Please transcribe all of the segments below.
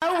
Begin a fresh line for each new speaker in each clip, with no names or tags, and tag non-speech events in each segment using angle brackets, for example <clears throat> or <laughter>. Oh,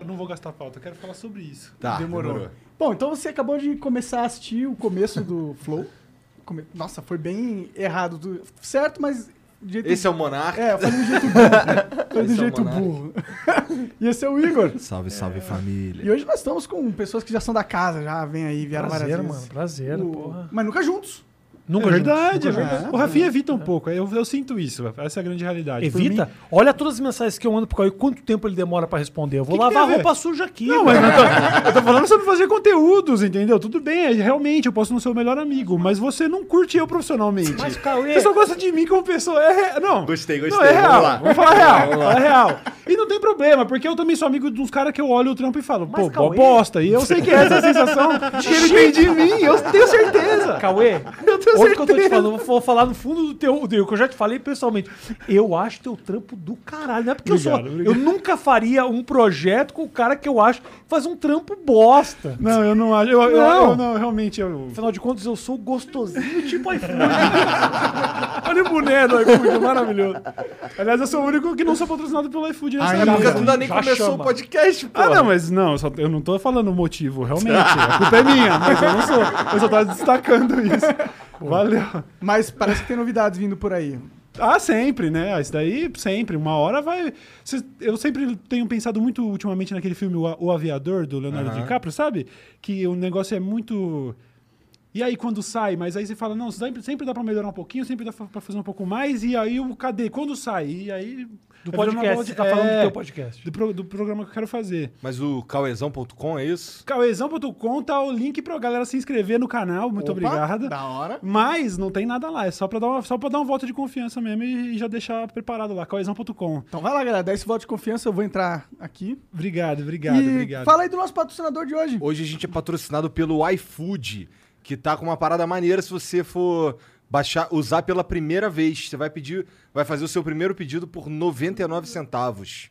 Eu não vou gastar pauta, eu quero falar sobre isso.
Tá, demorou.
Bom, então você acabou de começar a assistir o começo do <laughs> Flow. Come- Nossa, foi bem errado. do- Certo, mas. do Jeito...
Esse é o Monark.
<laughs> É, foi de um jeito burro. Foi
Esse é
de
o
um jeito
Monark.
burro. <laughs> e esse é o Igor.
Salve, salve
E
família.
hoje nós estamos com pessoas que já são da casa, já vem aí, vieram
Prazer,
várias
mano.
vezes.
Prazer,
O-
porra.
Mas nunca juntos.
Nunca
É
junto, nunca
verdade, é
junto.
verdade.
O
É.
Rafinha evita um pouco, eu, eu sinto isso, essa é a grande realidade. Por
Evita.
mim-
Olha todas as mensagens que eu mando pro Cauê, quanto tempo ele demora pra responder. Eu vou
Que que tem
lavar
a ver?
roupa suja aqui.
Não, mas eu tô, eu tô falando sobre fazer conteúdos, entendeu? Tudo bem, é, realmente, eu posso não ser o melhor amigo, mas você não curte eu profissionalmente.
Mas, Cauê-
Você só gosta de mim como pessoa. É, re- não.
Gostei,
Não,
gostei,
é
vamos
real.
lá.
Vamos falar real. falar real. E não tem problema, porque eu também sou amigo de uns caras que eu olho o trampo e falo,
Mas,
pô,
Cauê-
bosta. E eu sei que essa é a
<laughs>
sensação que ele tem de mim, eu tenho certeza.
Cauê,
Eu tenho
hoje que eu tô te
certeza.
falando, eu vou falar no fundo do teu, do que eu já te falei pessoalmente. Eu acho teu trampo do caralho. Não é porque eu
Obrigado,
sou.
obrigado.
Eu nunca faria um projeto com o cara que eu acho que faz um trampo bosta.
Não, eu não acho. Eu, eu-
Não.
eu não, realmente, eu.
Afinal de contas, eu sou gostosinho tipo iFood.
<laughs>
Olha o boné do iFood, maravilhoso.
é Aliás, eu sou o único que não sou patrocinado pelo iFood nessa
É
vida.
porque tu ainda nem
né? Já
começou
chama.
o podcast, pô.
Ah, não, mas não, eu, só- eu não tô falando o motivo, realmente. A culpa é minha, mas eu não sou. Eu só tava destacando isso. Valeu.
Mas parece que tem novidades vindo por aí.
Ah, sempre, né? Isso daí, sempre. Uma hora vai. Cês- Eu sempre tenho pensado muito ultimamente naquele filme O A- O Aviador, do Leonardo DiCaprio, sabe? Que o negócio é muito. E aí, quando sai, mas aí você fala, não, sempre, sempre dá pra melhorar um pouquinho, sempre dá pra fazer um pouco mais, e aí o cadê? Quando sai? E aí.
Do
vai virando uma bola
podcast,
de-
você tá falando do
É,
teu podcast.
do pro- do programa que eu quero fazer.
Mas o cauezão.com é isso?
Cauezão.com tá o link pra galera se inscrever no canal, muito
Opa,
obrigado.
Da hora.
Mas não tem nada lá, é só pra dar uma, só pra dar um voto de confiança mesmo e, e já deixar preparado lá, cauezão.com.
Então vai lá, galera. Dá esse voto de confiança, eu vou entrar aqui.
Obrigado, obrigado,
e
obrigado.
fala aí do nosso patrocinador de hoje.
Hoje a gente é patrocinado pelo iFood, que tá com uma parada maneira se você for baixar, usar pela primeira vez. Você vai pedir, vai fazer o seu primeiro pedido por 99 centavos.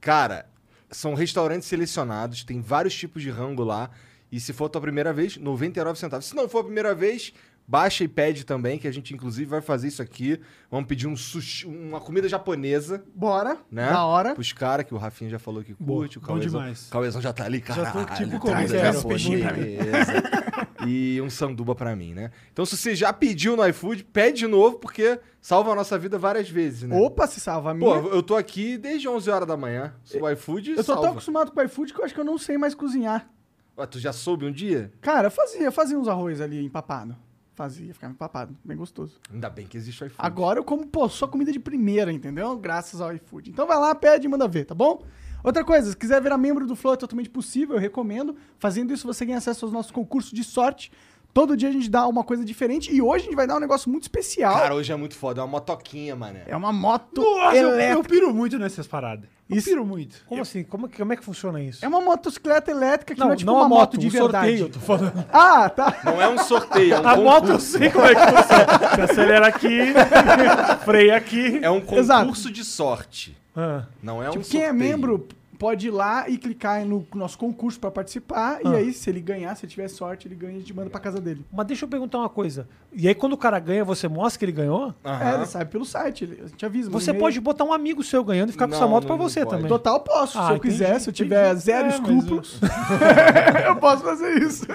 Cara, são restaurantes selecionados, tem vários tipos de rango lá. E se for a tua primeira vez, 99 centavos. Se não for a primeira vez, baixa e pede também, que a gente inclusive vai fazer isso aqui. Vamos pedir um sushi, uma comida japonesa,
Bora.
né?
Da hora.
Pros caras que o Rafinha já falou que
Boa,
curte, o
bom
Cauezão.
demais.
Cauezão já tá ali, cara.
Já tô, tipo, como
traz
quero,
essa
pedindo pra mim.
beleza. E um sanduba pra mim, né? Então se você já pediu no iFood, pede de novo, porque salva a nossa vida várias vezes, né?
Opa, se salva a minha.
Pô, eu tô aqui desde 11 horas da manhã. O iFood
eu tô
salva.
tão acostumado com o iFood que eu acho que eu não sei mais cozinhar.
Ué, tu já soube um dia?
Cara, eu fazia, eu fazia uns arroz ali empapado. Fazia, ficava empapado. Bem gostoso.
Ainda bem que existe o iFood.
Agora eu como, pô, só comida de primeira, entendeu? Graças ao iFood. Então vai lá, pede e manda ver, tá bom? Outra coisa, se quiser virar membro do Flow, é totalmente possível, eu recomendo. Fazendo isso, você ganha acesso aos nossos concursos de sorte. Todo dia a gente dá uma coisa diferente e hoje a gente vai dar um negócio muito especial.
Cara, hoje é muito foda. É uma motoquinha, mané.
é uma moto
Nossa, eu,
elétrica.
eu piro muito nessas paradas. Eu
Isso-
piro muito.
Como assim? Como, é que- como é que funciona isso?
É uma motocicleta elétrica que não,
não,
é tipo
não
uma
a
moto,
moto,
de
um
verdade.
sorteio, eu tô falando.
Ah, tá.
Não é um sorteio,
<laughs>
é um
A moto eu
concurso.
sei como é que funciona. Você acelera aqui, <laughs> freia aqui.
É um concurso
Exato.
de sorte.
Ah,
Não é um
Tipo, quem
sorteio.
é membro pode ir lá e clicar no nosso concurso pra participar.
Ah.
E aí, se ele ganhar, se ele tiver sorte, ele ganha e a gente manda pra casa dele.
mas deixa eu perguntar uma coisa. E aí, quando o cara ganha, você mostra que ele ganhou?
É,
Aham.
ele sabe pelo site, ele, a gente avisa. manda
Você
e-mail.
pode botar um amigo seu ganhando e ficar com
Não,
essa moto
não
pra você
pode.
também.
Total posso,
Ah,
se eu
entendi,
É,
quiser, se eu tiver
entendi.
zero <laughs>
É, mas
escrúpulos, eu posso fazer isso.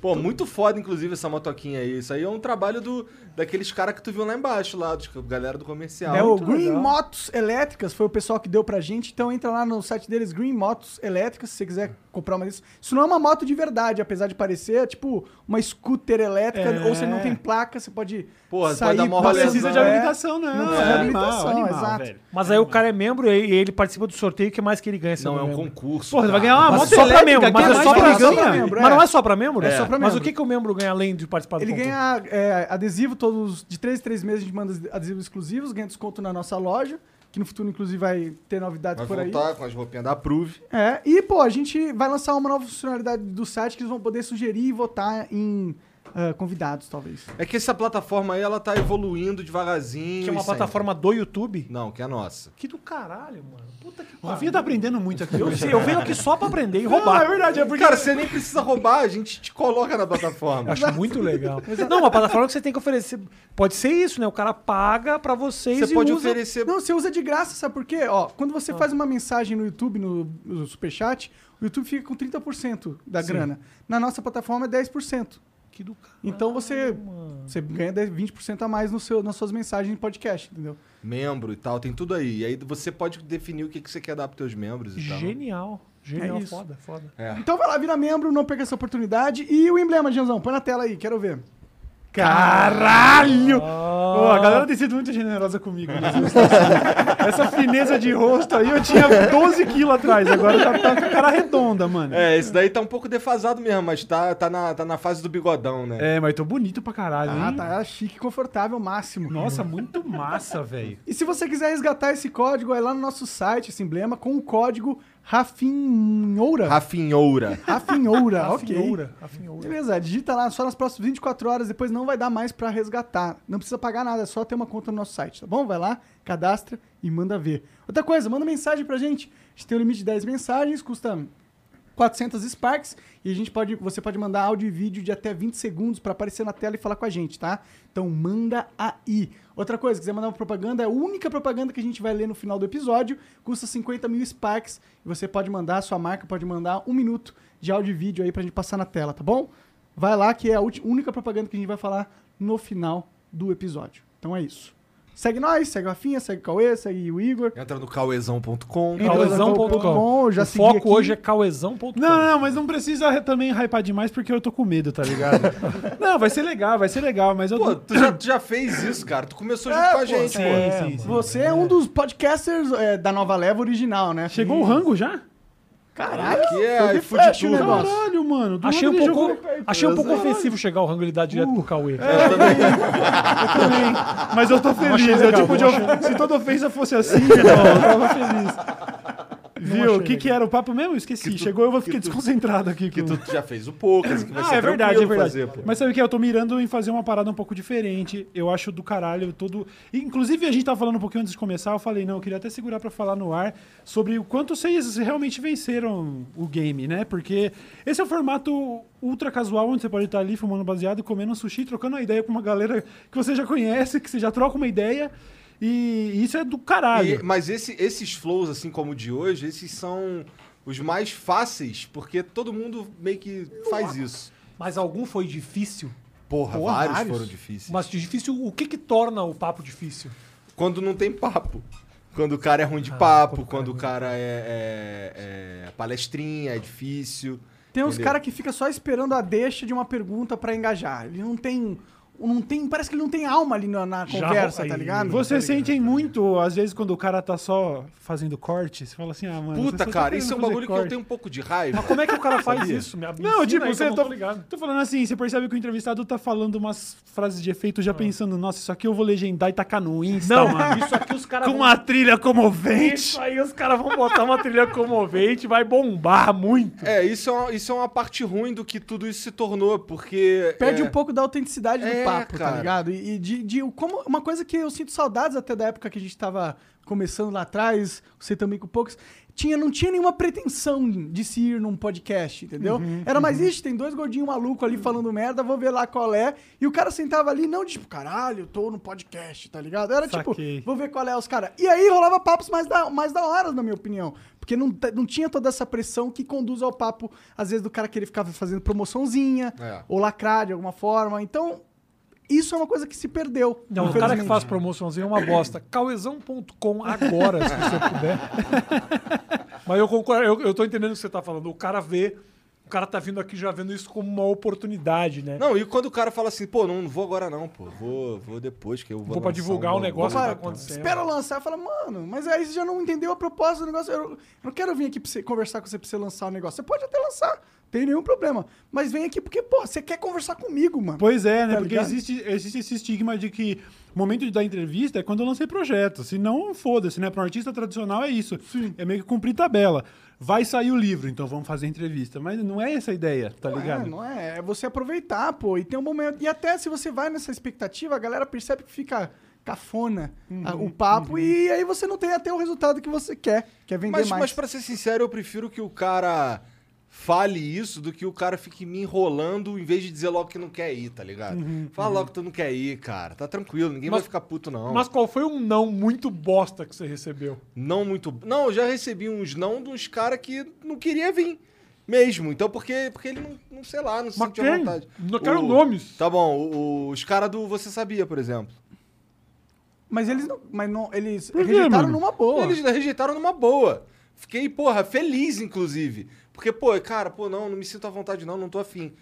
Pô, muito foda, inclusive, essa motoquinha aí. Isso aí é um trabalho do, daqueles caras que tu viu lá embaixo, lá, dos galera do comercial.
É o
Tá Muito
Green
legal.
Motos Elétricas, foi o pessoal que deu pra gente. Então entra lá no site deles, Green Motos Elétricas, se você quiser comprar uma disso. Isso não é uma moto de verdade, apesar de parecer, é tipo uma scooter elétrica,
É.
ou se não tem placa, você pode
Porra,
sair...
pode dar mó
pra-
Não
rolezão.
precisa de
É,
habilitação, não.
Não precisa de
É
habilitação,
animal, animal,
exato.
velho.
Mas aí o cara é membro e e ele participa do sorteio, o que mais que ele ganha? se eu
Não, é um
lembro?
concurso.
Porra, você vai
cara.
ganhar uma
Mas
moto
só pra
elétrica,
membro, mas
quem
Ah, é
mais
só pra
ganha?
pra
membro.
membro,
Mas
é.
não é só pra membro?
É só pra
Mas o
membro.
que, que o membro ganha além de participar do
Ele
concurso?
ganha é, adesivo todos de 3 em 3 meses, a gente manda adesivos exclusivos, ganha desconto na nossa loja, que no futuro, inclusive, vai ter novidades
Vai
por aí.
voltar com as roupinhas da Prove.
É, e pô, a gente vai lançar uma nova funcionalidade do site que eles vão poder sugerir e votar em ah, convidados, talvez.
É que essa plataforma aí, ela tá evoluindo devagarzinho.
Que é uma
e sempre.
plataforma do YouTube?
Não, que é nossa.
Que do caralho, mano. Puta que
O Rafinha tá aprendendo muito aqui.
Eu,
hoje,
sei,
cara.
eu venho aqui só pra aprender e
Ah,
Não, é
roubar.
verdade, é porque...
Cara, você nem precisa roubar, a gente te coloca na plataforma.
Acho muito legal. Não, uma plataforma que você tem que oferecer. Pode ser isso, né? O cara paga pra vocês
Você
e
pode
usa.
oferecer.
Não, você usa de graça, sabe por quê? Ó, quando você
Ah.
faz uma mensagem no YouTube, no, no Superchat, o YouTube fica com 30% da grana. Na nossa plataforma é 10%.
Que do caralho,
Então você,
mano.
você ganha 10, 20% a mais no seu, nas suas mensagens em podcast, entendeu?
Membro e tal, tem tudo aí. E aí você pode definir o que, que você quer dar pros teus membros e tal.
Genial. Genial,
É isso.
foda, foda.
É.
Então vai lá, vira membro, não perca essa oportunidade. E o emblema, Janzão, põe na tela aí, quero ver.
Caralho! Pô, a galera tem sido muito generosa comigo. né? <laughs> Essa fineza de rosto aí, eu tinha 12 quilos atrás. Agora tá, tá com a cara redonda, mano. É,
É, esse daí tá um pouco defasado mesmo, mas tá, tá, na, tá na fase do bigodão, né?
É, mas tô bonito pra caralho,
Ah,
hein?
tá chique, confortável, máximo.
Nossa, muito massa, velho.
E se você quiser resgatar esse código, é lá no nosso site, esse emblema, com o código Rafinhoura.
Rafinhoura.
Rafinhoura, ok.
Afinhoura, afinhoura.
Beleza, É digita lá só nas próximas 24 horas, depois não vai dar mais pra resgatar. Não precisa pagar nada, é só ter uma conta no nosso site, tá bom? Vai lá, cadastra e manda ver. Outra coisa, manda mensagem pra gente. A gente tem um limite de 10 mensagens, custa 400 Sparks e a gente pode, você pode mandar áudio e vídeo de até 20 segundos para aparecer na tela e falar com a gente, tá? Então manda aí. Outra coisa, quiser mandar uma propaganda, é a única propaganda que a gente vai ler no final do episódio, custa 50 mil Sparks e você pode mandar, a sua marca pode mandar um minuto de áudio e vídeo aí pra gente passar na tela, tá bom? Vai lá que é a ulti- única propaganda que a gente vai falar no final do episódio. Então é isso. Segue nós, segue o Rafinha, segue o Cauê, segue o Igor.
Entra no cauezão.com.
Entra no cauezão.com,
Cauezão.com.
já
O
segui
foco
aqui.
hoje é cauezão.com.
Não, não, mas não precisa re- também hypar demais porque eu tô com medo, tá
<laughs>
ligado? não, vai ser legal, vai ser legal, mas eu. tô...
Pô, tu já, tu já fez isso, cara. Tu começou junto
É,
com a
pô,
gente, pô.
É, sim, sim.
Você é um dos podcasters é, da nova leva original, né?
Chegou o rango já?
Caralho,
Que é
foi de
iFood
flash o
Tour.
negócio.
Caralho, mano. do
Achei um,
nada ele
pouco,
jogou-
achei um pouco ofensivo chegar o rango e ele dar direto pro Cauê.
também, <laughs> mas eu tô feliz.
achei
eu,
legal,
tipo,
não
de of- Se toda ofensa fosse
<laughs>
assim, irmão, eu tava feliz. Viu? O que, que era o papo mesmo? Eu Esqueci. Chegou, eu vou ficar desconcentrado aqui.
Que
com-
tu já fez o Poucas, que vai
Ah,
ser
é verdade, é
tranquilo
verdade.
fazer, pô.
Mas sabe o que? Eu tô mirando em fazer uma parada um pouco diferente. Eu acho do caralho todo. Inclusive, a gente tava falando um pouquinho antes de começar. Eu falei, não, eu queria até segurar pra falar no ar sobre o quanto vocês realmente venceram o game, né? Porque esse é o formato ultra casual, onde você pode estar ali fumando baseado, comendo um sushi, trocando uma ideia com uma galera que você já conhece, que você já troca uma ideia. E isso é do
E-
caralho.
mas esse- esses flows, assim como o de hoje, esses são os mais fáceis, porque todo mundo meio que faz isso.
Mas algum foi difícil?
Porra,
Porra,
vários,
vários.
foram difíceis.
Mas difícil, o que que torna o papo difícil?
Quando não tem papo. Quando o cara é ruim de papo, quando o cara é, é- é palestrinha, é difícil.
Tem uns
Entendeu?
caras que fica só esperando a deixa de uma pergunta pra engajar. Ele não tem. Não tem parece que ele não tem alma ali na, na
Já
conversa,
aí.
tá ligado?
Vocês sentem muito, às vezes, quando o cara tá só fazendo corte, você fala assim, ah, mano. você só
Puta,
tá
cara,
querendo
isso é um
fazer
bagulho que eu
corte.
tenho um pouco de raiva.
Mas como é que o cara faz
Sabia?
isso? Me- me
Não,
ensina
tipo,
aí que
você
eu não
tá,
tô ligado.
tô falando assim, você percebe que o entrevistado tá falando umas frases de efeito já pensando, nossa, isso aqui eu vou legendar e tacar no Insta,
Ah. Não,
Tá, mano.
isso aqui os caras
Com
vão...
uma trilha comovente.
Isso aí os caras vão botar uma trilha comovente, vai bombar muito.
É, isso é, uma, isso é uma parte ruim do que tudo isso se tornou, porque.
Perde
é,
um pouco da autenticidade do
É,
papo,
cara.
tá ligado? E, e de, de como uma coisa que eu sinto saudades até da época que a gente tava começando lá atrás, você também com poucos, tinha, não tinha nenhuma pretensão de se ir num podcast, entendeu?
Uhum,
Era mais isso, tem dois gordinhos malucos ali falando merda, vou ver lá qual é. E o cara sentava ali, não tipo, caralho, eu tô no podcast, tá ligado? Era
Saquei.
tipo, vou ver qual é os caras. E aí rolava papos mais da, mais da hora, na minha opinião. Porque Porque não, t- não tinha toda essa pressão que conduz ao papo, às vezes, do cara que ele ficava fazendo promoçãozinha,
É.
ou lacrar de alguma forma. Então, isso é uma coisa que se perdeu.
Não, o cara que
infelizmente.
faz promoçãozinho é uma bosta. Cauezão.com agora, se você puder. Mas eu concordo, eu, eu tô entendendo o que você tá falando. O cara vê, o cara tá vindo aqui já vendo isso como uma oportunidade, né?
Não, e quando o cara fala assim, pô, não vou agora não, pô. Vou, vou depois que eu vou
Vou pra
lançar
divulgar
um
o negócio que
Opa,
tá acontecendo.
espera eu lançar, fala, mano, mas aí você já não entendeu a proposta do negócio. Eu eu não quero vir aqui pra você conversar com você pra você lançar o negócio. Você pode até lançar, não tem nenhum problema. Mas vem aqui porque, pô, você quer conversar comigo, mano.
Pois é, né?
Tá
Porque
ligado?
existe, existe esse estigma de que o momento da entrevista é quando eu lancei projeto. Se não, foda-se, né? Para um artista tradicional é isso. É meio que cumprir tabela. Vai sair o livro, então vamos fazer entrevista. Mas não é essa a ideia, tá
Não é,
ligado?
não é. É você aproveitar, pô. E tem um momento. E até se você vai nessa expectativa, a galera percebe que fica cafona a- o papo e aí você não tem até o resultado que você quer. Quer vender
Mas,
mais.
mas pra ser sincero, eu prefiro que o cara fale isso do que o cara fique me enrolando em vez de dizer logo que não quer ir, tá ligado? Fala logo que tu não quer ir, cara. Tá tranquilo, ninguém
Mas-
vai ficar puto, não.
Mas qual foi um não muito bosta que você recebeu?
Não muito. Não, eu já recebi uns não de uns caras que não queria vir. Mesmo. Então, porque, porque ele não, não sei lá, não se
Mas
sentia à
quem?
vontade.
Não quero nomes.
Tá bom, o- o- os caras do Você Sabia, por exemplo.
Mas eles não. Mas não, eles
quê,
rejeitaram
mano?
numa boa.
Eles rejeitaram numa boa. Fiquei, porra, feliz, inclusive. Porque, pô, cara, pô, não, não me sinto à vontade, não, não tô afim.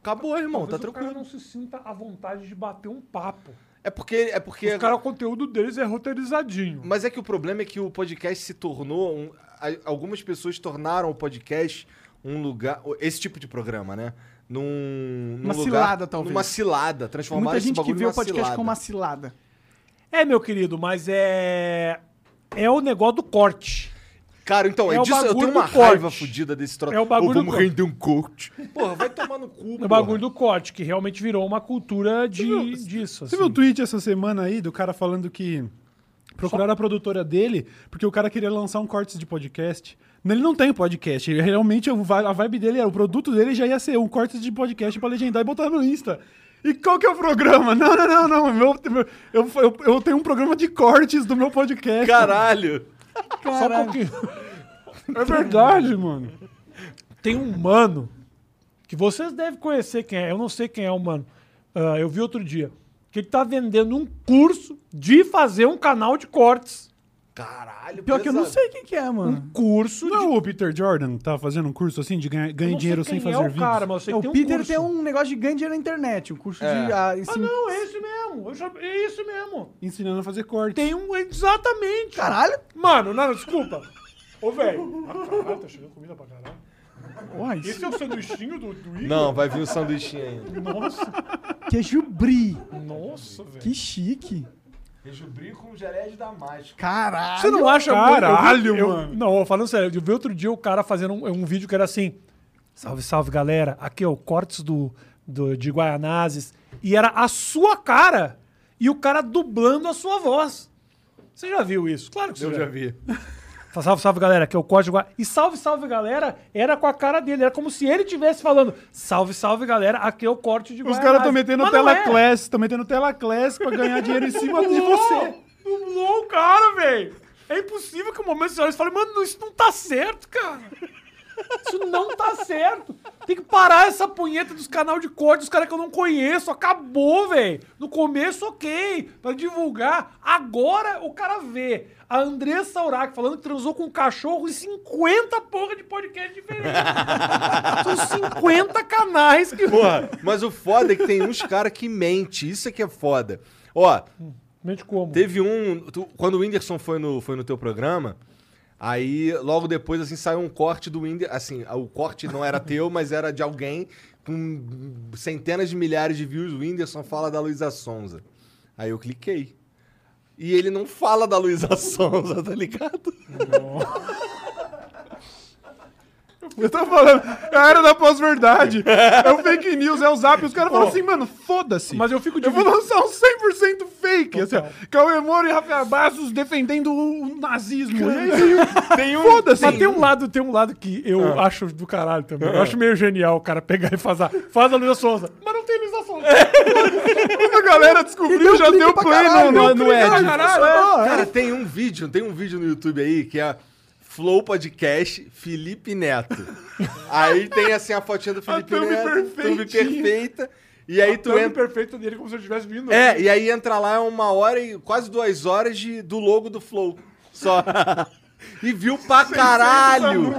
Acabou, irmão,
Talvez
tá
o cara
tranquilo.
não se sinta à vontade de bater um papo.
É porque. É porque
Os caras, o conteúdo deles é roteirizadinho.
Mas é que o problema é que o podcast se tornou. Um, a- algumas pessoas tornaram o podcast um lugar. Esse tipo de programa, né? Num, num
Uma
lugar-
cilada, talvez.
Numa cilada. Transformaram
Muita
esse
gente que
bagulho
vê
numa
o podcast
cilada.
como uma cilada.
É, meu querido, mas é. É o negócio do corte.
Cara, então,
É
é
o
disso, eu
bagulho
tenho uma
do
raiva
corte.
fodida desse troço.
É o bagulho
Ou vamos
do corte.
render um coach. Porra, vai tomar no
É
cu,
É O bagulho do corte, que realmente virou uma cultura de, disso. assim.
Você viu um tweet essa semana aí do cara falando que procuraram a produtora dele porque o cara queria lançar um corte de podcast. Ele não tem podcast. Ele realmente o vi- a vibe dele era o produto dele já ia ser um corte de podcast pra legendar e botar no Insta. E qual que é o programa? Não, não, não, não. Meu- meu- eu, eu, eu tenho um programa de cortes do meu podcast.
Caralho.
Só um pouquinho.
É verdade, mano.
Tem um mano que vocês devem conhecer quem é. Eu não sei quem é o mano. Ah, eu vi outro dia. Que ele tá vendendo um curso de fazer um canal de cortes.
Caralho,
Pior que eu não
pesado.
sei quem que é, mano.
Curso de.
Não, é o Peter Jordan tá fazendo um curso assim de ganhar, ganhar
Eu não sei
dinheiro sem
quem
fazer
é o
vídeos.
cara, mas eu sei
É,
que
o
tem um
Peter
curso.
tem um negócio de ganhar dinheiro na internet, um curso de. Ah,
Ah,
ensino-
não, é esse mesmo. Eu, já- é isso mesmo.
Ensinando a fazer cortes.
Tem um. Exatamente.
Caralho!
Mano, não, não, desculpa. Ô, velho. Ah, caralho, tá chegando comida pra caralho.
Porra, isso
Esse é o sanduichinho do, do Igor?
Não, vai vir um sanduichinho ainda.
Nossa,
aqui é jubri.
nossa, velho.
Que chique.
Rejubri com geleia de damasco.
Caralho.
Você não acha
Caralho,
eu vi- eu-
mano.
Não, falando sério, eu vi outro dia o cara fazendo um, um vídeo que era assim: salve, salve galera, aqui é o cortes do, do- de Guaianazes. E era a sua cara e o cara dublando a sua voz. Você já viu isso? Claro que você
Eu já vi.
Fala, Salve, salve galera, aqui é o Código. Gua- E salve, salve galera, era com a cara dele, era como se ele estivesse falando: salve, salve galera, aqui é o corte de
Os
Guaianazes.
caras estão metendo
Mas não
tela
é.
class, estão metendo tela class pra ganhar dinheiro em cima
<laughs>
de você.
Dublou o cara, velho. É impossível que o momento você olhe e fale, mano, isso não tá certo, cara. Isso não tá certo. Tem que parar essa punheta dos canal de corte dos caras que eu não conheço. Acabou, velho. No começo, ok. Pra divulgar. Agora o cara vê a Andressa Urac falando que transou com um cachorro em 50 porra de podcast diferentes. São 50 canais que.
Porra, mas o foda é que tem uns caras que mente. Isso é que é foda. Ó,
Mente como?
teve um. tu- quando o Whindersson foi no, foi no teu programa, aí logo depois, assim, saiu um corte do Whindersson. Assim, o corte não era teu, mas era de alguém com centenas de milhares de views. O Whindersson fala da Luísa Sonza. Aí eu cliquei. E ele não fala da Luísa <laughs> Sonza, tá ligado?
Eu tô falando, é a era da pós-verdade. É o fake news, é o zap. Os caras falam assim, mano, foda-se.
Mas eu fico de
Eu vou lançar um 100% fake. Assim, ó, Cauê Moro e Rafael Bastos defendendo o nazismo. E aí,
Tem um.
foda-se.
Mas tem um lado, tem um lado que eu
Ah.
acho do caralho também. Eu acho meio genial o cara pegar e fazer. Faz a Luísa Souza. Mas não tem Luísa Souza.
É,
A galera
um
descobriu, já deu
é,
play no, no, no Ed.
Caralho,
Cara, tem um vídeo, tem um vídeo no YouTube aí que é Flow Podcast, Felipe Neto. aí tem assim a
<laughs>
fotinha do Felipe
thumb
Neto, thumb
perfeitinha.
perfeita. E aí tu
Tão
entra.
perfeito dele como se eu tivesse vindo.
É, e aí entra lá uma hora e quase duas horas de, do logo do Flow. <laughs> Só. e viu pra caralho!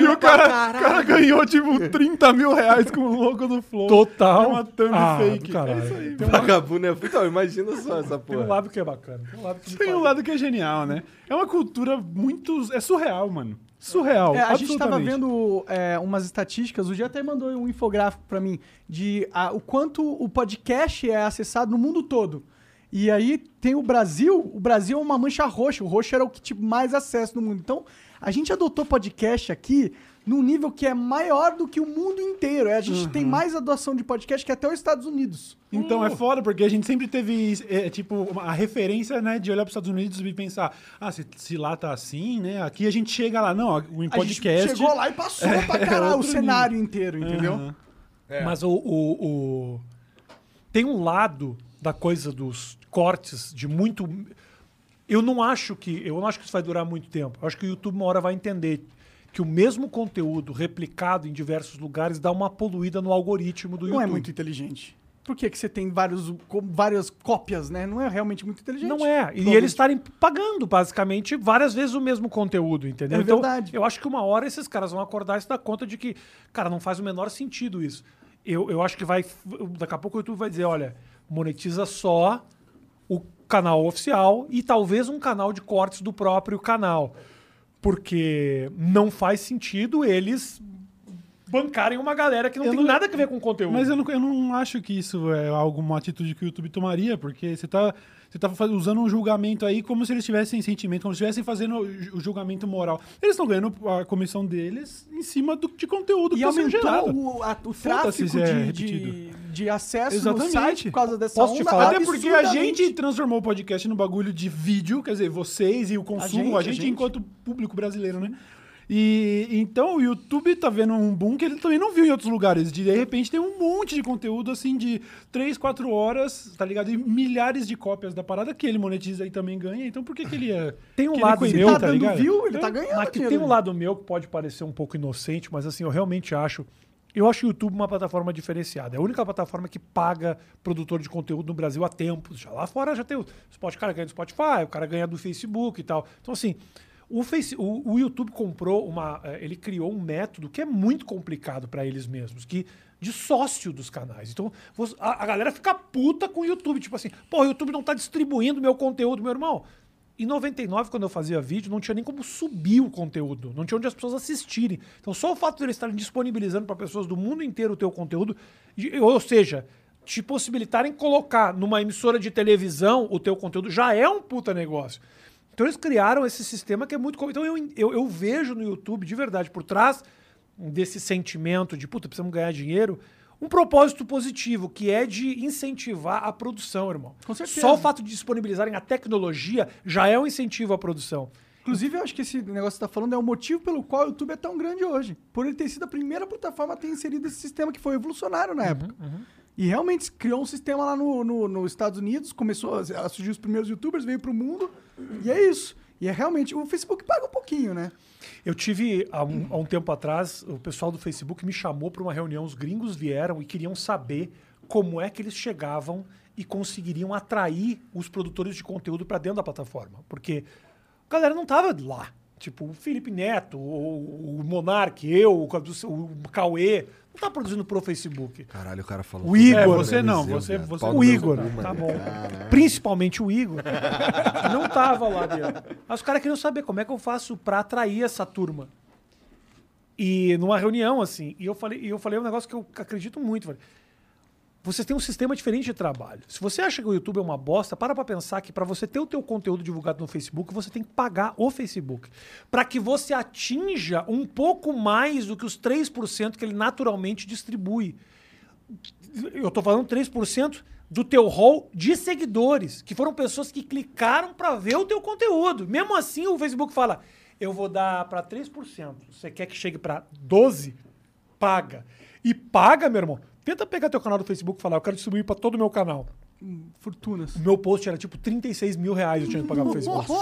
E o cara, o cara ganhou, tipo, 30 mil reais com o logo do Flow.
Total.
É uma thumb
Ah, do
fake.
caralho.
É isso aí.
Vagabundo é. Então, imagina só essa
Tem um
porra.
lado que é bacana. Tem um lado que me
Tem um
faz-
lado que é genial, né? É uma cultura muito... É surreal, mano. Surreal,
É, a gente tava
absolutamente.
vendo é, umas estatísticas, o dia até mandou um infográfico pra mim de ah, o quanto o podcast é acessado no mundo todo. E aí tem o Brasil, o Brasil é uma mancha roxa, o roxo era o que tipo, mais acesso no mundo. Então, a gente adotou podcast aqui num nível que é maior do que o mundo inteiro. É, a gente
Uhum.
tem mais adoção de podcast que até os Estados Unidos.
Então é foda, porque a gente sempre teve, é, tipo, uma- a referência, né, de olhar para os Estados Unidos e pensar, ah, se, se lá tá assim, né, aqui a gente chega lá, não, o
A gente
podcast... é
chegou lá
<laughs>
e passou pra caralho o
outro Uhum.
cenário inteiro, entendeu?
Aham.
Mas o, o- o- Tem um lado da coisa dos cortes de muito. Eu não acho que. Eu não acho que isso vai durar muito tempo. Eu acho que o YouTube uma hora vai entender que o mesmo conteúdo replicado em diversos lugares dá uma poluída no algoritmo do
Não
YouTube.
é muito inteligente. Por que, que você tem vários, co- várias cópias, né? Não é realmente muito inteligente.
Não é. E
Provavelmente.
eles estarem pagando, basicamente, várias vezes o mesmo conteúdo, entendeu?
É
então,
verdade.
eu acho que uma hora esses caras vão acordar e se dar conta de que, cara, não faz o menor sentido isso. Eu, eu acho que vai. Daqui a pouco o YouTube vai dizer: olha, monetiza só o canal oficial e talvez um canal de cortes do próprio canal. Porque não faz sentido eles bancarem uma galera que não
Eu
tem
não-
nada a ver com conteúdo.
Mas eu não, eu não acho que isso é alguma atitude que o YouTube tomaria, porque você tá, você tá faz- usando um julgamento aí como se eles tivessem sentimento, como se estivessem fazendo o ju- o julgamento moral. Eles estão ganhando a comissão deles em cima do, de conteúdo
E
que tá sendo
aumentou
gerado.
o, a- o
Foda-se
tráfego
se é
de, de,
repetido.
de acesso no
Exatamente.
site por causa dessa
Posso te
onda.
falar?
Até porque a
absurdamente-
gente transformou o podcast no bagulho de vídeo, quer dizer, vocês e o consumo,
A
a
gente,
gente,
a gente.
enquanto público brasileiro, né? E então o YouTube tá vendo um boom que ele também não viu em outros lugares. De repente tem um monte de conteúdo assim de 3, 4 horas, tá ligado? E milhares de cópias da parada que ele monetiza e também ganha. Então por que, que ele é.
Tem um
que
lado
ele
meu,
coisou,
tá dando view, ele tá
É.
ganhando
Mas que
dinheiro
tem um
ali.
lado meu que pode parecer um pouco inocente, mas assim, eu realmente acho. Eu acho o YouTube uma plataforma diferenciada. É a única plataforma que paga produtor de conteúdo no Brasil há tempos. Já lá fora já tem o Spotify, o cara ganha do Spotify, o cara ganha do Facebook e tal. Então, assim, o, Face- o- o YouTube comprou uma. eh, Ele criou um método que é muito complicado para eles mesmos, que de sócio dos canais. Então, você- a, a galera fica puta com o YouTube. Tipo assim, pô, o YouTube não tá distribuindo meu conteúdo, meu irmão. Em 99, quando eu fazia vídeo, não tinha nem como subir o conteúdo, não tinha onde as pessoas assistirem. Então, só o fato de eles estarem disponibilizando para pessoas do mundo inteiro o teu conteúdo, e- ou seja, te possibilitarem colocar numa emissora de televisão o teu conteúdo, já é um puta negócio. Então, eles criaram esse sistema que é muito. com- Então, eu, eu, eu vejo no YouTube, de verdade, por trás desse sentimento de puta, precisamos ganhar dinheiro, um propósito positivo, que é de incentivar a produção, irmão.
Com certeza.
Só o fato de disponibilizarem a tecnologia já é um incentivo à produção.
Inclusive, eu acho que esse negócio que você tá falando é o motivo pelo qual o YouTube é tão grande hoje. Por ele ter sido a primeira plataforma a ter inserido esse sistema que foi evolucionário
Uhum,
na época. E realmente criou um sistema lá no, no- nos Estados Unidos, começou a a surgir os primeiros youtubers, veio pro mundo, e é isso. E é realmente, o Facebook paga um pouquinho, né?
Eu tive, há um, há um tempo atrás, o pessoal do Facebook me chamou para uma reunião, os gringos vieram e queriam saber como é que eles chegavam e conseguiriam atrair os produtores de conteúdo para dentro da plataforma. Porque a galera não tava lá. Tipo, o Felipe Neto, o, o Monark, eu, o, o Cauê, não tá produzindo pro Facebook.
Caralho, o cara falou.
O Igor.
É, você não,
Meu Deus,
você-
viado.
você-
Pau no
O
meu
Igor,
cu,
tá
mano.
bom. Principalmente o Igor. Não tava lá dentro. Aí os caras queriam saber como é que eu faço pra atrair essa turma. E numa reunião, assim, e eu falei, e eu falei um negócio que eu acredito muito, velho. Vocês têm um sistema diferente de trabalho. Se você acha que o YouTube é uma bosta, para pra pensar que pra você ter o teu conteúdo divulgado no Facebook, você tem que pagar o Facebook. Pra que você atinja um pouco mais do que os 3% que ele naturalmente distribui eu tô falando 3% do teu hall de seguidores, que foram pessoas que clicaram para ver o teu conteúdo. Mesmo assim, o Facebook fala: "Eu vou dar para 3%. Você quer que chegue para 12? Paga". E paga, meu irmão. Tenta pegar teu canal do Facebook e falar: "Eu quero distribuir para todo o meu canal".
hum, fortunas.
O meu post era tipo 36 mil reais eu tinha que pagar pro Facebook.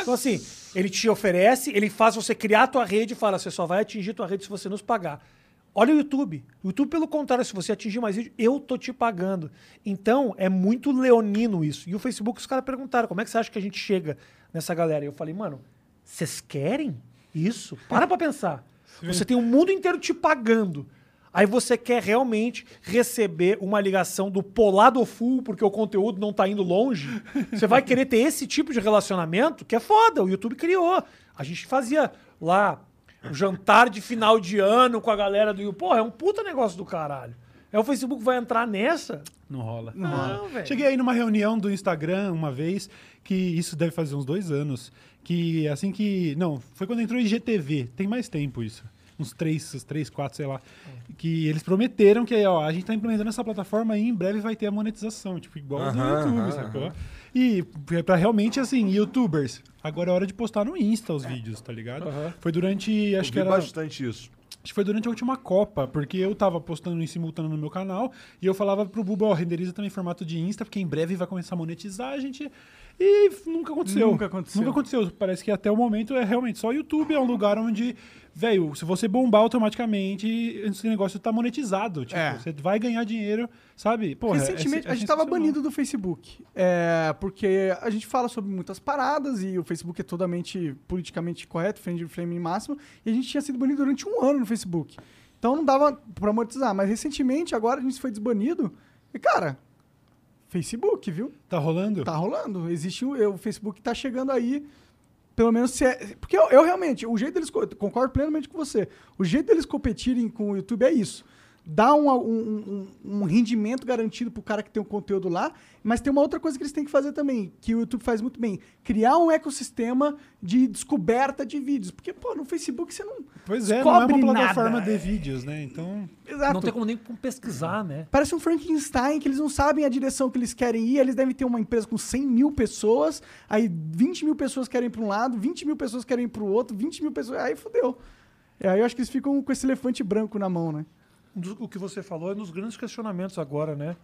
Então, assim, ele te oferece, ele faz você criar a tua rede e fala: você só vai atingir tua rede se você nos pagar. Olha o YouTube. O YouTube, pelo contrário, se você atingir mais vídeo, eu tô te pagando. Então, é muito leonino isso. E o Facebook, os caras perguntaram: como é que você acha que a gente chega nessa galera? E eu falei: mano, vocês querem isso? Para pra <laughs> pensar. Você tem o mundo inteiro te pagando. Aí você quer realmente receber uma ligação do polado full porque o conteúdo não tá indo longe. Você vai querer ter esse tipo de relacionamento que é foda, o YouTube criou. A gente fazia lá um jantar de final de ano com a galera do YouTube. Porra, é um puta negócio do caralho. Aí o Facebook vai entrar nessa?
Não rola.
Não, velho.
Cheguei aí numa reunião do Instagram uma vez, que isso deve fazer uns dois anos, que assim que... Não, foi quando entrou IGTV. Tem mais tempo isso. Uns três, uns três quatro, sei lá.
É.
Que eles prometeram que ó, a gente tá implementando essa plataforma e em breve vai ter a monetização. Tipo, igual do
Aham,
YouTube,
aham,
sacou? E é pra realmente, assim, youtubers. Agora é hora de postar no Insta os vídeos, tá ligado? Foi durante, acho
Acho
que era...
bastante isso.
Acho que foi durante a última Copa, porque eu tava postando em simultâneo no meu canal e eu falava pro Buba, ó, renderiza também em formato de Insta, porque em breve vai começar a monetizar, gente. E f- nunca aconteceu.
Nunca aconteceu.
Nunca aconteceu. Parece que até o momento é realmente só o YouTube, é um lugar onde, velho, se você bombar automaticamente, esse negócio tá monetizado. Tipo,
É.
você vai ganhar dinheiro, sabe? Porra, é-
Recentemente,
é- é
a gente tava
sensacional.
banido do Facebook. É, porque a gente fala sobre muitas paradas e o Facebook é totalmente politicamente correto, frame de frame máximo, e a gente tinha sido banido durante um ano no Facebook. Então não dava pra monetizar. Mas recentemente, agora a gente foi desbanido. E, cara, Facebook, viu?
Tá rolando?
Tá rolando. Existe o, o Facebook tá chegando aí. Pelo menos se é. Porque eu, eu realmente, o jeito deles. co- eu Concordo plenamente com você. O jeito deles competirem com o YouTube é isso. Dá um, um, um- um rendimento garantido pro cara que tem o conteúdo lá, mas tem uma outra coisa que eles têm que fazer também, que o YouTube faz muito bem: criar um ecossistema de descoberta de vídeos. Porque, pô, no Facebook você não.
Pois é, não é uma
descobre
plataforma
nada.
de vídeos, né? Então.
Exato.
Não tem como nem pesquisar, né?
Parece um Frankenstein que eles não sabem a direção que eles querem ir. Eles devem ter uma empresa com 100 mil pessoas, aí 20 mil pessoas querem ir para um lado, 20 mil pessoas querem ir para o outro, 20 mil pessoas. Aí fodeu. É, aí eu acho que eles ficam com esse elefante branco na mão, né?
do- o que você falou é nos grandes questionamentos agora, né?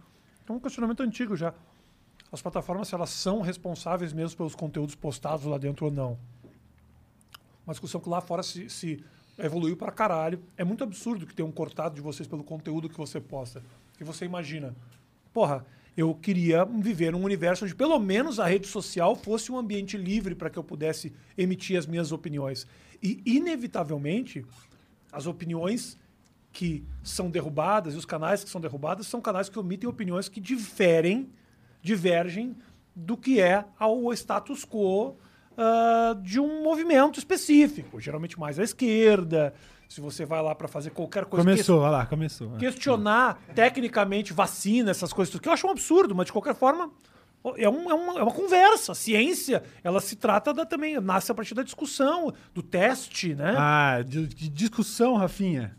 É um questionamento antigo já. As plataformas, se elas são responsáveis mesmo pelos conteúdos postados lá dentro ou não. Uma discussão que lá fora se, se evoluiu pra caralho. É muito absurdo que tenha um cortado de vocês pelo conteúdo que você posta. E você imagina, porra, eu queria viver num universo onde pelo menos a rede social fosse um ambiente livre para que eu pudesse emitir as minhas opiniões. E, inevitavelmente, as opiniões que são derrubadas e os canais que são derrubados são canais que omitem opiniões que diferem, divergem do que é ao status quo ah, de um movimento específico, geralmente mais à esquerda. Se você vai lá para fazer qualquer coisa que
Começou, olha lá, começou.
questionar tecnicamente vacina, essas coisas, tudo, que eu acho um absurdo, mas de qualquer forma é, um- é uma, é uma conversa. A ciência, ela se trata da, também, nasce a partir da discussão, do teste, né?
Ah, de- de discussão, Rafinha.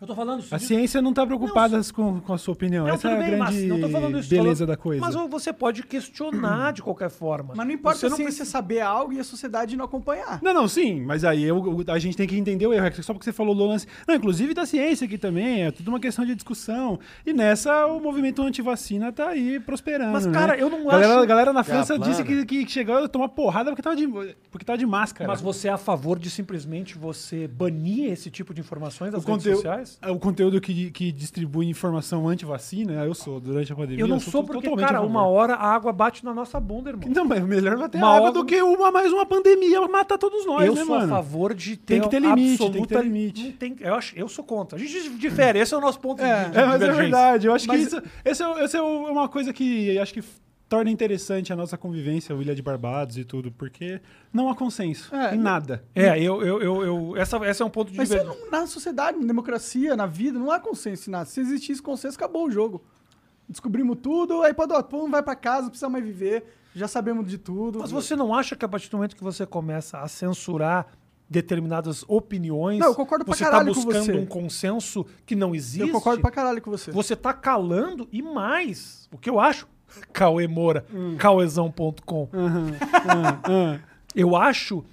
Eu tô falando isso.
A
de-
ciência não está preocupada com, com a sua opinião.
Não,
Essa é
tudo
a
bem, mas
grande
não tô falando isso, tô
beleza
falando-
da coisa.
Mas você pode questionar de qualquer forma.
Mas não importa
Você
se você saber algo e a sociedade não acompanhar.
Não, não, sim, mas aí eu- a gente tem que entender o erro. É Só porque você falou do lance. Não, inclusive da ciência aqui também, é tudo uma questão de discussão. E nessa, o movimento antivacina tá aí prosperando.
Mas, cara,
né?
eu não
galera,
acho-
A galera na
Que é a
França
plana.
disse que, que chegou a tomar porrada porque tava de, porque tava de máscara.
Mas você é a favor de simplesmente você banir esse tipo de informações das
o
redes
conteúdo,
sociais?
é, o conteúdo que, que distribui informação antivacina, eu sou, durante a pandemia.
Eu não sou porque,
totalmente a
cara,
favor. Então
uma hora a água bate na nossa bunda, irmão.
<laughs> Não, mas melhor vai ter
Uma
água
hora-
do que uma mais uma pandemia matar todos nós,
eu
né,
sou
mano?
a favor de ter
Tem que ter limite, tem
absoluta...
que ter limite.
Não tem- eu, acho, eu sou contra. A gente difere, esse é o nosso ponto de, de
É, mas é
divergência.
verdade. Eu acho
Mas-
que isso, esse é, o- esse é o- é uma coisa que eu acho que f- torna interessante a nossa convivência, o Ilha de Barbados e tudo, porque não há consenso
É,
em
não-
nada.
É, eu, eu, eu, eu- essa, essa é um ponto de
Mas você
divergência.
não, na sociedade, na democracia, na vida, não há consenso em nada. Se existisse consenso, acabou o jogo. Descobrimos tudo, aí pode, ó, todo mundo vai para casa, não precisa mais viver, já sabemos de tudo.
Mas você não acha que a partir do momento que você começa a censurar determinadas opiniões,
Não, eu concordo pra
você tá
caralho com
buscando
você.
um consenso que não existe?
Eu concordo pra caralho com você.
Você tá calando e mais. O que eu acho? <laughs> Cauê Moura,
Hum.
cauezão.com. Eu acho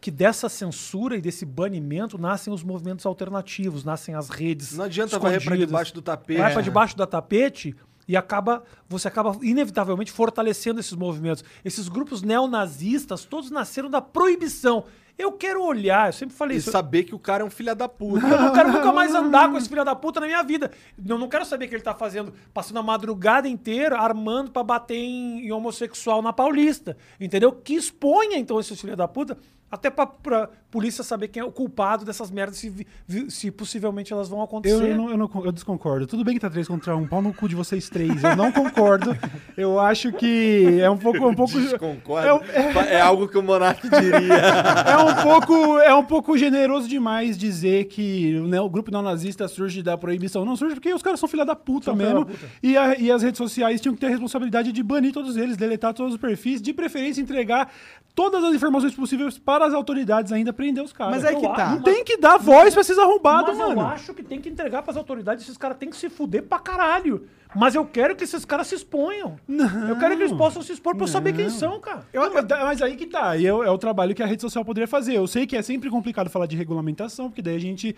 que dessa censura e desse banimento nascem os movimentos alternativos, nascem as redes.
Não adianta varrer pra
escondidas.
debaixo do tapete.
Vai pra
né?
debaixo do tapete E acaba, você acaba inevitavelmente fortalecendo esses movimentos. Esses grupos neonazistas todos nasceram da proibição. Eu quero olhar, eu sempre falei
E
isso.
saber que o cara é um filho da puta. <laughs>
Eu não <laughs> é quero nunca mais andar com esse filho da puta na minha vida. Eu não quero saber o que ele tá fazendo, passando a madrugada inteira armando pra bater em, em homossexual na Paulista. Entendeu? Que exponha então esse filho da puta até pra, pra polícia saber quem é o culpado dessas merdas, se, vi- vi- se possivelmente elas vão acontecer.
Eu, não, eu, não, eu desconcordo. Tudo bem que tá três contra um, pau no cu de vocês três. Eu não
<laughs>
concordo. Eu acho que é um pouco. Um pouco
Desconcordo.
É um-
É, algo que o Monark diria.
é um pouco, é um pouco generoso demais dizer que né, o grupo neonazista surge da proibição. Não surge porque os caras são filha da puta mesmo. E, a- e as redes sociais tinham que ter a responsabilidade de banir todos eles, deletar todos os perfis, de preferência entregar todas as informações possíveis para as autoridades ainda prender os caras. Então,
Mas é que
eu
tá.
Não tem que dar voz pra esses arrombados,
Mas
mano.
eu acho que tem que entregar pras autoridades, esses caras têm que se fuder pra caralho. Mas eu quero que esses caras se exponham.
Não.
Eu quero que eles possam se expor pra eu saber quem
Não.
são, cara.
Eu- mas, mas aí que tá, e eu- é o trabalho que a rede social poderia fazer. Eu sei que é sempre complicado falar de regulamentação, porque daí a gente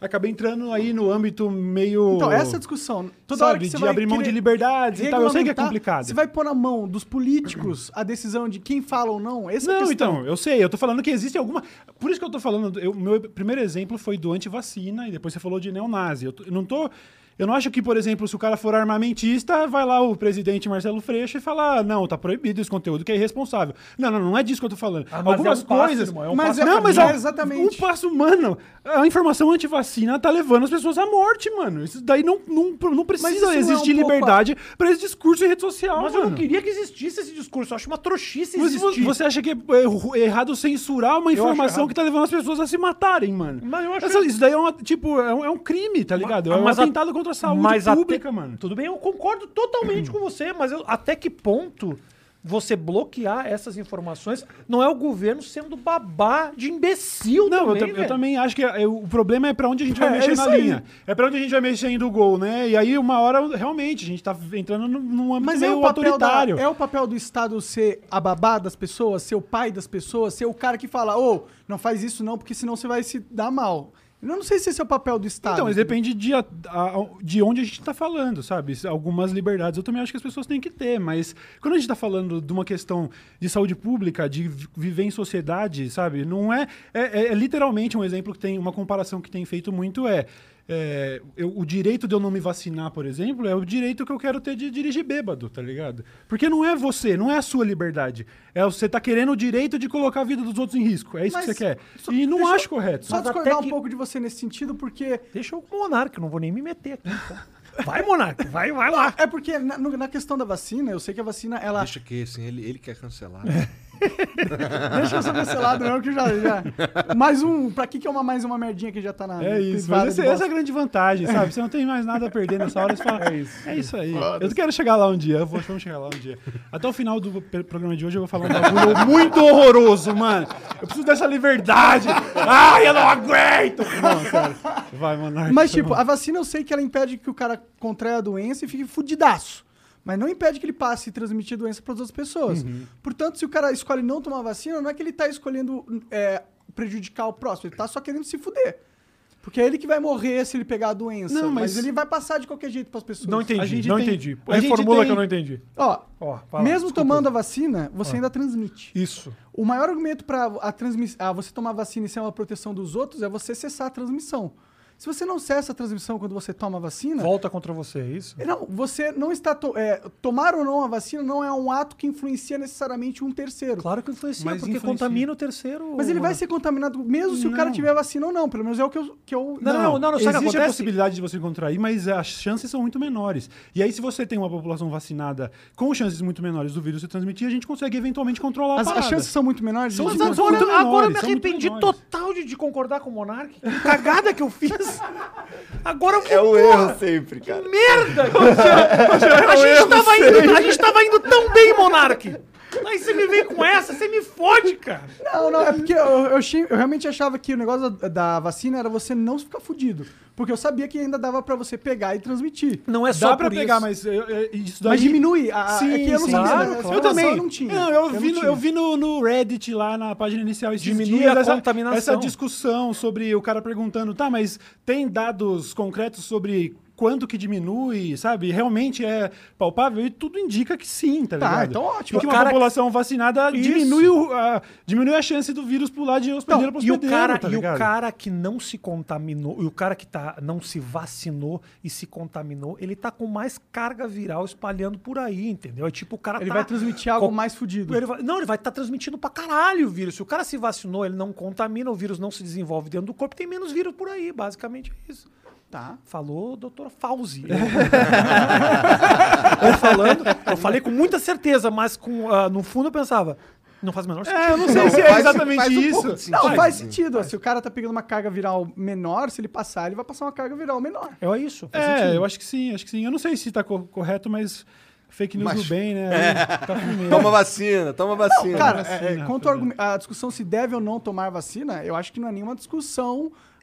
acaba entrando aí no âmbito meio.
Então, essa é a discussão. Toda
sabe,
hora que você
de
vai
abrir mão de
querer
liberdades e tal. Eu sei que é
regulamentar,
complicado.
Você vai pôr na mão dos políticos a decisão de quem fala ou não? Essa é a
Não,
questão.
então, eu sei, eu tô falando que existe alguma. Por isso que eu tô falando. eu- O meu primeiro exemplo foi do antivacina e depois você falou de neonazi. Eu, tô- eu não tô. Eu não acho que, por exemplo, se o cara for armamentista, vai lá o presidente Marcelo Freixo e fala: "Ah, não, tá proibido esse conteúdo que é irresponsável. Não, não, não é disso que eu tô falando.
Ah, mas
Algumas
é um passo,
coisas.
irmão, é um
passo
não,
pra
mas
mim.
al-
É, exatamente.
um passo humano. A informação antivacina tá levando as pessoas à morte, mano. Isso daí não, não, não
isso não
precisa
é um
existir
pouco a-
liberdade pra esse discurso em rede social.
Mas eu
mano.
não queria que existisse esse discurso. Eu acho uma trouxice
Mas vo-
existir.
você acha que é erro- errado censurar uma informação
errado.
que tá levando as pessoas a se matarem, mano?
Mas eu acho- ah,
Essa- Isso daí é, uma, tipo, é, um, é um crime, tá ligado? É um
Mas a-
atentado contra a saúde
mas até-
pública, mano.
Tudo bem, eu concordo totalmente com você, mas eu- até que ponto você bloquear essas informações não é o governo sendo babá de imbecil
Não, eu
também,
ta- eu,
velho.
também acho que é- o problema é pra onde a gente vai
É, é
mexer
isso
na
aí.
linha. É pra onde a gente vai mexer indo o gol, né? E aí, uma hora, realmente, a gente tá entrando num- num âmbito
Mas é
meio
o, papel da,
autoritário.
é o papel do Estado ser a babá das pessoas, ser o pai das pessoas, ser o cara que fala, ô, não faz isso não, porque senão você vai se dar mal. Eu não sei se esse é o papel do Estado.
Então, mas depende de, a- a- de onde a gente está falando, sabe? Se Algumas liberdades eu também acho que as pessoas têm que ter, mas quando a gente está falando de uma questão de saúde pública, de vi- viver em sociedade, sabe? Não é, é, é- é literalmente um exemplo que tem, uma comparação que tem feito muito é. é, eu- o direito de eu não me vacinar, por exemplo, é o direito que eu quero ter de dirigir bêbado, tá ligado? Porque não é você, não é a sua liberdade. É você tá querendo o direito de colocar a vida dos outros em risco. É isso
Mas
que você quer.
só-
e não
deixa eu-
acho correto.
Só
Mas até
discordar um
que-
pouco de você nesse sentido, porque
Deixa eu com o Monarca, eu não vou nem me meter aqui. então. Vai, Monarca, vai, vai
Ah!
lá.
É porque na, no- na questão da vacina, eu sei que a vacina, ela
<laughs> Deixa que assim, ele, ele quer cancelar.
<laughs> deixa eu ser cancelado mesmo, que já, já... Mais um, pra que que é uma mais uma merdinha que já tá na...
É isso,
privada
mas esse-
de
essa é
bosta?
a grande vantagem, <laughs> sabe? Você não tem mais nada a perder nessa hora, você fala, é isso, é isso aí. Eu quero chegar lá um dia, eu vou, vamos chegar lá um dia. Até o final do pe- programa de hoje eu vou falar um <laughs> bagulho muito horroroso, mano. Eu preciso dessa liberdade. Ai, eu não aguento! Não, sério. Vai, Monark.
Mas tipo, a vacina eu sei que ela impede que o cara contraia a doença e fique fudidaço. Mas não impede que ele passe e transmitir a doença para outras pessoas.
Uhum.
Portanto, se o cara escolhe não tomar vacina, não é que ele tá escolhendo é, prejudicar o próximo, ele tá só querendo se fuder. Porque é ele que vai morrer se ele pegar a doença.
Não,
mas...
mas-
ele vai passar de qualquer jeito pras pessoas.
Não
A
entendi,
gente
não
tem-
entendi.
a gente
Reformula
tem-
que eu não entendi.
Ó,
Ó, fala,
mesmo
desculpa. Ah.
tomando a vacina, você ainda transmite.
Isso.
O maior argumento para a transmiss- ah, você tomar vacina e ser uma proteção dos outros é você cessar a transmissão. Se você não cessa a transmissão quando você toma a vacina,
Volta contra você, é isso?
não, você não está. to- é, tomar ou não a vacina não é um ato que influencia necessariamente um terceiro.
Claro que influencia,
Mas
porque
influencia.
contamina o terceiro.
Mas ele vai
Monarca.
ser contaminado mesmo se o cara
Não.
tiver vacina ou não. Pelo menos é o que eu. Que eu
Não, Ah, não, não, não, sabe o que
existe a
acontece?
possibilidade de você contrair, mas as chances são muito menores. E aí, se você tem uma população vacinada com chances muito menores do vírus se transmitir, a gente consegue eventualmente controlar a
As, as
parada.
chances são muito menores.
São
de-
Mas
São
agora,
muito
agora eu me
menores, são muito
arrependi
menores.
total de, de concordar com o Monark. Que cagada que eu fiz. Agora eu vou.
É o erro sempre,
Que
cara.
merda! a, gente tava indo, a gente tava indo tão bem, Monark! Aí você me vem com essa, você me fode, cara!
<laughs> Não, não, é porque eu, eu achei- eu realmente achava que o negócio da, da vacina era você não ficar fudido. Porque eu sabia que ainda dava pra você pegar e transmitir.
Não é
Dá pra pegar, mas eu- eu- isso daí...
Mas diminui. A, a-
Sim,
é que eu não
sim,
sabia,
claro,
né? Essa
claro.
Ah, Eu
informação
também.
Eu não tinha.
eu, vi,
não
no,
tinha.
eu vi no, no Reddit lá na página inicial esses
Diminui
dias,
a
essa,
contaminação.
Essa discussão sobre o cara perguntando, tá, mas tem dados concretos sobre quanto que diminui, sabe? Realmente é palpável e tudo indica que sim, tá,
Tá,
ligado?
então ótimo.
E que
O
uma
cara-
população vacinada
Isso.
diminui, o- a, diminui a chance do vírus pular de hospedeiro para
Não, e, o
hospedeiro,
cara,
tá
e o
ligado? <laughs>
cara que não se contaminou, e o cara que tá, não se vacinou e se contaminou, ele tá com mais carga viral espalhando por aí, entendeu? É tipo o cara
Ele
tá-
vai transmitir algo
co-
mais fudido.
Ele vai- não, ele vai estar transmitindo pra caralho o vírus. Se o cara se vacinou, ele não contamina, o vírus não se desenvolve dentro do corpo, tem menos vírus por aí, basicamente é isso.
Tá.
Falou doutor Fauzi. eu tô falando, eu falei com muita certeza, mas com, ah, no fundo eu pensava, não faz o menor sentido.
É, eu não sei se é
faz-
exatamente
faz um pouco
isso.
de
Não,
sentido.
faz sentido. ó, Se o cara tá pegando uma carga viral menor, se ele passar, ele vai passar uma carga viral menor.
É isso. faz
É,
sentido.
eu acho que sim, acho que sim. Eu não sei se tá co- correto, mas fake news
Mas-
do bem, né? Tá primeiro.
Toma vacina, toma vacina.
Cara,
vacina,
é, é, quanto ao argumen- a discussão se deve ou não tomar vacina, eu acho que não é nenhuma discussão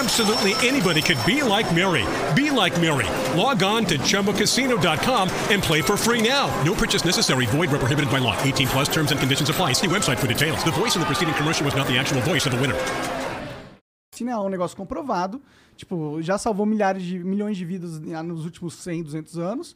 Absolutely anybody could be like Mary. Be like Mary. Log on to chumbacasino.com and play for free now. No purchase necessary. Void where prohibited by law. 18 plus terms and conditions apply. See website for details. The voice in the preceding commercial was not the actual voice of the winner.
é um negócio comprovado. Tipo, já salvou milhares de milhões de vidas ah, nos últimos 100, 200 anos.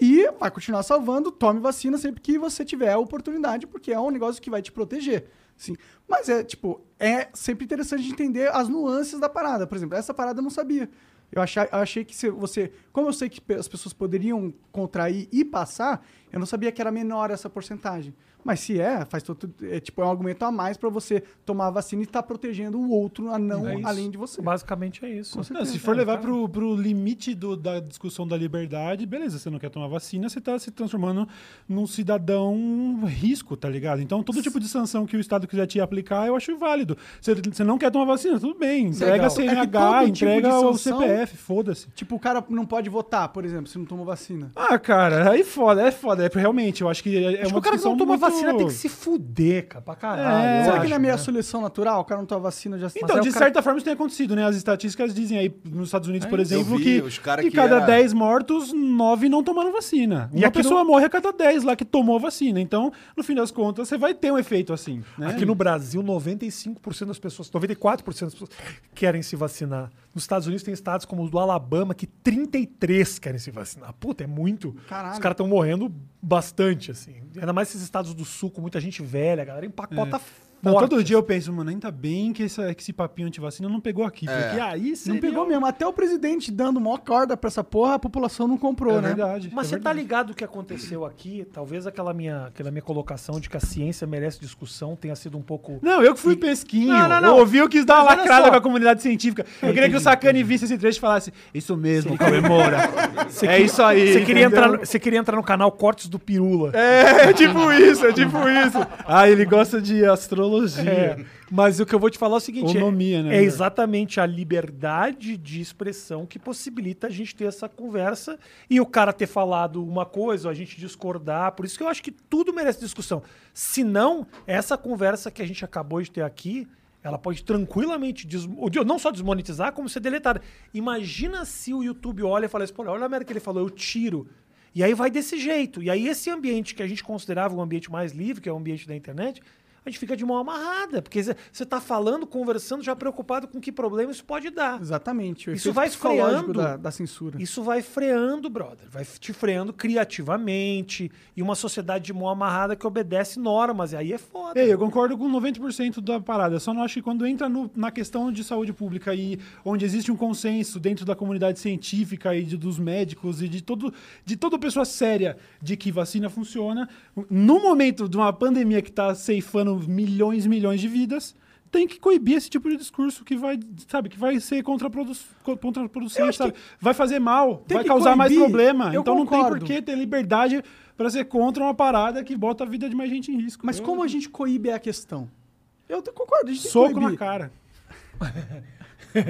E vai continuar salvando. Tome vacina sempre que você tiver a oportunidade, porque é um negócio que vai te proteger. Sim. Mas é, tipo, é sempre interessante de entender as nuances da parada. Por exemplo, essa parada eu não sabia. Eu achei, eu achei que se você. Como eu sei que pe- as pessoas poderiam contrair e passar, eu não sabia que era menor essa porcentagem. Mas se é, faz todo. É tipo, é um argumento a mais pra você tomar a vacina e estar protegendo o outro a não
É isso.
além de você.
Basicamente é tá. isso.
Não, se for levar pro, pro limite do- da discussão da liberdade, beleza, você não quer tomar vacina, você tá se transformando num cidadão risco, tá ligado? Então, todo tipo de sanção que o Estado quiser te aplicar, eu acho válido. Você, você não quer tomar vacina, tudo bem. Entrega
Legal.
a
É
CNH,
que todo tipo
entrega
de
o
sanção-
CPF, foda-se.
Tipo, o cara não pode votar, por exemplo, se não tomou vacina.
Ah, cara, aí foda, é foda. É, realmente, eu acho que é, é
Acho que
uma
o cara que não
discussão
toma
muito-
vacina tem que se fuder, cara, pra caralho.
É,
eu
Será
acho,
que não é meio
né?
a seleção natural? O cara não toma vacina já se
Então,
é o
de
cara- É.
certa forma isso tem acontecido, né? As estatísticas dizem aí, nos Estados Unidos, por exemplo,
vi,
que
os cara
de
que
cada
era-
10 mortos, 9 não tomaram vacina.
E
Uma
aqui no-
pessoa morre a cada 10 lá que tomou a vacina. Então, no fim das contas, você vai ter um efeito assim, né?
Aqui no Brasil, 95% das pessoas, 94% das pessoas querem se vacinar. Nos Estados Unidos tem estados como o do Alabama que 33 querem se vacinar. Puta, é muito.
Caralho.
Os caras estão morrendo bastante, assim. Ainda mais esses estados do sul com muita gente velha, a galera empacota forte.
É. Não, todo dia eu penso, mano, ainda bem que, essa- que esse papinho antivacina não pegou aqui.
É.
Porque aí
Não
seria-
um
um
pegou mesmo. Até o presidente dando mó corda pra essa porra, a população não comprou,
É
né?
verdade.
Mas
é
você tá
verdade.
ligado o que aconteceu aqui? Talvez aquela minha, aquela minha colocação de que a ciência merece discussão tenha sido um pouco...
Não, eu que fui pesquinho.
Não, não, não.
Eu ouvi, eu quis dar uma
Mas olha
lacrada
só.
com a comunidade científica. Eu queria que o Sacani visse esse trecho e falasse, isso mesmo, comemora. é isso aí.
Você queria, entrar,
entendeu?
no- você queria entrar no canal Cortes do Pirula.
É, tipo isso, é tipo isso. Ah, ele gosta de astrologia.
É, mas o que eu vou te falar é o seguinte: é-
Onomia, né,
é
Igor?
exatamente a liberdade de expressão que possibilita a gente ter essa conversa e o cara ter falado uma coisa, ou a gente discordar. Por isso que eu acho que tudo merece discussão. Se não, essa conversa que a gente acabou de ter aqui. Ela pode tranquilamente des- ou de- não só desmonetizar, como ser deletada. Imagina se o YouTube olha e fala assim: "Pô, olha a merda que ele falou, eu tiro. E aí vai desse jeito. E aí esse ambiente que a gente considerava um ambiente mais livre, que é o ambiente da internet, a gente fica de mão amarrada, porque você está falando, conversando, já preocupado com que problema isso pode dar.
Exatamente. o
Isso
efeito
vai
psicológico
freando.
da, da censura.
Isso vai freando, brother. Vai te freando criativamente e uma sociedade de mão amarrada que obedece normas. E aí é foda.
Ei, eu concordo com 90% da parada. Só não acho que quando entra no- na questão de saúde pública e onde existe um consenso dentro da comunidade científica e de- dos médicos e de, todo, de toda pessoa séria de que vacina funciona, no momento de uma pandemia que está ceifando milhões e milhões de vidas, tem que coibir esse tipo de discurso que vai, sabe, que vai ser contraprodu co- contraproducente, sabe? Vai fazer mal,
tem
vai
que
causar mais
coibir.
problema.
Eu
então não tem por
concordo.
que ter liberdade para ser contra uma parada que bota a vida de mais gente em risco.
Mas
Eu-
como a gente coíbe é a questão? Eu te- concordo, a gente tem que
Soco
coibir.
na cara. <laughs>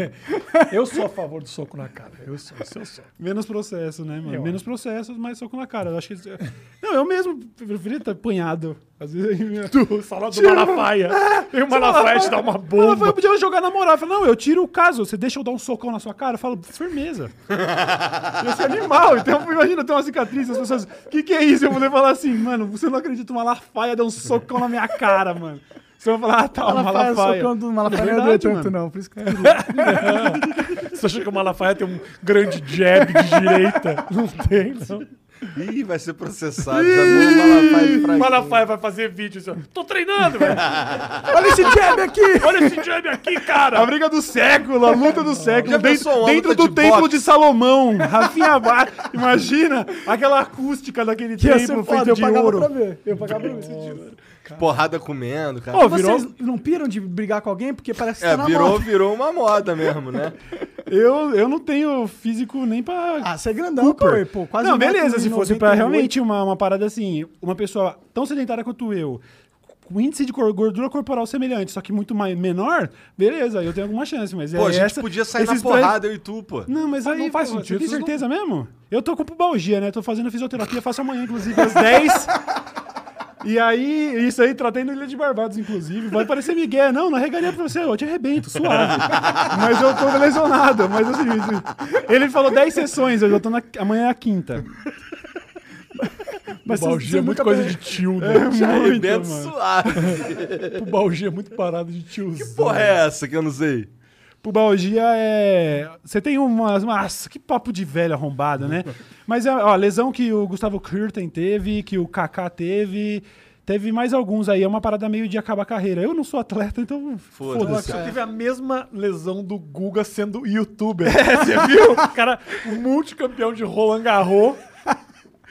Eu sou a favor do soco na cara. Eu sou, isso eu sou.
Menos processo, né, mano?
Eu
Menos processos, mas soco na cara. Eu acho que.
é-
Não, eu mesmo preferia estar apanhado. Às
<laughs>
vezes.
Tu, salado do Malafaia.
<laughs>
E o Malafaia te dá uma
Ela falou,
bomba.
podia jogar na moral. Eu falei, não, eu tiro o caso. Você deixa eu dar um socão na sua cara? Eu falo, firmeza. Esse animal. Então, imagina, eu tenho uma cicatriz, as pessoas... O que, que é isso? Eu vou falar assim, mano, você não acredita, uma lafaia deu um socão na minha cara, mano. Você vai falar, ah, tá, uma
Malafaia,
lafaia. É
socão do Malafaia um é não doeu
Verdade,
tanto,
mano.
não. Por isso que é
Você acha que o Malafaia tem um grande jab de
<laughs>
direita? Não tem, não.
Ih, vai ser processado. Já vou Malafaia pra
O
aqui.
Malafaia vai fazer vídeo assim, ó. Tô
<laughs>
treinando, velho.
Olha esse jab aqui!
Olha esse jab aqui,
A
cara.
briga do século, a luta do século,
Já
dentro,
pensou uma luta
dentro do
de
templo
boxe?
de Salomão, Rafinha Bar, <laughs> imagina aquela acústica daquele
Ia ser
templo
foda,
feito
eu
de
pagava
ouro.
pra ver. Eu pagava pra ver esse dinheiro.
Porrada comendo, cara.
Ô, virou-
Vocês não piram de brigar com alguém? Porque parece que
é,
tá na
virou,
moda.
virou uma moda mesmo, né?
um- Eu, eu não tenho físico nem pra
Ah, você é grandão, Cauê, pô. Quase
não,
um metro
beleza,
e
se fosse pra
98.
realmente uma, uma parada assim, uma pessoa tão sedentária quanto eu, com índice de cor- gordura corporal semelhante, só que muito mai- menor, beleza, eu tenho alguma chance, mas
Pô,
é
a gente
essa-
podia sair na
esses dois-
porrada, eu e tu, pô.
Não, mas aí
não faz
pô, Você
sentido,
tem
vocês não-
certeza mesmo? Eu tô com pubalgia, né? Tô fazendo fisioterapia, faço amanhã, inclusive, às 10. E aí, isso aí, tratei no Ilha de Barbados, inclusive. Vai parecer Miguel. Não, não regaria pra você. Eu te arrebento, suave. Mas eu tô lesionado. Mas assim, assim, ele falou 10 sessões, eu já tô na... amanhã é a quinta. Mas
Balgia é muito coisa de tio, né?
Arrebento
É muito, mano.
suave.
<laughs>
O Balgia é muito parado de tiozão.
Porra, é essa que eu não sei?
Pubalgia é. Você tem umas. Nossa, que papo de velho arrombado,
<laughs>
né? Mas é ó, a lesão que o Gustavo Kirten teve, que o Kaká teve. Teve mais alguns aí. É uma parada meio de acabar a carreira. Eu não sou atleta, então. Foda-se.
Foda-se.
Você teve a mesma lesão do Guga sendo
<laughs>
youtuber. É, você viu? <laughs> O cara, o multicampeão de Roland Garros.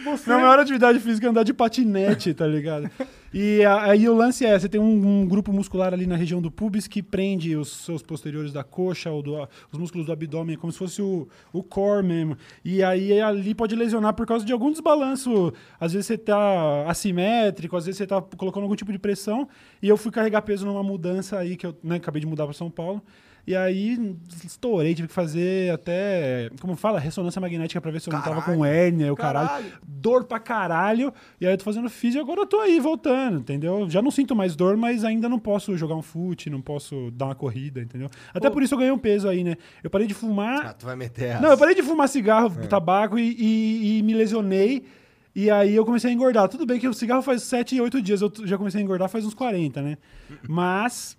Você...
Minha maior atividade física é andar de patinete, tá ligado? E a- aí o lance é, você tem um, um grupo muscular ali na região do pubis que prende os seus posteriores da coxa ou do, os músculos do abdômen, como se fosse o, o core mesmo. E aí ali pode lesionar por causa de algum desbalanço. Às vezes você tá assimétrico, às vezes você tá colocando algum tipo de pressão. E eu fui carregar peso numa mudança aí que eu né, acabei de mudar para São Paulo. E aí estourei, tive que fazer até, como fala, ressonância magnética para ver se eu não tava com hérnia, o caralho. Dor pra caralho. E aí eu tô fazendo físio e agora eu tô aí voltando, entendeu? Já não sinto mais dor, mas ainda não posso jogar um fute, não posso dar uma corrida, entendeu? Até por isso eu ganhei um peso aí, né? Eu parei de fumar.
Ah, tu vai meter essa.
Não, eu parei de fumar cigarro, tabaco e, e- e me lesionei. E aí eu comecei a engordar. Tudo bem que o cigarro faz 7, 8 dias. Eu t- já comecei a engordar faz uns 40, né? Mas,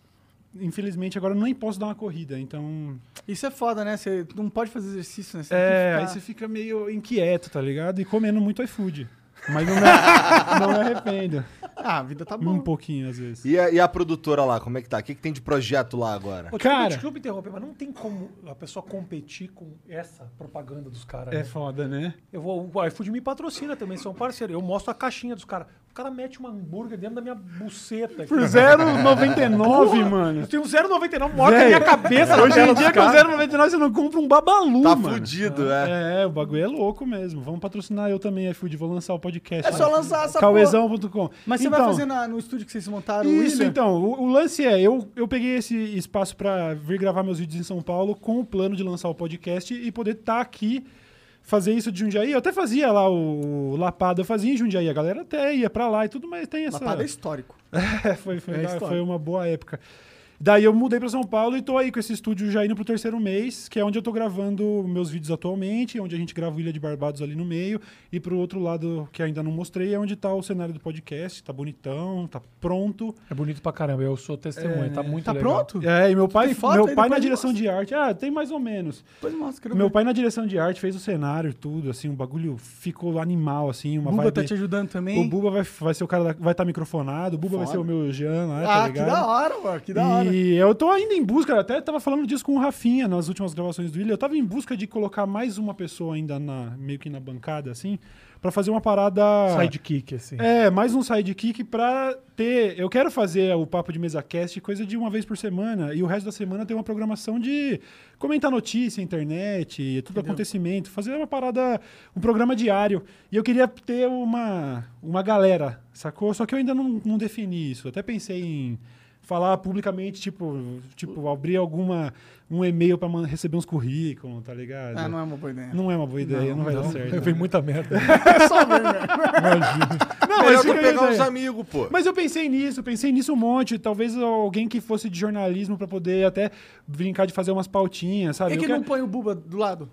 infelizmente, agora eu nem posso dar uma corrida. Então.
Isso é foda, né? Você não pode fazer exercício, né? Você
É,
tem
aí
que
você
ficar-
fica meio inquieto, tá ligado? E comendo muito iFood. Mas não me, não me arrependo.
Ah, a vida tá
Um
boa.
pouquinho, às vezes.
E a, e a produtora lá, como é que tá? O que, que tem de projeto lá agora?
Pô, desculpa,
Cara.
desculpa interromper, mas não tem como a pessoa competir com essa propaganda dos caras.
É
né?
foda, né?
Eu vou, o iFood me patrocina também, são parceiros. Eu mostro a caixinha dos caras. O cara mete um hambúrguer dentro da minha buceta.
Por 0,99, mano.
Tem um 0,99 maior que a minha
Véi,
cabeça.
Hoje em dia, com 0,99, você não compra um babalu,
tá
mano.
fudido, é.
É, o bagulho é louco mesmo. Vamos patrocinar eu também, iFood. Vou lançar o podcast.
É só lançar essa
Cauezão.com.
Mas você vai
Então,
fazer na- no estúdio que vocês montaram o
Isso,
William?
então. O, o lance é, eu, eu peguei esse espaço pra vir gravar meus vídeos em São Paulo com o plano de lançar o podcast e poder estar aqui fazer isso de Jundiaí. Eu até fazia lá o, o Lapada, eu fazia em Jundiaí. A galera até ia pra lá e tudo, mas tem essa...
Lapada é histórico.
É, foi, foi,
É a
da-
história.
foi uma boa época. Daí eu mudei pra São Paulo e tô aí com esse estúdio já indo pro terceiro mês, que é onde eu tô gravando meus vídeos atualmente, onde a gente grava o Ilha de Barbados ali no meio, e pro outro lado que ainda não mostrei é onde tá o cenário do podcast, tá bonitão, tá pronto.
É bonito pra caramba, eu sou testemunha, tá muito
Tá
legal.
pronto?
É, e meu pai,
Tem foto aí?
meu pai na
Depois
direção
mostra.
de arte. Ah, tem mais ou menos.
Depois mostra, quero
Meu
ver.
pai na direção de arte fez o cenário e tudo, assim, um bagulho ficou animal assim, uma
O Buba
vibe-
tá te ajudando também.
O Buba vai, vai ser o cara, da- vai estar microfonado, o Buba vai
Foda.
ser o meu Jean lá, tá
Ah, que
ligado?
da hora, mano. Que da hora.
E eu tô ainda em busca, eu até tava falando disso com o Rafinha nas últimas gravações do Willian, eu tava em busca de colocar mais uma pessoa ainda na, meio que na bancada, assim, pra fazer uma parada...
Sidekick, assim.
É, mais um sidekick pra ter... Eu quero fazer o Papo de Mesa Cast coisa de uma vez por semana, e o resto da semana tem uma programação de comentar notícia, internet, e tudo acontecimento, fazer uma parada, um programa diário. E eu queria ter uma, uma galera, sacou? Só que eu ainda não, não defini isso, até pensei em
falar publicamente, tipo, tipo abrir alguma um e-mail pra man- receber uns currículos, tá ligado?
Ah, não é uma boa ideia.
Não é uma boa ideia, não, vai dar certo.
Eu vi muita merda.
<laughs> É só ver, velho.
Não, mas
Melhor tu
fica aí a
pegar uns
ideia.
amigos, pô.
Mas eu pensei nisso, pensei nisso um monte. Talvez alguém que fosse de jornalismo pra poder até brincar de fazer umas pautinhas, sabe?
É
Eu
que
quero-
não põe o Buba do lado.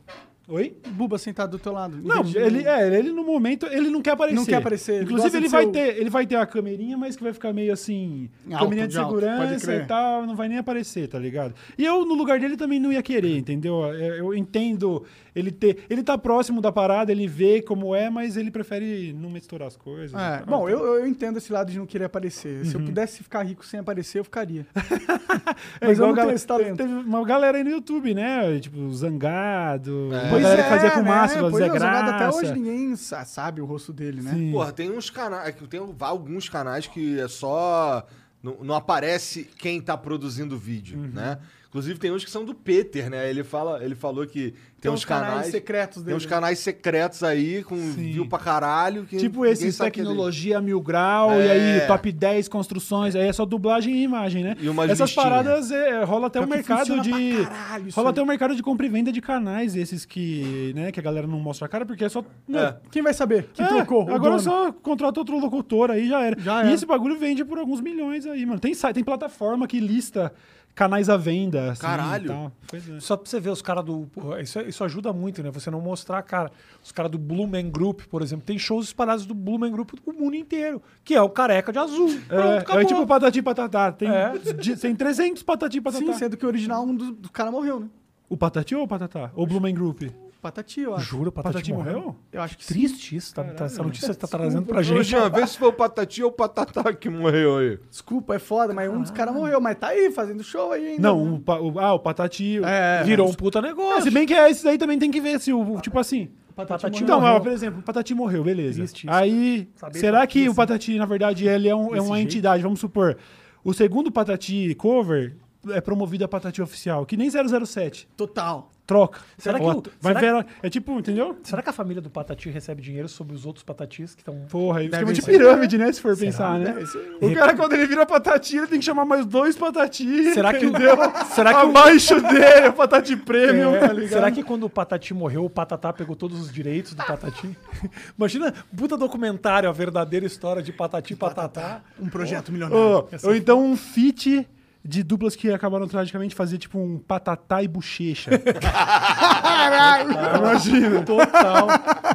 Oi?
O Buba sentado do teu lado. em
Não,
vez de-
ele, é, ele no momento, ele não quer aparecer.
Não quer aparecer, ele
Inclusive,
gosta de
ele vai,
ser o-
ter, ele vai ter a câmerinha, mas que vai ficar meio assim...
Alto,
câmerinha de
de alto, pode
segurança
crer.
e tal, não vai nem aparecer, tá ligado? E eu, no lugar dele, também não ia querer, entendeu? Eu, eu entendo ele ter... Ele tá próximo da parada, ele vê como é, mas ele prefere não misturar as coisas. e
É,
tal.
bom, eu, eu entendo esse lado de não querer aparecer. Se eu pudesse ficar rico sem aparecer, eu ficaria.
Uhum. <laughs> É
mas eu
igual
não
a
tenho
gal-
esse talento.
Teve uma galera aí no YouTube, né? Tipo, Zangado. uma
Pois
galera
é,
que fazia fumaça,
né?
fazia
Pois é, o
graça.
Zangado Até hoje ninguém sa- sabe o rosto dele, né?
Porra, tem uns canais. Tem alguns canais que é só. Não, não aparece quem tá produzindo o vídeo, né? Inclusive tem uns que são do Peter, né? Ele, fala, ele falou que tem, uns canais,
secretos
Tem
dele.
uns canais secretos aí, com view pra caralho. Que
Tipo
ninguém
esses
sabe que é dele.
tecnologia mil grau, e
É.
aí top 10 construções, aí é só dublagem e imagem, né?
E umas
Essas
listinhas.
paradas é, rola até o
que
mercado
funciona
de.
pra caralho isso
Rola
aí.
até o mercado de compra e venda de canais, esses que, né, que a galera não mostra a cara, porque é só. né,
Quem vai saber? Quem
é,
trocou? o
agora
dono?
só contrata outro locutor aí, já era.
Já
e
era.
esse bagulho vende por alguns milhões aí, mano. Tem site, tem plataforma que lista canais à venda. Assim,
Caralho.
e tal. Pois é.
Só pra você ver, os caras do. pô, Isso, isso ajuda muito, né? Você não mostrar a cara. Os caras do Blue Man Group, por exemplo, tem shows espalhados do Blue Man Group o mundo inteiro, que é o careca de azul.
É,
Pronto, acabou.
é tipo patati patatá. Tem,
É.
de- tem 300 patati patatá.
tá.
Sim, sendo que o original, um do, do cara morreu, né?
O Patati ou o Patatá? Ou o Blumen Group?
Patati, eu acho.
Jura, o Patati, morreu?
Eu acho que sim.
Triste isso, tá, tá- essa notícia que você tá trazendo pra
Ô,
gente.
Jean, vê se foi o Patati ou o Patatá que morreu aí.
Desculpa, é foda, mas um dos caras morreu. Mas tá aí, fazendo show aí ainda.
Não,
né?
o, pa- o- ah, o Patati.
É,
Virou um puta negócio.
É, se bem que é, esses aí também tem que ver se o. o- Tipo assim.
Patati
então,
morreu. é,
mas, por exemplo, o Patati morreu, beleza.
Triste isso.
aí,
Saber
será
Patati,
que o
assim,
Patati, na verdade, ele é, um- é
desse
uma
jeito?
entidade? Vamos supor, o segundo Patati cover é promovido a Patati oficial, que nem 007.
Total.
Troca.
Será que
Ó,
o-
Vai
será
ver. É tipo, entendeu?
Será que a família do Patati recebe dinheiro sobre os outros Patatis que estão.
Porra, aí esquema de
ser.
pirâmide, né? Se for pensar, né?
Deve ser.
O cara, quando ele vira patati, ele tem que chamar mais dois patati.
Será que o-
entendeu?
será que o- É,
Abaixo dele é o patati premium, tá ligado?
será que quando o Patati morreu, o Patatá pegou todos os direitos do Patati? <laughs> Imagina, puta documentário, a verdadeira história de Patati e Patatá.
Um projeto
Né?
milionário.
Ô, ou então um feat de duplas que acabaram tragicamente fazer tipo um patatá e bochecha. Caralho! Imagina.
Total.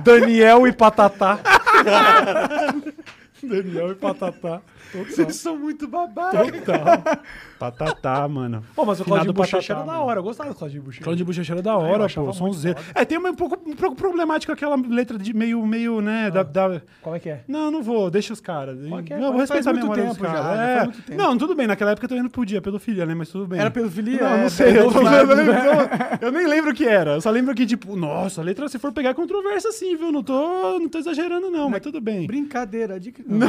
Daniel e Patatá. <laughs> Daniel e Patatá.
Vocês são muito babados.
<laughs> Total.
Patatá, mano.
Pô, mas o Claudio
Finado
Bochecha
Patatá,
era da
mano.
hora. Eu gostava do Claudio Bochecha.
Cláudio de Bochecha era da
eu
hora,
achava
pô,
muito
sonzeiro.
foda.
É, tem uma- um pouco, um pouco problemática aquela letra de meio, meio né, da- da,
Como é que é?
Não, não vou, deixa os caras. Não,
Ok,
eu vou
mas faz
respeitar a
muito
memória dos
tempo já,
caras.
já
É.
faz muito tempo.
Não, tudo bem, naquela época eu também não podia, pedofilia, né? Mas tudo bem.
Era pedofilia?
Não,
É,
não sei. Eu, tô-
pedofilia.
eu nem- eu- eu nem lembro o que era. Eu só lembro que, tipo, nossa, a letra, se for pegar, é controversa sim, viu? Não tô, não tô exagerando, não, mas tudo bem.
Brincadeira, de Não,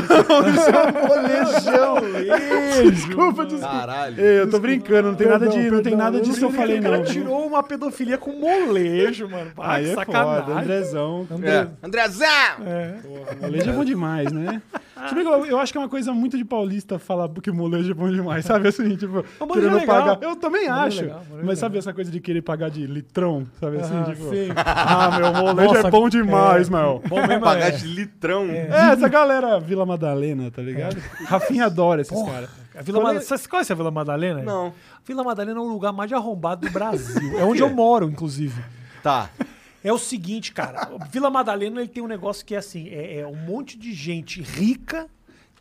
Desculpa, desculpa.
Caralho.
Ei, Eu tô brincando, não tem nada de, não tem nada disso que eu falei,
O cara
não. viu?
tirou uma pedofilia com molejo, mano. Ah,
Aí
que
é
sacanagem.
foda, Andrezão.
É. Andrezão!
Molejo é bom
<laughs>
demais, né? Se bem que Eu, eu acho que é uma coisa muito de paulista falar que molejo é bom demais, sabe? Assim, tipo,
molejo
querendo
é legal.
pagar. Eu também
Molejo é
acho.
legal, molejo é
mas sabe essa coisa de querer pagar de litrão, sabe? Assim,
Ah,
tipo, <laughs>
sim.
ah, meu, molejo
Nossa,
é bom demais, meu.
Bom mesmo,
Pagar
é.
de litrão.
É, essa galera Vila Madalena, tá ligado?
É.
Rafinha adora esses caras.
A Vila Mad... Você conhece a Vila Madalena?
Não.
Vila Madalena é o lugar mais arrombado
<laughs>
do Brasil. é onde eu moro, inclusive.
Tá.
É o seguinte, cara. Vila Madalena ele tem um negócio que é assim: é, é um monte de gente rica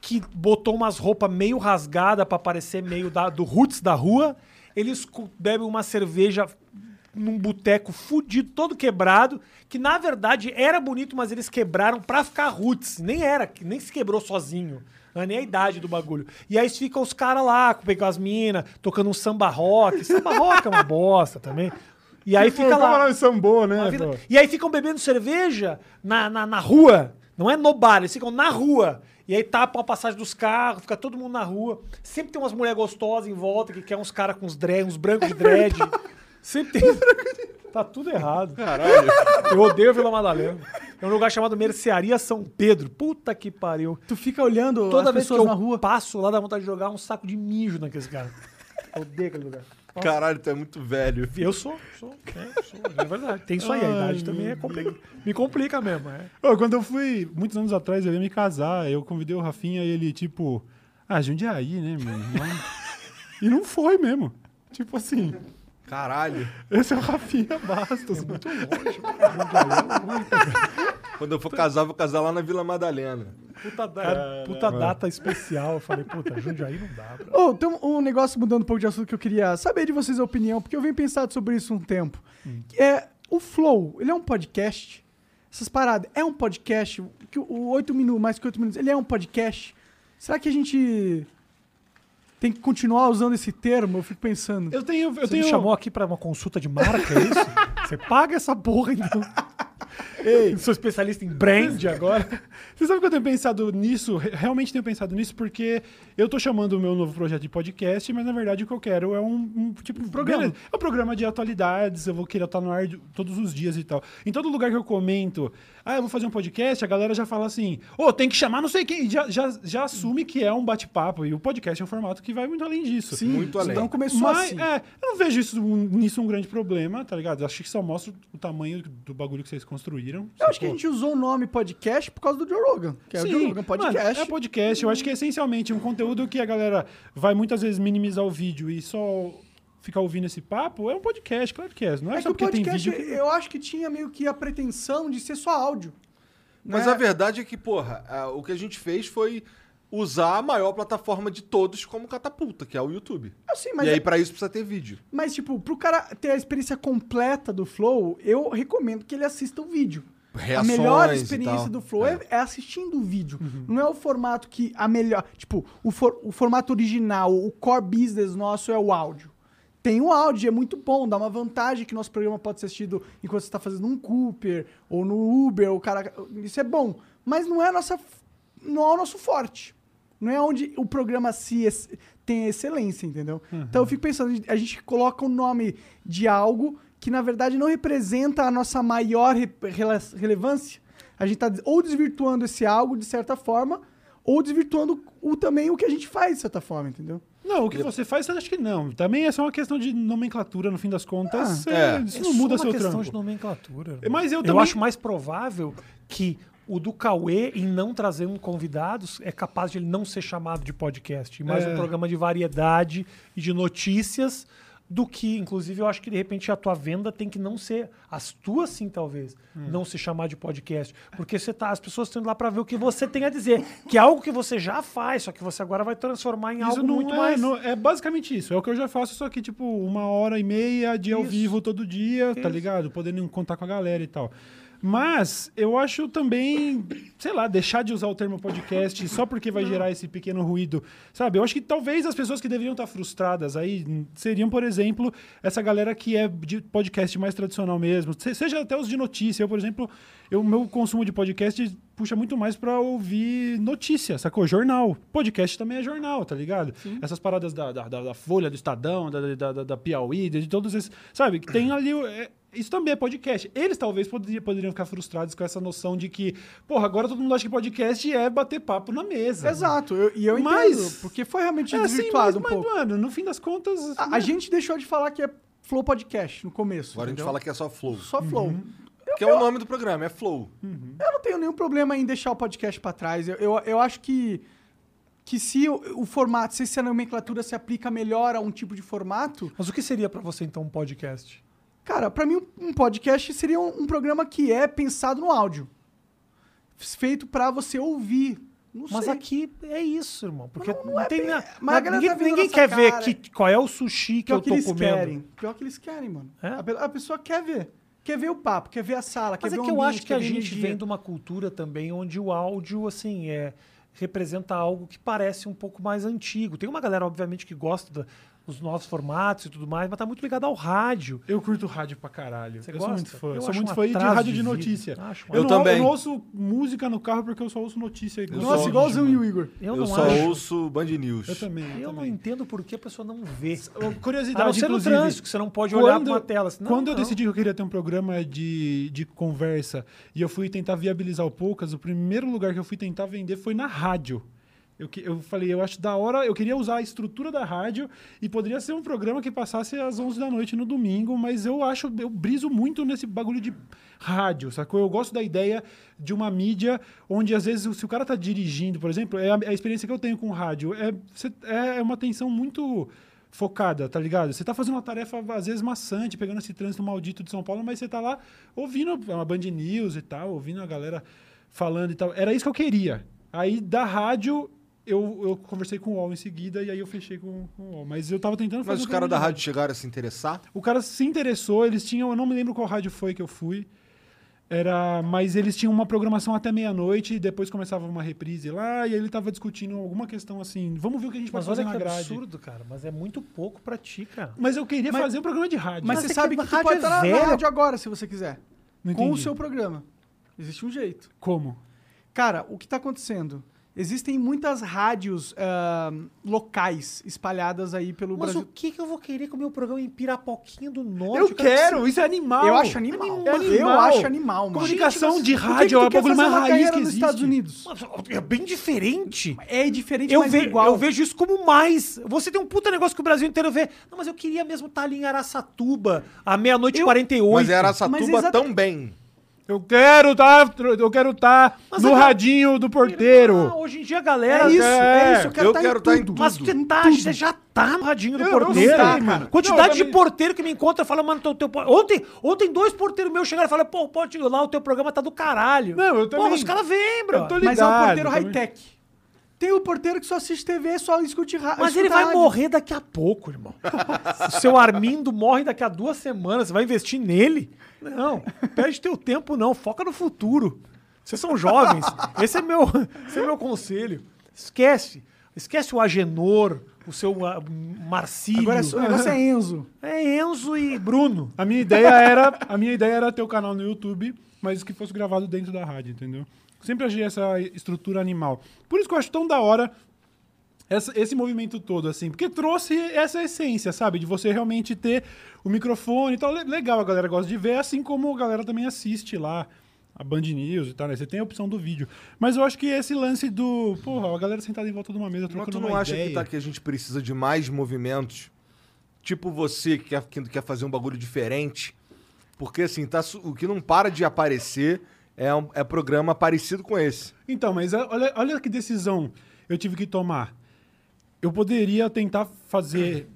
que botou umas roupas meio rasgada pra parecer meio da- do roots da rua. Eles cu- bebem uma cerveja num boteco fudido, todo quebrado, que na verdade era bonito, mas eles quebraram pra ficar roots. Nem era, nem se quebrou sozinho. Não é nem a idade do bagulho. E aí ficam os caras lá, com as minas, tocando um samba rock. Samba rock é uma bosta também. E aí fica lá.
Tipo, lá sambô,
Uma
É,
né?
vida-
pô?
E aí ficam bebendo cerveja na, na, na rua. Não é no bar, eles ficam na rua. E aí tapam a passagem dos carros, fica todo mundo na rua. Sempre tem umas mulheres gostosas em volta que quer uns caras com uns dread, uns
É
brancos de dread. Sempre tem. Tá tudo errado.
Caralho.
Eu odeio Vila Madalena. É um lugar chamado Mercearia São Pedro. Puta que pariu.
Tu fica olhando
Toda
as
vez que
pessoas
eu
na rua.
passo lá, dá vontade de jogar um saco de mijo naqueles caras. Eu odeio aquele lugar.
Caralho, tu é muito velho.
Eu sou, sou, é, sou, é verdade. Tem isso aí, a idade também é complica, me complica mesmo. É.
Ô, quando eu fui, muitos anos atrás, eu ia me casar, eu convidei o Rafinha e ele, tipo, ah, Jundiaí, né, mano? Não- e não foi mesmo. Tipo assim,
Caralho.
esse é o Rafinha Bastos.
É
mano.
Quando eu for casar, eu vou casar lá na Vila Madalena.
Puta, da- puta data especial. Eu falei, puta, Jundiaí não dá. Bro.
Ô, tem um um negócio mudando um pouco de assunto que eu queria saber de vocês a opinião, porque eu venho pensado sobre isso um tempo.
Hum.
Que É, o Flow, ele é um podcast? Essas paradas, é um podcast? Que o- o 8 minutos, mais que 8 minutos, ele é um podcast? Será que a gente tem que continuar usando esse termo? Eu fico pensando.
Eu tenho, eu
Você me
tenho,
chamou aqui pra uma consulta de marca, é isso? Você paga essa porra, então. Eu sou especialista em brand agora.
Você sabe que eu tenho pensado nisso? Re- Realmente tenho pensado nisso porque eu tô chamando o meu novo projeto de podcast, mas na verdade o que eu quero é um, um tipo um
programa.
é um programa de atualidades, eu vou querer estar no ar de- todos os dias e tal. Em todo lugar que eu comento, ah, eu vou fazer um podcast, a galera já fala assim, ô, tem que chamar não sei quem, e já, já, já assume que é um bate-papo. E o podcast é um formato que vai muito além disso.
Sim,
muito além.
Então começou
Mas,
assim.
é, eu não vejo isso, um- nisso um grande problema, tá ligado? Acho que só mostra o tamanho do bagulho que vocês construíram. Tipo,
Eu acho que a
sacou?
gente usou o nome podcast por causa do Joe Rogan, que é o Joe Rogan
mano,
Podcast.
é podcast. Eu acho que é essencialmente um conteúdo que a galera vai muitas vezes minimizar o vídeo e só ficar ouvindo esse papo. É um podcast, claro que é. Não é,
É que
só
o
porque tem
podcast,
vídeo. que-
eu acho que tinha meio que a pretensão de ser só áudio.
Mas
né?
a verdade é que, porra, a- o que a gente fez foi usar a maior plataforma de todos como catapulta, que é o YouTube.
Assim, mas
e aí,
é-
pra isso, precisa ter vídeo.
Mas, tipo, pro cara ter a experiência completa do Flow, eu recomendo que ele assista o vídeo.
Reações
a melhor
e
experiência
tal. Uhum.
do Flow é, é assistindo o vídeo. Não é o formato que a melhor. Tipo, o, for- o formato original, o core business nosso é o áudio. Tem o áudio, é muito bom, dá uma vantagem que nosso programa pode ser assistido enquanto você está fazendo um Cooper ou no Uber, ou cara. Isso é bom. Mas não é a nossa. Não é o nosso forte. Não é onde o programa se ex- tem excelência, entendeu? Então eu fico pensando, a gente coloca o nome de algo que na verdade não representa a nossa maior re- rela- relevância. A gente tá des- ou desvirtuando esse algo de certa forma, ou desvirtuando o, também o que a gente faz de certa forma, entendeu?
Não, o que você faz, eu acho que não. Também é só uma questão de nomenclatura, no fim das contas.
Ah,
é,
é.
Isso não muda seu
questão
trampo. É,
de nomenclatura. irmão.
Mas eu também-
acho mais provável que o do Cauê, em não trazer um convidado, é capaz de ele não ser chamado de podcast, e mais
É.
um programa de variedade e de notícias do que, inclusive, eu acho que de repente a tua venda tem que não ser as tuas sim, talvez,
Hum.
não se chamar de podcast, porque você tá, as pessoas estão indo lá para ver o que você tem a dizer, que é algo que você já faz, só que você agora vai transformar em
Isso
algo
não
muito
é,
mais.
não- é basicamente isso. É o que eu já faço, só que, tipo, uma hora e meia de ao
Isso.
vivo todo dia, tá ligado? Podendo contar com a galera e tal. Mas eu acho também, sei lá, deixar de usar o termo podcast só porque vai gerar esse pequeno ruído, sabe? Eu acho que talvez as pessoas que deveriam estar frustradas aí hum, seriam, por exemplo, essa galera que é de podcast mais tradicional mesmo, se- seja até os de notícia. Eu, por exemplo, o meu consumo de podcast puxa muito mais pra ouvir notícia, sacou? Jornal. Podcast também é jornal, tá ligado? Essas paradas da, da, da- da Folha, do Estadão, da, da, da, da Piauí, de todos esses. Sabe? Que tem ali. o- é- isso também é podcast. Eles talvez poderiam, poderiam ficar frustrados com essa noção de que, porra, agora todo mundo acha que podcast é bater papo na mesa.
Exato, eu- e eu
Mas-
entendo, porque foi realmente
É assim, mas,
desvirtuado um
mas,
pouco.
mano, no fim das contas.
A- a, gente deixou de falar que é Flow Podcast no começo.
Agora a gente
entendeu?
fala que é só Flow.
só Flow.
Que é o nome do programa, é Flow.
Eu não tenho nenhum problema em deixar o podcast pra trás. Eu, eu, eu acho que, que se o, o formato, se essa nomenclatura se aplica melhor a um tipo de formato,
Mas o que seria para você então um podcast?
cara, pra mim um, um podcast seria um, um programa que é pensado no áudio. Feito pra você ouvir. Não
Mas
sei.
aqui é isso, irmão. Porque
Mas
não,
não- não é
tem
bem-
nada.
mas a galera
ninguém
tá vendo
ninguém
nossa
quer ver
cara.
que, qual é o sushi que
Pior
eu
que,
tô
eles
comendo.
querem. Pior que eles querem, mano.
É?
A, pe- a pessoa quer ver. Quer ver o papo, quer ver a sala, quer
Mas
ver
é
o
que eu
ambiente,
acho que
quer
a
ver
gente
energia.
vem de uma cultura também onde o áudio, assim, é, representa algo que parece um pouco mais antigo. Tem uma galera, obviamente, que gosta da- os novos formatos e tudo mais, mas tá muito ligado ao rádio.
Eu curto rádio pra caralho.
Você
eu
gosta?
sou muito fã.
Eu
Eu sou
acho
muito
um
fã de
atraso
rádio
de
de
vida.
notícia.
Acho um atraso.
eu, não,
também.
eu não ouço música no carro porque eu só ouço notícia. Eu
Nossa, igualzinho o Igor.
Eu,
Eu,
não
só
acho.
ouço Band News.
Eu também. Eu,
Eu não
também.
entendo por que a pessoa não vê.
Curiosidade,
A não ser no
inclusive,
trânsito, Ah, que você não pode olhar pra uma tela. senão-
quando eu
não.
decidi que eu queria ter um programa de, de conversa e eu fui tentar viabilizar o Poucas, o primeiro lugar que eu fui tentar vender foi na rádio. Eu, que- eu falei, eu acho da hora, eu queria usar a estrutura da rádio e poderia ser um programa que passasse às 11 da noite no domingo, mas eu acho, eu briso muito nesse bagulho de rádio, sacou? Eu gosto da ideia de uma mídia onde, às vezes, se o cara tá dirigindo, por exemplo, é a, é a experiência que eu tenho com rádio. É, cê- é uma atenção muito focada, tá ligado? Você tá fazendo uma tarefa, às vezes, maçante, pegando esse trânsito maldito de São Paulo, mas você tá lá ouvindo a Band News e tal, ouvindo a galera falando e tal. Era isso que eu queria. Aí, da rádio, eu, eu conversei com o UOL em seguida e aí eu fechei com, com o UOL. Mas eu tava tentando fazer...
Mas os
um
caras da
programa de
rádio chegaram a se interessar?
o cara se interessou, eles tinham, eu não me lembro qual rádio foi que eu fui. Era, mas eles tinham uma programação até meia-noite e depois começava uma reprise lá e ele tava discutindo alguma questão assim, vamos ver o que a gente pode
Mas
fazer
olha
na
que
grade.
absurdo, cara. Mas é muito pouco pra ti, cara.
Mas eu queria fazer um programa de rádio.
Mas,
Mas
você
é
sabe
que
que,
rádio
tu pode
é
estar na
velho.
rádio agora, se você quiser.
Não
com o
entendi.
seu programa. Existe um jeito.
como?
Cara, o que está acontecendo? Existem muitas rádios ah, locais espalhadas aí pelo
Mas o
Brasil.
que, que eu vou querer com o meu programa em Pirapoquinha do Norte?
Eu
cara?
quero, isso é animal.
Eu acho animal.
É
Eu
animal.
acho animal, mano.
Comunicação
Gente,
de
mas
rádio é
por
o
que que tu
bagulho
quer fazer
mais
uma
raiz
carreira
que
nos
existe.
Estados Unidos.
Mas É bem diferente.
É diferente,
Eu,
mas
ve-
é igual.
eu vejo isso como mais. Você tem um puta negócio que o Brasil inteiro vê. Não, mas eu queria mesmo estar ali em Araçatuba, à meia-noite e 48.
Mas era
Mas
Araçatuba
exata-
também.
Eu quero tá, eu quero tá
Mas
no
é que-
radinho do porteiro.
Ah, hoje em dia a
É
galera.
isso, é,
É,
isso. Eu quero
eu
tá
quero
em
tá em
tudo.
tudo.
Mas você, tá, você já tá no radinho do
Eu não
porteiro.
sei,
cara.
mano.
Quantidade
Não, eu
de
também-
porteiro que me encontra fala, mano, teu, teu... po- Ontem, ontem dois porteiros meus chegaram e falaram, pô, pode ir lá, o teu programa tá do caralho.
Não, eu também-
Pô, os caras vêm, bro.
Eu tô
Mas é um
ligado,
porteiro
também.
high-tech. Tem o porteiro que só assiste TV, só escute rádio.
Mas ele vai morrer daqui a pouco, irmão. o seu Armindo morre daqui a duas semanas. Você vai investir nele? Não, perde teu tempo, não. Foca no futuro. Vocês são jovens. Esse é meu, esse é meu conselho. Esquece. Esquece o Agenor, o seu ah, Marcílio.
Agora o negócio é Enzo.
É Enzo e Bruno.
A minha ideia era, a minha ideia era ter o canal no YouTube, mas que fosse gravado dentro da rádio, entendeu? Sempre achei essa estrutura animal. Por isso que eu acho tão da hora essa- esse movimento todo, assim, porque trouxe essa essência, sabe? De você realmente ter o microfone e tal. Le- Legal, a galera gosta de ver, assim como a galera também assiste lá a Band News e tal, né? Você tem a opção do vídeo. Mas eu acho que esse lance do. Porra, a galera sentada em volta de uma mesa
Mas
trocando
tu não
uma
acha
ideia.
que, tá, que a gente precisa de mais movimentos? Tipo você que quer, que quer fazer um bagulho diferente. Porque assim, tá, su- o que não para de aparecer é, um- é programa parecido com esse.
Então, mas é- olha, olha que decisão eu tive que tomar. Eu poderia tentar fazer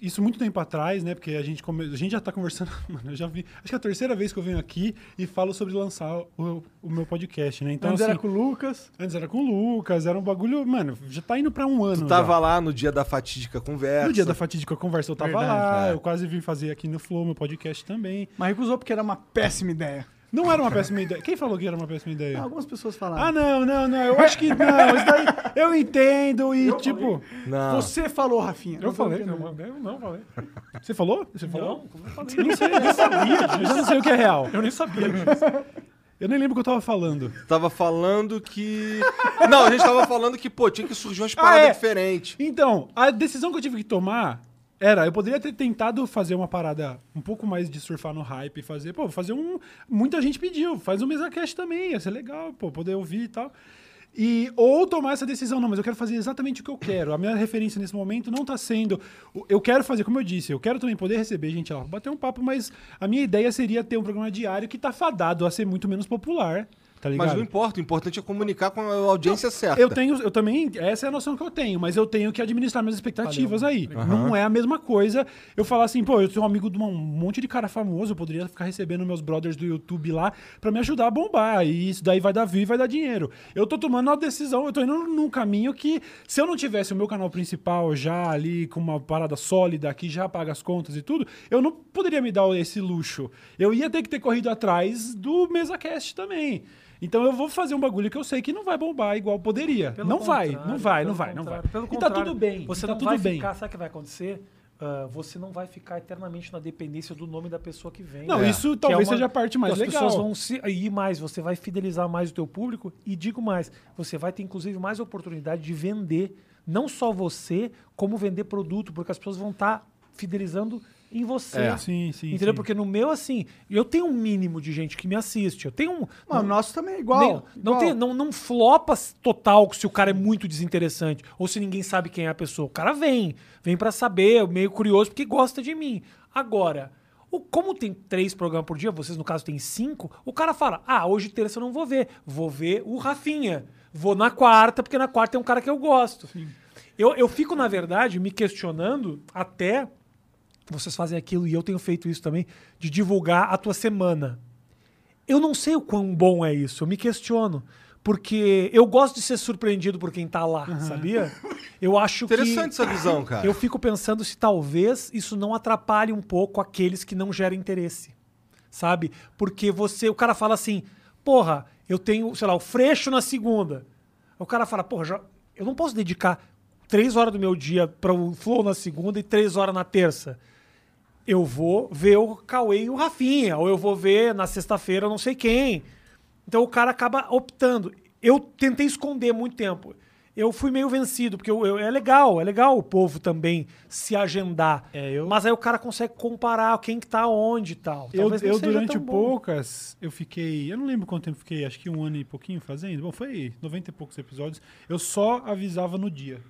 isso muito tempo atrás, né? Porque a gente, come- a gente já tá conversando. <laughs> Mano, eu já vi. Acho que é a terceira vez que eu venho aqui e falo sobre lançar o, o meu podcast, né? Então,
Antes
assim,
era com o Lucas.
antes era com o Lucas, era um bagulho. Mano, já tá indo pra um ano.
Tu tava
já.
lá no dia da fatídica conversa.
No dia da fatídica conversa eu tava
Verdade, é.
lá, eu quase vim fazer aqui no Flow meu podcast também.
Mas recusou porque era uma péssima ideia.
Não era uma péssima ideia. Quem falou que era uma péssima ideia?
Algumas pessoas falaram.
Ah, não, não, não. Eu acho que não. Isso daí eu entendo e, tipo.
Não.
Você falou, Rafinha.
Eu falei,
não.
eu
vou entender.
mandei, não falei. Você falou? Você falou?
Eu não sei,
Eu já não sei o que é real.
eu nem sabia.
Eu nem lembro o que eu tava falando.
Tava falando que. <laughs> Não, a gente tava falando que, pô, tinha que surgir umas paradas
é.
diferentes.
Então, a decisão que eu tive que tomar era, eu poderia ter tentado fazer uma parada um pouco mais de surfar no hype, fazer, pô, fazer um... Muita gente pediu, faz um MesaCast também, ia ser legal, pô, poder ouvir e tal. E, ou tomar essa decisão, não, mas eu quero fazer exatamente o que eu quero. A minha referência nesse momento não tá sendo... o- Eu quero fazer, como eu disse, eu quero também poder receber gente lá, bater um papo, mas a minha ideia seria ter um programa diário que tá fadado a ser muito menos popular, tá ligado?
Mas não importa, o importante é comunicar com a audiência certa.
Eu tenho, eu também, essa é a noção que eu tenho, mas eu tenho que administrar minhas expectativas aí. Não é a mesma coisa eu falar assim, pô, eu sou amigo de uma- um monte de cara famoso, eu poderia ficar recebendo meus brothers do YouTube lá pra me ajudar a bombar, e isso daí vai dar view e vai dar dinheiro. Eu tô tomando uma decisão, eu tô indo num caminho que se eu não tivesse o meu canal principal já ali com uma parada sólida que já paga as contas e tudo, eu não poderia me dar esse luxo. Eu ia ter que ter corrido atrás do MesaCast também. Então eu vou fazer um bagulho que eu sei que não vai bombar igual poderia.
Pelo
não, vai,
contrário,
não vai,
pelo
não vai, não vai,
contrário, Pelo
E tá
contrário,
tudo bem.
Você
e tá
não
tudo
então vai
bem.
ficar, sabe o que vai acontecer? Ah, você não vai ficar eternamente na dependência do nome da pessoa que vem.
Não,
É.
isso
Que
talvez seja a parte mais
as
legal.
pessoas vão se ir mais, você vai fidelizar mais o teu público e digo mais, você vai ter inclusive mais oportunidade de vender não só você, como vender produto, porque as pessoas vão estar fidelizando em você.
É. Sim, sim,
Entendeu?
sim.
Porque no meu assim, eu tenho um mínimo de gente que me assiste, eu tenho um
Mas o nosso também é igual.
nem- não,
igual.
tem, não, não flopa total se o cara é muito desinteressante ou se ninguém sabe quem é a pessoa. O cara vem, vem pra saber, é meio curioso, porque gosta de mim. Agora, o, como tem três programas por dia, vocês no caso tem cinco, o cara fala: ah, hoje terça eu não vou ver, vou ver o Rafinha. Vou na quarta, porque na quarta tem um cara que eu gosto. Eu, eu fico, na verdade, me questionando até vocês fazem aquilo e eu tenho feito isso também, de divulgar a tua semana. Eu não sei o quão bom é isso, eu me questiono. Porque eu gosto de ser surpreendido por quem tá lá, sabia? Eu acho
Interessante
que.
essa visão, cara.
Eu fico pensando se talvez isso não atrapalhe um pouco aqueles que não geram interesse. Sabe? Porque você, o cara fala assim, porra, eu tenho, sei lá, o freixo na segunda. O cara fala, porra, já- eu não posso dedicar três horas do meu dia para o flow na segunda e três horas na terça. Eu vou ver o Cauê e o Rafinha, ou eu vou ver na sexta-feira eu não sei quem. Então o cara acaba optando. Eu tentei esconder muito tempo. Eu fui meio vencido, porque eu- eu- é legal, é legal o povo também se agendar.
É, eu-
Mas aí o cara consegue comparar quem que tá onde e tal.
Eu,
Talvez não
eu
seja
durante um
tão
o
bom.
Poucas, eu fiquei. Eu não lembro quanto tempo fiquei, acho que um ano e pouquinho fazendo. Bom, foi 90 e poucos episódios. Eu só avisava no dia.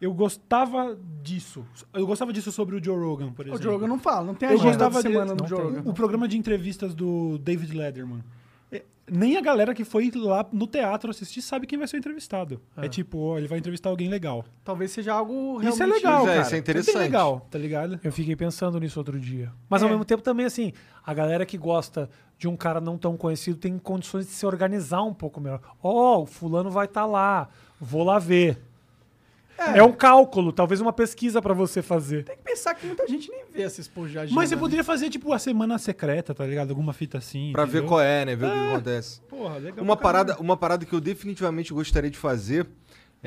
Eu gostava disso. Eu gostava disso sobre o Joe Rogan, por
O
exemplo.
Joe Rogan não fala, não tem
Eu
agenda
gostava
da
de,
semana no
não
Joe
tem.
Rogan.
O programa de entrevistas do David Letterman. É, Nem a galera que foi lá no teatro assistir sabe quem vai ser o entrevistado. É, tipo, ó, ele vai entrevistar alguém legal.
Talvez seja algo realmente...
Isso é legal,
Pois é,
cara.
isso é
bem
interessante.
legal, tá ligado?
Eu fiquei pensando nisso outro dia. Mas ao mesmo tempo também, assim, a galera que gosta de um cara não tão conhecido tem condições de se organizar um pouco melhor. Ó, o fulano vai estar lá, vou lá ver. É. um cálculo, talvez uma pesquisa pra você fazer.
Tem que pensar que muita gente nem vê essas porra de agenda,
Mas você
né?
poderia fazer, tipo, a semana secreta, tá ligado? Alguma fita assim.
Pra ver
entendeu?
qual é, né? Ver o que acontece.
Porra, legal.
Uma
pra caralho.
parada, uma parada que eu definitivamente gostaria de fazer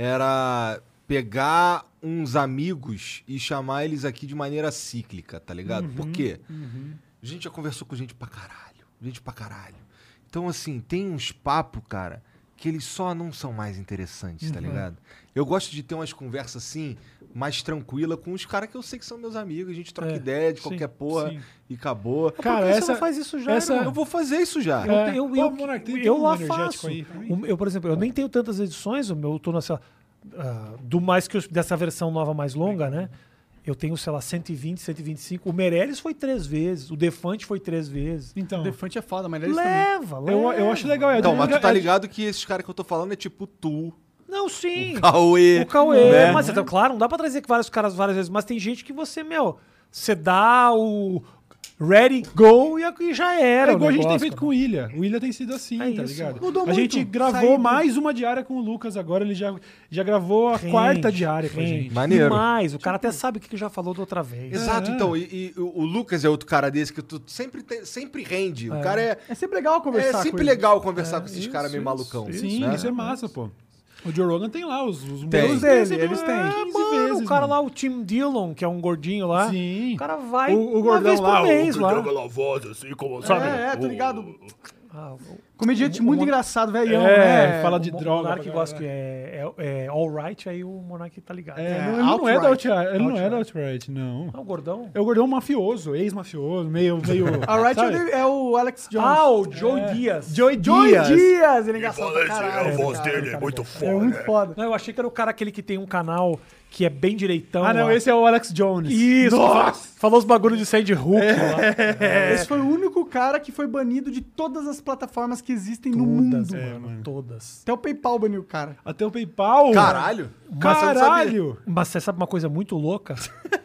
era pegar uns amigos e chamar eles aqui de maneira cíclica, tá ligado?
Uhum,
Por quê? A gente já conversou com gente pra caralho. Gente pra caralho. Então, assim, tem uns papo, cara, que eles só não são mais interessantes,
Uhum.
tá ligado? Eu gosto de ter umas conversas assim, mais tranquila com os caras que eu sei que são meus amigos. A gente troca
É,
ideia de qualquer porra
sim.
e acabou.
Por
Cara,
que
essa-
você não faz isso já, né?
essa-
irmão?
Eu vou fazer isso já.
Eu,
É.
eu,
Pô,
eu,
Monark, tem-
eu
tem um
lá
energético
faço.
aí pra mim?
O- eu, por exemplo, eu nem tenho tantas edições, o meu, eu tô nessa. ah, do mais que eu, dessa versão nova mais longa, né? Eu tenho, sei lá, 120, 125. O Meirelles foi três vezes, o Defante foi três vezes.
Então,
O Defante é foda, mas eles também.
Leva, leva.
eu, eu acho legal. É
Não, mas tu tá
é-
ligado que esses caras que eu tô falando é tipo tu,
Não, sim.
Cauê.
O Cauê.
né?
Mas, então, claro, não dá pra trazer vários caras várias vezes, mas tem gente que você, meu, você dá o ready, go e a- e já era.
É
o
igual a gente tem
negócio,
feito
cara.
com o Ilha. O Ilha tem sido assim,
É
tá
isso,
ligado?
mudou
a
muito.
gente gravou
Saiu-
mais uma diária com o Lucas agora, ele já, já gravou a
Rende,
quarta diária com a
rende.
gente. Tipo,
Maneiro.
Demais. O cara até sabe o que que já falou da outra vez.
Exato,
É.
então. E, e o o Lucas é outro cara desse que tu sempre, tem- sempre rende. O cara é.
É sempre legal
É
conversar
sempre
com ele.
legal conversar com esses caras meio malucão.
Sim,
né?
isso é massa, pô. O Joe Rogan tem lá os, os
Tem.
números
Eles
dele,
eles têm.
é,
15
mano,
vezes, ah, o cara
mano.
lá, o Tim Dillon, que é um gordinho lá.
Sim.
O cara vai
O- o
uma
gordão
vez por
lá, assim, o
mês
que
lá.
É, é, tô ligado. Comediante muito engraçado, velhão,
É,
né?
fala de
O Mo-
droga.
Monark
pra
gosta
caralho.
que é, é, é all right, aí o Monark tá ligado.
É,
É.
não, ele não é da
Outright.
Outright. Ele não é da Outright, não.
Ah, o gordão.
É o gordão mafioso, ex-mafioso, meio.
<laughs>
meio
Alright
sabe?
é o Alex Jones.
Ah, o Joe Dias.
Joey
Joey
Dias.
Dias. Ele é engraçado pra caralho. cara.
muito
É muito foda.
Não, eu achei que era o cara aquele que tem um canal que é bem direitão.
Ah, não,
lá.
esse é o Alex Jones.
Isso! Falou os bagulhos de Sandy Hook
É.
lá.
Esse foi o único cara que foi banido de todas as plataformas que existem no mundo.
Todas, é. mano,
mano.
Todas.
Até o PayPal baniu o cara.
Até o PayPal.
Caralho! Mas você não sabia.
um Caralho!
Mas você sabe uma coisa muito
<laughs>
louca?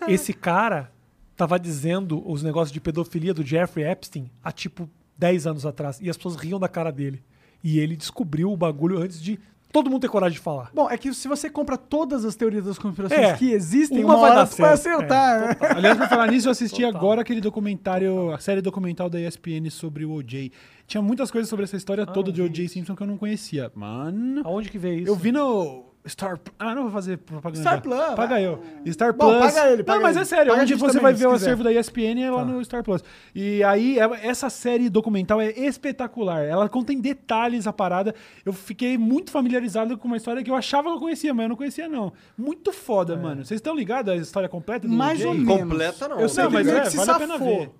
Esse cara tava dizendo os negócios de pedofilia do Jeffrey Epstein há tipo 10 anos atrás. E as pessoas riam da cara dele. E ele descobriu o bagulho antes de todo mundo ter coragem de falar.
Bom, é que se você compra todas as teorias das conspirações
É.
que existem,
Uma
uma,
vai
hora
dar
tu vai
certo.
acertar. né?
Aliás, pra falar nisso, eu assisti agora aquele documentário, a série documental da ESPN sobre o OJ. Tinha muitas coisas sobre essa história toda de OJ Simpson que eu não conhecia. Mano.
Aonde que vê isso?
Eu vi no Star. Ah, não vou fazer propaganda.
Star Plus,
Paga
vai.
eu. Star
Bom,
Plus.
paga ele, paga
não, mas
ele.
é sério,
Paga a
onde
gente
você
também,
vai
se
ver o
quiser. Tá.
acervo da ESPN é lá no Star Plus. E aí, é- essa série documental é espetacular. Ela conta em detalhes a parada. Eu fiquei muito familiarizado com uma história que eu achava que eu conhecia, mas eu não conhecia, não. Muito foda,
É.
mano. Vocês estão ligados à história completa do
Mais
OJ?
ou menos.
Completa não.
Eu sei,
Ele
mas
meio
é,
que se
vale a pena
safou.
ver.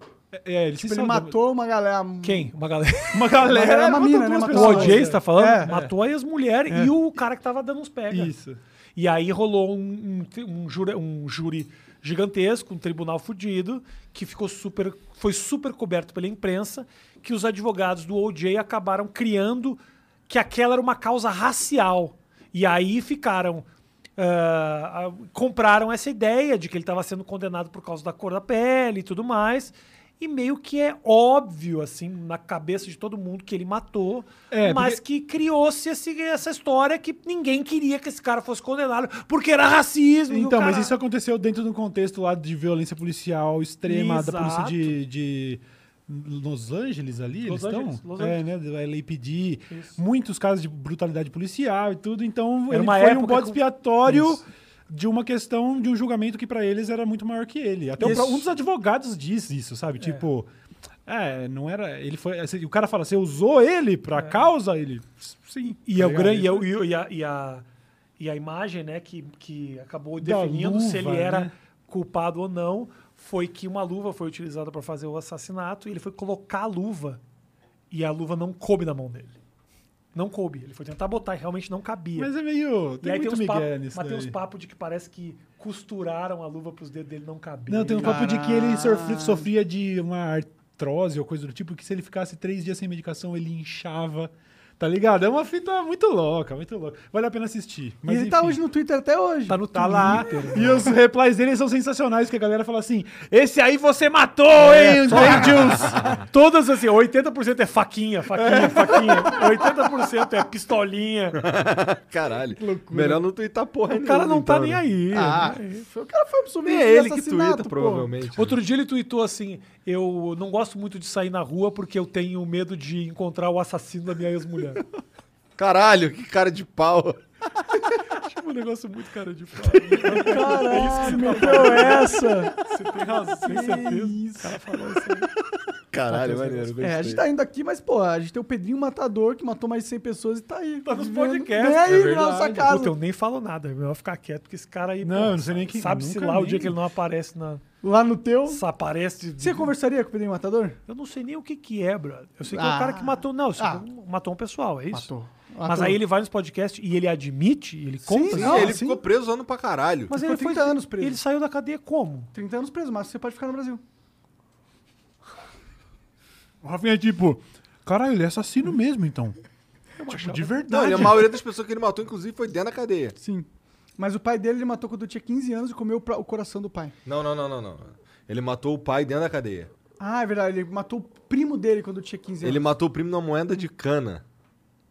É, É, ele se
Tipo,
safou.
ele matou uma galera.
Quem? Uma galera.
uma galera.
galera, uma
matou
mina, né?
duas
Matou
O
pessoas.
uma
OJ está falando,
É.
matou aí as mulheres e o cara que tava dando uns pega.
Isso.
E aí rolou um, um, um jura- um júri gigantesco, um tribunal fudido, que ficou super, foi super coberto pela imprensa, que os advogados do OJ acabaram criando que aquela era uma causa racial. E aí ficaram. ah, ah, compraram essa ideia de que ele estava sendo condenado por causa da cor da pele e tudo mais. E meio que é óbvio, assim, na cabeça de todo mundo que ele matou,
É,
mas que criou-se esse- essa história que ninguém queria que esse cara fosse condenado, porque era racismo. e é o
Então, mas
caralho.
isso aconteceu dentro de um contexto lá de violência policial extrema da polícia
Exato.
de, de Los Angeles ali,
Los
eles
Angeles,
estão?
Los
é, né, do LAPD. Muitos casos de brutalidade policial e tudo. Então,
Era
ele
uma
foi um
época
bode
com-
expiatório
Isso.
de uma questão, de um julgamento que pra eles era muito maior que ele. Até o
Isso.
pró- um dos advogados diz isso, sabe? Tipo... É, não era. Ele foi. assim, O cara fala, você usou ele pra causa? Ele. Sim.
É.
Tá
E, é o grande, e, é
né?
o- e o- e a, e, a, e a imagem né, que, que acabou
Da
definindo se ele
luva,
era
né?
culpado ou não foi que uma luva foi utilizada para fazer o assassinato e ele foi colocar a luva e a luva não coube na mão dele. Não coube. Ele foi tentar botar e realmente não cabia.
Mas é meio.
e
Tem
aí tem
muito
uns
migué
papo-
nisso.
mas tem uns
daí.
papos de que parece que costuraram a luva para os dedos dele não caberem.
Não, tem um papo de que ele
Caralho.
sofri- sofria de uma artrose ou coisa do tipo, que se ele ficasse três dias sem medicação, ele inchava. Tá ligado? É uma fita muito louca, muito louca. Vale a pena assistir.
E
Mas
ele tá
enfim.
hoje no né? Twitter até hoje.
Tá no
Tá lá.
Twitter.
E os replies dele são sensacionais, que a galera fala assim: esse aí você matou, hein, Angels!
É. <laughs> Todas assim, 80% é faquinha, faquinha, faquinha. 80% é pistolinha.
Caralho. Melhor não tuitar porra
O cara não tá nem aí.
Ah,
O cara foi absolvido
nem é
de
ele que
assassinato,
tuita,
pô.
provavelmente.
Outro dia ele tuitou assim: Eu não gosto muito de sair na rua porque eu tenho medo de encontrar o assassino da minha ex-mulher.
Caralho, que cara de pau.
<laughs> tipo um negócio muito cara de pau. É Caralho,
Meteu essa.
Você tem razão, é tem certeza. O cara falou assim.
Caralho, maneiro. Gostei.
É, a gente tá indo aqui, mas, pô, a gente tem o Pedrinho Matador, que matou mais de 100 pessoas e tá aí. Tá
nos podcasts,
Vem
é
aí na
verdade.
nossa casa.
Puta, eu nem falo nada, é melhor ficar quieto, porque esse cara aí.
Não,
pô,
eu não sei nem quem-
Sabe-se
nunca
lá o
nem-
dia que ele não aparece na.
Lá no teu.
Só aparece. de-
Você conversaria com o Pedrinho Matador?
Eu não sei nem o que que é, brother. Eu sei que é o cara que
Ah.
matou. Não, isso
Ah.
matou um pessoal, é isso?
Matou.
Mas aí ele vai nos podcasts e ele admite, ele conta.
sim,
né?
não,
ele
sim.
ficou preso ano pra caralho.
Mas
ficou
ele foi
30 anos preso.
Ele saiu da cadeia como?
30 anos preso, mas você pode ficar no Brasil.
O Rafinha é tipo: caralho, ele é assassino mesmo, então. Tipo, de
Não,
verdade.
ele, é a maioria das pessoas que ele matou, inclusive, foi dentro da cadeia.
Sim. Mas o pai dele ele matou quando tinha 15 anos e comeu o pra- o coração do pai.
Não, não, não, não, não. Ele matou o pai dentro da cadeia.
Ah, é verdade. Ele matou o primo dele quando tinha 15 anos.
Ele matou o primo na moeda de cana.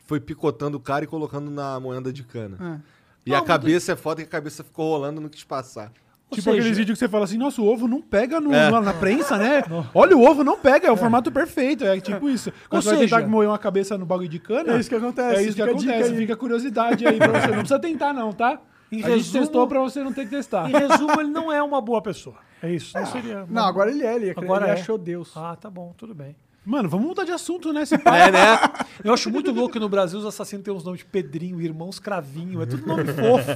Foi picotando o cara e colocando na moeda de cana. E a cabeça é foda que a cabeça ficou rolando no que te passar.
Ou
Tipo
seja,
aqueles vídeos que você fala assim, nossa, o ovo não pega no- na, na prensa, né? Olha, o ovo não pega, é o formato perfeito. É tipo isso. Quando você vai
seja-
tentar moer uma cabeça no bagulho de cana...
É isso que acontece,
É isso que
fica a dica
acontece.
aí.
Fica curiosidade aí pra você. Não precisa tentar não, tá?
Em
a gente
resumo-
testou pra você não ter que testar.
Em resumo, ele não é uma boa pessoa. É isso. Não seria.
Não, agora ele é. Ele,
Agora
ele
é.
achou Deus.
Ah, tá bom, tudo bem.
Mano, vamos mudar de assunto, né? Esse
É, né?
Eu acho muito louco que no Brasil os assassinos têm uns nomes de Pedrinho, Irmãos Cravinho, é tudo
<laughs>
nome fofo.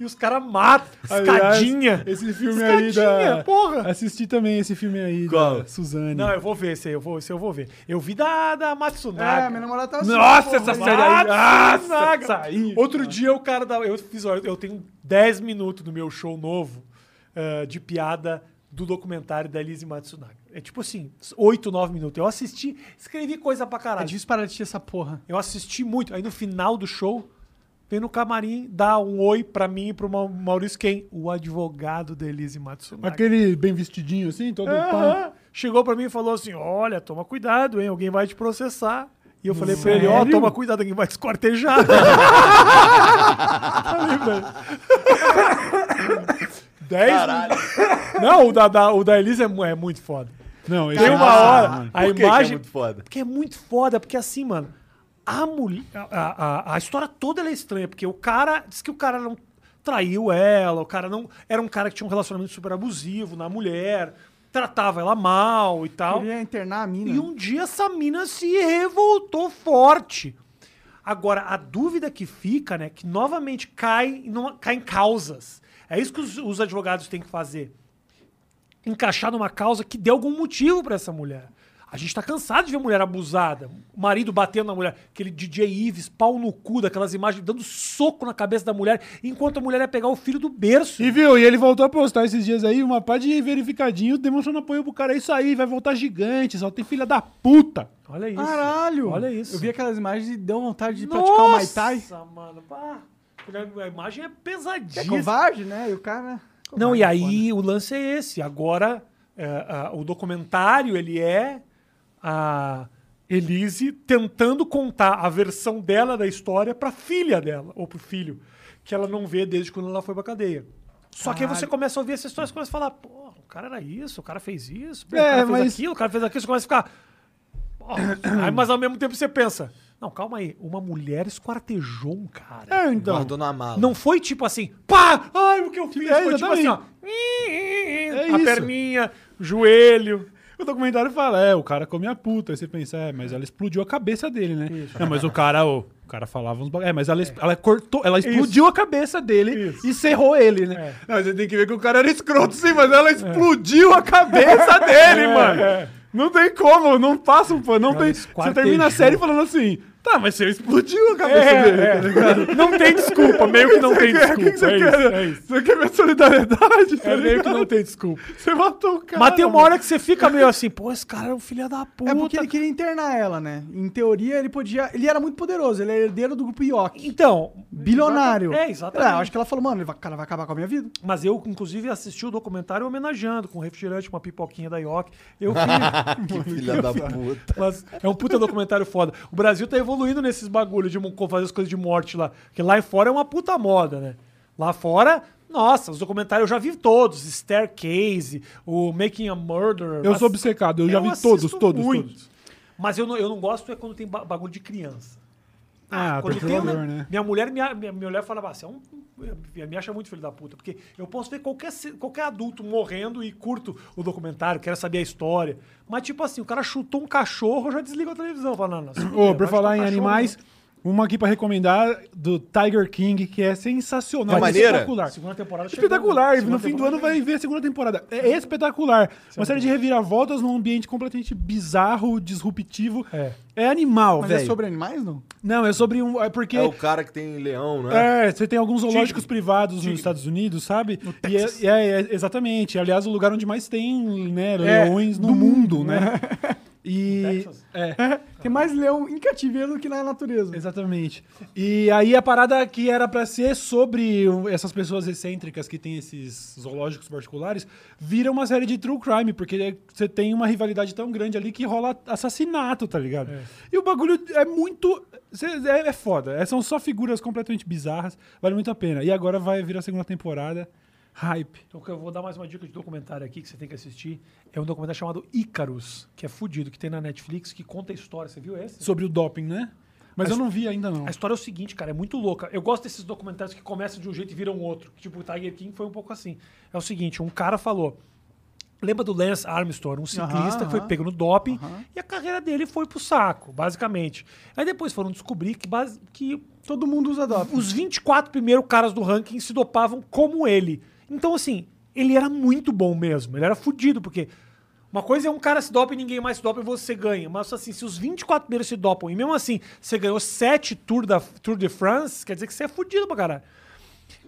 E os caras matam,
Aliás,
escadinha.
Esse filme aí
Escadinha,
da...
porra!
Assisti também esse filme aí
Qual?
da Suzane.
Não, eu vou ver esse aí, eu vou, esse eu vou ver. Eu vi da, da Matsunaga.
É, minha namorada tava
Nossa,
pô,
essa
mas-
série aí.
Nossa,
Nossa, essa aí.
Outro dia o cara da. Eu fiz, olha, eu tenho 10 minutos no meu show novo eh, de piada do documentário da Elise Matsunaga. É tipo assim, 8, 9 minutos. Eu assisti, escrevi coisa pra
É
caralho.
disparate essa porra.
Eu assisti muito. Aí no final do show, vem no camarim, dá um oi pra mim e pro Mau- Maurício Ken, o advogado da Elise Matsunaga.
Aquele bem vestidinho assim, todo pá.
Aham. Chegou pra mim e falou assim: Olha, toma cuidado, hein? Alguém vai te processar. E eu falei pra ele, ó, toma cuidado, alguém vai te esquartejar. falei pra ele. Dez Não, o da, da- o da Elisa é, mu- é muito foda.
Não, é
Tem uma hora, a
é Por que que
imagem...
é muito foda?
Porque é muito foda, porque assim, mano, a mulher. A, a, a história toda ela é estranha, porque o cara. Diz que o cara não traiu ela, o cara não. Era um cara que tinha um relacionamento super abusivo na mulher, tratava ela mal e tal.
Queria internar a mina.
E um dia essa mina se revoltou forte. Agora, a dúvida que fica, né, que novamente cai, em uma- cai em causas. É isso que os, os advogados têm que fazer. Encaixar numa causa que dê algum motivo pra essa mulher. A gente tá cansado de ver mulher abusada. O marido batendo na mulher. Aquele DJ Ives, pau no cu, daquelas imagens, dando soco na cabeça da mulher, enquanto a mulher ia pegar o filho do berço.
E viu, e ele voltou a postar esses dias aí uma pá de verificadinho demonstrando apoio pro cara. É isso aí, vai voltar gigante, só tem filha da puta.
Olha isso.
Caralho!
Olha isso.
Eu vi aquelas imagens e deu vontade de praticar o Muay
Nossa,
Thai.
mano. pá. A imagem é
Que é
pesadíssima.
covarde, né? E o cara...
Não,
covarde,
e aí o lance é esse. Agora, é, a- o documentário, ele é a Elise tentando contar a versão dela da história pra filha dela, ou pro filho, que ela não vê desde quando ela foi pra cadeia. Só que aí você começa a ouvir essas histórias, começa a falar, pô, o cara era isso, o cara fez isso, pô, o
É,
cara fez
mas-
aquilo, o cara fez aquilo, você começa a ficar... "Ó", aí, mas ao mesmo tempo você pensa, não, calma aí, uma mulher esquartejou um cara.
É, então.
Guardou na mala.
Não foi tipo assim, pá, ai, o que eu fiz?
É,
foi tipo assim, ó. a
isso.
perninha, joelho.
O documentário fala, é, o cara come a puta. Aí você pensa, é, mas ela explodiu a cabeça dele, né? Não, mas o cara, o, o cara falava uns bagulho. É, mas ela, es- ela cortou, ela explodiu a cabeça dele e cerrou ele,
É.
né? Não, você tem que ver que o cara era escroto, sim, mas ela explodiu
<laughs>
a cabeça
É.
dele, mano. Não tem como, não passa um pano, não tem. Você termina a série falando assim, tá, mas você explodiu a cabeça
É,
dele. <laughs> tá ligado?
Não tem desculpa, meio que não tem
O que
desculpa.
que você
é isso,
quer?
é isso.
Você quer minha solidariedade? tá
É meio que
ligado?
não tem desculpa.
Você matou o cara.
Mas tem uma
mano.
hora que você fica meio assim, pô, esse cara é um filho da puta.
É porque ele queria internar ela, né? Em teoria, ele podia... Ele era muito poderoso, ele era herdeiro do grupo Yoki.
Então,
Bilionário.
É, exatamente.
Ah, eu acho que ela falou, mano, ele vai- o cara vai acabar com a minha vida.
Mas eu, inclusive, assisti o documentário homenageando, com refrigerante, uma pipoquinha da York. Eu fiz.
Que filha da puta.
Mas é um puta documentário foda. O Brasil tá evoluindo nesses bagulhos de mo- fazer as coisas de morte lá. Porque lá fora é uma puta moda, né? Lá fora, nossa, os documentários eu já vi todos. Staircase, o Making a Murderer.
Eu
Mas-
sou obcecado, eu já vi
assisto
todos, todos,
muito.
todos.
Mas eu não, eu não gosto é quando tem ba- bagulho de criança.
Ah,
Quando tem
perturbador,
uma-
né?
Minha mulher, minha, minha, minha mulher falava assim, é um- é, me acha muito filho da puta, porque eu posso ver qualquer, ce- qualquer adulto morrendo e curto o documentário, quero saber a história. Mas, tipo assim, o cara chutou um cachorro, eu já desligo a televisão. Falo, não, não, se
Ô,
fuder,
pra
vai
falar em
chutar um cachorro, né?
animais,
não.
uma aqui pra recomendar do Tiger King, que é sensacional.
É maneira?
Espetacular.
Segunda temporada chegando.
Espetacular.
Segunda
no fim do
temporada
ano vai ver a segunda temporada. É espetacular. Uma série de reviravoltas num ambiente completamente bizarro, disruptivo.
É.
animal,
Mas
velho.
é sobre animais, não?
Tá.
Não, é sobre um... É porque...
É o cara que tem leão, né?
É, você tem alguns zoológicos privados nos Estados Unidos, sabe? E é, e é- é- exatamente. Aliás, o lugar onde mais
É,
tem né, leões no mundo, né? E. É,
Tem mais leão em cativeiro do que na natureza.
exatamente. E aí a parada que era pra ser sobre o- essas pessoas excêntricas que têm esses zoológicos particulares vira uma série de true crime, porque é, você tem uma rivalidade tão grande ali que rola assassinato, tá ligado? E o bagulho é muito. cê- É, é foda. É, São só figuras completamente bizarras. Vale muito a pena. E agora vai vir a segunda temporada. Hype.
Então, que eu vou dar mais uma dica de documentário aqui que você tem que assistir. É um documentário chamado Ícaros, que é fudido, que tem na Netflix, que conta a história. Você viu esse?
Sobre o doping, né? Mas eu não vi ainda, não.
A história é o seguinte, cara, é muito louca. Eu gosto desses documentários que começam de um jeito e viram outro. Tipo, o Tiger King foi um pouco assim. É o seguinte, um cara falou... Lembra do Lance Armstrong, um ciclista que foi pego no doping e a carreira dele foi pro saco, basicamente. Aí depois foram descobrir que, base- que
Todo mundo usa doping.
os 24 primeiros caras do ranking se dopavam como ele. Então, assim, ele era muito bom mesmo. Ele era fudido, porque uma coisa é um cara se dopa e ninguém mais se dopa e você ganha. Mas, assim, se os 24 primeiros se dopam e mesmo assim você ganhou 7 Tour, da, Tour de France, quer dizer que você é fudido pra caralho.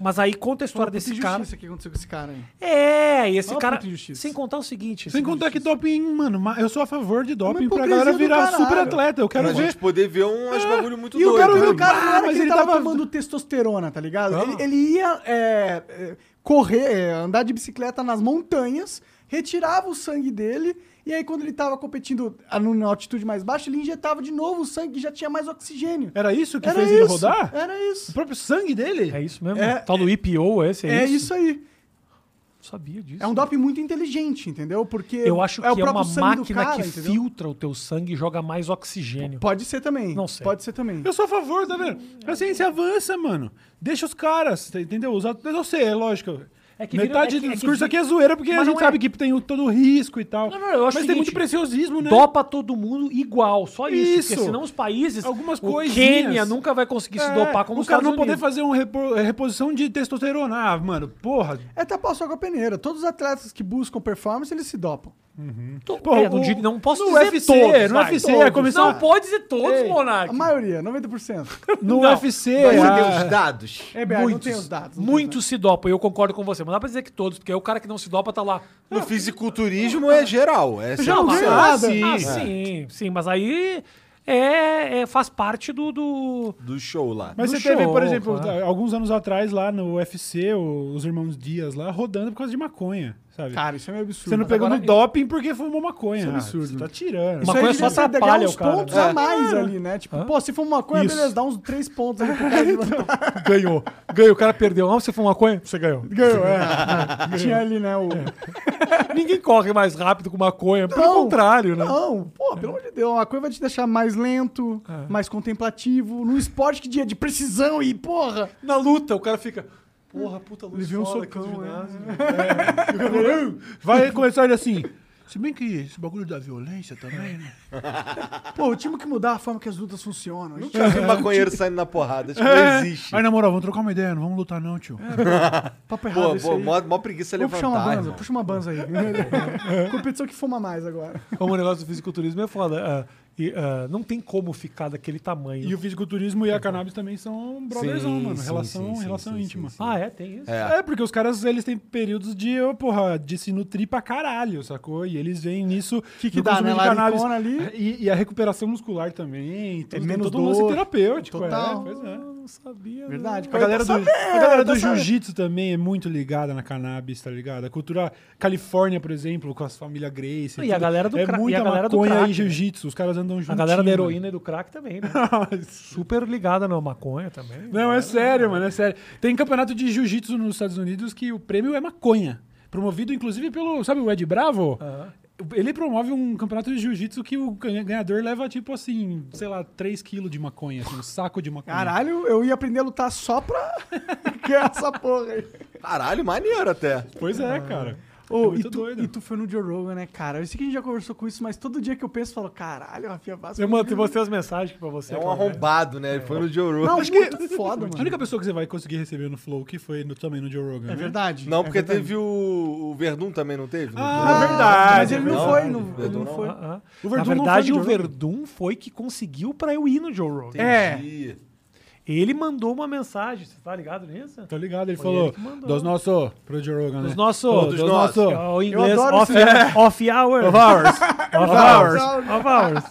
Mas aí conta a história desse cara.
que aconteceu com esse cara aí.
É, e esse
Uma
cara.
puta injustiça.
Sem contar o seguinte.
Sem
esse-
contar que doping, mano, ma- eu sou a favor de doping pra
hipocrisia
galera
do
virar
caralho.
super atleta. Eu quero
Pra
ver.
tipo,
gente poder ver um acho bagulho muito
E o
doido.
cara,
né?
o cara não era
mas
que Ah, ele
ele
tava,
tava-
tomando testosterona, tá ligado? Ele, ele ia é, é, correr, é, andar de bicicleta nas montanhas retirava o sangue dele, e aí quando ele tava competindo a- numa altitude mais baixa, ele injetava de novo o sangue que já tinha mais oxigênio.
Era isso que
Era
fez ele
isso,
rodar?
Era
O
isso.
próprio sangue dele?
É isso mesmo?
É-
Tal do IPO esse, é,
É
isso?
isso aí.
Não sabia disso.
É um doping muito inteligente, entendeu? Porque
Eu acho que é,
próprio
uma
sangue do
máquina
cara,
que
entendeu?
filtra o teu sangue e joga mais oxigênio.
Pode ser também.
Não sei.
Pode ser também.
Eu sou a favor, tá vendo? A ciência avança, mano. Deixa os caras, tá- entendeu? Os atletas, eu sei, é lógico.
É que
Metade
vira- é que-
do
é que
discurso
vi-
aqui é zoeira, porque a
Mas
gente
não é.
sabe que tem o- todo o risco e tal.
Não, não, eu acho o
Mas tem
seguinte,
muito preciosismo, né?
Dopa todo mundo igual, só isso.
Isso.
Porque senão os países.
Algumas
o
coisinhas.
Quênia nunca vai conseguir se
É,
dopar como
o
os
cara
Estados
não poder
Unidos.
fazer uma reposição de testosterona. Ah, mano, porra.
<laughs>
É tapar o sol com a peneira. Todos os atletas que buscam performance, eles se dopam.
Pô,
Porra,
é, não,
o-
di- não posso
no
dizer
UFC,
todos.
no
vai,
UFC,
todos.
é começar-
Não pode dizer todos,
Ei,
A
Monark.
maioria, 90%.
No
Não.
UFC.
Você
ah,
tem os dados.
É, Bear, não
Muitos.
tem os dados. não tem os
Muitos se dopam, eu concordo com você. Mas não dá pra dizer que todos, porque aí o cara que não se dopa tá lá.
No fisiculturismo é geral. É
Já não
sempre-
ganho
ah,
nada.
Sim, ah,
É.
sim, sim, mas aí é, é- faz parte do. do-
Do show lá.
Mas
No
você teve, por
show,
exemplo, tá,
claro.
alguns anos atrás lá no UFC, o- os irmãos Dias lá rodando por causa de maconha, sabe?
dados. Cara, isso é meio absurdo.
você não
Mas
pegou
agora-
no doping porque fumou maconha.
Isso
Ah,
é absurdo.
Você tá tirando.
Uma
Isso aí
coisa só
devia ser degrau
atrapalha
uns
o cara,
pontos
né?
a mais ali, né? Tipo, pô, se for uma coisa,
Isso.
beleza, dá uns três pontos ali
<laughs>
pro cara.
Então. Ganhou. Ganhou. O cara perdeu. Ah, você foi uma maconha? Você ganhou.
<laughs> Ganhou, é. Tinha ali, né? O...
<laughs> Ninguém corre mais rápido com maconha. Pelo
Não,
contrário, né?
Não, pô, pelo amor de Deus, uma coisa vai te deixar mais lento,
É.
mais contemplativo, num esporte que dia de precisão e porra.
Na luta, o cara fica. Porra, puta luz. Ele viu um socão, <laughs> É.
Vai começar ele assim. Se bem que esse bagulho da violência também, <laughs> né?
Pô, tínhamos que mudar a forma que as lutas funcionam. A gente
Nunca vi maconheiro saindo na porrada. Acho que não existe.
Aí, na moral, vamos trocar uma ideia, não vamos lutar, não, tio.
papo errado
Pô,
isso
pô,
aí.
mó, mó preguiça
Vou puxar uma
levantar. né?
banza,
irmão.
puxa uma banza aí.
<laughs>
Competição que fuma mais agora.
Como o negócio do fisiculturismo é foda. ah, e, ah, não tem como ficar daquele tamanho.
E o fisiculturismo e a cannabis também são um brotherzão,
Sim,
mano.
sim,
relação
sim, sim,
relação
sim,
íntima.
sim, sim.
Ah, é? Tem isso?
É.
É, porque os caras, eles têm períodos de, ô, porra, de se nutrir pra caralho, sacou? E eles veem nisso...
Que que
no
dá,
consumo
né?
de
Laricona
cannabis.
ali.
E, e a recuperação muscular também. Tudo,
É
tem
menos
todo um lance
dor.
terapêutico.
Total.
É, pois é.
Não sabia. né?
Verdade.
A
cara,
galera
tá
do,
sabendo,
a galera
tá
do
sabendo.
jiu-jitsu também é muito ligada na cannabis, tá ligado? A cultura Califórnia, por exemplo, com as famílias Grace.
E a
tudo.
galera do
é
cra- e a
muita
galera do
maconha
crack,
e jiu-jitsu. Os caras andam juntos.
A galera da heroína e do crack também, né? <laughs> Super ligada na maconha também.
Não, é sério, mano, é sério. Tem campeonato de jiu-jitsu nos Estados Unidos que o prêmio é maconha. Promovido, inclusive, pelo. Sabe o Ed Bravo? Ele promove um campeonato de jiu-jitsu que o ganha- ganhador leva, tipo assim, sei lá, 3 quilos de maconha, assim, um saco de maconha.
Caralho, eu ia aprender a lutar só pra <laughs> ganhar essa porra aí.
Caralho, maneiro até.
Pois é, cara.
Ô,
muito
e, tu,
doido.
e tu foi no Joe Rogan, né, cara? Eu sei que a gente já conversou com isso, mas todo dia que eu penso, eu falo, caralho, Rafinha Vasco.
Eu mantei mostrei as mensagens pra você.
É
lá,
um
né?
arrombado, né? Ele foi no Joe Rogan.
Não, muito foda,
A
mano.
única pessoa que você vai conseguir receber no Flow que foi no- também no Joe Rogan.
É
né?
verdade.
<laughs> Não,
É
porque
verdade.
teve o, o Verdun também, não teve?
Ah,
Não.
verdade.
Mas ele não
Não,
foi,
não,
não, ele não
não.
foi.
Ah, ah.
O
Na verdade,
Verdun não foi
o
no Joe Rogan.
Verdun foi que conseguiu pra eu ir no Joe Rogan. É,
É.
Entendi.
Ele mandou uma mensagem, você tá ligado nisso?
Tá ligado? Ele
Foi
falou,
ele que mandou.
dos nossos, pro Joe Rogan, né?
Dos nossos.
Falou, dos
dos nossos.
nossos.
É o inglês
adoro
off, off hours. Of hours. Off hours. Off hours.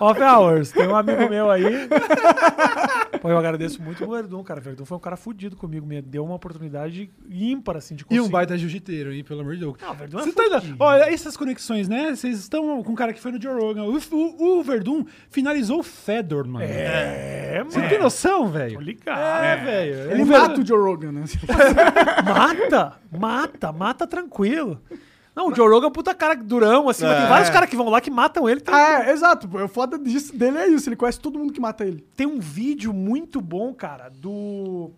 Off hours. Tem um amigo meu
<laughs>
aí. Pô, eu agradeço muito o Verdun, cara. O Verdun foi um cara fudido comigo. Me deu uma oportunidade ímpar, assim, de
E
conseguir.
um baita jiu-jiteiro, hein? Pelo amor de Deus.
Ah, o Verdun é
Você tá
fudido.
Olha, essas conexões, né? Vocês estão com um cara que foi no Joe Rogan. O, o, o Verdun finalizou o Fedor, mano.
É, mano.
Você tem noção, velho?
Tô ligado.
É, velho.
Ele
O Verdun-
mata o Joe Rogan, né? <laughs>
Mata, mata, mata tranquilo. Não, o Joe Rogan é um puta cara durão, assim, mas tem vários caras que vão lá que matam ele. Tem,
ah, é, exato. pô, O foda disso dele é isso. Ele conhece todo mundo que mata ele.
tem um vídeo muito bom, cara, do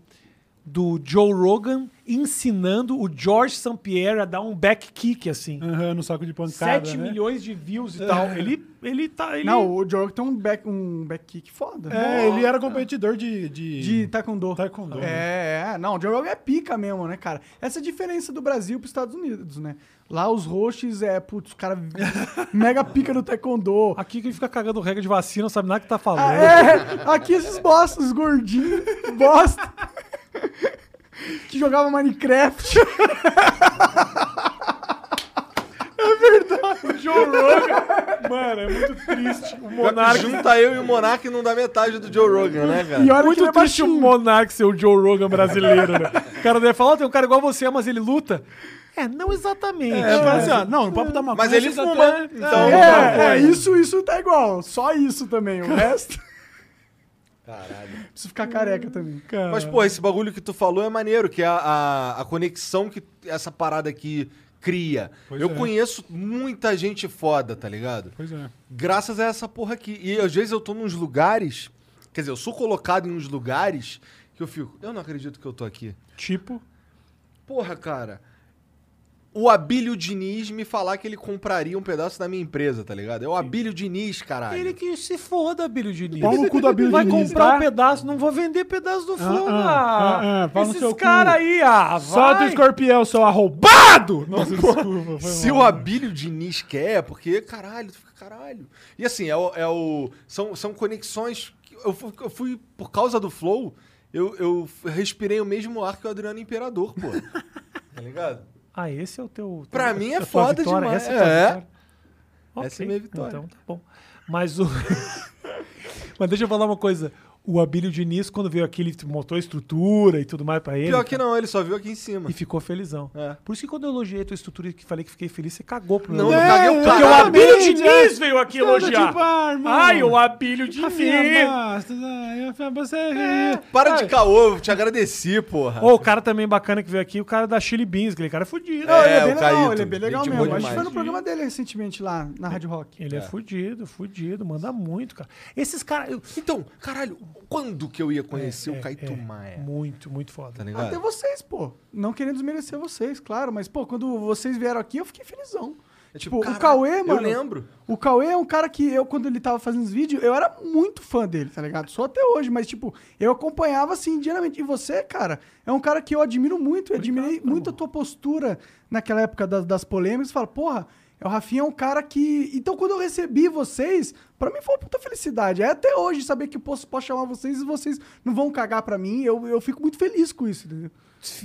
do Joe Rogan ensinando o George St. Pierre a dar um back kick, assim.
Aham, no saco de pancada,
7
Hum, né?
milhões de views e tal. Ele, ele tá... Ele...
Não, o Joe Rogan tem um back, um back kick foda.
É, ele era competidor de... De,
De taekwondo.
taekwondo. né?
É, é. Não, o Joe Rogan é pica mesmo, né, cara? Essa é a diferença do Brasil pros Estados Unidos, né? Lá os roxos é, putz, os caras
<laughs>
mega pica no taekwondo.
Aqui que ele fica cagando regra de vacina, não sabe nada que tá falando.
É, aqui esses bostas, os gordinhos, bosta. Que jogava Minecraft.
Mano, é muito triste. O
Monark...
Monark...
Junta eu e o Monark não dá metade do Joe Rogan, né, cara?
E olha que ele
Muito
é
triste o
<laughs>
baixinho.
um
Monark ser o Joe Rogan brasileiro, né? O cara deve falar, ó, tem um cara igual você, mas ele luta. É, não exatamente.
É, fala assim, ó, não, no papo da maconha.
Mas ele
vocês
fuma,
até-
então-
né,
É.
É, é, isso, isso tá igual. Só isso também. O resto. Caralho. Preciso ficar careca também.
Mas, pô, esse bagulho que tu falou é maneiro, que é a, a, a conexão que essa parada aqui cria. eu
é.
conheço muita gente foda, tá ligado?
Pois é.
Graças a essa porra aqui. E às vezes eu tô nos lugares. Quer dizer, eu sou colocado em uns lugares que eu fico. Eu não acredito que eu tô aqui.
Tipo,
Porra, cara. O Abílio Diniz me falar que ele compraria um pedaço da minha empresa, tá ligado? É o Abílio Diniz, caralho.
Ele que se foda, Abílio Diniz.
Pau no cu do Abílio
Vai
Diniz,
comprar
tá?
um pedaço, não vou vender pedaço do Flow.
ah,
ah.
ah, ah, pau no seu
Esses
cu.
caras aí, ah,
Só do
vai.
escorpião, seu arrombado! Nossa, desculpa. Foi
Se o Abílio Diniz quer, é porque, caralho, tu fica caralho. E assim, é o. é o- são, são conexões. que eu, fu- eu fui, por causa do Flow, eu, eu respirei o mesmo ar que o Adriano Imperador, pô. tá ligado?
ah, esse é o teu.
Pra mim é
a tua
foda
vitória,
demais.
Essa é, a tua
É.
vitória?
Essa
Ok,
é minha vitória.
Então tá bom. Mas o. <laughs> Mas deixa eu falar uma coisa. O Abílio Diniz, quando veio aqui, ele montou a estrutura e tudo mais pra ele. tá
Pior que não, ele só viu aqui em cima.
E ficou felizão.
É.
Por isso que quando eu elogiei a tua estrutura e que falei que fiquei feliz, você cagou pro meu
Não, eu
elogio.
caguei o
Porque o
caralho.
Abílio
Exatamente,
é.
Diniz veio aqui
Nada de
elogiar.
bar, mano.
Ai, o Abílio Diniz.
Rafinha Bastos, ai, Rafinha Bastos, é.
Para de caô, eu te agradeci, porra.
Ou o cara também bacana que veio aqui, o cara da Chili Beans, aquele cara é fudido.
É,
ele é bem
o
legal,
Caíto,
ele é bem legal
gente
mesmo.
boa
Acho que foi
demais.
no programa dele recentemente lá, na Rádio Rock.
Ele é. fudido, fudido, manda muito, cara. Esses caras. eu-
Então, caralho, quando que eu ia conhecer
É,
É,
o Caetu Maia?
Muito, muito foda.
é. Tá ligado?
Ah, Até vocês, pô. Não querendo desmerecer vocês, claro. Mas, pô, quando vocês vieram aqui, eu fiquei felizão.
É
Tipo,
caralho,
o Cauê, mano.
Eu lembro.
O Cauê é um cara que eu, quando ele tava fazendo os vídeos, eu era muito fã dele, tá ligado? Só até hoje, mas, tipo, eu acompanhava assim, diariamente. E você, cara, é um cara que eu admiro muito. Eu admirei
tá
muito a tua postura naquela época das, das polêmicas. Fala, porra, é o Rafinha é um cara que. Então, quando eu recebi vocês, pra mim foi uma puta felicidade. É até hoje saber que eu posso, posso chamar vocês e vocês não vão cagar pra mim. Eu, eu fico muito feliz com isso, entendeu?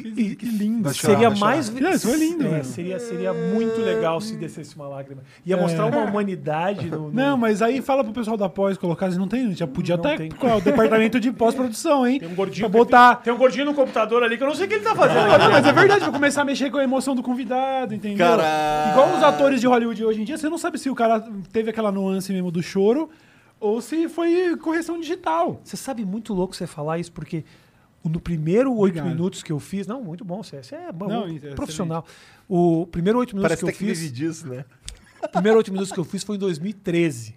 E- Que lindo.
Vai chorar,
Seria
vai
mais.
chorar. Isso, foi lindo,
É,
mano.
seria, seria muito legal se descesse uma lágrima. Ia mostrar uma humanidade no. no-
É. Não, mas aí fala pro pessoal da pós colocar, se não tem, já podia
Não
estar
tem.
com o departamento de pós-produção, hein?
Tem um gordinho.
pra botar.
Tem um gordinho no computador ali que eu não sei o que ele tá fazendo.
Não, não, mas é verdade, vou começar a mexer com a emoção do convidado, entendeu?
Caralho.
Igual os atores de Hollywood hoje em dia, você não sabe se o cara teve aquela nuance mesmo do choro ou se foi correção digital.
Você sabe muito louco você falar isso, porque no primeiro oito
Obrigado.
minutos que eu fiz. Não, muito bom, você você é bom,
Não, excelente.
profissional. O primeiro oito minutos
Parece
que
até
eu
que
fiz.
vive disso, né?
<laughs> O primeiro 8 minutos que eu fiz foi em 2013.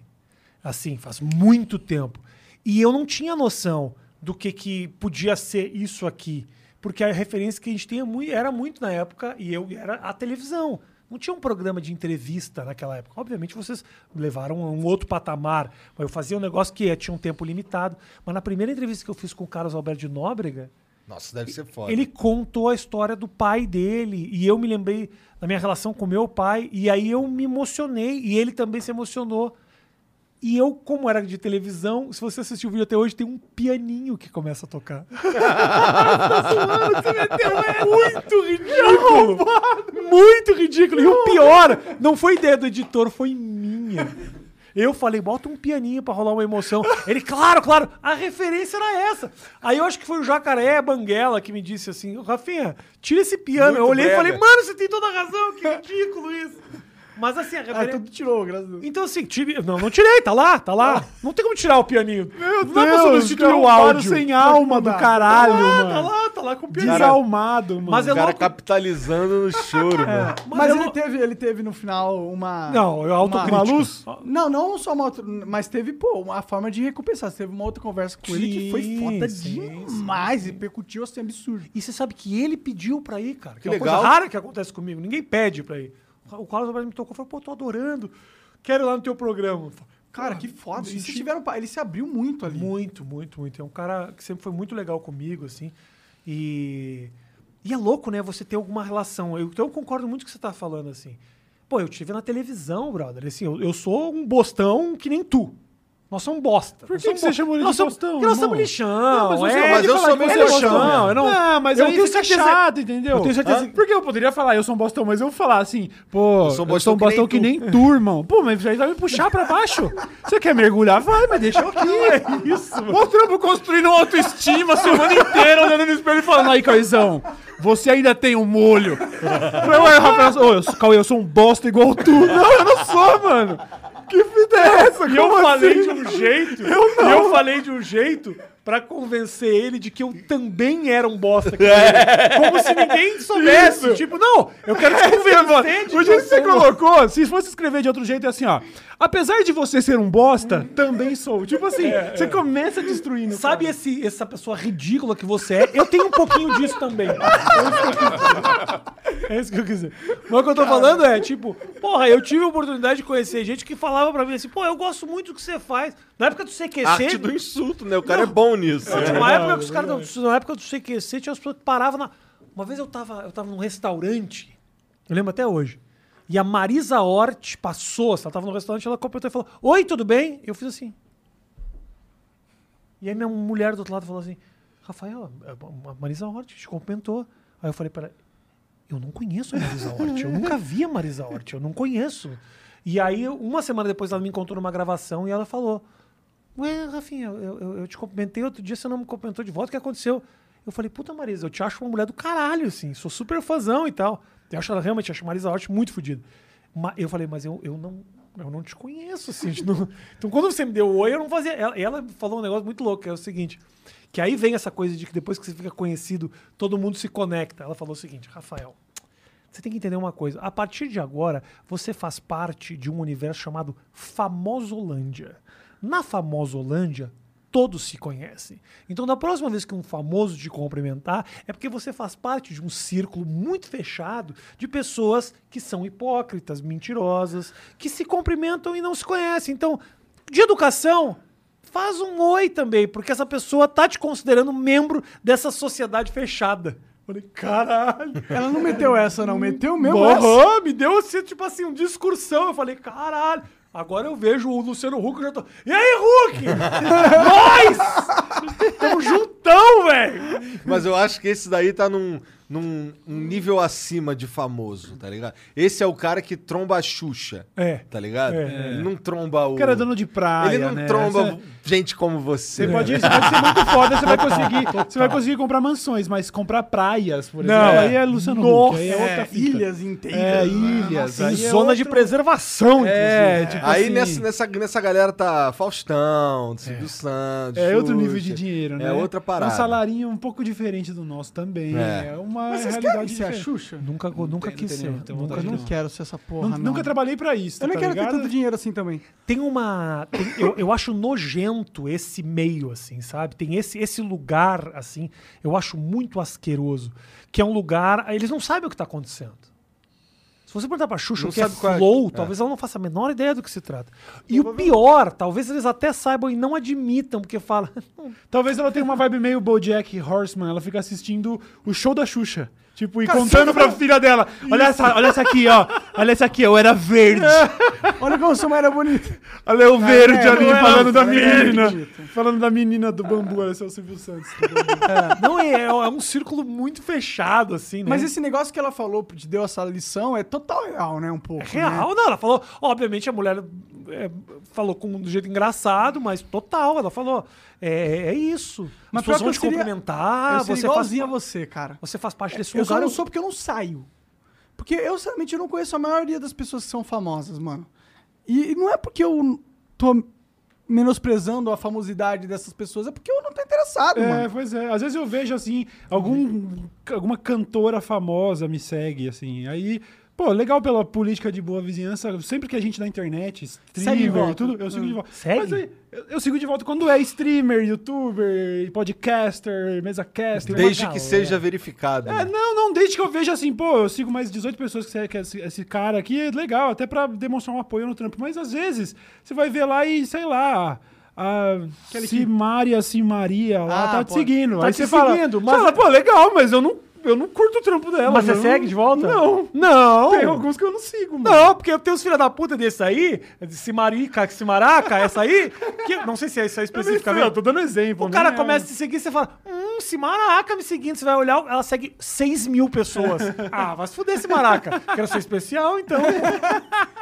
Assim, faz muito tempo. E eu não tinha noção do que, que podia ser isso aqui. Porque a referência que a gente tinha mui- era muito na época, e eu era a televisão. Não tinha um programa de entrevista naquela época. Obviamente vocês levaram a um outro patamar. Mas eu fazia um negócio que eh, tinha um tempo limitado. Mas na primeira entrevista que eu fiz com o Carlos Alberto de Nóbrega,
Nossa, deve ser foda.
ele contou a história do pai dele e eu me lembrei da minha relação com meu pai e aí eu me emocionei e ele também se emocionou. E eu, como era de televisão, se você assistiu o vídeo até hoje, tem um pianinho que começa a tocar. É muito ridículo! Muito ridículo! E o pior, não foi ideia do editor, foi minha. Eu falei, bota um pianinho pra rolar uma emoção. Ele, claro, claro, a referência era essa. Aí eu acho que foi o Jacaré Banguela que me disse assim: "Ô, Rafinha, tira esse piano.
Muito
eu olhei
brega.
e falei, mano, você tem toda a razão, que ridículo isso. Mas assim, a
Ah,
referência.
tudo tirou, graças a Deus.
Então assim, tive... não, não tirei, tá lá, tá lá. Não tem como tirar o pianinho. não dá pra
Deus,
substituir
cara, um
o
cara
áudio.
sem alma do caralho,
tá lá,
mano.
Tá lá, tá lá com o pianinho.
Desalmado, mano.
Mas
O
é
Um cara
louco.
capitalizando no choro, mano.
Mas,
Mas
eu
ele
não-
teve, ele teve no final uma.
Não, eu autocrítico.
Uma luz? Não, não só uma outra. Mas teve, pô, uma forma de recompensar. Você teve uma outra conversa com ele que foi
Sim,
foda
sim,
demais. E percutiu assim, absurdo.
E você sabe que ele pediu pra ir, cara. Que,
Que
é uma
legal.
coisa rara que acontece comigo. Ninguém pede pra ir. O Carlos Alberto me tocou e falou, pô, tô adorando. Quero ir lá no teu programa. Eu falei,
Cara,
"Pô,
que foda.
me
E vocês
senti
tiveram. pa- Ele se abriu muito ali.
Muito, muito, muito. É um cara que sempre foi muito legal comigo, assim. E, e é louco, né? Você ter alguma relação. Eu, então eu concordo muito com o que você tá falando, assim. Pô, eu tive na televisão, brother. Assim, eu, eu sou um bostão que nem tu. Nós somos bosta. Por
que que você chamou ele de bostão,
Porque nós
irmão?
somos lixão.
você-
é,
mas
de
eu
falar
sou
que
meio
você é
lixão,
bostão.
né?
Eu não,
mas
eu
aí
tenho
fica
certeza-
é chato, entendeu?
Eu tenho certeza
Ah,
que-
Porque eu poderia falar, eu sou um bostão, mas eu vou falar assim, pô, eu sou um bostão, que, nem tu. irmão. Pô, mas aí vai me puxar pra baixo. Você quer mergulhar? Vai, mas deixa eu
<laughs>
aqui. é isso. Mostrando construindo autoestima a semana inteira, olhando no espelho e falando, aí, Caizão,
Você ainda tem um molho.
Não, é, Rafael, ô, eu sou- Cauê, eu sou um bosta igual tu. Não, eu não sou, mano. Que fita é essa?
E
Como
eu falei
assim?
de um jeito. Eu não. E eu falei de um jeito pra convencer ele de que eu também era um bosta. que ele. Como se ninguém soubesse. Tipo, não, eu quero te convencer de
O
que
jeito
eu
que
sou
você
um
colocou, se fosse escrever de outro jeito, é assim, ó. Apesar de você ser um bosta, também sou. Tipo assim, você começa destruindo.
É, Sabe esse, essa pessoa ridícula que você é? Eu tenho um pouquinho disso também. É isso que eu quis dizer. É isso que eu quis dizer. Mas o que eu tô falando é, tipo, porra, eu tive a oportunidade de conhecer gente que falava pra mim assim, pô, eu gosto muito do que você faz. Na época do CQC...
Arte do insulto, né? O cara é bom nisso.
Tinha uma época que os caras. Na época do CQC, tinha as pessoas que paravam na. Uma vez eu tava, eu tava num restaurante, eu lembro até hoje. E a Marisa Hort passou, ela tava no restaurante, ela completou e falou: Oi, tudo bem? Eu fiz assim. E aí minha mulher do outro lado falou assim: Rafael, a Marisa Hort te cumprimentou. Aí eu falei pra ela: Eu não conheço a Marisa Hort, eu nunca vi a Marisa Hort, eu não conheço. E aí, uma semana depois, ela me encontrou numa gravação e ela falou: Ué, Rafinha, eu, eu, eu te cumprimentei outro dia, você não me cumprimentou de volta, o que aconteceu? Eu falei, puta Marisa, eu te acho uma mulher do caralho, assim, sou super fãzão e tal. Eu acho ela realmente, acho a Marisa Hort muito fodida. Ma- Eu falei, mas eu, eu não. Eu não te conheço, assim. a gente não- <laughs> Então, quando você me deu oi, eu não fazia. Ela, ela falou um negócio muito louco, que é o seguinte: que aí vem essa coisa de que depois que você fica conhecido, todo mundo se conecta. Ela falou o seguinte, Rafael, você tem que entender uma coisa. A partir de agora, você faz parte de um universo chamado Famosolândia. Na Famosolândia, todos se conhecem. Então, da próxima vez que um famoso te cumprimentar, é porque você faz parte de um círculo muito fechado de pessoas que são hipócritas, mentirosas, que se cumprimentam e não se conhecem. Então, de educação, Faz um oi também, porque essa pessoa tá te considerando membro dessa sociedade fechada. Falei, caralho.
Ela não meteu Então, essa, não. Meteu mesmo essa.
Porra, me deu assim, tipo assim, um discursão. Eu falei, caralho. Agora eu vejo o Luciano Huck eu já tô. E aí, <laughs> Huck? Nós! Tamo juntão, velho!
Mas eu acho que esse daí tá num, num um nível acima de famoso, tá ligado? Esse é o cara que tromba a Xuxa.
É.
Tá ligado? Ele não tromba o.
O cara é dono de praia,
Ele não
né?
tromba
Você-
gente como você.
Você pode, você pode ser muito foda, você vai conseguir, você vai conseguir comprar mansões, mas comprar praias, por exemplo,
Não.
aí é Luciano
Nossa,
Huck, aí é outra fita.
Ilhas inteiras. né?
É, ilhas.
Em
aí é
zona de
outra-
preservação,
É, tipo
Aí
assim,
nessa, nessa, nessa galera tá Faustão, Silvio Santos.
É outro
Xuxa.
nível de dinheiro, né?
É outra parada.
É um salarinho um pouco diferente do nosso também.
É.
É, uma
Mas vocês querem
realidade
ser a
diferente.
Xuxa?
Nunca, nunca quis ser.
não tenho
Nunca-
vontade
Eu
Acho
não
que não.
quero ser essa porra,
Nun-
não.
Nunca trabalhei pra isso.
Eu não
tá
quero ter
ligado?
tanto dinheiro assim também.
tem uma. tem- eu, eu acho nojento esse meio, assim, sabe? Tem esse, esse lugar, assim, eu acho muito asqueroso. Que é um lugar. Eles não sabem o que tá acontecendo. Se você perguntar pra Xuxa
Não
o que é
sabe qual é-
flow,
é.
talvez ela não faça a menor ideia do que se trata. E o pior, talvez eles até saibam e não admitam, porque fala. <laughs>
Talvez ela tenha uma vibe meio Bojack Horseman. Ela fica assistindo o show da Xuxa. Tipo, e
Tá
Caceta.
contando pra filha dela. Olha essa, olha essa aqui, ó. Olha essa aqui, eu era
<laughs>
verde.
<laughs> Olha como eu sou mais bonita.
Olha o verde ali,
eu era
falando da
verde.
menina. Falando da menina do bambu, olha esse é o Silvio Santos.
não, é, é um círculo muito fechado, assim, né?
Mas esse negócio que ela falou, de deu essa lição, é total real, né? Um pouco. né?
Real, não, ela falou. Obviamente a mulher é, falou com um jeito engraçado, mas total, ela falou. É, é isso.
Mas
As pessoas
pior que
vão
eu
te
seria-
cumprimentar,
eu seria
você faz,
igualzinho a Ah, você, cara.
você faz parte desse
Eu
lugar.
só não sou um porque eu não saio. Porque eu, sinceramente, eu não conheço a maioria das pessoas que são famosas, mano. E, e não é porque eu tô menosprezando a famosidade dessas pessoas, é porque eu não tô interessado,
É,
mano.
pois é. Às vezes eu vejo assim, algum, alguma cantora famosa me segue, assim. Aí, pô, legal pela política de boa vizinhança. Sempre que a gente na internet,
de
streamer,
volta. Hum.
tudo, eu sigo de volta.
Segue?
Mas aí, eu, eu sigo de volta quando é streamer, youtuber, podcaster, mesa caster.
Desde
galera.
que seja verificado. né?
É, não, não, desde que eu veja assim, pô, eu sigo mais 18 pessoas que, se- que esse, esse cara aqui, é legal, até pra demonstrar um apoio no trampo. Mas às vezes, você vai ver lá e, sei lá, a Simária, Simaria lá,
Ah,
tá te
pô,
seguindo.
tá
Aí
te
você fala,
seguindo,
você
mas- é
fala, pô, legal, mas eu não, eu não curto o trampo dela.
Mas você
eu
segue
não-
de volta?
Não.
Não!
Tem alguns que eu não sigo, mano.
Não, porque tem os filha da puta desse aí, esse marica, esse maraca, essa aí, que não sei se é isso aí
Eu nem sei, eu
especificamente.
tô dando exemplo.
O cara
né?
começa a te seguir e você fala, hum, se Maraca me seguindo, você vai olhar, ela segue 6 mil
<laughs>
pessoas. ah, vai se fuder esse Maraca. Quero ser especial, então.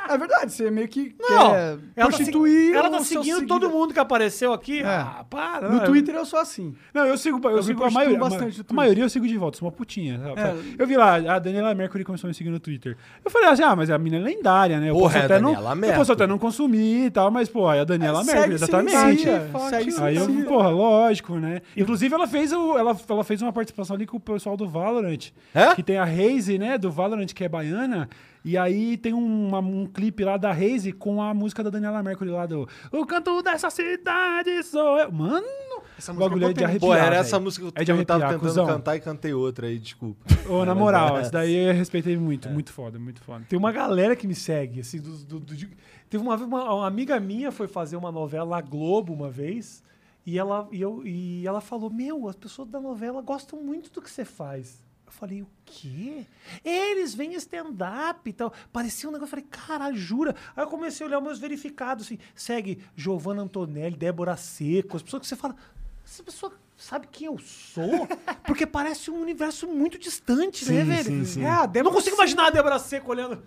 É verdade, você meio que
Não,
quer
ela tá, se-
prostituir
ela tá
os seus
seguindo todo
seguidores.
mundo que apareceu aqui. Ah, para.
No Twitter eu sou assim.
Não, eu sigo, eu sigo a
prostituo
maioria.
bastante no
Bastante a
Twitter.
maioria eu sigo de volta, sou uma putinha. sabe?
É.
Eu vi lá, a Daniela Mercury começou a me seguir no Twitter. Eu falei assim, ah, mas a mina é lendária, né? Eu,
Porra,
posso,
é a
até não,
Daniela
eu posso
Mercury.
até não consumir e tal, mas, pô, é a Daniela Mercury,
Segue sem
exatamente.
mentira, segue sem
Aí eu,
mentira.
porra, lógico, né? Inclusive, ela fez, o, ela, ela fez uma participação ali com o pessoal do Valorant.
É?
Que tem a Haze, né? Do Valorant, que é baiana. E aí tem uma- um clipe lá da Haze com a música da Daniela Mercury lá do... O canto dessa cidade sou eu... Mano... Essa
música é
bagulho é de
potente.
arrepiar,
Pô, era
velho.
essa música que
é
eu
de
tava
arrepiar,
tentando
cuzão.
cantar e cantei outra
<laughs>
aí, desculpa.
Ô, na
Mas
moral,
é-
essa daí eu respeitei muito, muito foda, muito foda.
Tem uma galera que me segue, assim, do, do- do- de- teve uma, vez uma, uma amiga minha foi fazer uma novela na Globo uma vez e ela, e, eu, e ela falou, meu, as pessoas da novela gostam muito do que você faz. Eu falei, o quê? Eles vêm stand-up e tal. Parecia um negócio, eu falei, cara, jura? Aí eu comecei a olhar meus verificados, assim, segue Giovanna Antonelli, Débora Seco, as pessoas que você fala, essa pessoa sabe quem eu sou? Porque parece um universo muito distante, né, velho? É, a Débora- não consigo imaginar a Débora Seco <laughs> olhando.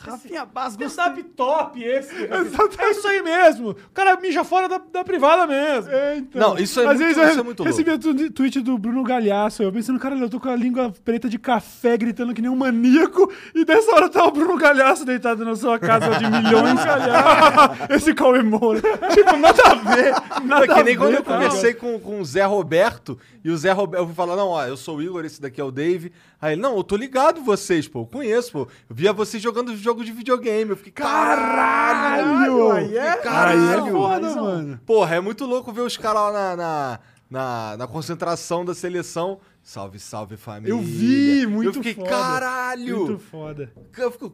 Rafinha Basco.
Stand-up top esse. É isso aí mesmo. O cara mija fora da, da privada mesmo.
Não, isso é
Às
muito,
vezes
isso
eu
é muito louco.
recebi o tweet do Bruno Galhaço, eu pensando, caralho, eu tô com a língua preta de café gritando que nem um maníaco, e dessa hora tá o Bruno Galhaço deitado na sua casa de milhões, galhaço. <laughs> Esse comemora. Tipo, nada a ver, nada
É que nem
a ver,
quando eu
tá ligado?
conversei com, com o Zé Roberto, e o Zé Roberto, eu fui falar, não, ó, eu sou o Igor, esse daqui é o Dave. Aí ele, não, eu tô ligado vocês, pô, eu conheço, pô. Eu via vocês jogando jogo de videogame, eu fiquei, caralho!
aí é-
Caralho,
Caralho!
foda, mano.
Porra, é muito louco ver os caras lá na, na, na, na concentração da seleção. Salve, salve, família.
Eu vi, muito
Eu fiquei,
foda.
caralho!
Muito foda.
Eu fico,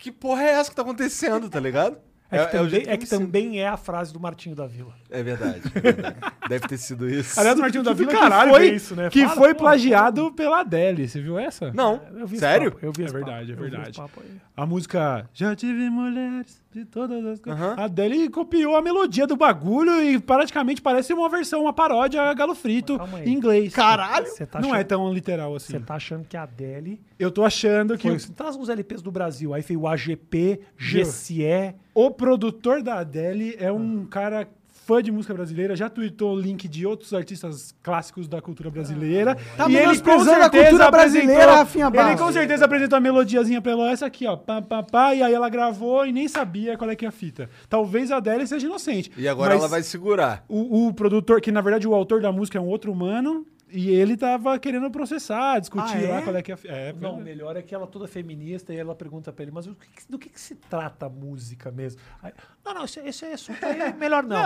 que porra é essa que tá acontecendo, tá ligado?
É que,
o
também,
jeito
é,
eu
que
me sinto.
também é a frase do Martinho da Vila.
É verdade, é verdade. Deve ter sido isso.
Aliás, o Martinho da
do
Vila
caralho
um que foi,
ver isso, né?
que
Fala,
foi
pô.
plagiado pela Adele, você viu essa?
Não,
Eu vi esse
sério?
papo, Eu vi
É
esse papo,
verdade, é
eu vi esse
verdade.
papo aí.
A música Já tive mulheres de todas as coisas. A Adele copiou a melodia do bagulho e praticamente parece uma versão, uma paródia Galo Frito
calma aí.
em inglês.
Caralho!
Você tá,
Não
achando-
é tão literal assim.
você tá achando que a Adele...
Eu tô achando que
Foi, assim, traz uns LPs do Brasil. Aí fez o AGP, GCE...
o produtor da Adele é um cara fã de música brasileira, já tweetou o link de outros artistas clássicos da cultura brasileira.
Tá menosprezando a cultura brasileira,
apresentou-
Rafinha
Ele
Bastos.
com certeza apresentou a melodiazinha pra ela, essa aqui, ó, pá, pá, pá, e aí ela gravou e nem sabia qual é que é a fita. Talvez a Adele seja inocente.
E agora
mas
ela vai segurar.
O, o produtor, que na verdade o autor da música é um outro humano, e ele tava querendo processar, discutir
Ah, é?
lá qual é que é a fita. É,
Não, o melhor é que ela toda feminista e ela pergunta pra ele, mas o que que- do que, que se trata a música mesmo? Aí, não, não, isso, isso é assunto aí, melhor <laughs> não.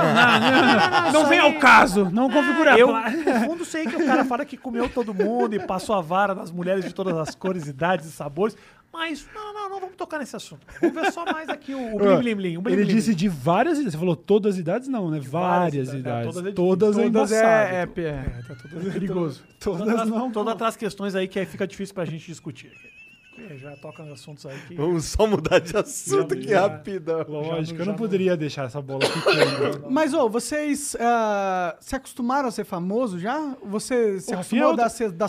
<laughs> não vem ao caso, não configura a
Eu,
pla-
no fundo, sei que o cara fala que comeu todo mundo e passou a vara nas mulheres de todas as cores, idades e sabores. Mas, não, não, não, vamos tocar nesse assunto. Vamos ver só mais aqui o, o blim, blim, blim, o blim,
Ah, Ele
blim,
disse
blim.
de várias idades. Você falou todas as idades? Não, né?
várias
Várias, idades.
idades. É,
todas
todas é
é
Todas
embaçado.
é, é, é, é,
tá
perigoso.
Todas,
Todas as-
<laughs> não.
Todas as questões aí que aí fica difícil pra gente discutir. É, já toca nos assuntos aí que...
Vamos só mudar de assunto
Já-
que
já-
rapidão.
Lógico, eu não poderia deixar essa bola ficando.
Mas, ô, vocês ah, se acostumaram a ser famoso já? Você se
O Rafinha é
acostumou
outro-
da, ser- da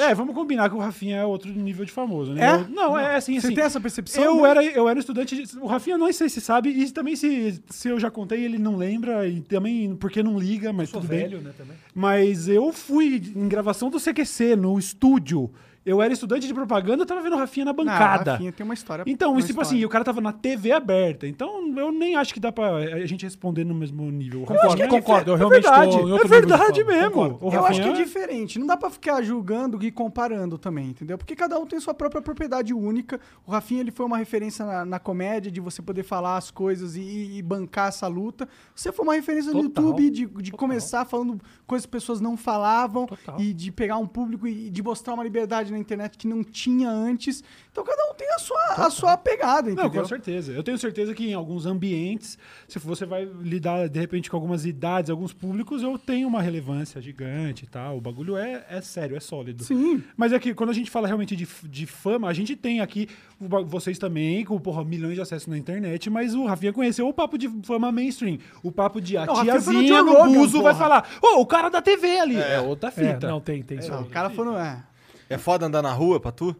<laughs> é, vamos combinar que o Rafinha é outro nível de famoso, né?
É?
Eu- não, é assim,
Você
assim.
tem essa percepção?
Eu
né?
era, eu era estudante. de- o Rafinha, não sei se sabe, e também se, se eu já contei, ele não lembra, e também porque não liga, mas
Sou
tudo bem.
velho, né, também.
Mas eu fui em gravação do CQC, no estúdio. Eu era estudante de propaganda, eu tava vendo o Rafinha na
Não,
bancada.
Rafinha tem uma história.
Então,
uma
e tipo assim,
história.
o cara tava na TV aberta. Então, eu nem acho que dá pra a gente responder no mesmo nível.
Concordo,
Rafinha,
concordo, eu
é
realmente tô
verdade,
em outro
É
nível de
verdade
fama,
mesmo.
concordo.
O
Eu acho que é
Rafinha-
diferente. Não dá pra ficar julgando e comparando também, entendeu? Porque cada um tem sua própria propriedade única. O Rafinha, ele foi uma referência na, na comédia, de você poder falar as coisas e, e bancar essa luta. Você foi uma referência no
Total.
YouTube de, de começar falando coisas que pessoas não falavam
Total.
e de pegar um público e de mostrar uma liberdade na na internet que não tinha antes. Então cada um tem a sua, a sua pegada,
Não,
entendeu?
com certeza. Eu tenho certeza que em alguns ambientes, se você vai lidar de repente com algumas idades, alguns públicos, eu tenho uma relevância gigante e tal. O bagulho é, é sério, é sólido.
Sim.
Mas é que quando a gente fala realmente de, f- de fama, a gente tem aqui o ba- vocês também, com porra, milhões de acessos na internet, mas o Rafinha conheceu o papo de fama mainstream. O papo de a
Não, o Rafinha foi no
tiazinha
Joe
no
Rogan,
buzo vai
porra.
falar, ô, o cara da TV ali. É, outra
É,
fita.
não, tem, tem. isso
Não,
aí.
o cara foi no. É.
É foda andar na rua pra tu?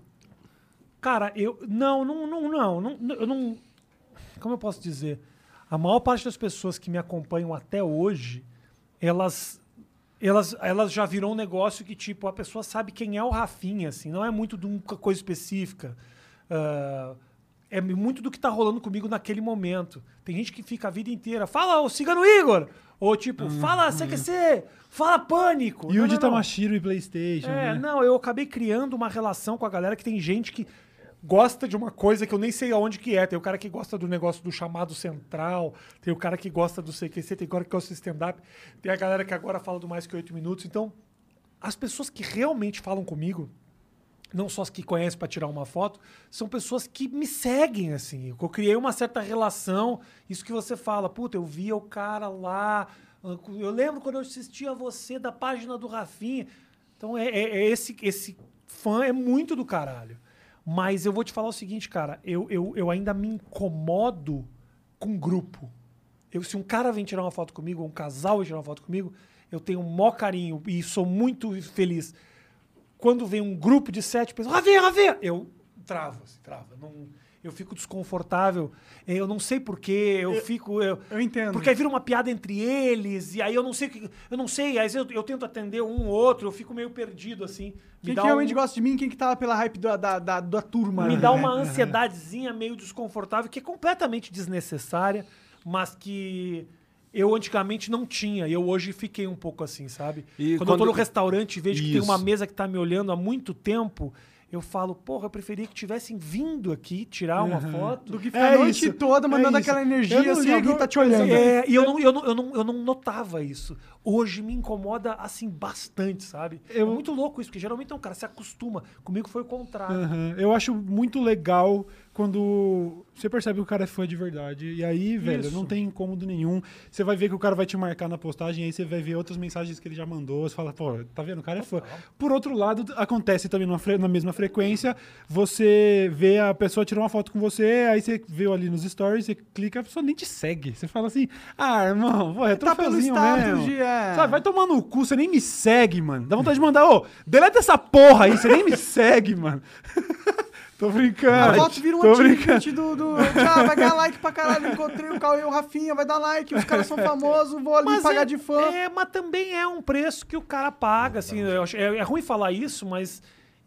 Cara, eu. Não, não, não, não, não. Eu não. Como eu posso dizer? A maior parte das pessoas que me acompanham até hoje, elas. Elas, elas já virou um negócio que, tipo, a pessoa sabe quem é o Rafinha, assim, não é muito de uma coisa específica. Ah, é muito do que tá rolando comigo naquele momento. Tem gente que fica a vida inteira, fala o Cigano Igor! Ou tipo, fala CQC! Fala Pânico!
Hum, E
Não,
o de
não, não.
Tamashiro e Playstation,
É,
né?
não, eu acabei criando uma relação com a galera que tem gente que gosta de uma coisa que eu nem sei aonde que é. Tem o cara que gosta do negócio do chamado central, tem o cara que gosta do CQC, tem o cara que gosta do stand-up, tem a galera que agora fala do mais que oito minutos. Então, as pessoas que realmente falam comigo, não só as que conhecem para tirar uma foto, são pessoas que me seguem, assim. Eu criei uma certa relação. Isso que você fala, puta, eu via o cara lá. ah, Eu lembro quando eu assistia você da página do Rafinha. Então, é, é- é esse, esse fã é muito do caralho. Mas eu vou te falar o seguinte, cara. Eu, eu, eu ainda me incomodo com grupo. Eu, se um cara vem tirar uma foto comigo, ou um casal vem tirar uma foto comigo, eu tenho o maior carinho e sou muito feliz quando vem um grupo de sete pessoas, Ravinha, Ravinha, eu travo, assim, travo. Eu não- eu fico desconfortável. Eu não sei porquê, eu, fico. Eu,
eu entendo.
Porque aí vira uma piada entre eles, e aí eu não sei o que. Eu não sei, às vezes eu, eu tento atender um ou outro, eu fico meio perdido, assim.
Quem que
dá
realmente
um-
gosta de mim, quem que tava pela hype da, da, da, da turma.
me
né?
dá uma ansiedadezinha meio desconfortável, que é completamente desnecessária, mas que eu antigamente não tinha. E eu hoje fiquei um pouco assim, sabe? quando,
E
eu
quando-
tô no restaurante e vejo que tem
Isso.
uma mesa que tá me olhando há muito tempo, eu falo, porra, eu preferia que tivessem vindo aqui tirar uma foto.
Do que ficar a noite
isso,
toda
é
mandando
isso.
aquela
Eu
energia
não
assim,
ligo,
alguém tá te olhando.
É, e eu não, eu, não, eu, não, eu não notava isso. Hoje me incomoda, assim, bastante, sabe? É muito louco isso, porque geralmente é um cara que se acostuma. Comigo foi o contrário.
Aham. Eu acho muito legal quando você percebe que o cara é fã de verdade. E aí, velho,
Isso.
não tem incômodo nenhum. Você vai ver que o cara vai te marcar na postagem, aí você vai ver outras mensagens que ele já mandou. Você fala, pô, tá vendo? O cara é fã. Por outro lado, acontece também numa fre- na mesma frequência. Você vê a pessoa tirar uma foto com você, aí você vê ali nos stories, você clica, a pessoa nem te segue. Você fala assim, ah, irmão, pô, é
Tá pelo
troféuzinho
status
mesmo.
de- é.
Sabe, vai tomar no cu, você nem me segue, mano. Dá vontade de mandar, ô, deleta essa porra aí, você nem me segue, mano. <laughs> Tô
A
brincando.
foto vira um
Tô brincando.
achievement do, do... Ah, vai dar like pra caralho, encontrei o Cauê e o Rafinha, vai dar like, os caras são <laughs> famosos, vou ali pagar
é,
de fã.
É, mas também é um preço que o cara paga, assim. eu acho- é, é ruim falar isso, mas.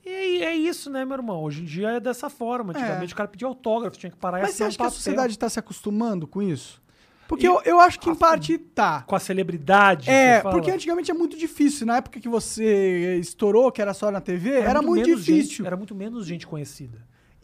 É, é isso, né, meu irmão? Hoje em dia é dessa forma. Antigamente o cara pedia autógrafo, tinha que parar e
É. Mas você
assinar
acha que
um
a
papel.
sociedade tá se acostumando com isso? Porque eu, eu acho que em parte tá.
Com a celebridade.
É,
você fala?
porque antigamente é muito difícil. Na época que você estourou, que era só na TV, era, muito,
menos
difícil.
gente- era muito menos gente conhecida.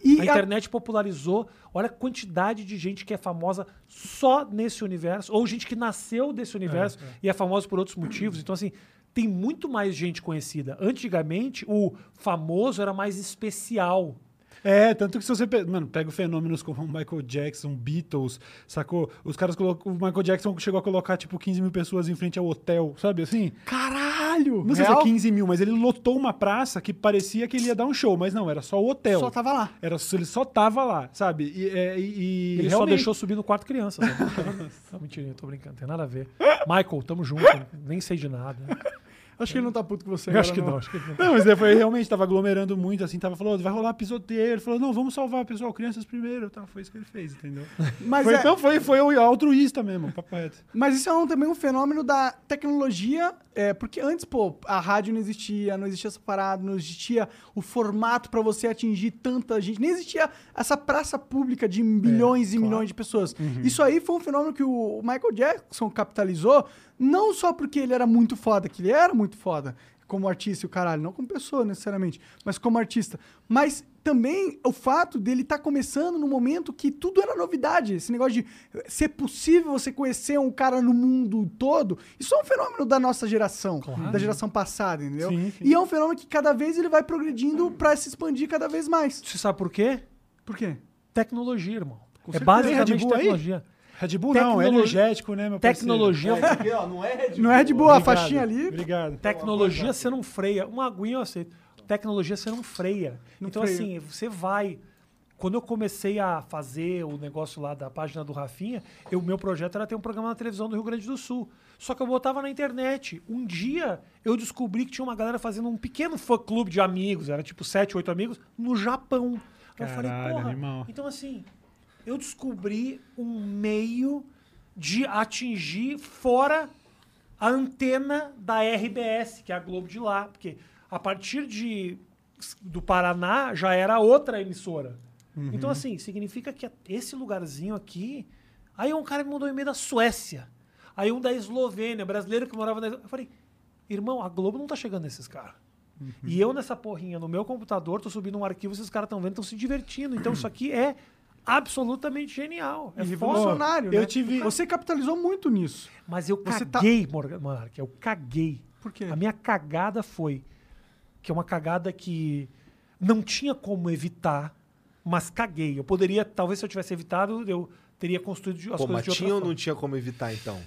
E
a
a-
internet popularizou. Olha a quantidade de gente que é famosa só nesse universo, ou gente que nasceu desse universo e é famosa por outros motivos. Então, assim, tem muito mais gente conhecida. Antigamente, o famoso era mais especial.
É, tanto que se você. pe- Mano, pega fenômenos como um Michael Jackson, Beatles, sacou? Os caras colocam. O Michael Jackson chegou a colocar, tipo, 15 mil pessoas em frente ao hotel, sabe assim?
Caralho!
Não sei se é
real?
15 mil, mas ele lotou uma praça que parecia que ele ia dar um show, mas não, era só o hotel.
Só tava lá.
Era, só- ele só tava lá, sabe? E, é, e- e
Ele só
realmente-
deixou subir no quarto criança.
<laughs>
sabe? não, mentira, eu tô brincando, tem nada a ver. Michael, tamo junto, nem sei de nada.
Acho que ele não tá puto com
Eu
você. agora,
acho que não, acho que não.
Não, mas depois realmente tava aglomerando muito, assim, tava falando, vai rolar pisoteiro. Ele falou, não, vamos salvar, pessoal, crianças primeiro. Tá, foi isso que ele fez, entendeu?
Mas
Foi,
é-
Então foi, foi o altruísta mesmo, papo reto.
Mas isso é um- também um fenômeno da tecnologia, é, porque antes, pô, a rádio não existia, não existia essa parada, não existia o formato pra você atingir tanta gente, nem existia essa praça pública de milhões e milhões de pessoas. Isso aí foi um fenômeno que o Michael Jackson capitalizou, não só porque ele era muito foda, que ele era muito foda como artista e o caralho, não como pessoa necessariamente, mas como artista. Mas também o fato dele estar começando no momento que tudo era novidade. Esse negócio de ser possível você conhecer um cara no mundo todo, isso é um fenômeno da nossa geração, da geração passada, entendeu?
Sim, sim.
E é um fenômeno que cada vez ele vai progredindo pra se expandir cada vez mais.
Você sabe por quê?
Por quê?
Tecnologia, irmão. é
certeza. Tem Red
basicamente
Bull aí?
tecnologia.
Red Bull não,
Tecnolo-
é energético, né, meu parceiro?
Tecnologia, é
Não é de boa a faixinha ali.
Obrigado.
tecnologia você não freia. Uma aguinha eu aceito. Tecnologia você não freia. então,
freia.
assim, você vai. Quando eu comecei a fazer o negócio lá da página do Rafinha, o meu projeto era ter um programa na televisão do Rio Grande do Sul. Só que eu botava na internet. Um dia eu descobri que tinha uma galera fazendo um pequeno fã-clube de amigos, era tipo sete, oito amigos, no Japão. Aí eu falei,
Caralho,
porra,
animal.
então assim, eu descobri um meio de atingir fora a antena da RBS, que é a Globo de lá, porque a partir de do Paraná já era outra emissora.
Uhum.
Então assim, significa que esse lugarzinho aqui, aí um cara me mandou um e-mail da Suécia. Aí um da Eslovênia, brasileiro que morava na Eu falei: "Irmão, a Globo não tá chegando nesses caras". E eu nessa porrinha no meu computador, tô subindo um arquivo, esses caras estão vendo, estão se divertindo. Então isso aqui é absolutamente genial. É foda.
Revolucionário,
eu
né?
tive-
Você capitalizou muito nisso.
Mas eu
Você tá-
caguei, Morgan Monark. Eu caguei.
Por quê?
A minha cagada foi. Que é uma cagada que não tinha como evitar, mas caguei. Eu poderia, talvez se eu tivesse evitado, eu teria construído de- as
Pô,
coisas
mas
de outra
tinha ou
forma.
não tinha como evitar, então?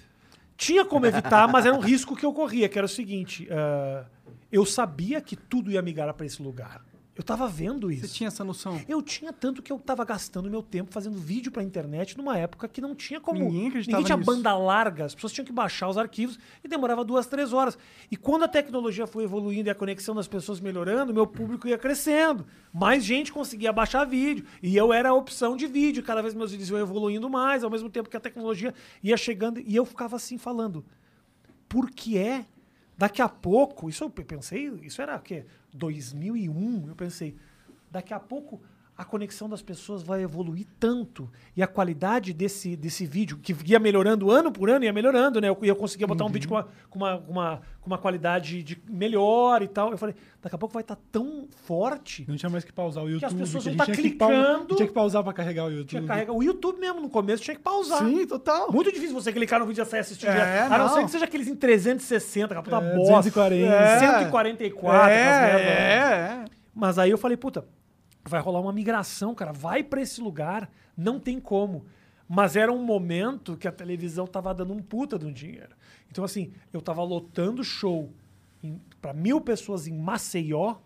Tinha como evitar, mas era um risco que eu corria, que era o seguinte: ah, eu sabia que tudo ia migrar para esse lugar. Eu tava vendo isso.
Você tinha essa noção?
Eu tinha tanto que eu tava gastando meu tempo fazendo vídeo pra internet numa época que não tinha como.
Ninguém acreditava
tinha
nisso.
banda larga, as pessoas tinham que baixar os arquivos e demorava duas, três horas. E quando a tecnologia foi evoluindo e a conexão das pessoas melhorando, meu público ia crescendo. Mais gente conseguia baixar vídeo. E eu era a opção de vídeo. Cada vez meus vídeos iam evoluindo mais, ao mesmo tempo que a tecnologia ia chegando. E eu ficava assim falando porque é daqui a pouco, isso eu pe- pensei, isso era o quê? 2001, eu pensei, daqui a pouco a conexão das pessoas vai evoluir tanto e a qualidade desse, desse vídeo, que ia melhorando ano por ano, ia melhorando, né? Eu, eu conseguia botar um vídeo com uma, com, uma, com, uma, com uma qualidade de melhor e tal. Eu falei, daqui a pouco vai estar tão forte
Não tinha mais que pausar o YouTube.
as pessoas
que
vão
a gente
tá
tinha que pausar-
clicando.
Tinha que pausar pra carregar o YouTube.
tinha que carregar. O YouTube mesmo, no começo, tinha que pausar.
Sim, total.
Muito difícil você clicar no vídeo e sair assistir
É,
direto. A não,
não.
ser que seja aqueles em 360, aquela puta
É,
bosta.
240.
É. 144. aquelas merda. né?
é, é.
Mas aí eu falei, puta, vai rolar uma migração, cara. Vai pra esse lugar, não tem como. Mas era um momento que a televisão tava dando um puta de um dinheiro. Então, assim, eu tava lotando show em, pra mil pessoas em Maceió,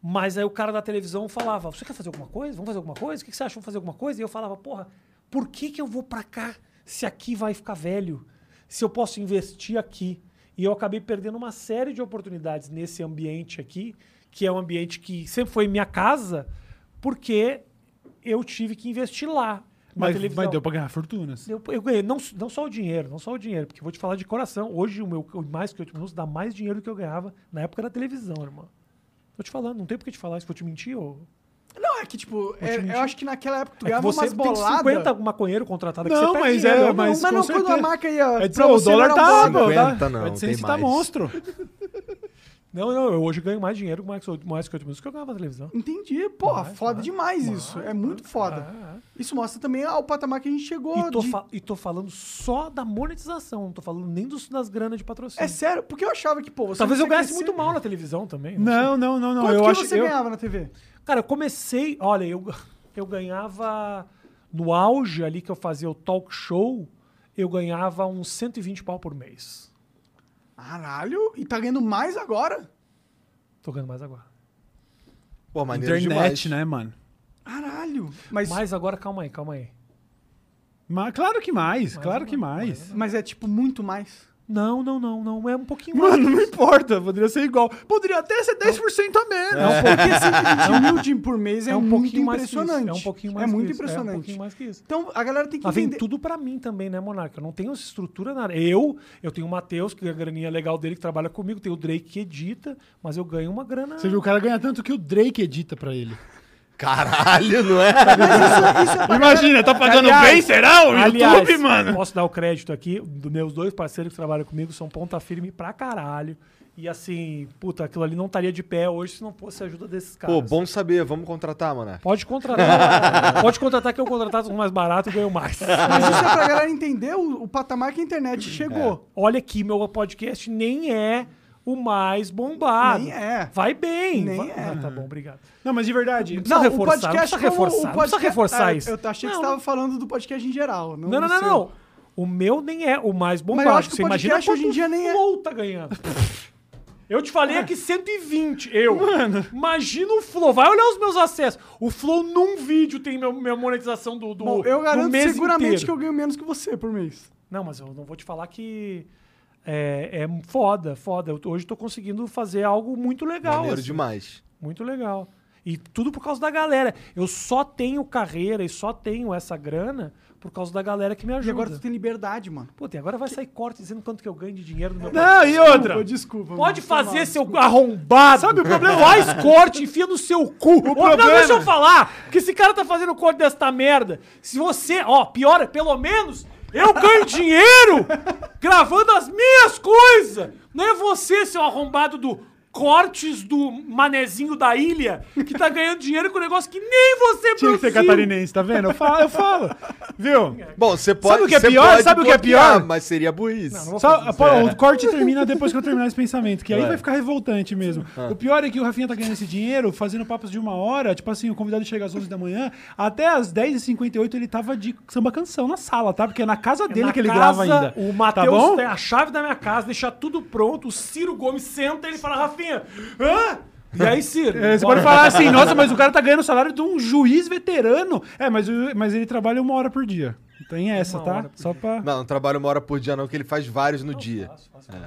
mas aí o cara da televisão falava: Você quer fazer alguma coisa? Vamos fazer alguma coisa? O que que você acha? Vamos fazer alguma coisa? E eu falava: Porra, por que, que eu vou pra cá se aqui vai ficar velho? Se eu posso investir aqui? E eu acabei perdendo uma série de oportunidades nesse ambiente aqui, que é um ambiente que sempre foi minha casa, porque eu tive que investir lá. Na
Mas,
televisão.
mas deu pra ganhar fortunas.
Eu, eu ganhei, não, não só o dinheiro, não só o dinheiro, porque eu vou te falar de coração. Hoje, o meu o mais que 8 minutos dá mais dinheiro do que eu ganhava na época da televisão, irmão. Tô te falando, não tem por que te falar isso, vou te mentir. Ou...
Não, é que, tipo, é- eu acho que naquela época
É
tu
que
ganhava
você
umas
tem
boladas.
50 maconheiro contratado que
Não,
você pega
mas
dinheiro,
é,
eu não-
mas-
Mas
com
não, quando a
certeza.
marca ia.
É,
pra
o
você
dólar
não era
tá,
um bom.
pô, tá-
50 não,
a AdSense
tem
tá
mais.
monstro.
Não, não, eu hoje ganho mais dinheiro com mais, que- mais que 8 minutos do que eu ganhava na televisão.
Entendi. Porra, foda demais isso. É muito foda. Isso mostra também ao patamar que a gente chegou.
E tô,
de-
fa- e tô falando só da monetização, não tô falando nem dos, das granas de patrocínio.
É sério, porque eu achava que, pô. você
Talvez eu
precisa
ganhasse
crescer.
muito mal na televisão também. sei.
Não, não, não, não.
Quanto
eu
que
acho
você
eu,
ganhava na TV?
Cara, eu comecei. Olha, eu, <laughs> eu ganhava. No auge ali que eu fazia o talk show, eu ganhava uns 120 pau por mês.
Caralho, e tá ganhando mais agora?
Tô ganhando mais agora.
Pô, maneiro
Internet,
demais.
né, mano?
Caralho. Mas, mas...
Mas agora, calma aí, calma aí.
Mas, claro que mais, claro que mais.
é, tipo, muito mais.
Não, não, não, não. É um pouquinho mais. <laughs>
Mano, não importa, poderia ser igual. Poderia até ser 10% a menos.
Não, porque 120 mil de- por mês é,
É um
muito
pouquinho mais que isso,
impressionante.
é um pouquinho mais
É muito
que isso, é um
impressionante.
pouquinho mais que isso.
Então, a galera tem que
Mas vem
entender-
tudo pra mim também, né, Monarca? Eu não tenho essa estrutura nada. Eu, eu tenho o Matheus, que é a graninha legal dele, que trabalha comigo. Tenho o Drake, que edita. Mas eu ganho uma grana...
Você viu, o cara ganha tanto que o Drake edita pra ele.
Caralho, não é?
Imagina, tá pagando bem, será? O
Aliás,
YouTube, mano?
posso dar o crédito aqui. do- Meus dois parceiros que trabalham comigo são ponta firme pra caralho. E assim, puta, aquilo ali não estaria de pé hoje se não fosse a ajuda desses caras.
Pô, bom saber, vamos contratar, mano.
Pode contratar. <laughs> pode contratar que eu contratar um mais barato e ganho
<laughs>
mais.
Mas isso é pra galera entender o, o patamar que a internet
É.
chegou.
Olha aqui, meu podcast nem é o mais bombado.
Nem é.
Vai bem.
Nem
Vai-
é.
Ah, tá bom, obrigado.
Não, mas de verdade.
Não precisa
o
reforçar, não precisa
como
reforçar, não precisa reforçar
Ah,
isso.
Eu achei
Não.
que você estava falando do podcast em geral. Não,
Não, não,
do
não,
seu.
não. O meu nem é o mais bombado.
Mas eu acho que o
Você imagina
podcast hoje em
quanto
dia nem é.
o Flow tá
<laughs>
ganhando. Eu te falei aqui 120, eu. Mano. Imagina o Flow. Vai olhar os meus acessos. O Flow num vídeo tem meu- minha monetização do, do,
Bom, eu
do
garanto
mês
seguramente
inteiro.
que eu ganho menos que você por mês.
Não, mas eu não vou te falar que é, é foda, foda. Eu, tô- hoje tô conseguindo fazer algo muito legal.
Maneiro
assim.
demais.
Muito legal. E tudo por causa da galera. Eu só tenho carreira e só tenho essa grana por causa da galera que me
E
ajuda.
agora tu tem liberdade, mano.
Puta, e agora vai sair corte dizendo quanto que eu ganho de dinheiro no meu
Não, Ah, e outra.
Desculpa.
Pode
mano.
fazer, seu arrombado. Sabe o problema? Faz corte, enfia no seu cu. Ô, Não, deixa eu falar. Que esse cara tá fazendo corte desta merda. Se você, ó, piora, pelo menos eu ganho dinheiro gravando as minhas coisas. Não é você, seu arrombado do cortes do manezinho da ilha, que tá ganhando dinheiro com um negócio que nem você
Tinha que ser
produziu.
catarinense, tá vendo? Eu falo, eu falo. Viu?
Bom, você pode.
o que é
você
pior?
pode
Sabe o que é
bloquear,
pior?
Mas seria burrice.
Só, pô, O corte termina depois que eu terminar esse pensamento, que aí vai ficar revoltante mesmo.
Ah.
O pior é que o Rafinha tá ganhando esse dinheiro fazendo papos de uma hora, tipo assim, o convidado chega às 11 da manhã, até às 10h58 ele tava de samba canção na sala, tá? Porque é na casa dele
Na
que ele grava
casa,
ainda.
O
tá
Matheus
bom?
tem a chave da minha casa, deixa tudo pronto. O Ciro Gomes senta e ele fala, Rafinha, hã? E aí, Ciro?
É, você
bora.
pode falar assim, nossa, mas o cara tá ganhando o salário de um juiz veterano. É, mas, o- mas ele trabalha uma hora por dia. Tem essa,
Uma hora
tá?
por
Só pra.
Não, não trabalha uma hora por dia, não, que ele faz vários no dia.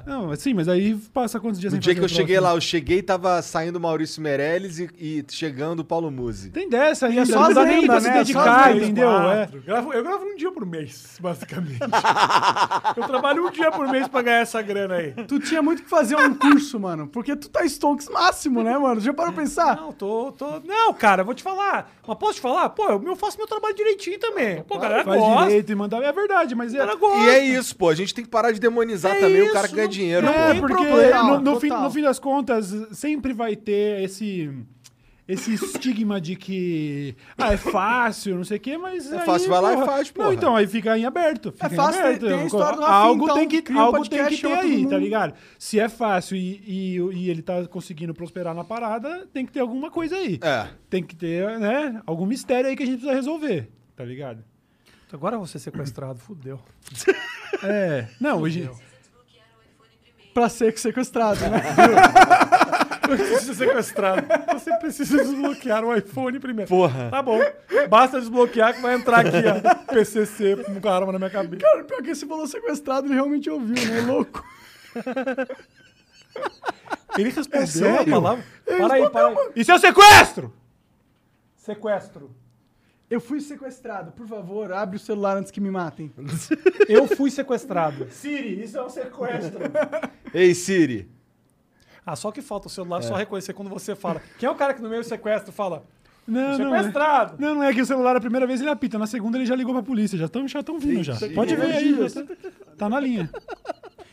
Não, sim, mas aí passa quantos dias
No
sem
dia
fazer
que eu
o troço,
cheguei
né?
lá, eu cheguei e tava saindo Maurício Meirelles e, e chegando o Paulo Musi.
Tem dessa aí,
é só
não dá nem
lenda,
pra se
né? É só
dedicar,
lenda.
entendeu? É.
Eu gravo, eu gravo um dia por mês, basicamente.
É.
eu trabalho <laughs> um dia por mês pra ganhar essa grana aí.
Tu tinha muito que fazer um curso, mano. Porque tu tá Stonks máximo, né, mano? Já parou pra pensar?
Não, tô, tô. Não, cara, vou te falar. Mas posso te falar? Pô, eu, eu faço meu trabalho direitinho também. Pô, a galera
Faz
gosta.
direito e manda. É verdade, mas é.
A galera gosta.
E é isso, pô. A gente tem que parar de demonizar
É
também o
isso,
cara que ganha
não-
dinheiro.
não
pô.
É,
tem
porque
problema.
no, no fim,
Total.
no fim das contas, sempre vai ter esse. Esse estigma de que ah, é fácil, não sei o quê, mas.
É
aí,
fácil, vai lá e faz,
Não,
porra.
então, aí fica em aberto. fica em
É fácil, tem-
aberto.
tem a história do Rafinha,
Algo
então,
tem que,
cria um
algo
podcast,
tem que ter
chama todo
aí,
mundo.
tá ligado? Se é fácil e, e, e ele tá conseguindo prosperar na parada, tem que ter alguma coisa aí.
É.
Tem que ter, né? Algum mistério aí que a gente precisa resolver, tá ligado?
Agora você sequestrado, fudeu.
É. Não, hoje.
Pra ser sequestrado, né? <laughs>
Precisa sequestrado. Você precisa desbloquear o iPhone primeiro. Porra. Tá bom. Basta desbloquear que vai entrar aqui, ó. <laughs> PCC com a arma na minha cabeça.
Cara, pior que esse falou sequestrado, ele realmente ouviu, né? Louco.
Ele
É
respondeu a palavra. Para aí, para aí.
Isso é o sequestro!
Sequestro.
Eu fui sequestrado, por favor, abre o celular antes que me matem.
Eu fui sequestrado.
Ei, Siri.
<laughs> Ah, só que falta o celular
É.
só reconhecer quando você fala. Quem é o cara que no meio do sequestro fala?
Não, não. é.
Sequestrado!
Não, não é que o celular a primeira vez ele apita, na segunda ele já ligou pra polícia, já estão já tão vindo já. Pode ver aí, já tá- tá na linha.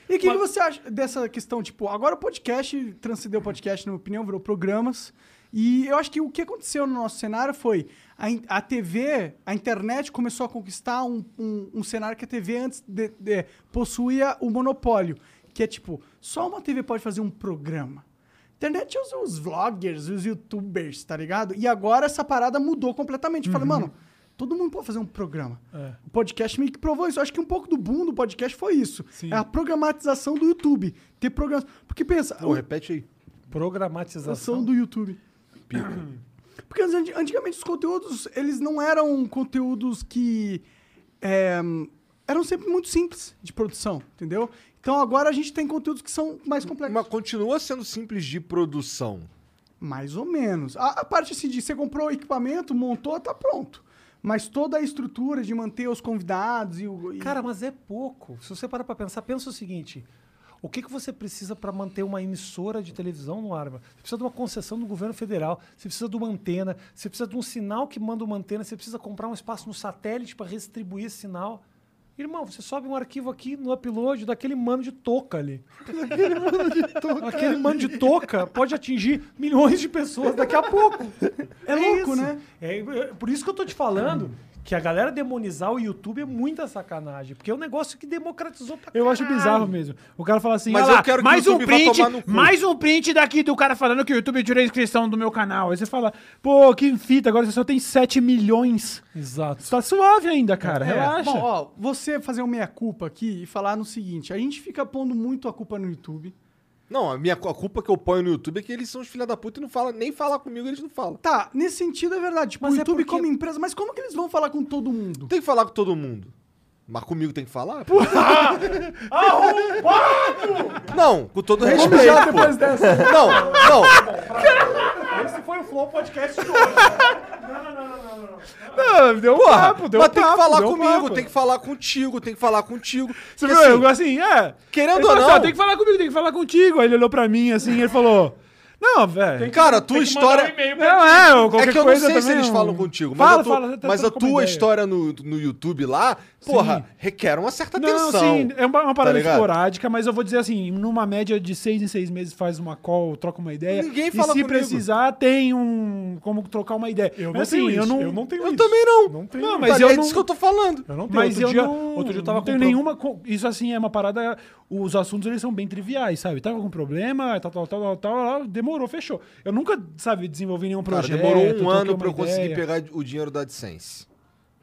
E o que, que você acha dessa questão? Tipo, agora o podcast transcendeu o podcast, na minha opinião, virou programas. E eu acho que o que aconteceu no nosso cenário foi a, in- a TV, a internet começou a conquistar um, um- um cenário que a TV antes de- de- possuía o monopólio. Que é tipo, só uma TV pode fazer um programa. Internet usa os vloggers, os youtubers, tá ligado? E agora essa parada mudou completamente. Eu Falei, mano, todo mundo pode fazer um programa. O podcast meio que provou isso. Eu acho que um pouco do boom do podcast foi isso. É a programatização do YouTube. Ter programas. Porque pensa,
Pô, repete aí.
um
programação
Programatização.
do YouTube. <clears throat> Porque anti- antigamente os conteúdos, eles não eram conteúdos que. é, eram sempre muito simples de produção, entendeu? Então agora a gente tem conteúdos que são mais complexos.
Mas continua sendo simples de produção.
Mais ou menos. A, a parte assim de você comprou o equipamento, montou, tá pronto. Mas toda a estrutura de manter os convidados e o. e-
Cara, mas é pouco. Se você parar pra pensar, pensa o seguinte. O que, que você precisa para manter uma emissora de televisão no ar? meu? Você precisa de uma concessão do governo federal, você precisa de uma antena, você precisa de um sinal que manda uma antena, você precisa comprar um espaço no satélite para distribuir esse sinal.
Irmão, você sobe um arquivo aqui no upload daquele mano de toca ali. daquele mano de toca.
É.
Aquele mano de toca pode atingir milhões de pessoas daqui
<laughs>
a pouco. É, louco, né? É, é, por isso que eu tô te falando que a galera demonizar o YouTube é muita sacanagem. Porque é um negócio que democratizou pra
Eu acho
caralho.
bizarro mesmo. O cara fala assim,
Mas
"Ah
eu
lá,
quero que o
mais um
YouTube vá
print,
tomar no cu."
mais um print daqui do cara falando que o YouTube tirou a inscrição do meu canal. Aí você fala, pô, que fita, agora você só tem 7 milhões.
Exato. É.
Tá suave ainda, cara, relaxa.
É. Bom, ó, você fazer uma meia-culpa aqui e falar no seguinte: a gente fica pondo muito a culpa no YouTube.
Não, a minha cu- a culpa que eu ponho no YouTube é que eles são os filha da puta e não fala nem falar comigo eles não falam.
Tá, nesse sentido é verdade. Tipo,
Mas
o
é
YouTube
porque-
como empresa, mas como que eles vão falar com todo mundo?
Tem que falar com todo mundo. Mas comigo tem que falar? <laughs> Não, com todo respeito. pô. Não, não.
Esse foi o Flow Podcast de né?
deu
Porra,
deu
mas tem que falar
deu
comigo,
papo.
tem que falar contigo, tem que falar contigo.
Você
Tipo
Porque,
viu? eu assim, é.
Tipo Querendo
Ele
ou
falou assim,
não.
ó, tem que falar comigo, tem que falar contigo. Aí ele olhou pra mim assim, ele falou: Não, velho.
Cara, a tua história.
Não, é, ou qualquer
É que eu não
coisa
sei se
também
eles
não-
falam contigo, mas,
Fala,
eu tô-
fala, tá-
mas
tá
a
com
tua
uma ideia.
história no, no YouTube lá, porra, requer uma certa
Não,
atenção.
sim, é uma, uma parada
tá ligado?
esporádica, mas eu vou dizer assim, numa média de seis em seis meses faz uma call, troca uma ideia.
Ninguém
e
fala
se
comigo.
precisar, tem um como trocar uma ideia.
Eu
Mas,
não
assim,
tenho
eu
isso.
não,
Eu não tenho
Eu
isso.
também não.
Não tenho.
Não,
Não,
mas
Tá-
eu
é
não-
disso que eu tô falando.
Eu não tenho.
Mas
outro,
eu
dia,
não,
outro dia eu tava
não
com
tenho
pro-
nenhuma. co- Isso assim é uma parada. Os assuntos eles são bem triviais, sabe? Tava com problema, tal, tal, tal, tal, tal, demorou, fechou. Eu nunca, sabe, desenvolvi nenhum
Cara,
projeto.
demorou um
troquei
ano
uma
pra eu conseguir
ideia.
pegar o dinheiro da AdSense.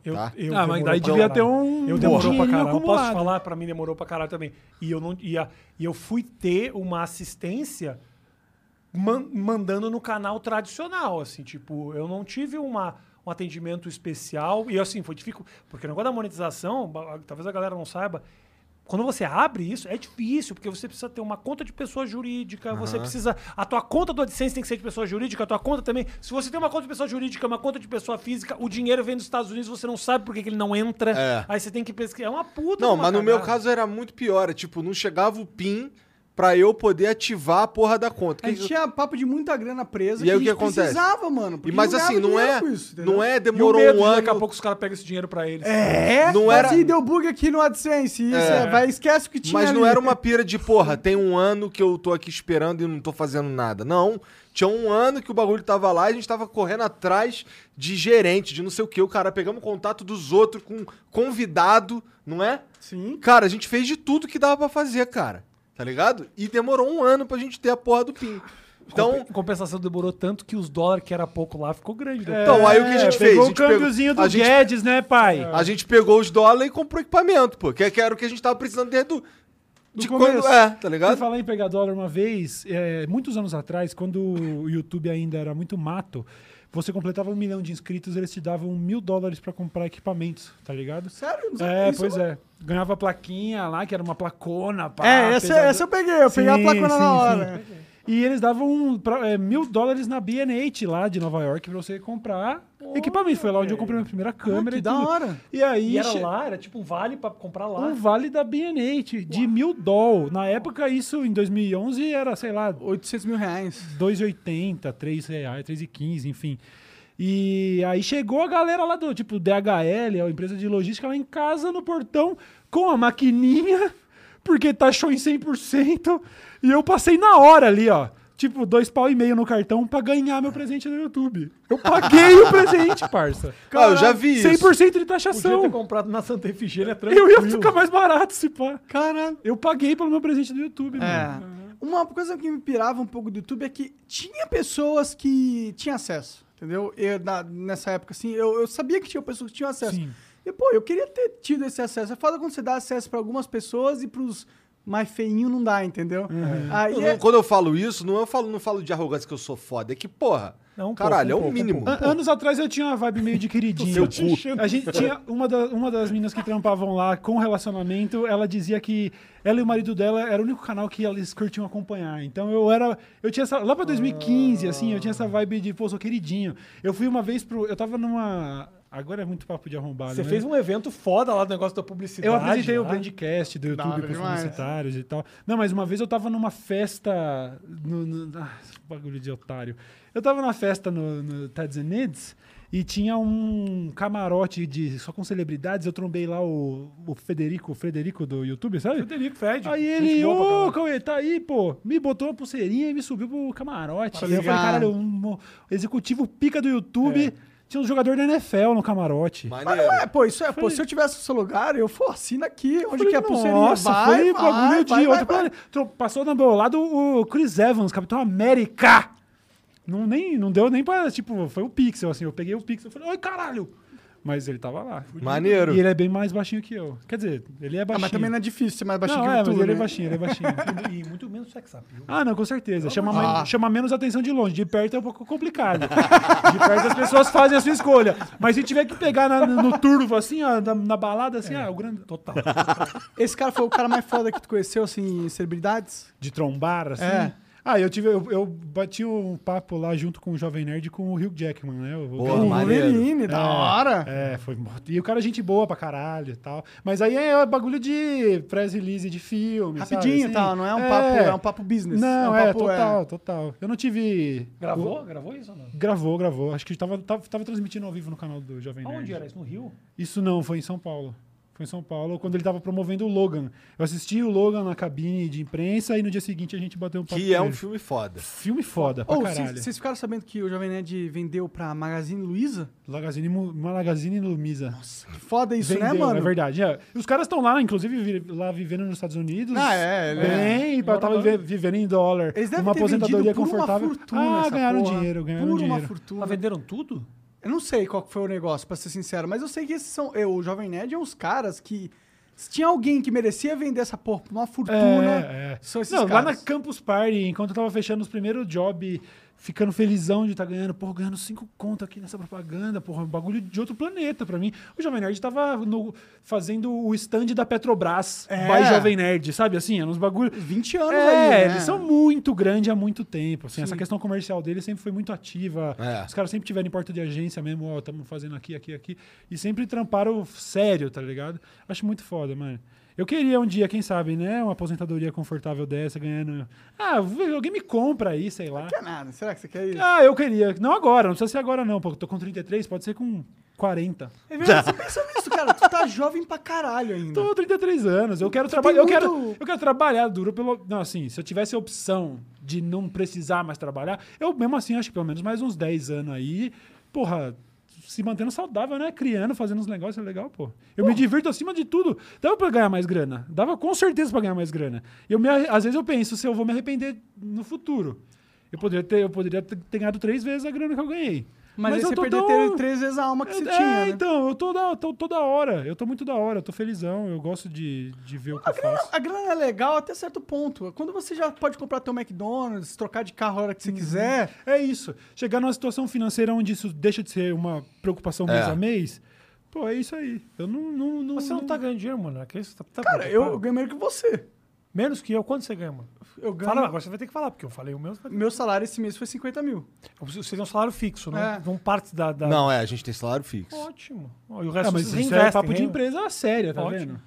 Eu,
Tá.
eu
Ah, mas
demorou
daí
pra
devia
caralho.
ter um
Eu demorou pra
dinheirinho
caralho. Eu posso
acumulado.
te falar, pra mim demorou pra caralho também. E eu, não, e a- e eu fui ter uma assistência man- mandando no canal tradicional, assim, tipo, eu não tive uma, um atendimento especial. E assim, foi difícil. Porque o negócio da monetização, ba- talvez a galera não saiba. Quando você abre isso, é difícil, porque você precisa ter uma conta de pessoa jurídica, você precisa. A tua conta do AdSense tem que ser de pessoa jurídica, a tua conta também. Se você tem uma conta de pessoa jurídica, uma conta de pessoa física, o dinheiro vem dos Estados Unidos, você não sabe por que, que ele não entra.
É.
Aí você tem que pesquisar. É uma puta.
Não,
de uma
mas no meu
cagada.
caso era muito pior. É, tipo, não chegava o PIN pra eu poder ativar a porra da conta.
A
Que-
gente tinha papo de muita grana presa
E aí
a
o que
gente
acontece?
precisava,
E,
mano. porque
mas
ganhava
assim, não
dinheiro
é,
com isso, entendeu?
não é
E o
demorou
medo
um
de
ano.
Daqui a pouco os caras pegam esse dinheiro pra eles.
É,
Não
não
era-
era... assim, deu bug aqui no AdSense. Isso é, vai, esquece o que tinha
Mas não
ali.
era uma pira de, porra, tem um ano que eu tô aqui esperando e não tô fazendo nada. Não. Tinha um ano que o bagulho tava lá e a gente tava correndo atrás de gerente, de não sei o que. O cara pegamos contato dos outros com convidado, não é?
Sim.
Cara, a gente fez de tudo que dava pra fazer, cara. Tá ligado? E demorou um ano pra gente ter a porra do PIN. Então,
Em compensação, demorou tanto que os dólares que era pouco lá ficou grande. né?
então aí o que a gente
É,
fez?
Pegou
a
o
gente
câmbiozinho
pegou- a
do
gente
Guedes, né, pai?
A gente pegou os dólares e comprou equipamento, pô. Que, que era o que a gente tava precisando desde do, de
começo.
quando. É, tá
Você
ligado?
falar em pegar dólar uma vez, é, muitos anos atrás, quando o YouTube ainda era muito mato, você completava um milhão de inscritos, eles te davam mil dólares pra comprar equipamentos, tá ligado?
Sério? Não-
É,
isso um
pois
não-
é. Ganhava plaquinha lá, que era uma placona. Pá,
É, essa,
pesada.
essa eu peguei. Eu peguei a
Ah, Sim,
placa
sim,
na hora.
sim. E eles davam um pra- é, mil dólares na B&H lá de Nova York pra você comprar equipamento. Foi lá onde eu comprei minha primeira câmera
Ah, que
e
da
tudo.
hora.
E aí...
E era
che-
lá, era tipo um vale pra comprar lá.
Um vale da B&H de mil dólares. Na época, isso em 2011 era, sei lá,
800 mil reais.
2,80, 3 reais, 3,15, enfim. E aí chegou a galera lá do tipo DHL, a empresa de logística, lá em casa, no portão, com a maquininha, <laughs> porque taxou em 100%. E eu passei na hora ali, ó. Tipo, dois pau e meio no cartão pra ganhar meu presente no YouTube. Eu paguei o presente, <laughs> parça.
Ah, eu já vi isso.
100% de
Podia ter
taxação.
comprado na Santa Efigênia tranquilo.
Eu ia ficar mais barato, se pá.
Caralho.
Eu paguei pelo meu presente do YouTube,
É.
mano.
Uma coisa que me pirava um pouco do YouTube é que tinha pessoas que tinham acesso, entendeu? Eu, na- nessa época, assim, eu, eu sabia que tinha pessoas que tinham acesso.
Sim.
E, pô, eu queria ter tido esse acesso. É foda quando você dá acesso pra algumas pessoas e pros mais feinhos não dá, entendeu?
Uhum.
Aí
Eu não-
é-
Quando eu falo isso, não é eu falo, não falo de arrogância que eu sou foda. É que, porra,
Não, um
caralho,
pouco,
é
um
o
pouco,
mínimo.
An- anos atrás eu tinha uma vibe meio de queridinha.
<laughs> Seu cu.
A gente tinha uma, da- uma das meninas que trampavam lá com relacionamento, ela dizia que ela e o marido dela era o único canal que eles curtiam acompanhar. Então eu era. Eu tinha essa. Lá pra 2015, assim, eu tinha essa vibe de, pô, sou queridinho. Eu fui uma vez pro. Eu tava numa. Agora é muito papo de arrombado.
Você
né?
fez um evento foda lá do negócio da publicidade.
Eu apresentei o
lá.
Brandcast do
Da hora
YouTube pros
demais.
publicitários e tal. Não, mas uma vez eu tava numa festa. No, no- ah, esse bagulho de otário. Eu tava numa festa no, no Estados Unidos E tinha um camarote de só com celebridades. Eu trombei lá o, o Federico, o Frederico do YouTube, sabe?
Frederico Fed.
Aí ele, ô, Cauê, tá aí, pô. Me botou uma pulseirinha e me subiu pro
Tá
camarote. E eu falei, caralho, um executivo pica do YouTube.
É.
Tinha um jogador da NFL no camarote.
Mas não é, pô, isso é, pô, se eu tivesse o seu lugar, eu, pô, assina aqui, onde que é a pulseirinha?
Nossa,
vai,
foi um
vai,
bagulho de
vai,
outro
vai,
planeta. Tro- Passou do meu lado o Chris Evans, Capitão América. Não, nem, não deu nem pra, tipo, foi o Pixel, assim. Eu peguei o Pixel e falei, oi, caralho. Mas ele tava lá.
Maneiro.
E ele é bem mais baixinho que eu. Quer dizer, ele é baixinho.
Ah, mas também não é difícil ser mais baixinho
Não,
que
é,
o tu,
mas ele é
né?
baixinho, ele é
<laughs>
baixinho.
E muito menos sex appeal.
Ah, não, com certeza. Chama,
Deus.
men-
Ah.
chama menos atenção de longe. De perto é um pouco complicado. De perto as pessoas fazem a sua escolha. Mas se tiver que pegar na- no turvo, assim, ó, na, na balada, assim,
É.
ah, o grande. Total.
Esse cara foi o cara mais foda que tu conheceu, assim, em celebridades?
De trombar, assim.
É.
Ah, eu tive. Eu, eu bati um papo lá junto com o Jovem Nerd e com o Hugh Jackman, né? O-
Boa,
o-
O
maneiro.
Wolverine, da hora.
É, foi morto. E o cara é gente boa pra caralho e tal. Mas aí é bagulho de press release de filme. sabe,
Rapidinho e
assim?
tal, não é um papo- é um papo business,
Não,
é
é,
um papo,
total, total. Eu não tive.
Gravou? Gravou isso ou não?
Gravou, gravou. Acho que tava, tava, tava transmitindo ao vivo no canal do Jovem Nerd.
Aonde era isso? No Rio?
Isso não, foi em São Paulo. Foi em São Paulo, quando ele tava promovendo o Logan. Eu assisti o Logan na cabine de imprensa e no dia seguinte a gente bateu um papo.
Que é
com
um
ele.
filme foda.
filme foda pra
Ou,
caralho.
vocês ficaram sabendo que o Jovem Nerd vendeu pra Magazine Luiza?
Magazine, Mu- Magazine Lumiza.
Que foda isso, né,
Vendeu,
mano?
É verdade. é. E Os caras estão lá, inclusive, vi- lá vivendo nos Estados Unidos.
Ah, é, ele
Bem, pra- tava vive- vivendo em dólar.
Eles devem
uma
ter
aposentadoria
vendido por uma
confortável.
fortuna
ah,
essa
ganharam
porra.
dinheiro, ganharam
Por
dinheiro.
uma fortuna.
Mas venderam tudo?
Eu não sei qual que foi o negócio, pra ser sincero, mas eu sei que esses são. Eu, o Jovem Nerd é uns caras que. Se tinha alguém que merecia vender essa porra por uma fortuna,
É, é.
são esses
Não,
caras.
lá na Campus Party, enquanto eu tava fechando os primeiros job, ficando felizão de estar ganhando, porra, ganhando cinco conto aqui nessa propaganda, porra, um bagulho de outro planeta pra mim. O Jovem Nerd tava no- fazendo o stand da Petrobras
É.
by Jovem Nerd, sabe? Assim, eram uns bagulhos.
20 anos
é,
aí. né?
eles são muito grandes há muito tempo. Assim, essa questão comercial deles sempre foi muito ativa.
É.
Os caras sempre tiveram em porta de agência mesmo, ó, estamos fazendo aqui, aqui, aqui. E sempre tramparam sério, tá ligado? Acho muito foda, mano. Eu queria um dia, quem sabe, né? Uma aposentadoria confortável dessa, ganhando. Ah, v- alguém me compra aí, sei lá.
Não quer nada. Será que
<laughs>
você quer isso?
Ah, eu queria. Não agora, não precisa ser agora, não. Pô, eu tô com 33, pode ser com 40.
É verdade, você pensa nisso, cara. Tu tá jovem pra caralho ainda.
Tô 33 anos, eu quero trabalhar. Eu
né? muito-
quero, eu quero trabalhar duro pelo. Não, assim, se eu tivesse a opção de não precisar mais trabalhar, eu mesmo assim acho que pelo menos mais uns 10 anos aí, porra, se mantendo saudável, né? Criando, fazendo uns negócios é legal, pô. Eu me divirto acima de tudo. Dava pra ganhar mais grana. Dava com certeza pra ganhar mais grana. Eu me, arre- às vezes eu penso se eu vou me arrepender no futuro. Eu poderia ter, eu poderia ter ter ganhado três vezes a grana que eu ganhei.
Mas, aí
eu
você
tô
perdeu
tão-
três vezes a alma que você
é,
tinha. Né?
então, eu tô da, tô, tô da hora. Eu tô muito da hora, eu tô felizão. Eu gosto de, de ver o que
A
eu
grana,
faço.
a grana é legal até certo ponto. Quando você já pode comprar teu McDonald's, trocar de carro a hora que
Uhum.
você quiser.
É isso. Chegar numa situação financeira onde isso deixa de ser uma preocupação mês a mês, pô, é isso aí. Eu não. não, não
É. Mas você não tá ganhando dinheiro, mano. Aqui você tá, tá
Cara, eu, eu ganho menos que você.
Menos que eu, quanto você ganha, mano?
Eu ganho.
Fala, agora você vai ter que falar, porque eu falei o meu. você vai ter-
Meu salário esse mês foi 50 mil.
Você tem um salário fixo, não,
É.
não parte da. da-
Não, é, a gente tem salário fixo.
Ótimo. E o
Ah,
resto
mas
vocês
isso é
reinvestem,
papo de
né?
empresa séria, tá
Ótimo.
vendo?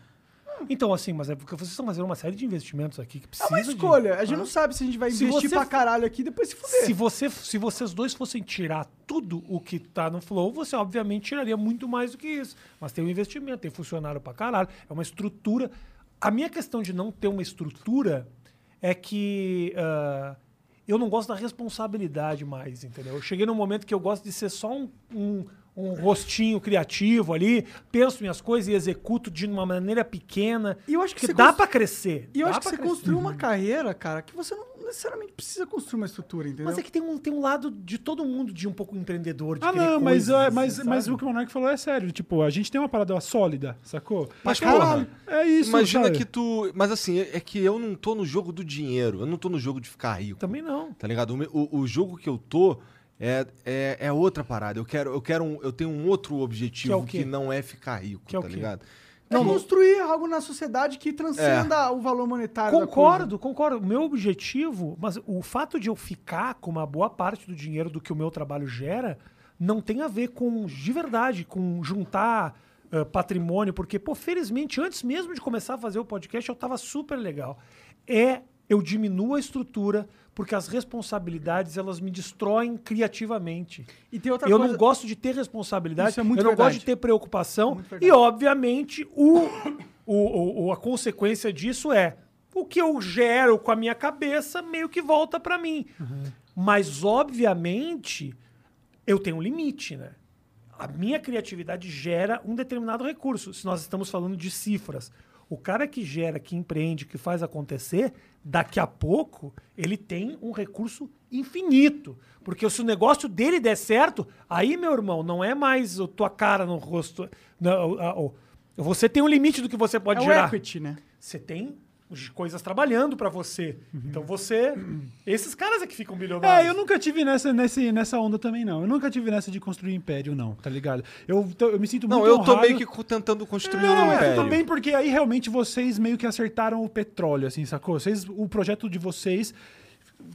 Então, assim, mas é porque vocês estão fazendo uma série de investimentos aqui que
É
precisa.
uma
de-
escolha. A gente não sabe se a gente vai
Se
investir
você
pra
f-
caralho aqui e depois se fuder.
Se, você, se vocês dois fossem tirar tudo o que tá no Flow, você obviamente tiraria muito mais do que isso. Mas tem um investimento, tem funcionário pra caralho, é uma estrutura. A minha questão de não ter uma estrutura é que ah, eu não gosto da responsabilidade mais, entendeu? Eu cheguei num momento que eu gosto de ser só um, um, um rostinho criativo ali, penso minhas coisas e executo de uma maneira pequena.
E eu acho que você
dá
cons-
pra crescer.
E eu
dá
acho que
pra
você
crescer. Uhum.
construiu uma carreira, cara, que você não necessariamente precisa construir uma estrutura, entendeu?
Mas é que tem um, tem um lado de todo mundo de um pouco empreendedor. De
Ah,
querer
não, mas,
coisas,
é, mas,
assim,
mas
sabe?
o que o Monark falou é sério. Tipo, a gente tem uma parada sólida, sacou?
Mas,
Caralho,
porra,
é isso,
Imagina
sabe?
que tu. Mas assim, é é que eu não tô no jogo do dinheiro. Eu não tô no jogo de ficar rico.
Também não.
Tá ligado? O me- O, o jogo que eu tô é, é, é outra parada. Eu quero, eu quero um, eu tenho um outro
Que é
objetivo
o
que,
quê?
não é ficar rico,
Que é o
tá
quê?
ligado?
É construir algo na sociedade que transcenda o valor monetário
É. Concordo, concordo. O meu objetivo, mas o fato de eu ficar com uma boa parte do dinheiro do que o meu trabalho gera não tem a ver com, de verdade, com juntar eh, patrimônio, porque, pô, felizmente, antes mesmo de começar a fazer o podcast, eu tava super legal. É eu diminuo a estrutura porque as responsabilidades elas me destroem criativamente.
E tem outra
eu
coisa-
não gosto de ter responsabilidade,
Isso é muito
eu não
verdade. É
gosto de ter preocupação
verdade.
e obviamente o, o, o- o- a consequência disso é o que eu gero com a minha cabeça meio que volta para mim.
Uhum.
Mas obviamente eu tenho um limite, né? A minha criatividade gera um determinado recurso. Se nós estamos falando de cifras, o cara que gera, que empreende, que faz acontecer, daqui a pouco ele tem um recurso infinito. Porque se o negócio dele der certo, aí, meu irmão, não é mais a tua cara no rosto. Não, a- a- você tem um limite do que você pode
É o
gerar
equity, né?
você tem j- coisas trabalhando pra você.
Uhum.
Então você. Esses caras é que ficam bilionários.
É, eu nunca tive nessa, nesse, nessa onda também, não. Eu nunca tive nessa de construir império, não, tá ligado? Eu, tô- eu me sinto
Não,
muito
eu tô
honrado.
meio que co- tentando construir
Não,
um
não, é,
império.
tudo bem, porque aí realmente vocês meio que acertaram o petróleo, assim, sacou? Vocês, o projeto de vocês.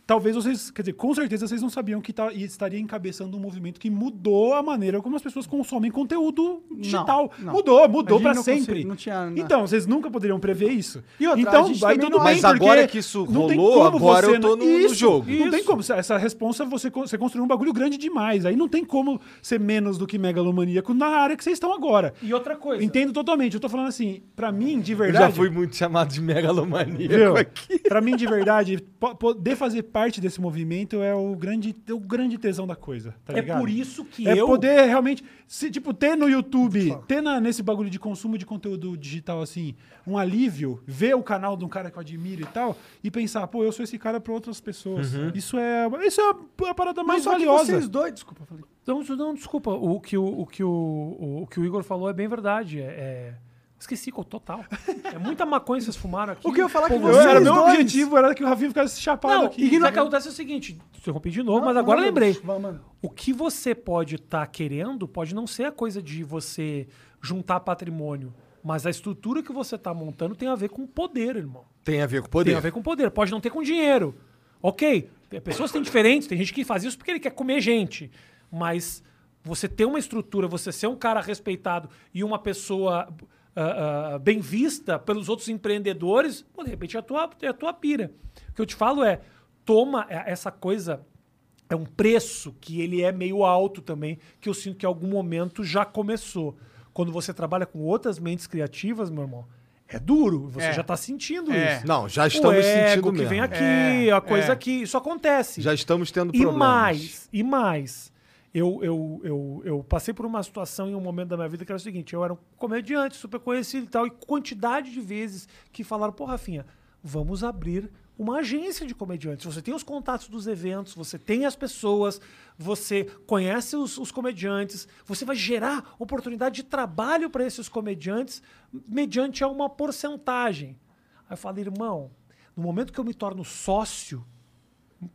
Talvez vocês, quer dizer, com certeza vocês não sabiam que tá, estaria encabeçando um movimento que mudou a maneira como as pessoas consomem conteúdo digital.
não.
Mudou,
A
mudou
gente
pra
não
sempre.
consegue- não tinha- não.
Então, vocês nunca poderiam prever isso.
E outra, a
então,
gente
aí
também
tudo
não- é.
bem,
Mas
agora
porque
que isso
não tem
rolou,
como
agora
você
eu tô no- no
Isso,
jogo.
Não tem como. Essa resposta você, con- você construiu um bagulho grande demais. Aí não tem como ser menos do que megalomaníaco na área que vocês estão agora.
E outra coisa.
Entendo totalmente. Eu tô falando assim, pra mim, de
Eu
verdade.
já fui muito chamado de
Viu?
megalomaníaco aqui.
Pra mim, de verdade, po- poder fazer parte desse movimento é o grande, o grande tesão da coisa, tá
É
ligado?
por isso que
É
eu.
poder realmente. Se, tipo, ter no YouTube, ter na- nesse bagulho de consumo de conteúdo digital, assim, um alívio, ver o canal de um cara que eu admiro e tal, e pensar, pô, eu sou esse cara pra outras pessoas.
Uhum.
Isso é. Isso é a parada mais
só que
valiosa.
vocês dois, desculpa, eu falei.
Não, isso não, desculpa. O que o, o, que o, o, o que o Igor falou é bem verdade. É, é- Esqueci co- total. É muita maconha que vocês fumaram aqui.
O que eu ia falar é que
Pô,
Eu-
vocês
era meu
dois.
objetivo, era que o Ravinho ficasse chapado
Não,
aqui.
o que acontece é o seguinte. Interrompi de novo, mas
Não,
agora
manda,
lembrei.
vai, manda.
O que você pode estar querendo pode não ser a coisa de você juntar patrimônio, mas a estrutura que você está montando tem a ver com poder, irmão.
Tem a ver com poder.
Tem a ver com poder. Pode não ter com dinheiro. Ok, tem- pessoas têm diferentes. Tem gente que faz isso porque ele quer comer gente. Mas você ter uma estrutura, você ser um cara respeitado e uma pessoa ah, ah, bem vista pelos outros empreendedores, pô, de repente é a, tua, é a tua pira. O que eu te falo é, toma eh, essa coisa... É um preço que ele é meio alto também, que eu sinto que em algum momento já começou. Quando você trabalha com outras mentes criativas, meu irmão, é duro. Você já está sentindo isso.
Não, já
O
estamos
ego
sentindo
que
mesmo.
vem aqui, a coisa aqui. Isso acontece.
Já estamos tendo
e
problemas.
mais, e mais. Eu, eu, eu, eu passei por uma situação em um momento da minha vida que era o seguinte: eu era um comediante super conhecido e tal, e quantidade de vezes que falaram, pô, Rafinha, vamos abrir uma agência de comediantes. Você tem os contatos dos eventos, você tem as pessoas, você conhece os, os comediantes, você vai gerar oportunidade de trabalho para esses comediantes mediante a uma porcentagem. Aí eu falei, irmão, no momento que eu me torno sócio,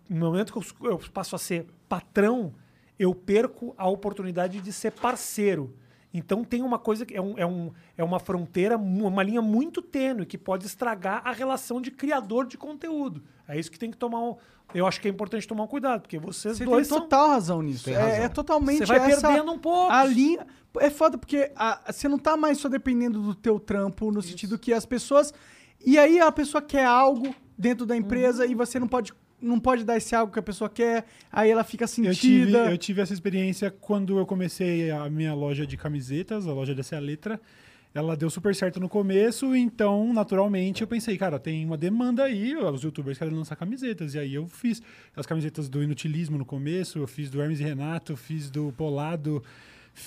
no momento que eu, eu passo a ser patrão, eu perco a oportunidade de ser parceiro. Então tem uma coisa que é, um, é, um, é uma fronteira, mu- uma linha muito tênue que pode estragar a relação de criador de conteúdo. É isso que tem que tomar um. Eu acho que é importante tomar um cuidado, porque vocês
Você tem
dois são.
total razão nisso. É, é totalmente
Você vai
essa-
perdendo um pouco.
A linha... É foda porque a- você não tá mais só dependendo do teu trampo, no sentido que as pessoas... E aí a pessoa quer algo dentro da empresa e você não pode, não pode dar esse algo que a pessoa quer, aí ela fica
Eu tive,
sentida.
eu tive essa experiência quando eu comecei a minha loja de camisetas, a loja dessa letra. Ela deu super certo no começo, então, naturalmente, eu pensei, cara, tem uma demanda aí, os youtubers querem lançar camisetas. E aí eu fiz as camisetas do Inutilismo no começo, eu fiz do Hermes e Renato, fiz do Polado,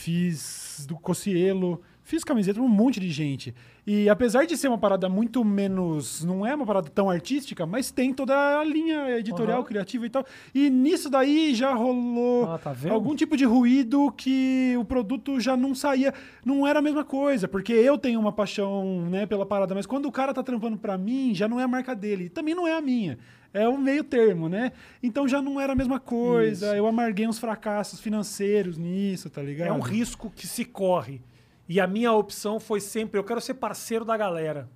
fiz do Cocielo, fiz camiseta pra um monte de gente. E apesar de ser uma parada muito menos. não é uma parada tão artística, mas tem toda a linha editorial, criativa e tal. E nisso daí já rolou
Ah, tá vendo?
algum tipo de ruído que o produto já não saía. Não era a mesma coisa, porque eu tenho uma paixão né, pela parada, mas quando o cara tá trampando pra mim, já não é a marca dele. E também não é a minha. É o meio termo, né? Então já não era a mesma coisa. Eu amarguei uns fracassos financeiros nisso, tá ligado?
É um risco que se corre. E a minha opção foi sempre: eu quero ser parceiro da galera.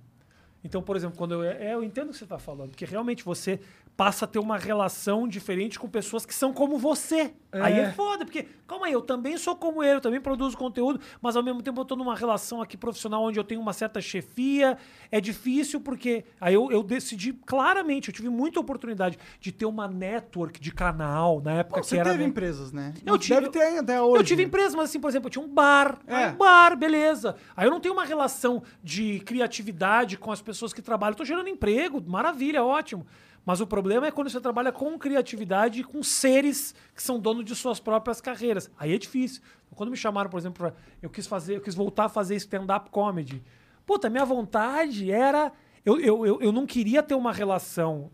Então, por exemplo, quando eu. É, eu entendo o que você está falando, porque realmente você passa a ter uma relação diferente com pessoas que são como você. Aí é foda, porque, calma aí, eu também sou como ele, eu também produzo conteúdo, mas ao mesmo tempo eu estou numa relação aqui profissional onde eu tenho uma certa chefia. É difícil porque. Aí eu, eu decidi claramente, eu tive muita oportunidade de ter uma network de canal na época
Você
que era.
teve
né?
empresas, né?
Eu tive-
Deve ter ainda até hoje.
Eu tive
né?
empresa, mas assim, por exemplo, eu tinha um bar.
É.
Aí um bar, beleza. Aí eu não tenho uma relação de criatividade com as pessoas que trabalham. Eu tô gerando emprego, maravilha, ótimo. Mas o problema é quando você trabalha com criatividade e com seres que são donos de suas próprias carreiras. Aí é difícil. Quando me chamaram, por exemplo, pra- eu quis fazer, eu quis voltar a fazer stand-up comedy. Puta, minha vontade era. Eu, eu, eu, eu não queria ter uma relação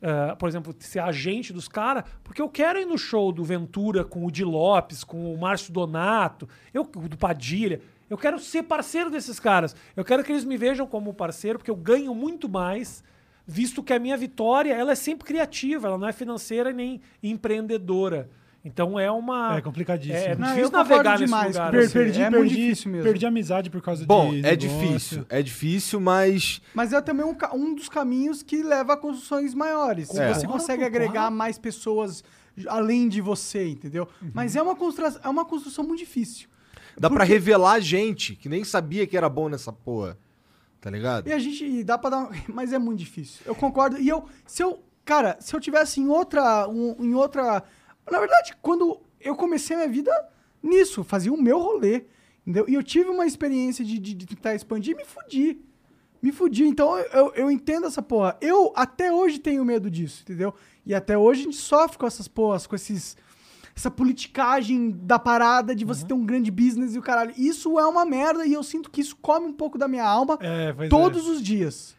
eh, por exemplo, ser agente dos caras, porque eu quero ir no show do Ventura com o Di Lopes, com o Márcio Donato, eu, o do Padilha. Eu quero ser parceiro desses caras. Eu quero que eles me vejam como parceiro, porque eu ganho muito mais, visto que a minha vitória ela é sempre criativa, ela não é financeira e nem empreendedora. Então é uma.
É complicadíssimo.
É, é
Não,
eu
difícil
concordo
navegar nesse
demais,
lugar.
per-
assim.
per-
Perdi,
É muito
perdi,
difícil mesmo.
perdi amizade por causa
Bom,
de
é
negócio.
difícil, é difícil, mas
Mas é também um, ca- um dos caminhos que leva a construções maiores. Se
É.
Você consegue agregar mais pessoas j- além de você, entendeu? Mas
Uhum.
é uma, construção, é uma construção muito difícil.
dá pra
Porque-
revelar gente que nem sabia que era bom nessa porra. Tá ligado?
E a gente e dá pra dar. <laughs> Mas é muito difícil. Eu concordo. E eu. Se eu. Cara, se eu tivesse em outra. um- em outra. Na verdade, quando eu comecei a minha vida nisso, fazia o meu rolê. Entendeu? E eu tive uma experiência de, de, de tentar expandir e me fudi. Me fudi. Então eu, eu- eu entendo essa porra. Eu até hoje tenho medo disso, entendeu? E até hoje a gente sofre com essas porras, com esses. Essa politicagem da parada de você ter um grande business e o caralho. Isso é uma merda e eu sinto que isso come um pouco da minha alma
É, pois é.
todos os dias.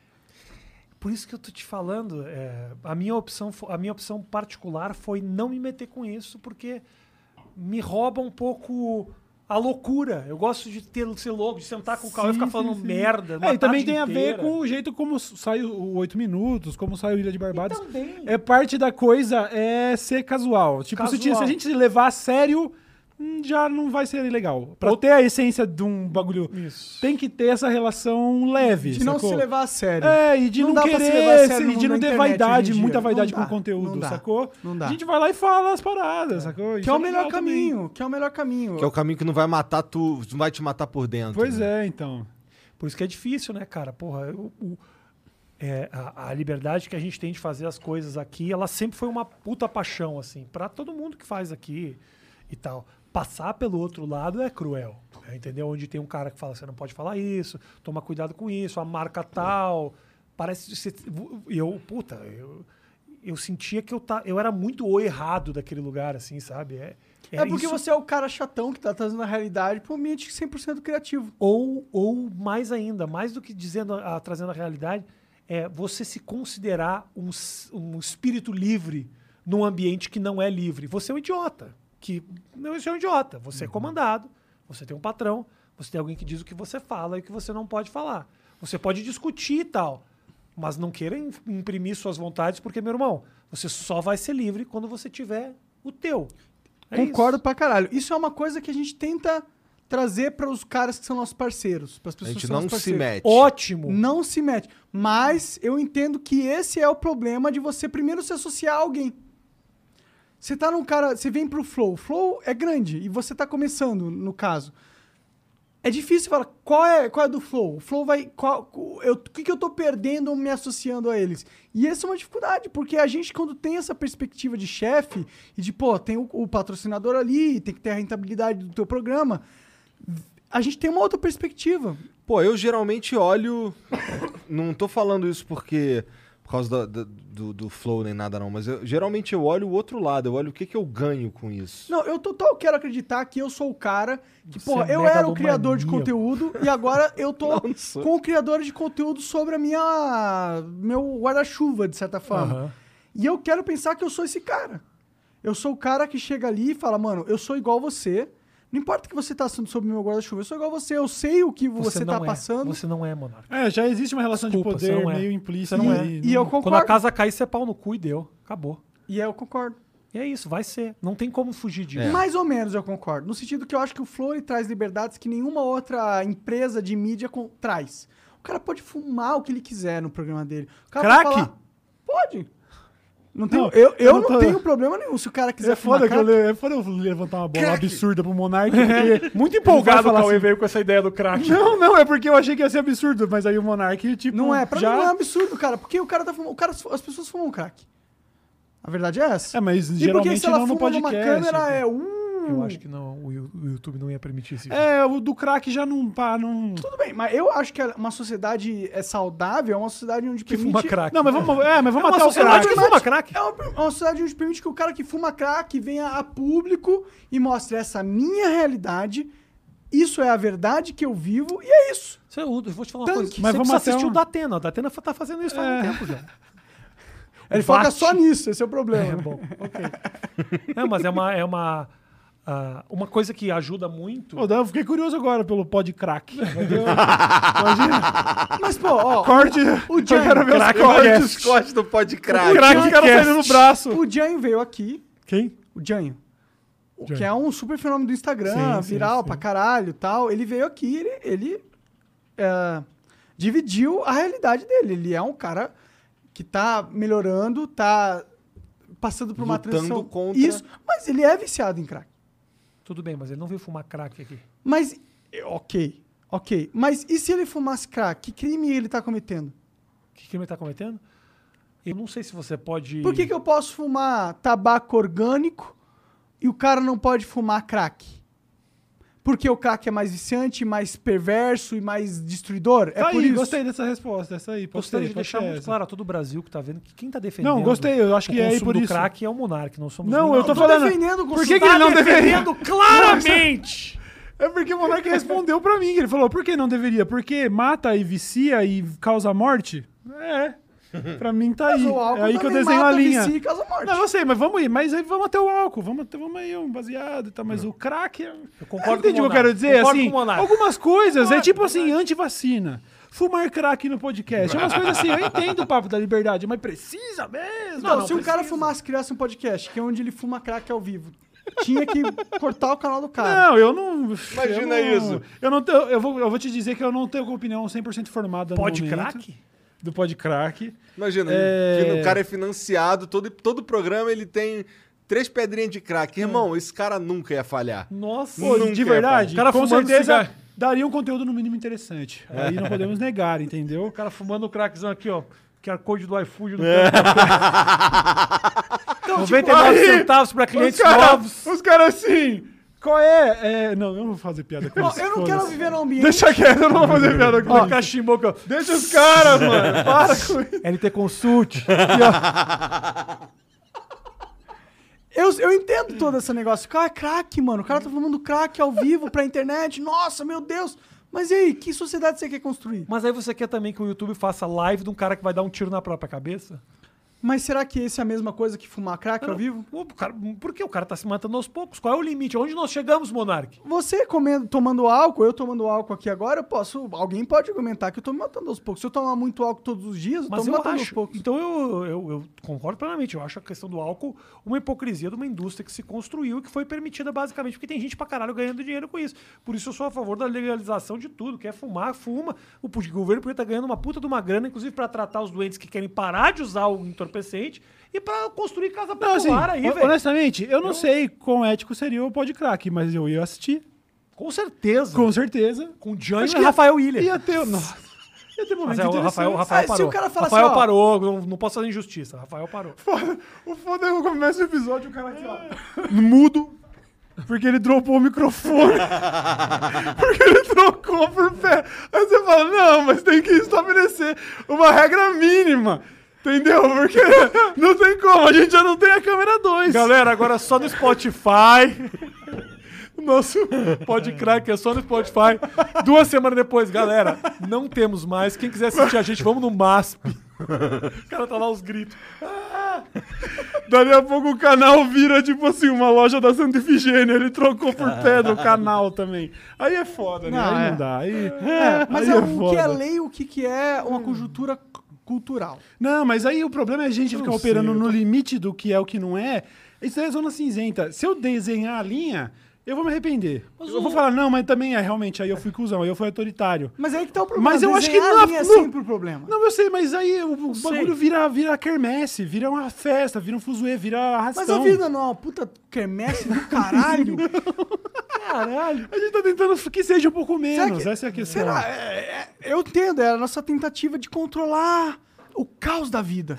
Por isso que eu tô te falando, é, a, minha opção, fo- a minha opção particular foi não me meter com isso, porque me rouba um pouco a loucura. Eu gosto de ter, ser louco, de sentar com o Cauê e ficar falando merda. uma
É, e também
tarde
tem a ver
inteira.
com o jeito como sai o 8 Minutos, como sai o Ilha de Barbados.
E também.
É parte da coisa é ser casual. Tipo, se, ti-
Casual.
se a gente se levar a sério, hum, já não vai ser legal. Pra ter a essência de um bagulho, tem que ter essa relação leve.
De não
sacou?
se levar a sério.
É, e de não,
dá pra se levar a
querer,
sério
se- e de
no-
não
na
ter
internet
vaidade,
hoje em dia.
muita vaidade
Não
com
dá,
o conteúdo,
não dá,
sacou?
não dá.
A gente vai lá e fala as paradas, sacou?
Que
Isso
é o
legal
melhor
também.
caminho, que é o melhor caminho.
Que é o caminho que não vai matar tu, não vai te matar por dentro.
Pois
né?
é, então.
Por isso que é difícil, né, cara? Porra, eu- o- é, a, a liberdade que a gente tem de fazer as coisas aqui, ela sempre foi uma puta paixão, assim, pra todo mundo que faz aqui e tal. Passar pelo outro lado é cruel, né, entendeu? Onde tem um cara que fala, você não pode falar isso, toma cuidado com isso, a marca tal. Parece. ser- E eu, puta, eu, eu sentia que eu, tá, eu era muito o errado daquele lugar, assim, sabe? É,
É porque
isso-
você é o cara chatão que tá trazendo a realidade pro ambiente é 100% criativo.
ou, ou mais ainda, mais do que dizendo, a- trazendo a realidade, é você se considerar um, s- um espírito livre num ambiente que não é livre. Você é um idiota. Que, não, você é um idiota. Você é
Uhum.
comandado, você tem um patrão, você tem alguém que diz o que você fala e o que você não pode falar. Você pode discutir e tal, mas não queira im- imprimir suas vontades, porque, meu irmão, você só vai ser livre quando você tiver o teu. É isso.
Concordo pra caralho. Isso é uma coisa que a gente tenta trazer para os caras que são nossos parceiros, para as
A
pessoas que
gente
são
não
nossos
se
parceiros.
mete.
Ótimo.
Não se mete. Mas eu entendo que esse é o problema de você primeiro se associar a alguém. Você tá num cara. Você vem pro Flow. O Flow é grande e você tá começando, no caso. É difícil falar qual é, qual é do Flow. O Flow vai. qual- eu- O que, que eu tô perdendo me associando a eles? E essa é uma dificuldade, porque a gente, quando tem essa perspectiva de chefe e de, pô, tem o, o patrocinador ali, tem que ter a rentabilidade do teu programa, a gente tem uma outra perspectiva.
Pô, eu geralmente olho. <laughs> não tô falando isso porque. Por causa da- da- do, do flow nem nada, não. Mas eu- geralmente eu olho o outro lado. Eu olho o que, que eu ganho com isso.
Não, eu total quero acreditar que eu sou o cara que,
Você
porra,
é
eu era o
megalomaníaco.
criador de conteúdo e agora eu tô
<laughs>
com o criador de conteúdo sobre a minha. meu guarda-chuva, de certa forma.
Aham.
E eu quero pensar que eu sou esse cara. Eu sou o cara que chega ali e fala, mano, eu sou igual você. Não importa o que você tá sendo sobre o meu guarda-chuva, eu sou igual você, eu sei o que você, tá
não é.
passando.
Você não é, monarca.
É, já existe uma relação
Desculpa,
de
você
poder
não é.
meio implícita.
E,
ali,
é. e eu
Quando a
concordo.
casa cair, você é pau no cu e deu. Acabou.
E eu concordo.
E é isso, vai ser. Não tem como fugir disso.
É.
É.
Mais ou menos eu concordo. No sentido que eu acho que o Flow ele traz liberdades que nenhuma outra empresa de mídia con- traz. O cara pode fumar o que ele quiser no programa dele. O cara
Crack?
Pode. falar- pode. Não tenho,
Não,
eu, eu
eu
não,
não tô-
tenho problema nenhum. Se o cara quiser
É foda,
fumar
que eu,
crack,
le- é foda eu levantar uma bola
Crack.
absurda pro Monark. porque
Muito
ele vai
empolgado o
falar
Cauê
assim,
veio com essa ideia do
<laughs>
crack.
Não, não, é porque eu achei que ia ser absurdo, mas aí o Monark, tipo.
Não é, pra
já...
mim não é um absurdo, cara. Porque o cara tá fumando. O cara, as pessoas fumam crack. A verdade é essa.
É, mas
e porque
geralmente
se ela
não no
fuma numa
podcast, né?
câmera
cara.
é um.
Eu acho que não, o Yu- o YouTube não ia permitir isso.
É, o do crack já não. Pá, não...
Tudo bem, mas eu acho que uma sociedade é saudável, é uma sociedade onde permite.
fuma crack.
Não, mas vamos, é, mas vamos matar o
sociedade
crack.
que
Vamos
fuma
matar-
crack. É uma, é uma sociedade onde permite que o cara que fuma crack venha a público e mostre essa minha realidade. Isso é a verdade que eu vivo e é isso.
Isso é o- eu vou te falar uma
Tanque.
coisa.
Mas
Mas você
vamos
precisa
até
assistir
um- É.
o Datena. O Datena fa- tá fazendo isso faz um tempo já.
Ele foca só nisso, esse é o problema.
É bom, ok. É, mas é uma, é uma, ah, uma coisa que ajuda muito.
Pô, eu fiquei curioso agora pelo pó de crack.
Mas, pô, ó,
Corte.
o
eu
Johnny-
quero ver os
Crack
cortes.
Cortes, cortes do pó de
O
crack.
crack ficaram saindo no braço.
o Janho veio aqui,
Quem?
o Janho, o que é um super fenômeno do Instagram,
Sim, sim,
viral
sim.
pra caralho e tal. Ele veio aqui, ele, ele, é, dividiu a realidade dele. Ele é um cara que tá melhorando, tá passando por uma
Lutando
transição.
contra-
Isso, mas ele é viciado em crack.
Tudo bem, mas ele não veio fumar crack aqui.
Mas, é, ok, ok. Mas e se ele fumasse crack? Que crime ele tá cometendo?
O que, que ele tá cometendo? Eu não sei se você pode...
Por que, que eu posso fumar tabaco orgânico e o cara não pode fumar crack? Porque o crack é mais viciante, mais perverso e mais destruidor? É
Tá
por
aí,
isso.
gostei dessa resposta. Essa aí, pode
Gostaria
ser,
de
pode
deixar
ser
muito
essa.
claro a todo o Brasil que tá vendo que quem tá defendendo.
Não, gostei, eu acho
o
que é aí
consumo
por
do
isso.
crack é o Monark, não somos
Não,
nem
eu tô
nós.
falando.
defendendo o
Por que, que
consultor,
ele não
tá
deveria?
defendendo claramente.
É porque o Monark respondeu pra mim. Ele falou, por que não deveria? Porque mata e vicia e causa morte? É. Pra mim tá aí.
Mas o álcool
É aí que eu
também
desenho a
mata,
linha.
vicia e causa morte.
Não, eu sei, mas vamos ir. Mas aí vamos até o álcool. Vamos, até, vamos aí, um baseado e tal. Mas o crack... é-
Hum. concordo
Entende
com o
o que
Monark,
eu quero dizer?
concordo
Assim,
com o Monark.
algumas coisas, é tipo assim, antivacina. Fumar crack no podcast. É umas coisas assim, eu entendo o papo da liberdade, mas precisa mesmo.
Não, se um cara fumasse, criasse um podcast, que é onde ele fuma crack ao vivo, tinha que cortar o canal do cara.
Não, eu não.
Imagina
eu não-
isso.
Eu, não tenho, eu, vou, eu vou te dizer que eu não tenho opinião 100% formada no
Pode
momento
crack?
Do pod crack.
Imagina,
É.
que o cara é financiado, todo, todo programa ele tem três pedrinhas de crack. Irmão, esse cara nunca ia falhar.
Nossa.
Pô,
Nunca
de
ia
verdade,
parar. O cara
com
fumando
certeza
cigarro.
daria um conteúdo no mínimo interessante. Aí não podemos negar, entendeu?
O cara fumando o crackzão aqui, ó. Que é a code do iFood no
É. <laughs>
Então,
99
tipo, aí,
centavos pra clientes
cara-
novos.
os caras assim. Qual é? É, Não, eu não vou fazer piada com
ó,
isso.
eu não
foda-se.
quero viver num ambiente...
Deixa quieto, eu não vou fazer piada com
Ó,
isso.
cachimbou que, ó,
Deixa os caras, mano. Para
<laughs>
com isso.
LT Consult.
Eu, eu entendo todo esse negócio. O cara é craque, mano. O cara tá fumando crack ao vivo pra internet. Nossa, meu Deus. Mas e aí, que sociedade você quer construir?
Mas aí você quer também que o YouTube faça live de um cara que vai dar um tiro na própria cabeça?
Mas será que isso é a mesma coisa que fumar crack ao vivo?
O cara, por que o cara tá se matando aos poucos? Qual é o limite? Onde nós chegamos, Monark?
Você comendo, tomando álcool, eu tomando álcool aqui agora, eu posso. Alguém pode argumentar que eu tô me matando aos poucos. Se eu tomar muito álcool todos os dias, eu
Mas
tô me
eu
matando aos
acho.
poucos.
Então eu, eu, eu concordo plenamente. Eu acho a questão do álcool uma hipocrisia de uma indústria que se construiu e que foi permitida basicamente porque tem gente pra caralho ganhando dinheiro com isso. Por isso eu sou a favor da legalização de tudo. Quer fumar, fuma. O pu- governo podia estar ganhando uma puta de uma grana, inclusive pra tratar os doentes que querem parar de usar o entorpecente e pra construir casa
Não, assim,
popular aí,
hon-
velho.
honestamente, eu não sei quão ético seria o pod crack, mas eu ia assistir.
Com certeza.
Com certeza.
Com Johnny
Acho
e
que ia-
Rafael William.
Ia ter. Nossa. Ia ter
Mas
momento
é, o
interessante.
Rafael, o
Ah,
Rafael
se
parou.
o cara fala
Rafael
assim, ó-
parou, não, não posso fazer injustiça. Rafael parou.
O foda é que começa o episódio o cara aqui, ó. É. Mudo. Porque ele dropou o
<laughs>
microfone. porque ele trocou por pé. Aí você fala, não, mas tem que estabelecer uma regra mínima. Entendeu? Porque <laughs> não tem como, a gente já não tem a câmera 2.
Galera, agora só no Spotify. O Nosso pode crack é só no Spotify. Duas semanas depois, galera, não temos mais. Quem quiser assistir a gente, vamos no MASP. O cara tá lá os gritos. Ah!
Dali a pouco o canal vira, tipo assim, uma loja da Santa Ifigênia. Ele trocou por pedra o canal também. Aí é foda, né?
Não,
aí
é.
não dá. Aí,
Mas
aí
é o que é
foda.
lei, o que, que é
Hum.
uma conjuntura c- cultural.
Não, mas aí o problema é a gente ficar operando no limite do que é o que não é. Isso é zona cinzenta. Se eu desenhar a linha, eu vou me arrepender. eu vou falar, não, mas também é realmente, aí eu fui cuzão, aí eu fui autoritário.
Mas aí que tá o problema.
Mas eu acho que
desenhar
na-
a linha é
no-
sempre o problema.
Não, eu sei, mas aí o, o bagulho vira, vira quermesse, vira uma festa, vira um fuzuê, vira arrastão.
Mas a vida não é uma puta quermesse do
<laughs>
caralho. caralho.
A gente tá tentando que seja um pouco menos,
que-
essa é a questão.
Será? É, é, eu entendo, é a nossa tentativa de controlar o caos da vida.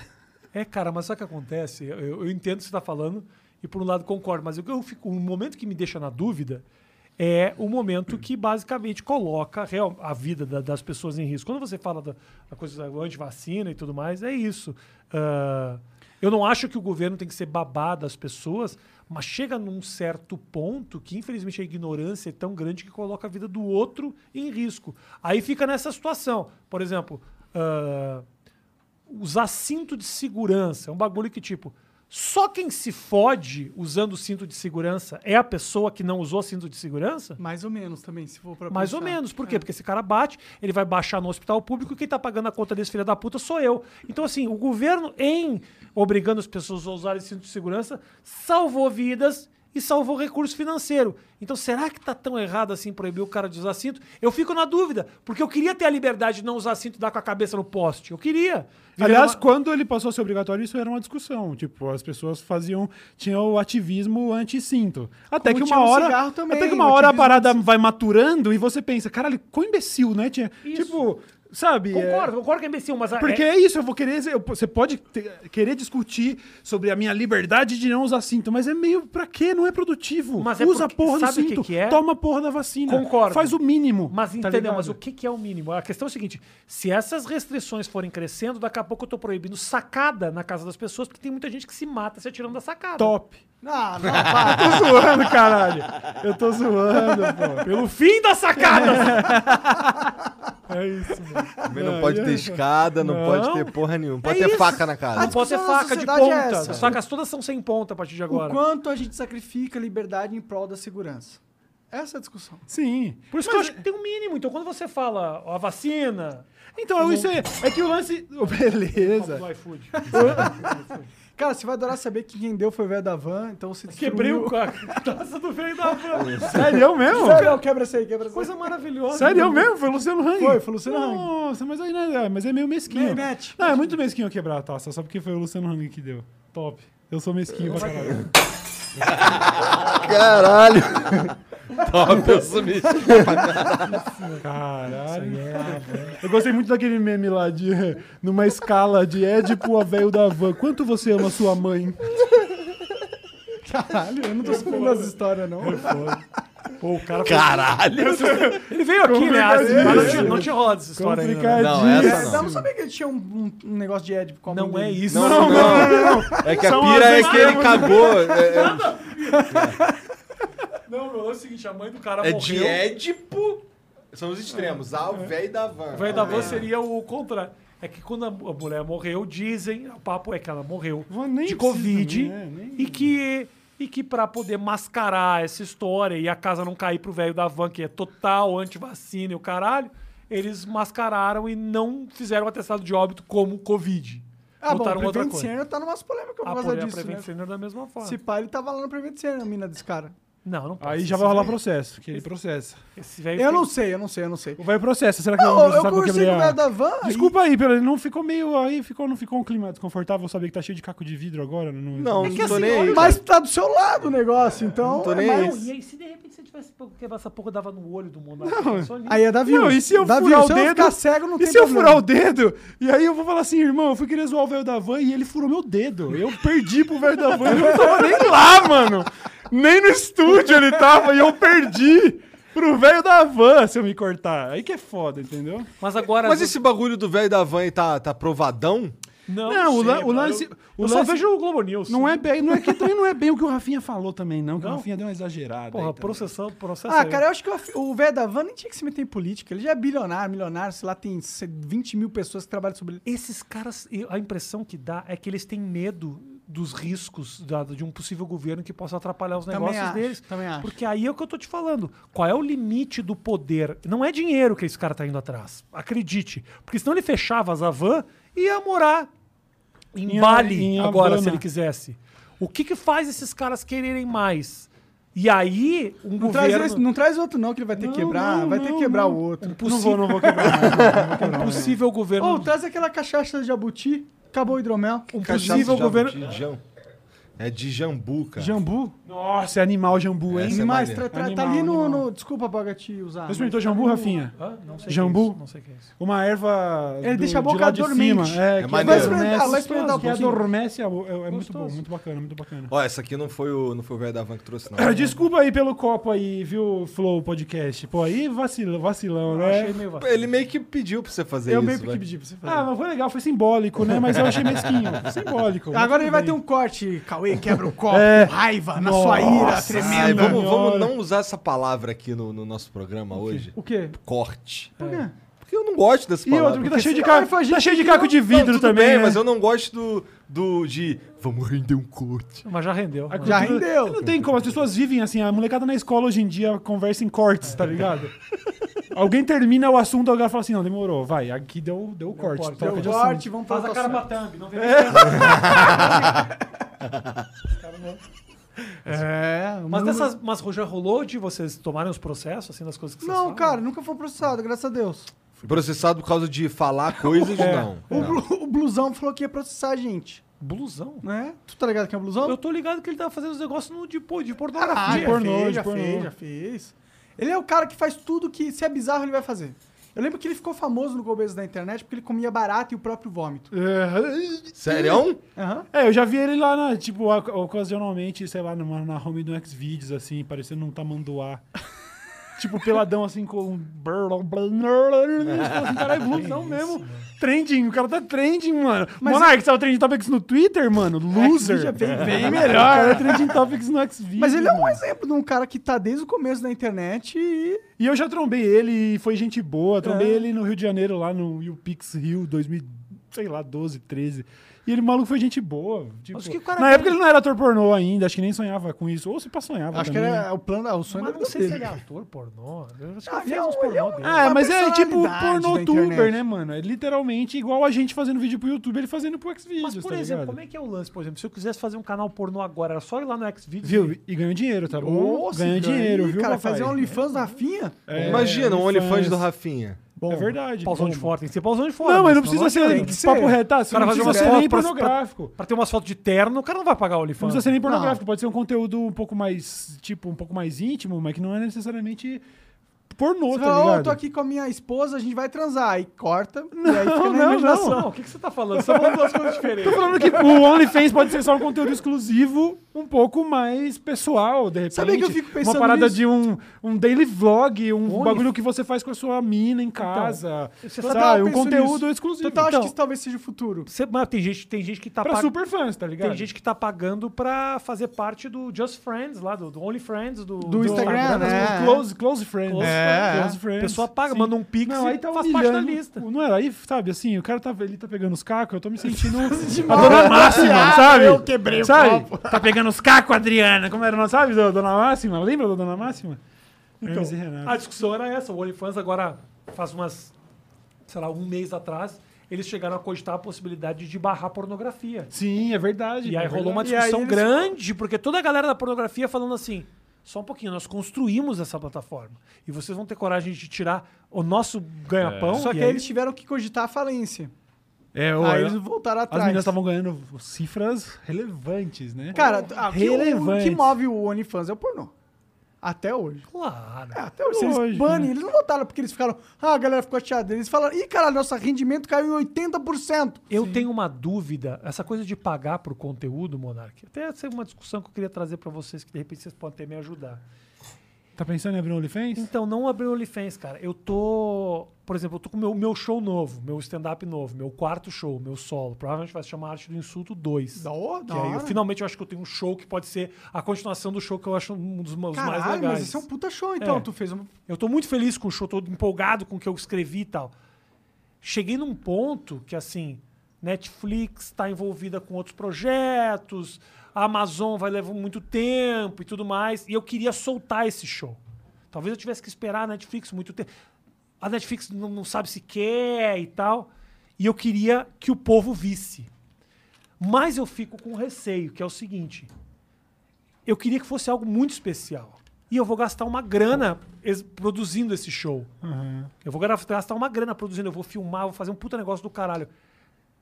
É, cara, mas sabe o que acontece? Eu, eu entendo o que você está falando e, por um lado, concordo, mas o que eu fico, o momento que me deixa na dúvida é o momento que basicamente coloca real- a vida da- das pessoas em risco. Quando você fala da, da coisa da antivacina e tudo mais, é isso. Ah, eu não acho que o governo tem que ser babá das pessoas, mas chega num certo ponto que, infelizmente, a ignorância é tão grande que coloca a vida do outro em risco. Aí fica nessa situação. Por exemplo, ah, usar cinto de segurança. É um bagulho que, tipo, só quem se fode usando cinto de segurança é a pessoa que não usou cinto de segurança?
Mais ou menos também, se for pra
Mais ou menos. Por quê? Porque esse cara bate, ele vai baixar no hospital público e quem tá pagando a conta desse filho da puta sou eu. Então, assim, o governo, em obrigando as pessoas a usarem cinto de segurança, salvou vidas e salvou recurso financeiro. Então, será que tá tão errado assim proibir o cara de usar cinto? Eu fico na dúvida, porque eu queria ter a liberdade de não usar cinto e dar com a cabeça no poste. Eu queria. Viver
Aliás,
numa-
quando ele passou a ser obrigatório, isso era uma discussão. Tipo, as pessoas faziam. Tinha o ativismo anti-cinto. Até
Como
que
tinha
uma
um
no
hora.
cigarro também,
até que
o
uma hora a
ativismo
parada vai maturando e você pensa, caralho, quão imbecil, né? Tinha, tipo, sabe? é-
Concordo, concordo que é imbecil, mas... a-
Porque
é-
é isso, eu vou querer. eu- você pode ter- querer discutir sobre a minha liberdade de não usar cinto, mas é meio pra quê? Não é produtivo.
Mas é
Usa
porque-
a porra do
sabe o que
cinto,
que é?
toma a porra da vacina.
Concordo.
Faz o mínimo.
Mas
tá
entendeu,
ligado?
mas o que, que é o mínimo? A questão é a seguinte: se essas restrições forem crescendo, daqui a pouco eu tô proibindo sacada na casa das pessoas, porque tem muita gente que se mata se atirando da sacada.
Top.
Ah, não,
Eu tô zoando, caralho. Eu tô zoando,
<laughs> <laughs>
pô.
Pelo fim das
<laughs>
sacadas!
É isso, mano.
Também não pode ter escada, não, É pode ter porra nenhuma. Não pode ter
isso.
faca na
Não
casa.
pode ter
discussão na
faca de
sociedade é
ponta.
essa.
As facas todas são sem ponta a partir de
o
agora.
quanto a gente sacrifica a liberdade em prol da segurança. Essa é a discussão.
Sim.
Por isso que eu acho que tem um mínimo. Então, quando você fala ó, a vacina
Então, isso é, é que o lance. Oh, beleza.
do iFood.
Cara, você vai adorar saber que quem deu foi o velho da van, então você destruiu...
Quebrei o
<laughs>
ca- taça do velho da van.
Sério mesmo?
Não, não, quebra essa aí, quebra essa aí.
Coisa maravilhosa.
Sério mesmo? Foi o Luciano Hang.
Foi, foi o Luciano Hang.
Nossa, mas aí né, mas é meio mesquinho.
Meio match.
Não, é muito mesquinho eu quebrar a taça, só porque foi o Luciano Hang que deu. Top. Eu sou mesquinho pra caralho.
Caralho! <laughs> Top, eu sumi.
Caralho.
é, né?
Eu gostei muito daquele meme lá de numa escala de Édipo a velho da van. Quanto você ama sua mãe?
Caralho, eu não tô subindo as histórias, não.
É
Pô, o cara
Caralho!
Ele veio aqui, né? Mas não tinha, não tinha rodas essa história ainda. né?
Complicadinho.
Não, essa
Eu
não.
não sabia que ele tinha um, um- um negócio de Ed com a mãe
Não é
dele.
isso.
Não, não, não. É que a pira é que ele cagou. É, é-
Não, meu, é o seguinte, a mãe do cara
É
morreu.
de Édipo. São os extremos. Ah, o velho da van.
O velho da van seria o contrário. É que quando a mu- a mulher morreu, dizem, o papo é que ela morreu
Vó, nem
de
precisa,
Covid
né? Nem-
e que e que para poder mascarar essa história e a casa não cair pro velho da van, que é total antivacina e o caralho, eles mascararam e não fizeram o atestado de óbito como Covid.
Ah, bom,
Botaram
o
outra
Prevent
coisa. Ah, é
Senior tá numas polêmicas por
A
causa
Polêmica
disso,
Prevent
né?
Senior da mesma forma.
Se pá, ele tava lá no Prevent Senior, a mina desse cara.
Não, não pode.
Aí já vai rolar processo, que ele processa.
Esse velho
Eu
tem-
não sei, eu não sei, eu não sei.
Vai processo, será que é
Eu,
vai processar
eu
porque
conversei com o
quebrei a-
velho da van.
Desculpa aí, pelo não ficou meio aí, ficou não ficou um clima desconfortável saber que tá cheio de caco de vidro agora, não.
Não, não tô
assim,
nem aí. cara.
mas tá do seu lado o negócio, então.
Não tô
é
nem
mais-
aí.
Não, e aí, se de repente você tivesse quebrar essa porra, dava no olho do mundo. Só nisso.
Aí é Davi.
Não, e se eu
Davi,
furar o
se eu
dedo?
ficar cego, não
e
tem
se eu
problema.
furar o dedo? E aí eu vou falar assim, irmão, eu fui querer zoar o velho da van e ele furou meu dedo. Eu perdi pro velho
<laughs>
da van, ele não tava nem lá, mano. Nem no estúdio ele tava e eu perdi pro velho da van se eu me cortar. Aí que é foda, entendeu?
Mas agora.
Mas esse bagulho do velho da van aí tá, tá provadão?
Não,
Não, o
sei,
lan- o
mano.
lance-
Eu,
o
eu
lance-
só vejo o Globo News.
Não é bem, não é que também não é bem o que o Rafinha falou também, não, que o
Não?
Rafinha deu uma exagerada. aí
Porra,
também.
processando, processando.
Ah, cara, eu acho que o- o velho da van nem tinha que se meter em política. Ele já é bilionário, milionário, sei lá, tem se- 20 mil pessoas que trabalham sobre ele.
Esses caras, eu- a impressão que dá é que eles têm medo dos riscos da- de um possível governo que possa atrapalhar os
Também
negócios
acho,
deles.
também acho.
Porque aí é o que eu tô te falando. Qual é o limite do poder? Não é dinheiro que esse cara tá indo atrás. Acredite. Porque senão ele fechava as Havan e ia morar em,
Em-
Bali
em
agora,
Havana.
se ele quisesse. O que que faz esses caras quererem mais?
E aí, um
Não
governo...
traz, esse- não traz outro, não, que ele vai ter que quebrar. vai ter que quebrar o
É um
outro.
Não vou, não vou quebrar. <laughs>
Um possível governo.
Ou traz aquela cachaça de jabuti, acabou o hidromel.
um
Cachaça
possível
de
governo.
jabuti, jam- É de jambu, cara.
Jambu?
Nossa, é animal jambu, hein?
Essa é
Animais,
maneira.
tra- tra-
Animal,
tá ali no,
animal.
no- Desculpa, Bogati,
Você
usar. mas
experimentou
tá
jambu,
no-
Rafinha?
Hã? Não sei o que é
Jambu?
isso, Não sei o que é isso.
Uma erva.
Ele
do-
deixa a
de
boca
lá de
dormente.
cima, É,
É
que
maneiro.
Vai
adormece,
experimentar, vai experimentar um
que
pouquinho.
adormece. a bo- É, é muito bom, muito bacana, muito bacana.
Ó, essa aqui não foi o, não foi o velho da van que trouxe, não.
É
Desculpa aí pelo copo aí, viu, Flow Podcast. Pô, aí vacilão, vacilão né?
Achei meio vacilo.
Ele meio que pediu pra você fazer
Eu
isso.
meio que
vai.
pedi pra você fazer. Ah, mas foi legal, foi simbólico, né? Mas eu achei mesquinho. simbólico.
É
mas
Agora ele
tudo
vai ter
bem.
um corte. Cauê quebra o copo,
É.
raiva, na
Nossa.
sua ira
Ai,
tremenda.
vamos, vamos
Senhora.
não usar essa palavra aqui no, no nosso programa hoje.
O quê?
Corte.
Por quê?
Porque eu não gosto dessa
E
palavra.
outro, porque tá cheio de,
se-
ca...
Ai, foi a
tá
gente
cheio de
que
caco de
Não,
vidro
tudo
também.
bem,
né?
mas eu não gosto do, do de vamos render um corte.
Mas já rendeu.
A
Já
cultura-
rendeu.
Não tem como, as pessoas vivem assim. A molecada na escola hoje em dia conversa em cortes, tá
<laughs>
ligado? Alguém termina o assunto, alguém fala assim: não, demorou, vai, aqui deu, deu o corte.
corte,
troca
deu
de
corte.
assunto.
Corte, vamos
Faz
falar
a cara pra thumb, não vem
É,
Mas,
não-
dessas, mas já rolou de vocês tomarem os processos, assim, das coisas que vocês
Não,
falam?
cara, nunca foi processado, graças a Deus.
Fui Processado por causa de falar coisas, não.
O,
não.
blu- o blusão falou que ia processar a gente,
Blusão?
né? Tu tá ligado que é um blusão?
Eu tô ligado que ele tava fazendo os negócios no, de, po- de
Ah,
pornografia.
já
pornô,
fez,
de
já
pornô.
fez, já fez. Ele é o cara que faz tudo que, se é bizarro, ele vai fazer. Eu lembro que ele ficou famoso no começo da internet porque ele comia barata e o próprio vômito.
É,
Sério?
Aham.
É, eu já vi ele lá, na, tipo, oc- ocasionalmente, sei lá, numa, na home do Xvideos, assim, parecendo um
<laughs>
tamanduá. tipo, peladão, assim, com um... burl-
<laughs>
blá- blá- blá- assim, Cara, é blusão mesmo. Trending, o cara tá trending, mano.
é-
Monark, você tava trending topics no Twitter, mano? Loser.
Xvideos é bem-
<laughs> bem melhor. O cara é trending topics no Xvideos,
Mas ele é um
mano.
exemplo de um cara que tá desde o começo da internet e.
E eu já trombei ele, e foi gente boa. Trombei
É.
ele no Rio de Janeiro, lá no UPix Rio 2000, sei lá, 12, 13. E ele, maluco, foi gente boa. Tipo,
Mas que cara
na
que-
época ele não era ator pornô ainda, acho que nem sonhava com isso. Ou se pá, sonhava
Acho que
também, né?
era o plano, o sonho
Mas
da
não
vida
sei se ele
dele.
é ator pornô. Eu acho que
Ah,
ele fez
ele é
uns
um-
pornô
ele é um-
dele.
Ah,
uma
mas é tipo
personalidade da
pornotuber,
internet.
né, mano? É literalmente igual a gente fazendo vídeo pro YouTube, ele tá fazendo pro Xvideos,
Mas, por exemplo, como
que...
é que é o lance, por exemplo? Se eu quisesse fazer um canal pornô agora, era só ir lá no Xvideos...
Viu? E ganhou dinheiro, tá bom?
Nossa,
Ganhou
cara,
dinheiro,
ih,
viu,
Cara,
papai?
fazer um OnlyFans da Rafinha?
É,
Imagina, um OnlyFans do Rafinha.
É verdade.
Pausão de
bomba.
fora, tem que ser pausão de fora.
Não, mas não
senão
precisa
adianta.
ser
que ser.
papo retado,
O cara
não
vai
precisa
fazer
ser
umas
nem
fotos pra-
pornográfico.
Pra ter umas fotos de terno, o cara não vai pagar o
Não
OnlyFans.
precisa ser nem pornográfico, pode ser um conteúdo um pouco mais, tipo, um pouco mais íntimo, mas que não é necessariamente pornô,
Você
tá
fala, ó,
ligado?
eu tô aqui com a minha esposa, a gente vai transar. Aí corta e aí fica
Não,
na
não,
imaginação.
Não, o que, que você tá falando? Você tá falando duas coisas diferentes.
Tô falando que o OnlyFans pode ser só um conteúdo exclusivo, um pouco mais pessoal, de repente.
Sabe que eu fico pensando
Uma parada
nisso?
de um, um daily vlog, um
Only-
bagulho que você faz com a sua mina em casa.
você
sabe,
Então, tava
um
pensando
conteúdo
nisso.
exclusivo.
Total, acho
Então,
que isso talvez seja o futuro.
Você- mas tem gente, tem gente que tá
pra
pag-
super fãs, tá ligado?
Tem gente que tá pagando pra fazer parte do Just Friends lá, do, do Only Friends, do,
Do
das
Instagram, né?
pessoas.
É.
Close, close friends.
Close
friends,
Close
A
friends.
pessoa paga,
Sim.
manda um pix
Não,
e
aí tá
faz parte da
humilhando.
lista.
Não era? Aí, sabe, assim, o cara tá, ele tá pegando os cacos, eu tô me sentindo um a
demais.
dona máxima,
Ah,
sabe?
eu quebrei o
sabe? Tá pegando os cacos, Adriana. Como era, o nome, sabe, da dona máxima? Lembra da dona máxima? Hermes e Renato.
A discussão era essa. O OnlyFans agora faz umas, sei lá, um mês atrás, eles chegaram a cogitar a possibilidade de barrar pornografia.
Sim, é verdade.
E
é
aí rolou uma
verdade.
E aí
discussão
eles-
grande, porque toda a galera da pornografia falando assim: só um pouquinho, nós construímos essa plataforma. E vocês vão ter coragem de tirar o nosso ganha-pão.
Só
e
que aí eles tiveram que cogitar a falência.
É, o-
Aí eles voltaram
as
atrás.
meninas estavam ganhando cifras relevantes, né?
Cara, ah, o que- o
Relevante.
que move o OnlyFans é o pornô. Até hoje.
Claro.
É, até hoje. Se eles
Lógico,
banem,
né?
eles não voltaram porque eles ficaram. Ah, a galera ficou chateada. Eles falaram, ih, caralho, nosso rendimento caiu em 80%.
Eu tenho uma dúvida, essa coisa de pagar por conteúdo, Monark, até essa é uma discussão que eu queria trazer pra vocês, que de repente vocês podem até me ajudar.
Tá pensando em abrir um OnlyFans?
Então, não abrir o OnlyFans, cara. Eu tô, por exemplo, eu tô com o meu, meu show novo, meu stand-up novo, meu quarto show, meu solo. Provavelmente vai se chamar Arte do Insulto 2.
Da hora,
Que
da
aí eu,
hora.
finalmente eu acho que eu tenho um show que pode ser a continuação do show que eu acho um dos meus mais
Caralho,
legais.
mas esse é um puta show, então.
É.
Tu fez um.
Eu tô muito feliz com o show, tô empolgado com o que eu escrevi e tal. Cheguei num ponto que, assim, Netflix está envolvida com outros projetos, a Amazon vai levar muito tempo e tudo mais, e eu queria soltar esse show. Talvez eu tivesse que esperar a Netflix muito tempo. A Netflix não, não sabe se quer e tal, e eu queria que o povo visse. Mas eu fico com receio, que é o seguinte: eu queria que fosse algo muito especial. E eu vou gastar uma grana es- produzindo esse show.
Uhum.
Eu vou gra- gastar uma grana produzindo, eu vou filmar, vou fazer um puta negócio do caralho.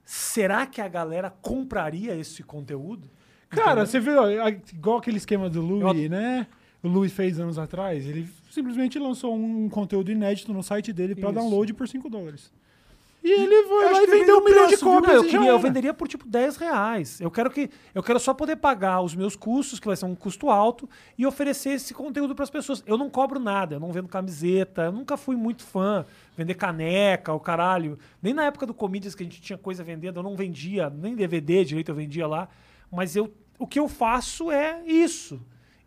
Será que a galera compraria esse conteúdo?
Cara, você viu, ó, a- igual aquele esquema do Louis, né? O Louis fez anos atrás, ele simplesmente lançou um conteúdo inédito no site dele pra download por 5 dólares. E ele foi
acho
lá
que
e
tem
vendeu um
um
milhão de
preço, viu?
cópias.
Não, eu,
e já
queria- eu
era.
venderia por tipo 10 reais. Eu quero, que, eu quero só poder pagar os meus custos, que vai ser um custo alto, e oferecer esse conteúdo para as pessoas. Eu não cobro nada, eu não vendo camiseta, eu nunca fui muito fã. Vender caneca, o caralho. Nem na época do Comídias que a gente tinha coisa vendendo, eu não vendia, nem DVD direito eu vendia lá. Mas eu, o que eu faço é isso.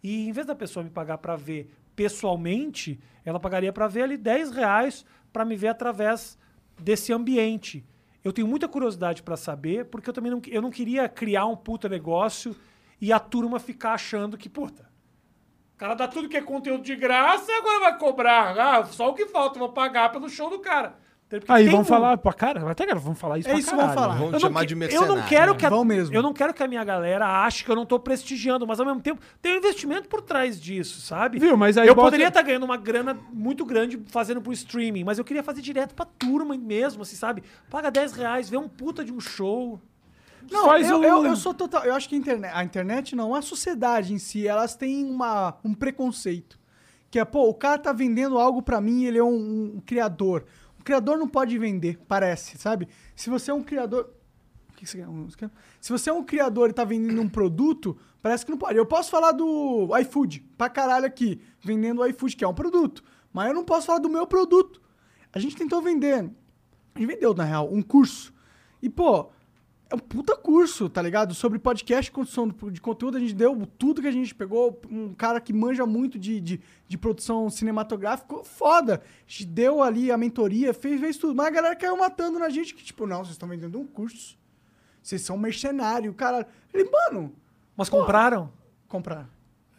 E em vez da pessoa me pagar para ver pessoalmente, ela pagaria para ver ali 10 reais para me ver através desse ambiente. Eu tenho muita curiosidade para saber, porque eu também não, eu não queria criar um puta negócio e a turma ficar achando que, puta, o cara dá tudo que é conteúdo de graça e agora vai cobrar. Ah, só o que falta, eu vou pagar pelo show do cara. Porque
Aí
tem
vão
um-
falar, pô, cara, até cara, vamos falar isso
É
pra
isso que vão
caralho.
falar.
Vão te
Eu não
chamar
que-
de
eu
mercenário.
não quero que a,
Vão mesmo.
Eu não quero que a minha galera ache que eu não tô prestigiando, mas ao mesmo tempo tem um investimento por trás disso, sabe?
Viu, mas aí
eu
bota-
poderia estar ganhando uma grana muito grande fazendo pro streaming, mas eu queria fazer direto pra turma mesmo, assim, sabe? Paga 10 reais, vê um puta de um show.
Não,
Faz
eu,
um-
eu, eu sou total. Eu acho que a internet, a internet não, a sociedade em si, elas têm uma, um preconceito. Que é, pô, o cara tá vendendo algo pra mim, ele é um, um criador. O criador não pode vender, parece, sabe? Se você é um criador. O que que você quer? Um- você quer- Se você é um criador e tá vendendo um produto, parece que não pode. Eu posso falar do iFood pra caralho aqui, vendendo o iFood, que é um produto. Mas eu não posso falar do meu produto. A gente tentou vender. A gente vendeu, na real, um curso. E, pô, é um puta curso, tá ligado? Sobre podcast, construção do- de conteúdo, a gente deu tudo que a gente pegou. Um cara que manja muito de, de, de produção cinematográfica, ficou foda. A gente deu ali a mentoria, fez, fez tudo. Mas a galera caiu matando na gente, que tipo, não, vocês estão vendendo um curso. Vocês são um mercenário, cara. Ele, mano,
Mas compraram?
comprar.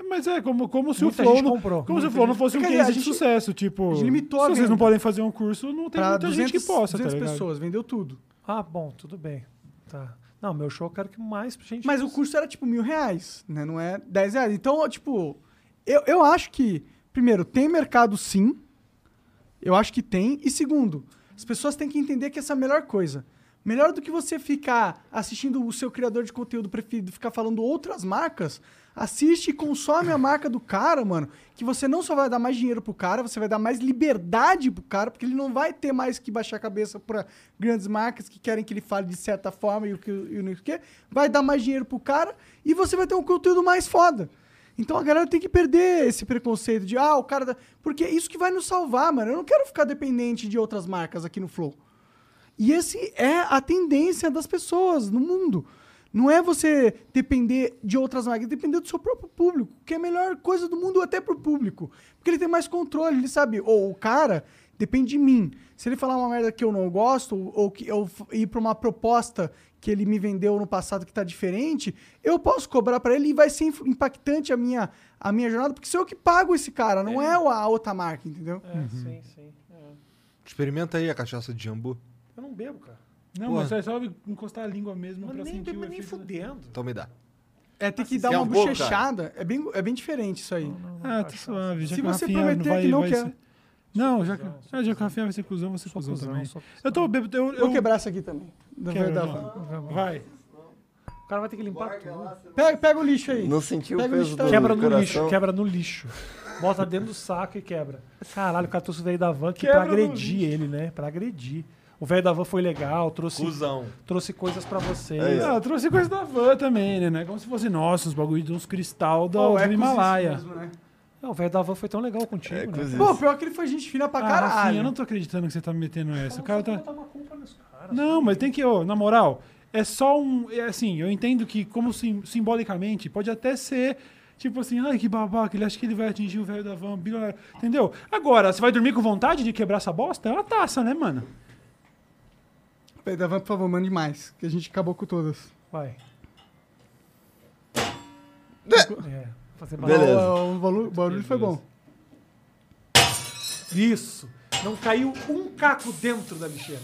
Mas é como, como se
Muita
o Flow
gente
não,
comprou.
como se o
Muita
Flow não
gente-
fosse um
Quer
case
dizer, a
de
gente-
sucesso, tipo,
a gente limitou a
se vocês não
venda.
podem fazer um curso, não tem
Pra
muita
200,
gente que possa, tá
200
ligado?
pessoas, vendeu tudo.
Ah, bom, tudo bem. Tá. Não, meu show eu quero que mais gente.
Mas o curso era tipo mil reais, né? Não é dez reais. Então, tipo, eu, eu acho que, primeiro, tem mercado sim. Eu acho que tem. E segundo, as pessoas têm que entender que essa é a melhor coisa. Melhor do que você ficar assistindo o seu criador de conteúdo preferido ficar falando outras marcas, assiste e consome a marca do cara, mano. Que você não só vai dar mais dinheiro pro cara, você vai dar mais liberdade pro cara, porque ele não vai ter mais que baixar a cabeça pra grandes marcas que querem que ele fale de certa forma e o que e o não sei o quê. Vai dar mais dinheiro pro cara e você vai ter um conteúdo mais foda. Então a galera tem que perder esse preconceito de, ah, o cara. Da... Porque é isso que vai nos salvar, mano. Eu não quero ficar dependente de outras marcas aqui no Flow. E esse é a tendência das pessoas no mundo. Não é você depender de outras marcas, é depender do seu próprio público, que é a melhor coisa do mundo até pro público. Porque ele tem mais controle, ele sabe, ou o cara depende de mim. Se ele falar uma merda que eu não gosto, ou- ou que eu f- ir pra uma proposta que ele me vendeu no passado que tá diferente, eu posso cobrar pra ele e vai ser inf- impactante a minha, a minha jornada, porque sou eu que pago esse cara, não é, a outra marca, entendeu?
É,
Uhum.
sim, sim. é.
Experimenta aí a cachaça de jambu.
Eu não bebo, cara.
Não,
Porra.
mas é só encostar a língua mesmo
Mas
pra
nem,
sentir
bebo,
o
mas nem
efeito.
fudendo.
Então me dá.
É ter que dar
é
uma
um pouco, cara.
bochechada, é bem, é bem diferente isso aí.
Ah, tá suave. Já
Se
que o
você
Rafinha
prometer
vai-
que não
vai
quer.
ser- Não, já que, ah, já que o Rafinha vai ser cuzão, você cuzão,
cuzão,
também.
sou
Eu tô bêbado, eu...
Vou
eu...
quebrar isso aqui também. Da
Quebra,
verdade.
não. Vai.
O cara vai ter que limpar tudo.
Pega, pega o lixo aí.
Não sentiu o
Pega o
peso
listão.
do
Quebra no
coração.
lixo, quebra no lixo. Bota dentro do saco e quebra. Caralho, o cara trouxe o velho da van que
Quebra
pra
no
agredir ele, né? Pra agredir. O velho da van foi legal, trouxe,
Cusão.
trouxe coisas pra vocês.
É
Ah, eu trouxe coisa da van também, né? Não é como se fosse, nossa, os bagulho de uns cristal do,
Pô, é
do Himalaia.
coisa isso mesmo, né?
Não, É, o velho da van foi tão legal contigo,
É,
né?
coisa
Pô,
isso.
pior que ele foi gente fina pra
Ah,
caralho.
Rafinha, eu não tô acreditando que você tá me metendo essa. O cara tá...
Botar uma culpa nos caras. né?
Não, mas tem que, ô, na moral, é só um. É assim, eu entendo que, como sim- simbolicamente, pode até ser. Tipo assim, ai que babaca, ele acha que ele vai atingir o velho da van, bilionário", entendeu? Agora, você vai dormir com vontade de quebrar essa bosta? É uma taça, né, mano?
Peraí, Davan, por favor, mande mais, que a gente acabou com todas.
Vai. É, fazer barulho.
Beleza.
O, o barulho, o barulho foi bom.
Isso. Não caiu um caco dentro da lixeira.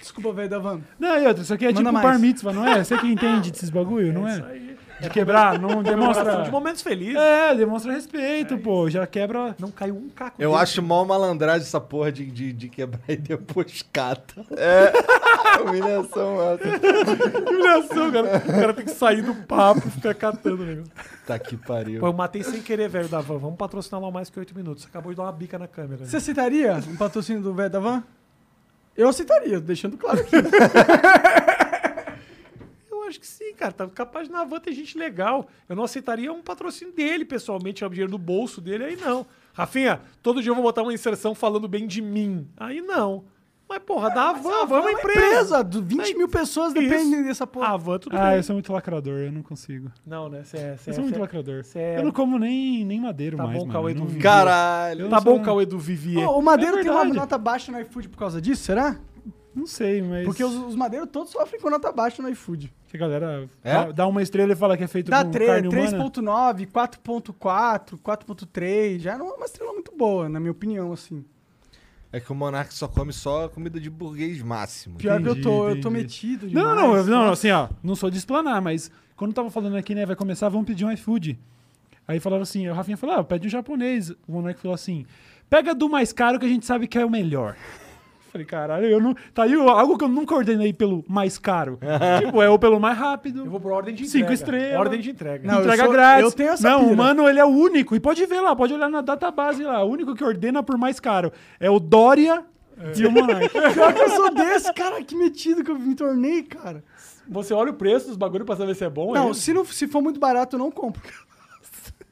Desculpa, velho da van.
Não, e outra, isso aqui é
Manda
tipo
mais.
bar mitzvah, não é? Você que entende desses bagulho, não é? De quebrar, não
De
demonstra...
momentos felizes.
<laughs> É, demonstra respeito, pô. Já quebra...
Não caiu um caco.
Eu acho mal malandragem essa porra de, de, de quebrar e depois cata. <laughs>
Humilhação essa.
humilhação, cara. O cara tem que sair do papo e ficar catando, né?
Tá que pariu.
Pô, eu matei sem querer, velho, da van. Vamos patrocinar lá mais que oito minutos. Acabou de dar uma bica na câmera. né?
Você aceitaria um patrocínio do velho da van? Eu aceitaria, deixando claro
<laughs>
aqui.
Eu acho que sim, cara. Tá capaz de na van ter gente legal. Eu não aceitaria um patrocínio dele, pessoalmente, tirar o dinheiro do bolso dele, aí não. Rafinha, todo dia eu vou botar uma inserção falando bem de mim. Aí não. Mas, porra, da van, a van é uma empresa.
Empresa, do 20 mil pessoas dependem dessa porra.
A van, tudo
É Ah,
bem.
eu sou muito lacrador, eu não consigo.
Não, né? Você é. cê
Eu
é-
sou muito
cê é-
lacrador.
cê é-
Eu não como nem, nem madeiro
Tá
mais,
bom,
mano.
Cauê,
Eu
do
não-
Vivi.
Caralho.
Tá
Eu sou-
bom, Cauê do Vivier.
Ô, o Madeiro
um- É
tem uma
verdade.
nota baixa no iFood por causa disso, será?
Não sei, mas...
Porque os, os madeiros todos sofrem com nota baixa no iFood.
Que a galera
É?
dá- dá uma estrela e fala que é feito
Dá
com
tre-
carne humana.
3.9, 4.4, 4.3. Já não é uma estrela muito boa, na minha opinião, assim.
É que o Monark só come só comida de burguês máximo.
Pior que eu tô, eu tô
entendi.
metido demais.
Não, não, eu- não,
Nossa.
assim, ó, não sou de explanar, mas quando eu tava falando aqui, né, vai começar, vamos pedir um iFood. Aí falaram assim, o Rafinha falou, ah, pede um japonês. O Monark falou assim, pega do mais caro que a gente sabe que é o melhor. <laughs> Falei, caralho, eu não. Tá aí algo que eu nunca ordenei pelo mais caro. <laughs> tipo, é ou pelo mais rápido.
<laughs> Eu vou por ordem de
Cinco
entrega.
estrelas.
Ordem de entrega.
Não, eu
entrega
sou-
grátis.
eu tenho essa
Não,
pira.
o mano, ele é o único. E pode ver lá, pode olhar na database lá. O único que ordena por mais caro é o Dória e o <laughs> Monark.
Pior que eu sou desse, cara. Que metido que eu me tornei, cara.
Você olha o preço dos bagulho pra saber se é bom. é
Não,
isso?
se, não, se for muito barato, eu não compro.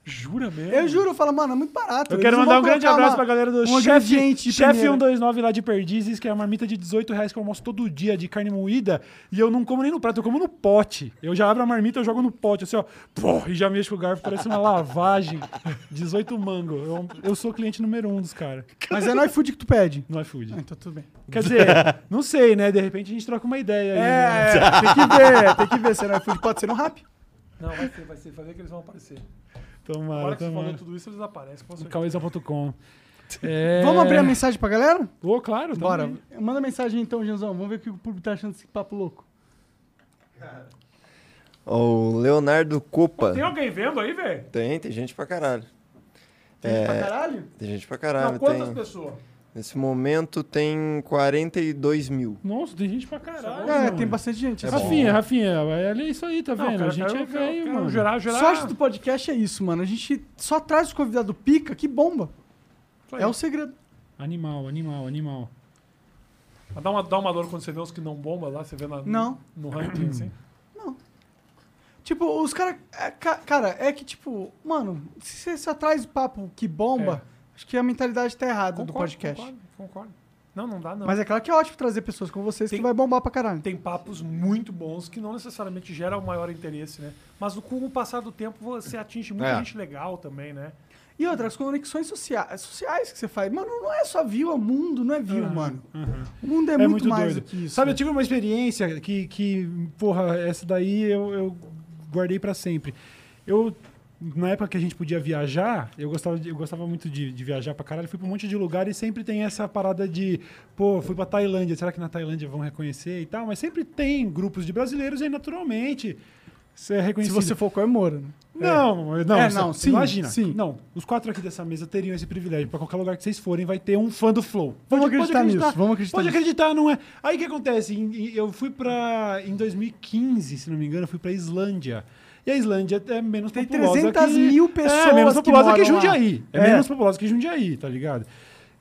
jura mesmo.
Eu juro, eu falo, mano, é muito barato.
Eu quero mandar um grande abraço pra galera do
um
chefe,
ingrediente de
chefe
primeira.
129 lá de Perdizes, que é uma marmita de 18 reais que eu almoço todo dia de carne moída. E eu não como nem no prato, eu como no pote. Eu já abro a marmita, eu jogo no pote, assim, ó. pô, e já mexo o garfo, parece uma lavagem. <laughs> 18 mango. Eu, eu sou cliente número um dos caras
Mas é no iFood que tu pede.
no iFood.
Ah, então tudo
<laughs>
bem.
Quer
<laughs>
dizer, não sei, né? De repente a gente troca uma ideia. aí, né?
É, tem que ver, tem que ver se é no iFood. Pode ser no Rap.
Não, vai ser, vai ser. Vai ver que eles vão aparecer. Na
Tomara,
hora que você falou
tomara.
tudo isso, eles aparecem. Com certeza.
<laughs>
Cauesa.com. É...
Vamos abrir a mensagem pra galera?
Ô, claro, tamo
Bora.
aí.
Manda mensagem então, Janzão. Vamos ver o que o público tá achando desse papo louco.
Ó, o Leonardo Copa.
Tem alguém vendo aí, velho?
Tem, tem gente pra caralho.
Tem gente pra caralho?
Tem gente pra
Não,
caralho.
quantas
tem...
pessoas?
Nesse momento tem 42 mil.
Nossa, tem gente pra caralho.
É,
mano.
tem bastante gente. assim.
Rafinha, Rafinha, olha isso aí, tá
Não,
vendo?
cara,
a gente
cara,
é
eu quero-
velho,
quero
mano.
Gerar,
A
gerar.
sorte do podcast é isso, mano. A gente só traz o convidado pica, que bomba.
Isso aí.
É o segredo.
Animal, animal, animal.
Mas Dá uma, dá uma dor quando você vê os que não bomba lá, você vê na,
Não.
no ranking,
<clears throat>
assim.
Tipo, os caras. cara, é que, tipo, mano, se você só traz papo que bomba, acho que a mentalidade tá errada do podcast.
É. Concordo, concordo. Não, não dá, não.
Mas é claro que é ótimo trazer pessoas como vocês
Tem-
que vai bombar pra caralho.
Tem papos muito bons que não necessariamente geram o maior interesse, né? Mas com o passar do tempo, você atinge muita
É.
gente legal também, né?
E outras conexões sociais, sociais que você faz. Mano, não é só view, é mundo, não é view, mano. O mundo é,
É,
muito,
muito,
mais
doido.
do que isso.
Sabe, eu
né?
tive uma experiência que, que porra, essa daí eu, eu guardei pra sempre. Eu, na época que a gente podia viajar, eu gostava, de- eu gostava muito de, de viajar pra caralho. Fui pra um monte de lugar e sempre tem essa parada de, pô, fui pra Tailândia, será que na Tailândia vão reconhecer e tal? Mas sempre tem grupos de brasileiros e aí, naturalmente, você é
Se
reconhecido.
você for com é Moura, né?
Não, não,
É,
só-
não, sim,
imagina.
sim.
Não, os quatro aqui dessa mesa teriam esse privilégio. Pra qualquer lugar que vocês forem, vai ter um fã do Flow.
Vamos acreditar nisso, vamos acreditar
Pode
nisso.
acreditar, não é? Aí o que acontece? Em- em- Eu fui pra. Em 2015, se não me engano, eu fui pra Islândia. E a Islândia é menos
Tem
populosa.
300
que-
mil
É menos
pessoas que
populosa que,
moram lá.
Jundiaí. É,
É.
menos populosa que Jundiaí, tá ligado?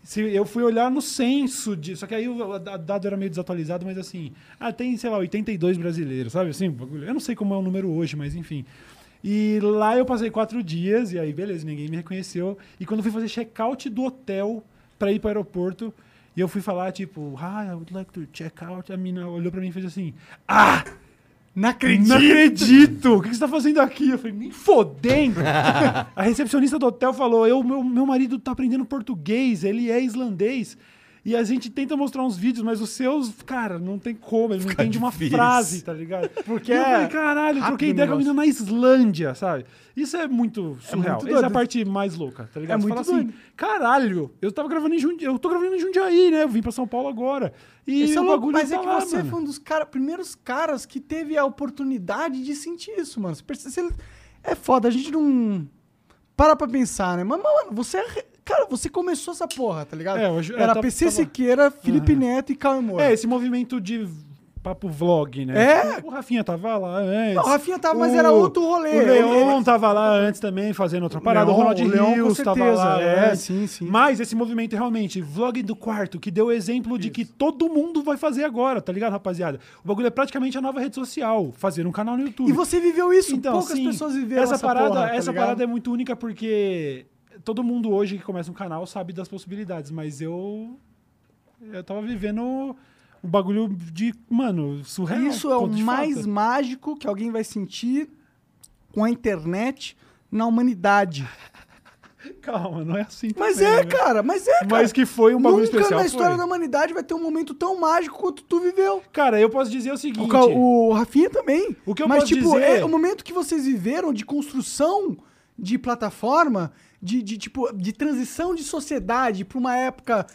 Se eu fui olhar no censo de. Só que aí o o da- dado era meio desatualizado, mas assim. Ah, tem, sei lá, 82 brasileiros, sabe? Assim, bagulho. eu não sei como é o número hoje, mas enfim. E lá eu passei quatro dias, e aí, beleza, ninguém me reconheceu. E quando eu fui fazer check-out do hotel pra ir pro aeroporto, e eu fui falar, tipo, ah, I would like to check out. A mina olhou pra mim e fez assim: Ah!
Não acredito.
Não acredito! O que que você tá fazendo aqui? Eu falei, nem fodendo! a recepcionista do hotel falou: eu, meu, meu marido tá aprendendo português, ele é islandês. E a gente tenta mostrar uns vídeos, mas os seus, cara, não tem como. Ele não entende uma
difícil.
frase, tá ligado? Porque eu
é
falei, caralho, eu troquei
rápido o
ideia com a menina
negócio.
na Islândia, sabe? Isso é muito surreal.
muito
Essa é a
doido.
parte mais louca, tá ligado?
É
Você
muito
fala assim,
doido.
caralho, eu tava gravando em Jundiaí, eu tô gravando em Jundiaí, né? Eu vim pra São Paulo agora. E
Isso é
o
louco,
bagulho
mas
tá
é que
lá,
você
mano.
foi um dos cara- primeiros caras que teve a oportunidade de sentir isso, mano. Você perce- você- é foda, a gente não para pra pensar, né? Mas, mano, você é... re- Cara, você começou essa porra, tá ligado?
É, eu ju- é,
Era
tá-
PC
tava-
Siqueira, Felipe Neto e Caio Moura.
É, esse movimento de papo vlog, né?
É.
Tipo, O Rafinha tava lá antes.
Não, o Rafinha tava, mas era outro rolê.
O Leon
Ele-
tava lá antes também, fazendo outra parada.
Leon-
o Ronald
o Leon, com
Rios tava
certeza,
lá.
é,
antes.
sim, sim.
Mas esse movimento realmente, vlog do quarto, que deu o exemplo de que todo mundo vai fazer agora, tá ligado, rapaziada? O bagulho é praticamente a nova rede social, fazer um canal no YouTube.
E você viveu isso,
Então,
poucas
sim,
pessoas viveram essa,
essa parada,
porra, tá
essa
ligado?
parada é muito única porque todo mundo hoje que começa um canal sabe das possibilidades, mas eu eu tava vivendo um bagulho de, mano, surreal.
Isso é o
conto de
mais
fada.
mágico que alguém vai sentir com a internet na humanidade.
Calma, não é assim
Mas
também,
é,
né?
cara, mas é, cara.
Mas que foi um bagulho
Nunca
especial,
na história
foi.
da humanidade vai ter um momento tão mágico quanto tu viveu.
Cara, eu posso dizer o
O,
seguinte,
Ca- o Rafinha também.
O que eu
Mas,
posso
tipo,
dizer-
é o momento que vocês viveram de construção de plataforma, de, de, tipo, de transição de sociedade para uma época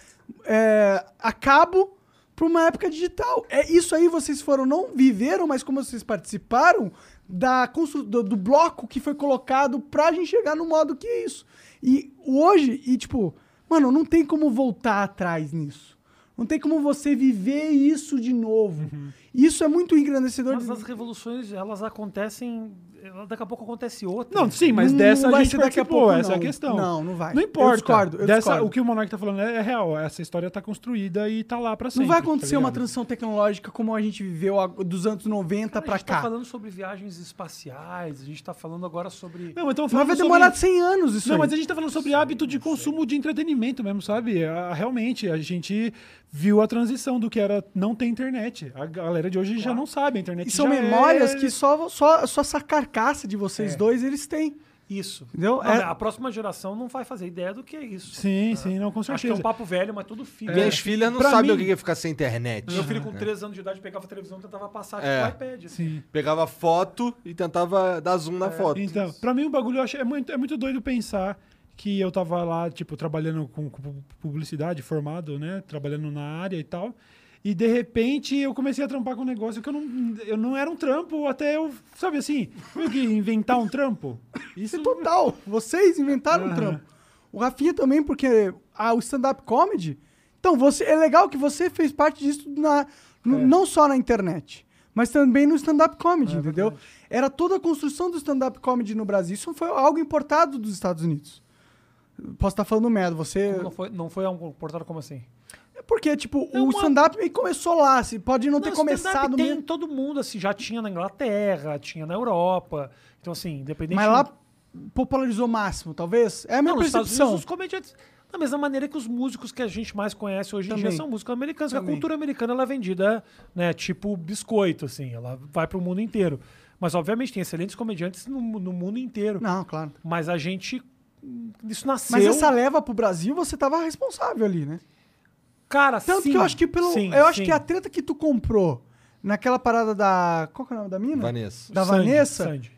é, a cabo para uma época digital. É isso aí, vocês foram, não viveram, mas como vocês participaram da constru- do, do bloco que foi colocado pra gente chegar no modo que é isso. E hoje, e tipo, mano, não tem como voltar atrás nisso. Não tem como você viver isso de novo. Isso é muito engrandecedor.
Mas as revoluções, elas acontecem. ela- Daqui a pouco acontece outra.
Não, sim, mas
Não
dessa
vai
a gente
ser daqui a
participou,
pouco,
essa é a
não.
questão.
Não, não vai.
Não
Eu
importa.
discordo, eu
Dessa-
discordo.
O que o Monark tá falando é, é real, essa história tá construída e tá lá pra sempre.
Não vai
tá
acontecer uma
ligado?
transição tecnológica como a gente viveu a- dos anos 90 pra
a gente tá
cá.
falando sobre viagens espacialas, a gente tá falando agora sobre.
Não, então
Mas
falando
vai
sobre-
demorar 100 anos isso
Não,
aí.
mas a gente tá falando sobre hábito de consumo de entretenimento mesmo, sabe? A- realmente, a gente viu a transição do que era não ter internet. A galera de hoje já não sabe, a internet
E são
já
memórias
é-
que só, só, só essa carcaça de vocês dois eles têm.
Isso.
Entendeu?
Não,
É-
A próxima geração não vai fazer ideia do que é isso.
Sim, sim, não, com
Acho que é
certeza.
um papo velho, mas tudo filho.
É.
né?
É. Minhas filhas não
pra
sabem
mim-
o que é ficar sem internet.
Meu filho com 3 anos de idade pegava a televisão e tentava passar
É.
com o iPad. assim.
Sim.
Pegava foto e tentava dar zoom na foto.
Então, pra mim o bagulho eu achei, é, muito, é muito doido pensar que eu tava lá, tipo, trabalhando com, com pu- publicidade, formado, né? Trabalhando na área e tal. E de repente eu comecei a trampar com um negócio que eu não, eu não era um trampo, até eu, sabe assim, meio que inventar um trampo. Isso
é Total. Vocês inventaram um trampo. O Rafinha também, porque a- o stand-up comedy. Então, você, é legal que você fez parte disso na, no- não só na internet, mas também no stand-up comedy, entendeu? Era toda a construção do stand-up comedy no Brasil. Isso foi algo importado dos Estados Unidos. Posso estar falando merda, você.
Não foi, não foi um portal como assim?
É porque, tipo,
É
o
uma-
stand-up meio que começou lá. Você pode não, ter
Não, stand-up
começado
tem
mesmo.
todo mundo, assim, já tinha na Inglaterra, tinha na Europa. Então, assim, independente...
Mas lá popularizou o máximo, talvez. É a minha
Não, nos Estados
percepção.
Unidos, os comediantes... Da mesma maneira que os músicos que a gente mais conhece hoje em
Também.
dia são músicos americanos. que A
Também.
cultura americana ela é vendida, né, tipo biscoito, assim. Ela vai para o mundo inteiro. Mas, obviamente, tem excelentes comediantes no, no mundo inteiro.
Não, claro.
Mas a gente... hum, Isso nasceu...
Mas essa leva pro Brasil, você tava responsável ali, né?
Cara,
Tanto
sim,
que eu acho que pelo.
sim,
eu acho
sim.
que a treta que tu comprou naquela parada da. Qual que é o nome da mina?
Vanessa.
Da
Sandy,
Vanessa.
Sandy.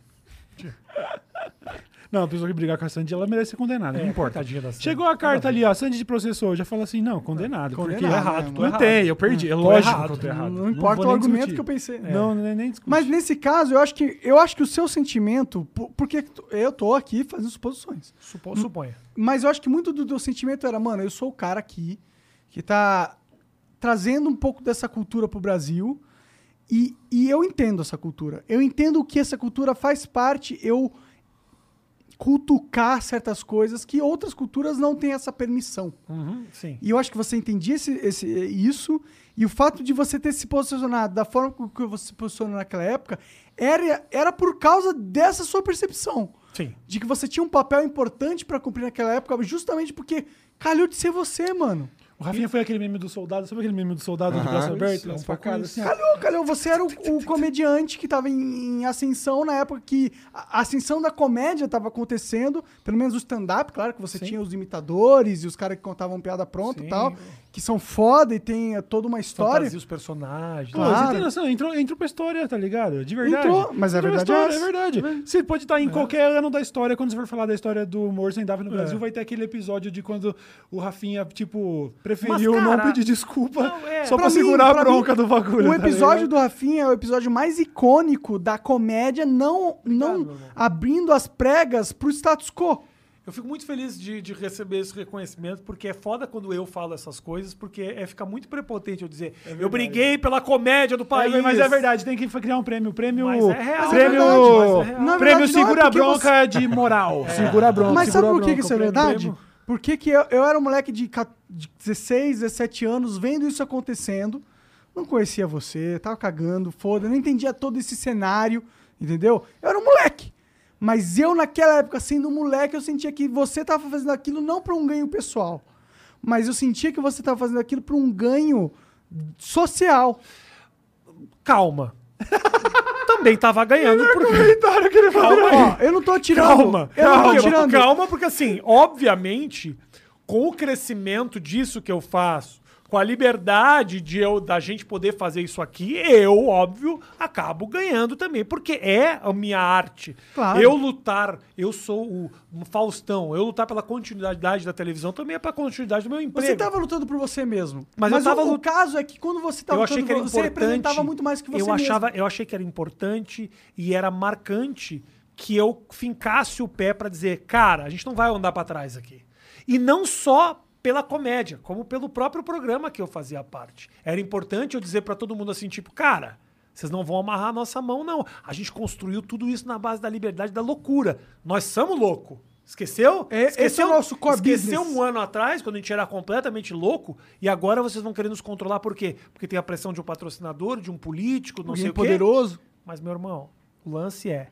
Não, a pessoa que brigar com a Sandy, ela merece ser condenada,
É,
não importa.
coitadinha da Sandy.
Chegou a carta ali, ó, a Sandy te processou, eu já falo assim, não, condenado, porque
Condenado,
errado,
né,
tô
mano?
errado. Tentei, eu perdi, é lógico
errado.
que eu tô
Não-
errado.
Não importa
vou
o
nem
argumento
discutir.
que eu pensei.
Não, nem, nem discutir.
Mas nesse caso, eu acho que eu acho que o seu sentimento, por- porque tu- eu tô aqui fazendo suposições.
Hum.
Supo- suponha.
Mas eu acho que muito do teu sentimento era, mano, eu sou o cara aqui que tá trazendo um pouco dessa cultura pro Brasil e, e eu entendo essa cultura. Eu entendo que essa cultura faz parte, eu cutucar certas coisas que outras culturas não têm essa permissão.
Uhum, sim.
E eu acho que você entendia esse, esse- isso, e o fato de você ter se posicionado da forma com que você se posicionou naquela época era, era por causa dessa sua percepção.
Sim.
De que você tinha um papel importante pra cumprir naquela época, justamente porque calhou de ser você, mano.
O Rafinha foi aquele meme do soldado, sabe aquele meme do soldado de braço
é
aberto? Um facada assim. ó.
Calhou, calhou. Você era o, o comediante que tava em, em ascensão na época que a a ascensão da comédia tava acontecendo, pelo menos o stand-up, claro que você tinha os imitadores e os caras que contavam piada pronta e
Sim.
tal. que são foda e tem é, toda uma história.
Fantasia, os personagens.
Pô,
Claro.
você tem noção? Entrou, entrou pra história, tá ligado? De verdade.
Entrou, mas é
Entrou pra
verdade
história,
essa.
é verdade. Você pode estar em qualquer ano da história, quando você for falar da história do humor sem DAF no
É.
Brasil, vai ter aquele episódio de quando o Rafinha, tipo, preferiu
Mas,
não
cara,
pedir desculpa
é.
só pra,
Pra mim,
segurar
pra
a bronca
mim,
do bagulho.
O
tá
episódio
ligado?
do Rafinha é o episódio mais icônico da comédia, não,
Tá,
não abrindo as pregas pro status quo.
Eu fico muito feliz de, de receber esse reconhecimento, porque é foda quando eu falo essas coisas, porque é ficar muito prepotente eu dizer
É
eu briguei pela comédia do país.
É, mas é verdade, tem que criar um prêmio. Prêmio.
Mas é real.
prêmio.
Mas é verdade, mas é real. Na
Prêmio
verdade, não, é
Segura a
porque
Bronca de
<laughs>
moral. Segura a bronca.
Mas sabe
segura a
por que
bronca,
que isso é
o prêmio
verdade?
Prêmio.
Porque que eu, eu era um moleque de ca- de 16, 17 anos, vendo isso acontecendo, não conhecia você, tava cagando, foda, não entendia todo esse cenário, entendeu? Eu era um moleque. Mas eu, naquela época, sendo um moleque, eu sentia que você tava fazendo aquilo não para um ganho pessoal, mas eu sentia que você tava fazendo aquilo para um ganho social.
Calma. <laughs> Também tava ganhando. Porque...
Comentário que ele falou.
Ó, eu não tô tirando.
Calma,
eu não
calma,
tô tirando.
calma, porque assim, obviamente, com o crescimento disso que eu faço, com a liberdade de eu da gente poder fazer isso aqui, eu, óbvio, acabo ganhando também, porque é a minha arte.
Claro.
Eu lutar, eu sou o Faustão, eu lutar pela continuidade da televisão também é pra continuidade do meu emprego.
Você tá tava lutando por você mesmo.
Mas eu
o-
tava
o,
lut-
caso é que quando você tava
eu achei
lutando
que era
por-
importante.
você representava muito mais que você
eu
mesmo.
achava, eu achei que era importante e era marcante que eu fincasse o pé pra dizer, cara, a gente não vai andar pra trás aqui. E não só pela comédia, como pelo próprio programa que eu fazia parte. Era importante eu dizer pra todo mundo assim, tipo, cara, vocês não vão amarrar a nossa mão, não. A gente construiu tudo isso na base da liberdade e da loucura. Nós somos louco. Esqueceu?
É, esse
esqueceu
é o nosso core
Esqueceu
business.
um ano atrás, quando a gente era completamente louco, e agora vocês vão querer nos controlar por quê? Porque tem a pressão de um patrocinador, de um político, não
Alguém
sei o quê.
poderoso.
Mas, meu irmão, o lance é: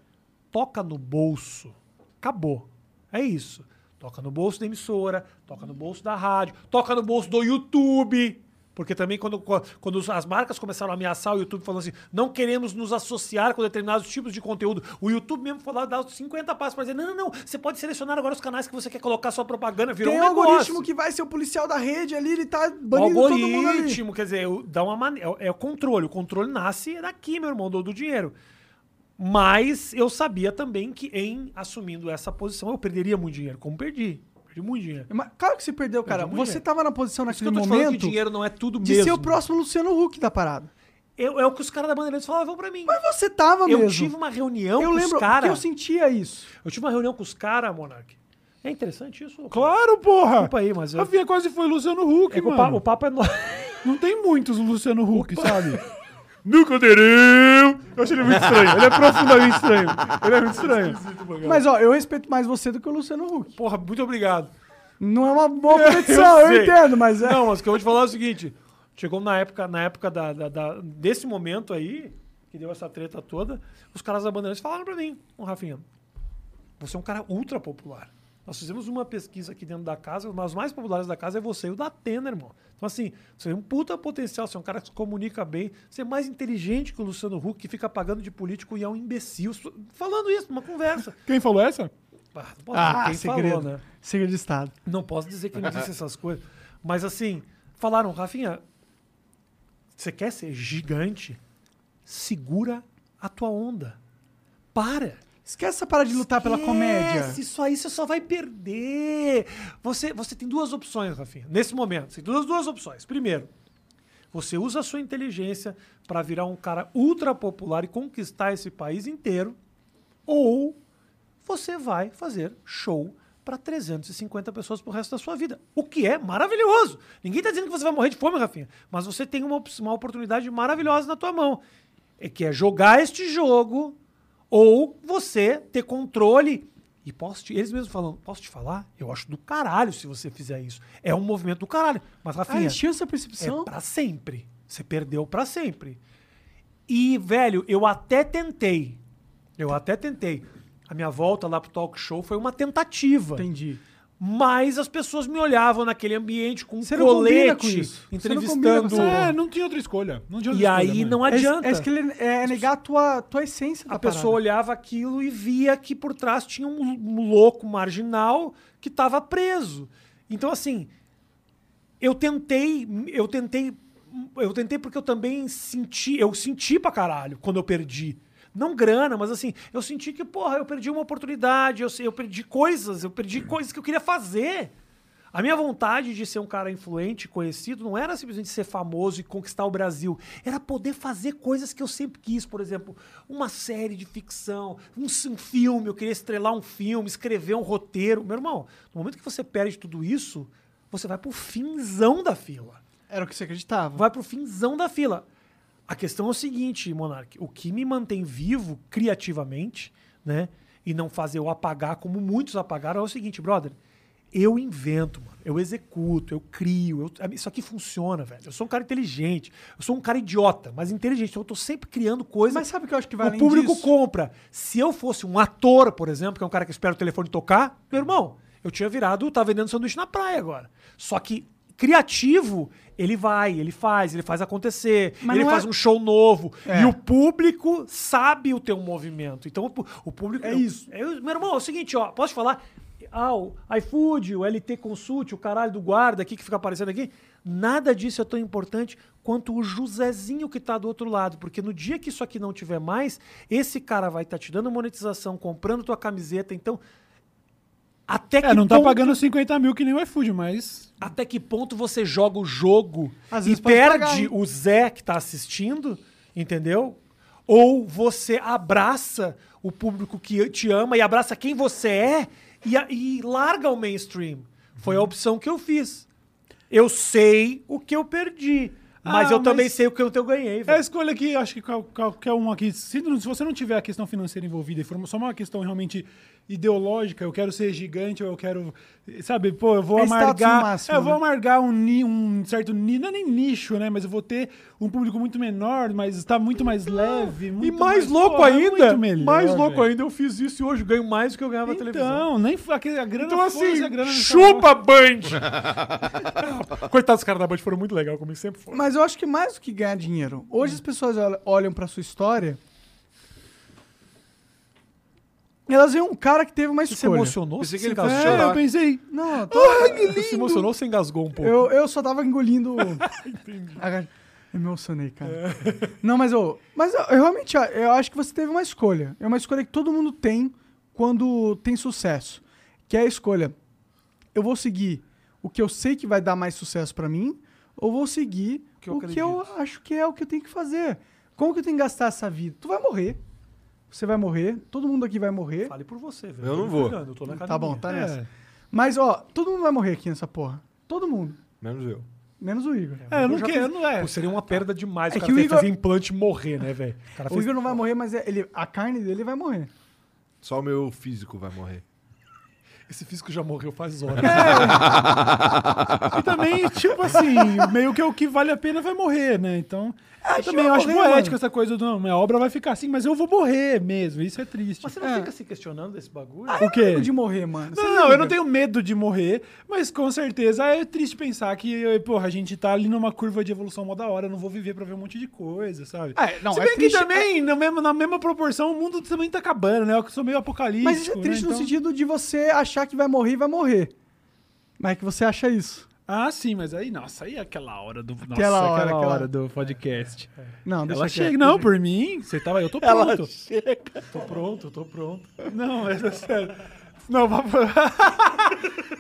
toca no bolso. Acabou. É isso. Toca no bolso da emissora, toca no bolso da rádio, toca no bolso do YouTube. Porque também quando, quando as marcas começaram a ameaçar o YouTube falando assim, não queremos nos associar com determinados tipos de conteúdo, o YouTube mesmo falou, dá os 50 passos para dizer, não, não, não, você pode selecionar agora os canais que você quer colocar sua propaganda, virou
Tem um
um negócio.
algoritmo que vai ser o policial da rede ali, ele tá
O
banindo todo mundo ali.
algoritmo, quer dizer, o- dá uma mane... é o- é o controle. O controle nasce daqui, meu irmão, do, do dinheiro. Mas eu sabia também que em assumindo essa posição eu perderia muito dinheiro, como perdi. Perdi muito dinheiro.
Mas claro que você perdeu, cara.
muito
Você
dinheiro.
tava na posição
Por isso que
naquele
eu tô te falando que
momento
dinheiro não é tudo
de
mesmo.
ser o próximo Luciano Huck da parada.
Eu- é o que os caras da Bandeirantes falavam pra mim.
Mas você tava
eu
mesmo.
tive uma reunião
eu
com
lembro
os caras.
que eu sentia isso.
Eu tive uma reunião com os caras, Monark. É interessante isso?
Claro, porra.
Desculpa aí, mas eu-
Rafinha quase foi Luciano Huck,
É que o, pa-
mano.
o papo é nosso.
Não tem muitos Luciano Huck, sabe? Nunca tereu! Eu achei ele muito estranho. Ele é profundamente estranho. Ele é muito estranho.
Mas ó, eu respeito mais você do que o Luciano
<laughs>
Huck.
Porra, muito obrigado.
Não é
<laughs>
uma boa competição, eu,
sei.
entendo, mas é.
Não, mas o que eu vou te falar é o seguinte: chegou na época, na época da, da- da- desse momento aí, que deu essa treta toda, os caras da Bandeirantes falaram pra mim, ô Rafinha, você é um cara ultra popular. Nós fizemos uma pesquisa aqui dentro da casa, mas os mais populares da casa é você e o da Atena, irmão. Então, assim, você é um puta potencial, você é um cara que se comunica bem, você é mais inteligente que o Luciano Huck, que fica pagando de político e é um imbecil. Falando isso numa conversa.
Quem falou essa?
Ah, não posso dizer
Ah,
quem
segredo.
falou, né?
Segredo de Estado.
Não posso dizer que me disse essas coisas. Mas assim, falaram, Rafinha, você quer ser gigante? Segura a tua onda. Para.
Esquece essa parada de lutar Tá, pela comédia.
Esquece, Isso aí você só vai perder. Você, você tem duas opções, Rafinha, nesse momento. Você tem duas, duas opções. Primeiro, você usa a sua inteligência para virar um cara ultra popular e conquistar esse país inteiro. Ou você vai fazer show para 350 pessoas pro resto da sua vida. O que é maravilhoso. Ninguém tá dizendo que você vai morrer de fome, Rafinha. Mas você tem uma, op- uma oportunidade maravilhosa na tua mão. É que é jogar este jogo ou você ter controle. E posso te, eles mesmos falando, posso te falar? Eu acho do caralho se você fizer isso. É um movimento do caralho. Mas,
Ah,
Rafinha,
encheu essa
é
percepção?
pra sempre. Você perdeu pra sempre. E, velho, eu até tentei. Eu até tentei. A minha volta lá pro talk show foi uma tentativa.
Entendi.
Mas as pessoas me olhavam naquele ambiente com um
Você não combina
colete,
com isso. Você não combina com
entrevistando.
essa
É, não tinha outra escolha. Não tinha outra
E
escolha,
aí
mano.
não
É-
adianta.
É, isso que ele- tá é negar a tua, tua essência da
A pessoa
parada.
olhava aquilo e via que por trás tinha um, um louco marginal que estava preso. Então, assim, eu tentei, eu tentei, eu tentei porque eu também senti, eu senti pra caralho quando eu perdi. Não grana, mas assim, eu senti que, porra, eu perdi uma oportunidade, eu, eu perdi coisas, eu perdi coisas que eu queria fazer. A minha vontade de ser um cara influente, conhecido, não era simplesmente ser famoso e conquistar o Brasil. Era poder fazer coisas que eu sempre quis. Por exemplo, uma série de ficção, um, s- um filme, eu queria estrelar um filme, escrever um roteiro. Meu irmão, no momento que você perde tudo isso, você vai pro finzão da fila.
Era o que você acreditava.
Vai pro finzão da fila. A questão é o seguinte, Monark, o que me mantém vivo criativamente, né? E não fazer eu apagar como muitos apagaram é o seguinte, brother. Eu invento, mano. Eu executo, eu crio. eu- a mim- isso aqui funciona, velho. Eu sou um cara inteligente. Eu sou um cara idiota, mas inteligente. Então eu tô sempre criando coisas.
Mas sabe o que eu acho que vai
O
além
público
disso?
compra. Se eu fosse um ator, por exemplo, que é um cara que espera o telefone tocar, meu irmão, eu tinha virado, tá vendendo sanduíche na praia agora. Só que criativo, ele vai, ele faz, ele faz acontecer,
Mas
ele
não
faz
é-
um show novo.
É.
E o público sabe o teu movimento. Então o pu- o público.
É
eu-
isso.
eu- meu irmão, é o seguinte, ó, posso te falar? Ah, o iFood, o LT Consult, o caralho do guarda aqui que fica aparecendo aqui, nada disso é tão importante quanto o Josézinho que tá do outro lado, porque no dia que isso aqui não tiver mais, esse cara vai estar tá te dando monetização, comprando tua camiseta, então até que
É, não tá
ponto-
pagando 50 mil que nem o iFood, mas.
até que ponto você joga o jogo
Às
e
vezes pode
perde
pagar, hein?
o Zé que tá assistindo, entendeu? Ou você abraça o público que te ama e abraça quem você é e, a- e larga o mainstream. Foi a opção que eu fiz. Eu sei o que eu perdi, mas
Ah,
eu também
mas-
sei o que eu eu ganhei.
É a
velho.
escolha que acho que qual- qualquer um aqui. Se, não- se você não tiver a questão financeira envolvida e for só uma questão realmente ideológica, eu quero ser gigante, ou eu quero. Sabe, pô, eu vou
É status
amargar.
no máximo,
é, eu vou
né?
amargar um, ni- um certo nicho, não é nem nicho, né? Mas eu vou ter um público muito menor, mas tá muito mais leve.
Ah, E
muito
mais louco
porra, é
ainda,
muito melhor,
mais louco
velho.
ainda, eu fiz isso e hoje ganho mais do que eu ganhava na televisão.
Então, nem fa- a grana
Então,
foi,
assim,
a grana não
chupa <laughs> Band! Coitados dos caras da Band, foram muito legal comigo, sempre foram.
Mas eu acho que mais do que ganhar dinheiro. Hoje as pessoas ol- olham pra sua história. e Elas veem um cara que teve uma
Você
escolha.
se emocionou?
Pensei
Você
que ele
se
fosse
engasgou?
É, eu
chorar.
pensei.
Não, eu tô-
Você se emocionou ou se engasgou um pouco?
Eu, eu só tava engolindo.
<laughs>
Entendi. Eu me emocionei, cara.
É.
Não, mas eu. Mas eu, eu realmente a- eu acho que você teve uma escolha. É uma escolha que todo mundo tem quando tem sucesso. Que é a escolha. Eu vou seguir o que eu sei que vai dar mais sucesso pra mim, ou vou seguir
que eu
o que eu acho que é o que eu tenho que fazer. Como que eu tenho que gastar essa vida? Tu vai morrer. Você vai morrer, todo mundo aqui vai morrer.
Fale por você, velho.
Eu
Tô
não
me
vou.
cagando, eu tô na academia.
Tá bom, tá nessa. Mas, ó, todo mundo vai morrer aqui nessa porra. Todo mundo.
Menos eu.
Menos o Igor.
É, eu não quero, não é.
Pô, seria uma perda demais
É
o cara
que o
ter que
Igor-
fazer implante e morrer, né, velho? O cara
O
fez-
Igor não vai morrer, mas é- ele, a carne dele vai morrer.
Só o meu físico vai morrer.
Esse físico já morreu faz horas.
E também, tipo assim, meio que o que vale a pena vai morrer, né? Então. eu também
É, vai
acho
morrer,
poético
mano.
essa coisa do. Não, minha obra vai ficar assim, mas eu vou morrer mesmo. Isso é triste.
Mas você não fica se questionando desse bagulho?
o quê?
Fico De morrer, mano. Você é
Não,
é
não, eu não tenho medo de morrer, mas com certeza é triste pensar que, eh, porra, a gente tá ali numa curva de evolução mó da hora, eu não vou viver pra ver um monte de coisa, sabe?
É, não,
Se
é
bem que
triste-
também, na mesma, na mesma proporção, o mundo também tá acabando, né? Eu que sou meio apocalíptico.
Mas isso é triste
né?
no
Então-
sentido de você achar que vai morrer e vai morrer. Mas é que você acha isso.
Ah, sim, mas aí, nossa, aí é aquela hora do. Nossa,
Aquela hora,
aquela
aquela-
hora do podcast.
Não, deixa
Ela
quieto.
chega, não, por mim, você tava, eu tô pronto.
Ela chega.
Tô pronto, tô pronto.
Não, mas é sério. Não, papo- <laughs>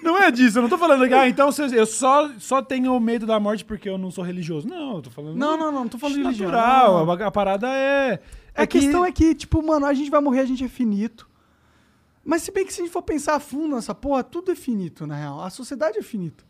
não é disso, eu não tô falando que, ah, então você- eu só, só tenho medo da morte porque eu não sou religioso. Não, eu tô falando.
Não, não, não, não tô falando de religião.
natural,
Não, não, não.
A, a parada é.
A questão é que, tipo, mano, a gente vai morrer, a gente é finito. Mas se bem que se a gente for pensar a fundo nessa porra, tudo é finito, na real. A sociedade
<laughs>
é finita.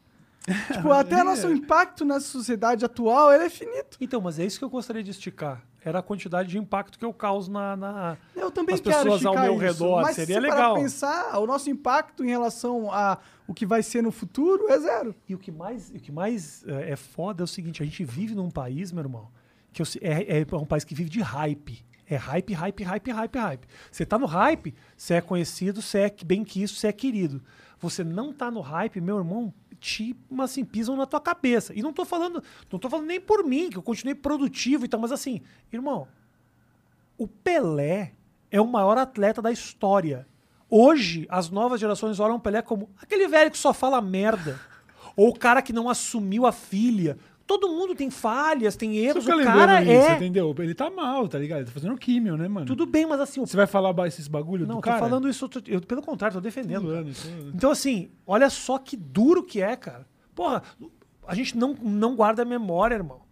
Tipo,
É.
até o nosso impacto na sociedade atual, ele é finito.
Então, mas é isso que eu gostaria de esticar. Era a quantidade de impacto que eu causo na... na...
Eu também
As
quero
pessoas ao
esticar
meu
isso,
redor,
mas
seria
se você
legal.
Para pensar, o nosso impacto em relação a o que vai ser no futuro é zero.
E o que mais, o que mais eh, é foda é o seguinte: a gente vive num país, meu irmão, que eu se- é, é um país que vive de hype. É hype, hype, hype, hype, hype. Você tá no hype, você é conhecido, você é que- bem que isso, você é querido. Você não tá no hype, meu irmão, te mas assim, pisam na tua cabeça. E não tô falando, não tô falando nem por mim, que eu continuei produtivo e tal, mas assim, irmão, o Pelé é o maior atleta da
<laughs>
história. Hoje, as novas gerações olham o Pelé como aquele velho que só fala merda. Ou o cara que não assumiu a filha. Todo mundo tem falhas, tem
Você
erros.
fica
O
lembrando
cara
isso,
é.
entendeu? Ele tá mal, tá ligado? Ele tá fazendo químio, né, mano?
Tudo bem, mas assim, o
Você vai falar ba- esses bagulho
Não,
do
tô
cara?
falando isso. tô- Eu, pelo contrário, tô defendendo.
Tô
cara.
zoando, tô zoando.
Então, assim, olha só que duro que é, cara. Porra, a gente não, não guarda memória, irmão.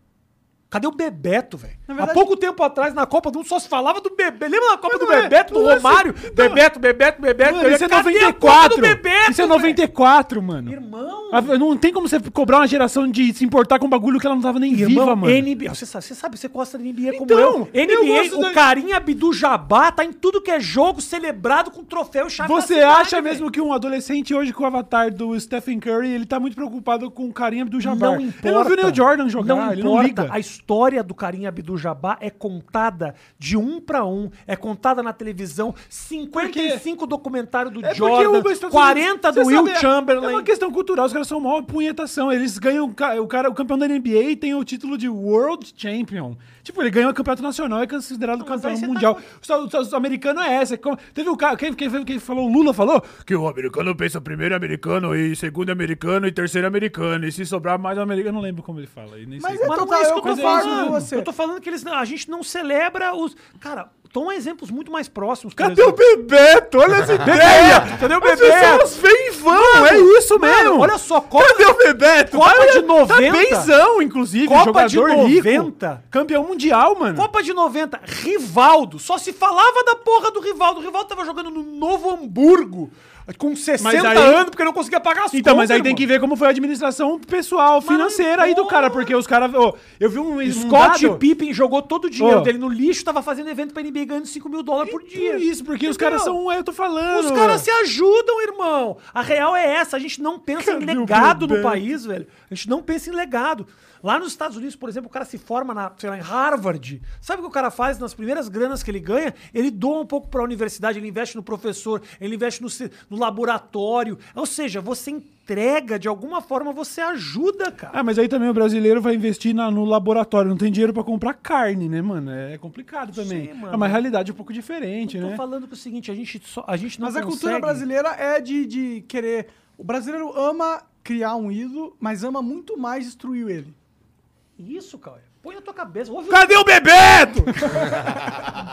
Cadê o Bebeto, velho? Há pouco tempo atrás, na Copa do Mundo, só se falava do Bebeto. Lembra da Copa do
não é-
Bebeto, do
não é assim-
Romário?
Então-
Bebeto, Bebeto, Bebeto.
Mano,
Bebeto.
isso é
Cadê a Copa
94.
do Bebeto,
isso é
velho?
94, mano.
Irmão,
A- Não tem como você cobrar uma geração de se importar com um bagulho que ela não tava nem viva,
irmão,
mano.
NBA. Você sabe, você sabe, você gosta da NBA como
Então,
eu.
eu
NBA,
gosto
o
da-
carinha Abdu Jabá tá em tudo que é jogo, celebrado com troféu e chave da
Você
cidade,
acha
velho.
mesmo que um adolescente hoje com o avatar do Stephen Curry, ele tá muito preocupado com o carinha do Jabbar?
Não importa.
Ele não viu nem o Jordan jogar,
Não
ele
importa.
não liga.
A história do Karim Abdul-Jabbar é contada de um pra um, é contada na televisão, 55 documentários do Jordan,
os É Estados
40 do
Unidos- Você
Will
sabe, é- É
Chamberlain.
uma questão cultural, os caras são maior punhetação. Eles ganham. ca- O, cara, o campeão da NBA tem o título de World Champion. Tipo, ele ganhou o campeonato nacional e é considerado campeão
aí você tá
mundial. Os Estados Unidos- Os americanos é essa. Como- Teve o cara. Quem, quem, quem falou? O Lula falou que o americano pensa primeiro americano e segundo americano e terceiro americano. E se sobrar mais americano. Eu não lembro como ele fala. e nem
Mas
sei
é
como.
Mas não
total,
é isso que
eu
eu tô
concordo com
falando.
você.
Eu tô falando que eles, não- a gente não celebra os. Cara, toma exemplos muito mais próximos. por
Cadê o
exemplo.
Bebeto? Olha <laughs> essa ideia!
Cadê o
As
Bebeto?
pessoas vêm e vão,
Mano,
é isso
mano,
mesmo!
olha só, Copa-
Cadê o Bebeto?
Copa de
Tá
90.
benzão, inclusive,
Copa
jogador
de
rico.
90.
Campeão mundial, mano.
Copa de 90, Rivaldo. Só se falava da porra do Rivaldo. O Rivaldo tava jogando no Novo Hamburgo com 60
aí-
anos porque não conseguia pagar as
Então, mas
contas,
aí tem
irmão.
que ver como foi a administração pessoal,
não
financeira aí do
importa.
cara, porque os caras... ô, eu vi um, um
Scott
dado-
Pippen jogou todo o dinheiro
Ô.
dele no lixo, tava fazendo evento pra NBA ganhando 5 mil dólares por dia.
Por isso, porque os
Entendeu?
caras são... um é, Eu tô falando.
Os caras se ajudam, irmão. A real é essa. A gente não pensa em
Cadê o
legado no
Bebeto?
país, velho. A gente não pensa em legado. Lá nos Estados Unidos, por exemplo, o cara se forma na, sei lá, em Harvard. Sabe o que o cara faz nas primeiras granas que ele ganha? Ele doa um pouco pra universidade, ele investe no professor, ele investe no, ci- no laboratório. Ou seja, você entrega, de alguma forma, você ajuda, cara.
Ah, mas aí também o brasileiro vai investir na- no laboratório, não tem dinheiro pra comprar carne, né, mano? É complicado também.
mano.
É uma realidade um pouco diferente,
Tô
né?
falando que é o seguinte, a gente, só, a gente não
Mas a cultura
consegue-
brasileira é de, de querer. O brasileiro ama criar um ídolo, mas ama muito mais destruir ele. <laughs>
Isso, cara. Põe na tua cabeça. Ouve o
Cadê o Bebeto?
<laughs>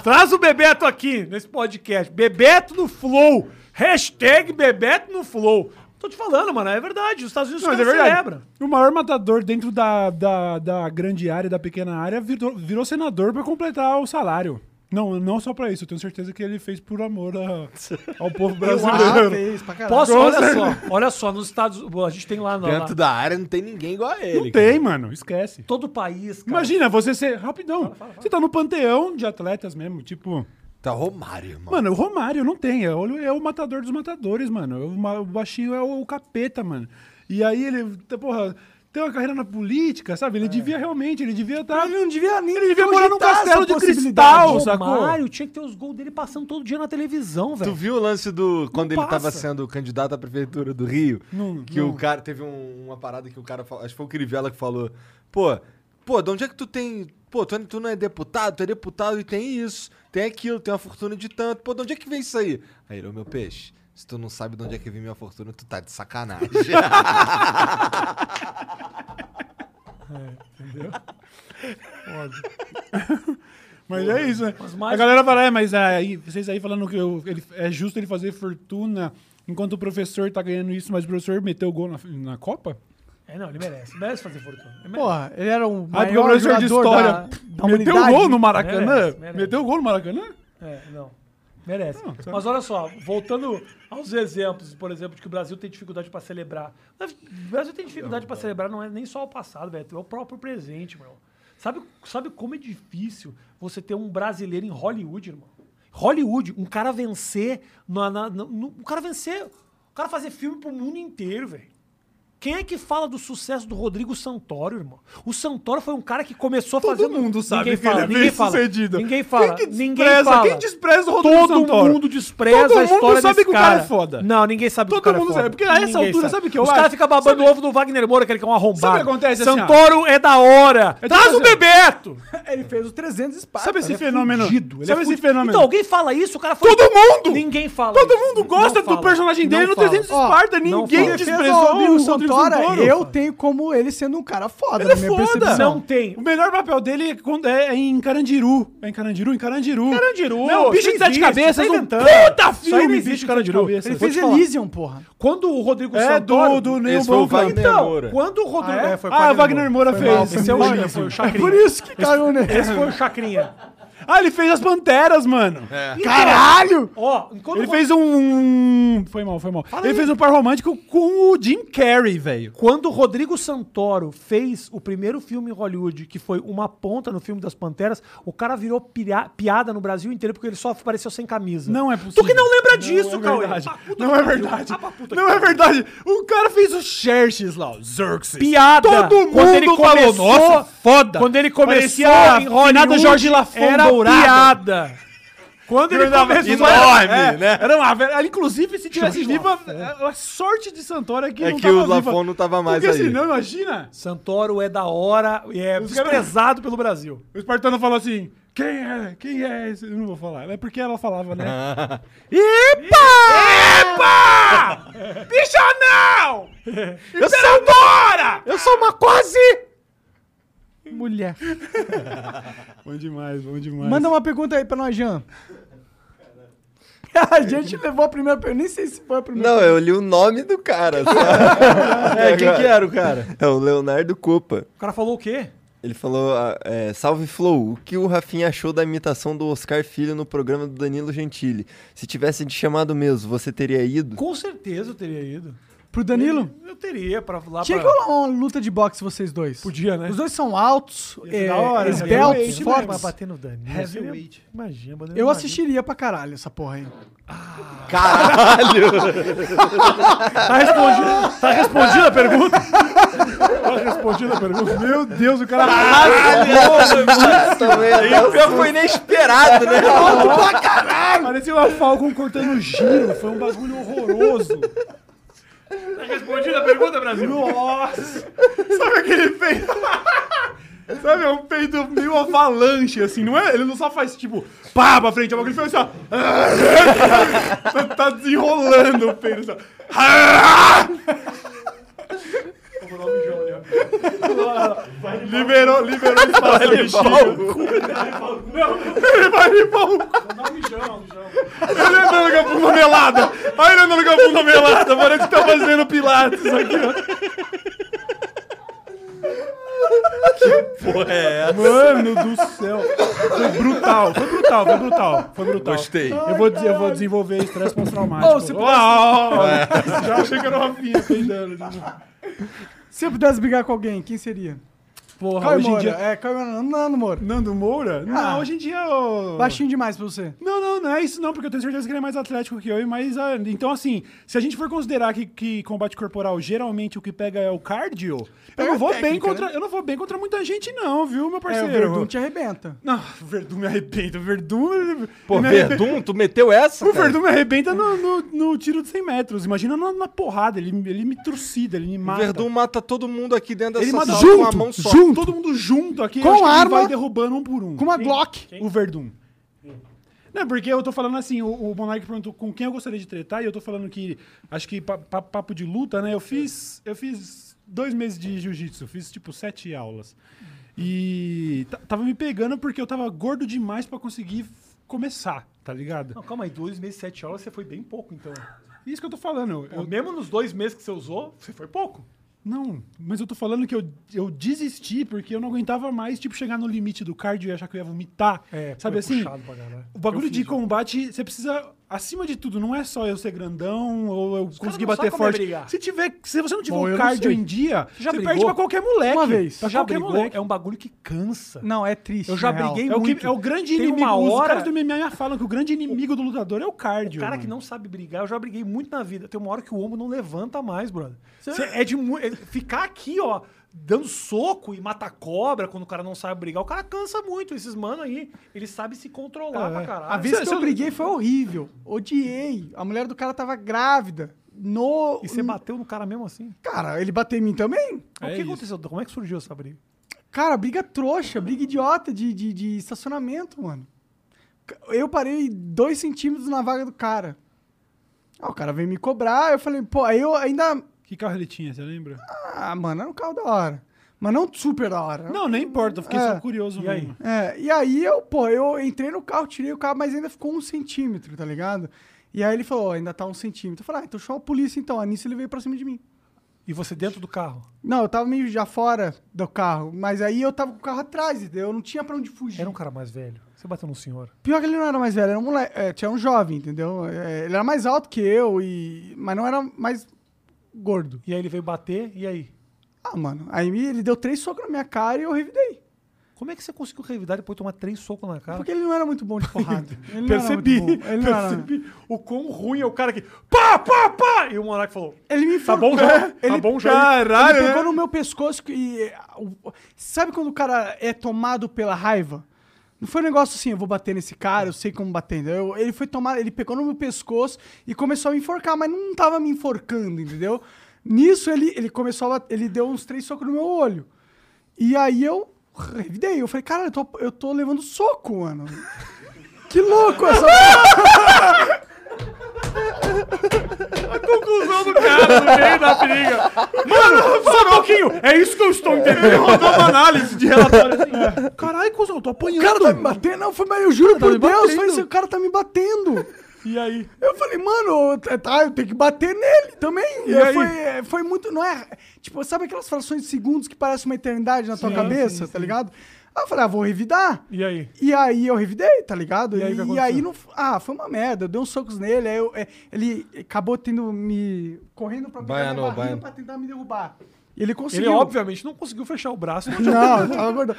Traz o Bebeto aqui nesse podcast. Bebeto no Flow. Hashtag Bebeto no Flow. Tô te falando, mano. É verdade. Os Estados Unidos
Não, mas é
caras
verdade.
celebram.
O maior matador dentro da, da, da grande área, da pequena área, virou, virou senador pra completar o salário. Não, não só pra isso. Eu tenho certeza que ele fez por amor a- ao povo
Ah,
brasileiro.
fez pra caralho.
Posso, olha só. Olha só, nos Estados Unidos. A gente tem lá, lá,
Dentro da área não tem ninguém igual a ele.
Não tem, mano. Esquece.
todo o país, cara.
Imagina, você ser... Rapidão. Você tá no panteão de atletas mesmo, tipo...
Tá Romário, irmão.
Mano, o Romário não tem. É o, é o matador dos matadores, mano. O, ma- o baixinho é o, o capeta, mano. E aí ele, tá, porra, tem uma carreira na política, sabe? Ele devia realmente, ele devia estar.
É. Ele não devia nem.
Ele
um
devia morar num
cogitar essa
castelo de
possibilidade.
cristal,
o
sacou?
Romário tinha que ter os gols dele passando todo dia na televisão,
Tu
velho.
viu o lance do. Quando ele tava
passa.
sendo candidato à prefeitura do Rio?
Não,
que o cara. Teve um- uma parada que o cara falou. Acho que foi o Crivella que falou. Pô, pô, de onde é que tu tem. Pô, tu, tu não é deputado, tu é deputado e tem isso, tem aquilo, tem uma fortuna de tanto. Pô, de onde é que vem isso aí? Aí ele, ô meu peixe, se tu não sabe de onde é que vem minha fortuna, tu tá de sacanagem.
Mas é isso, né?
mais-
A galera fala, é, mas aí, vocês aí falando que eu- ele- é justo ele fazer fortuna enquanto o professor tá ganhando isso, mas o professor meteu o gol na, na Copa?
É, não, ele merece. Merece fazer fortuna.
É
Ele merece.
Porra, ele era um.
Ah, porque o professor de história meteu o gol no Maracanã?
É,
Merece, merece.
Meteu o gol no Maracanã?
É, não. Merece. Mas olha só, voltando aos exemplos, por exemplo, de que o Brasil tem dificuldade pra celebrar. Mas O Brasil tem dificuldade pra celebrar não é nem só o passado, velho, é o próprio presente, meu. Sabe, sabe como é difícil você ter um brasileiro em Hollywood, irmão? Hollywood, um cara vencer. Na, na- na- no- um cara vencer. O cara fazer filme pro mundo inteiro, velho. Quem é que fala do sucesso do Rodrigo Santoro, irmão? O Santoro foi um cara que começou a fazer.
mundo sabe
ninguém
que ele é
fala, ninguém fala,
bem-sucedido.
Ninguém fala.
Quem que
ninguém
despreza?
fala.
Quem despreza o Rodrigo
Todo
Santoro?
mundo despreza
Todo
a
mundo
história
sabe
desse
que o cara é foda.
Não, ninguém sabe que
Todo
o cara é
mundo
foda.
sabe, porque a essa
Ninguém
altura, sabe o que eu
Os
acho?
caras ficam babando
Sabe-
o ovo do Wagner Moura, que ele é um arrombado.
Sabe o que acontece, assim, ó?
Santoro é da hora. Traz
tipo
o
assim, ó.
Bebeto.
Ele fez os 300 espaços.
Sabe esse fenômeno?
Ele
sabe
é
esse
fudido.
fenômeno?
Então, alguém fala isso, o cara foi...
Todo mundo!
Ninguém fala
Todo
isso.
mundo
Não
gosta do
fala.
personagem dele
Não
no
fala.
300
Ó,
Esparta.
não
Ninguém
fala. é
Defesa
desprezou
ao
o Rodrigo
Rodrigo Tora,
um touro.
eu tenho como ele sendo um cara foda.
Ele é
na minha
foda.
percepção.
tem. O melhor papel dele é quando- é em Carandiru. É em Carandiru, em Carandiru.
Carandiru,
Não, bicho
isso
de sete
existe,
cabeças.
tá
Um
inventando.
puta
Isso aí não
filme,
existe,
bicho de sete
Carandiru.
cabeças.
Ele
Eu vou
fez
te falar.
Elysium, porra.
Quando o Rodrigo
É
Santoro...
do, do Neil
Esse foi o
Blomkamp.
Wagner
Então,
Moura.
quando o Rodrigo...
Ah, é?
foi
Ah, o Wagner Moura
Foi mal,
fez.
Esse é o Chacrinha, foi o
É
Chacrinha.
por isso que caiu nele.
Esse foi o Chacrinha.
Ah, ele fez as Panteras, mano.
É.
Caralho!
Então, Ó, enquanto
Ele
o-
fez um... Foi mal, foi mal. ele fez um par romântico com o Jim Carrey, velho.
Quando o Rodrigo Santoro fez o primeiro filme em Hollywood, que foi uma ponta no filme das Panteras, o cara virou piria- piada no Brasil inteiro porque ele só apareceu sem camisa.
Não é possível.
Tu que não lembra
Não
disso,
é
Cauê.
verdade.
Ah, puta
Não
que
é
pariu.
verdade.
Ah, pra puta
Não é verdade. O cara fez o Xerxes lá, o Xerxes.
Piada.
Todo mundo
Quando ele
falou,
começou-
nossa, foda.
Quando ele começou
Parecia
em Hollywood,
finada Jorge Lafon
era
dourada.
piada. Quando ele começou... é,
enorme, né?
Era uma velha. Inclusive, se tivesse
Jorge
viva, a a sorte de Santoro é que
É
não
que
tava
o Lafon
viva.
não tava mais
Porque
aí.
senão, imagina.
Santoro é da hora e é
Os caras-
desprezado pelo Brasil.
O espartano falou assim: quem é? Quem é esse? Eu não vou falar. É porque ela falava,
<laughs>
né? Epa!
<laughs>
é Epa! Bicha <laughs> não!
Eu sou Dora! Eu sou uma quase...
Mulher.
Bom demais, bom demais.
Manda uma pergunta aí pra nós, Jean. <laughs> A gente levou a primeira pergunta. Nem sei se foi a primeira.
<laughs> Não, eu li o nome do
<laughs>
cara. Sabe?
É, quem que era o cara?
É o Leonardo Copa.
O cara falou o quê?
Ele falou, ah, é, salve Flow, o que o Rafinha achou da imitação do Oscar Filho no programa do Danilo Gentili? Se tivesse te chamado mesmo, você teria ido?
Com certeza eu teria ido.
Pro Danilo?
Eu teria pra lá
Tinha que
pra...
rolar uma luta de boxe vocês dois.
Podia, né?
Os dois são altos, é,
da hora,
esbeltos,
heavyweight, né?
Vai
fortes.
bater no Dani.
Heavyweight.
Imagina, bater no
Eu
Danilo.
assistiria pra caralho essa porra aí.
Tá respondido, tá respondida a pergunta? Tá respondida a pergunta? Meu Deus, o cara.
é
O pior foi inesperado, né?
Parecia uma Falcon cortando giro. Foi um bagulho horroroso.
Respondida Tá a pergunta, Brasil?
Sabe aquele peito? Sabe, é um peito meio avalanche, assim, não é? Ele não só faz, tipo, pá pra frente, é uma coisa que ele faz assim, ó. tá desenrolando o peito, assim, ó. liberou, liberou espaço do bichinho. Ele vai limpar o cu. Ele andando com a bunda melada. Aí ele andando com a bunda melada. Parece que tá fazendo pilates aqui, ó. Mano do céu. Foi brutal, foi brutal, foi brutal. Foi brutal.
Gostei.
Eu vou, eu vou desenvolver estresse pós-traumático.
Ou se,
Uau! Já achei que era uma finha, peidando.
se eu pudesse brigar com alguém, quem seria?
Ah,
Porra,
Caio
hoje
Moura.
em dia...
É, Caio Moura. não, Nando Moura.
Nando Moura? Não,
Ah.
hoje em dia... ô-
Baixinho demais pra você.
Não, não, não é isso não, porque eu tenho certeza que ele é mais atlético que eu e mais... ah, Então, assim, se a gente for considerar que, que combate corporal geralmente o que pega é o cardio, eu não, vou bem
técnica,
contra, eu não vou bem contra muita gente não, viu, meu
É,
parceiro?
o Verdun te arrebenta.
Não, o Verdun me arrebenta. O Verdun... ele-
Pô,
ele me arrebenta-
Verdun, tu meteu essa,
né? O
cara?
Verdun me arrebenta no, no- no tiro de 100 metros. Imagina na, na porrada. Ele, ele me trucida, ele me
O
mata.
Verdun mata todo mundo aqui dentro dessa
ele mata
sala com a
junto,
mão só.
junto. Todo mundo junto aqui.
Com
eu acho que ele
arma.
vai derrubando um por um.
Com uma Glock.
O Verdun. Não, porque eu tô falando assim, o, o Monark perguntou com quem eu gostaria de tretar, e eu tô falando que, acho que pa- pa- papo de luta, né? Eu fiz, eu fiz dois meses de jiu-jitsu, fiz tipo sete aulas. E ta- tava me pegando porque eu tava gordo demais pra conseguir f- começar, tá ligado?
Não, calma aí, dois meses, sete horas, você foi bem pouco, então.
Isso que eu tô falando. Eu,
Mesmo nos dois meses que você usou, você foi pouco.
Não, mas eu tô falando que eu, eu desisti porque eu não aguentava mais, tipo, chegar no limite do cardio e achar que eu ia vomitar.
É,
sabe
foi
assim?
puxado pra caralho.
O bagulho
Eu fiz um.
de
isso.
combate, você precisa, acima de tudo, não é só eu ser grandão ou eu conseguir
não sabem
bater
como é
forte.
brigar.
Se, tiver, se você não tiver
Bom, eu
um
não
cardio
sei.
em dia,
já
você
brigou?
perde pra qualquer moleque.
Uma vez.
É Pra
já
qualquer
brigou?
moleque.
É um bagulho que cansa.
Não, é triste.
Eu já
na real.
briguei
É o, que-
muito.
é o grande
Tem
inimigo.
uma
Os
hora-
caras do MMA falam que
<laughs>
o grande inimigo do lutador é o cardio.
Cara que
mano.
não sabe brigar, eu já briguei muito na vida. Tem uma hora que o ombro não levanta mais, brother. Cê é de mu- é- ficar aqui, ó, dando soco e matar cobra quando o cara não sabe brigar, o cara cansa muito. Esses mano aí, ele sabe se controlar
É,
pra caralho.
A vez que eu briguei foi horrível. Odiei. A mulher do cara tava grávida. No.
E
Hum.
você bateu no cara mesmo assim?
Cara, ele bateu em mim também.
o que aconteceu? Como é que surgiu essa briga?
Cara, briga trouxa, briga idiota de, de, de estacionamento, mano. Eu parei dois centímetros na vaga do cara. Ah, o cara veio me cobrar, eu falei, pô, aí eu ainda
Que carro ele tinha, você lembra?
Ah, mano, era um carro da hora. Mas não super da hora.
Não, nem importa, eu fiquei
É.
só curioso
E aí?
mesmo.
É, e aí eu, pô, eu entrei no carro, tirei o carro, mas ainda ficou um centímetro, tá ligado? E aí ele falou, "Ó, ainda tá um centímetro. Eu falei, ah, então chama a polícia então. A nisso ele veio pra cima de mim.
E você dentro do carro?
Não, eu tava meio já fora do carro, mas aí eu tava com o carro atrás, entendeu? Eu não tinha pra onde fugir.
Era um cara mais velho. Você bateu num senhor.
Pior que ele não era mais velho, era um moleque, é, tinha um jovem, entendeu? É, ele era mais alto que eu, e mas não era mais gordo.
E aí ele veio bater, e aí?
Ah, mano, aí ele deu três socos na minha cara e eu revidei.
Como é que você conseguiu revidar depois de tomar três socos na cara?
Porque ele não era muito bom de
<laughs>
porrada. Ele não era muito
percebi,
bom, ele não era.
percebi o quão ruim é o cara que. Pá, pá, pá! E o monarca falou.
Ele me
Tá
enforcou.
bom já, tá
Ele,
bom já.
Caralho, ele
né?
pegou no meu pescoço e... eh, o- Sabe quando o cara é tomado pela raiva? Não foi um negócio assim, eu vou bater nesse cara, eu sei como bater. entendeu? ele foi tomar, ele pegou no meu pescoço e começou a me enforcar, mas não tava me enforcando, entendeu? Nisso ele, ele começou a bat- ele deu uns três socos no meu olho. E aí eu revidei, eu falei, cara, eu tô, eu tô levando soco, mano. Que louco essa <laughs>
Conclusão do cara no meio da briga. Mano, só um pouquinho. É isso que eu estou entendendo. Rodou uma análise de relatório assim.
Caralho, cuzão, eu tô
O
apanhando.
cara tá me batendo? Não, foi, mas eu juro por Deus, foi isso, o cara tá me batendo.
E aí?
Eu falei, mano, eu- tá, eu tenho que bater nele também. E
aí?
Foi, é, foi muito, não é? Tipo, sabe aquelas frações de segundos que parece uma eternidade na tua cabeça, tá ligado? Aí eu falei, ah, vou revidar.
E aí?
E aí eu revidei, tá ligado? E
aí, o que
aí,
aconteceu?
não. Ah, foi uma merda. Eu dei uns socos nele, aí eu- é, ele acabou tendo me. correndo pra pegar
Baianou,
minha barriga
baianou.
pra tentar me derrubar. E ele
Ele
conseguiu.
obviamente não conseguiu fechar o braço.
Não, eu tava gordão.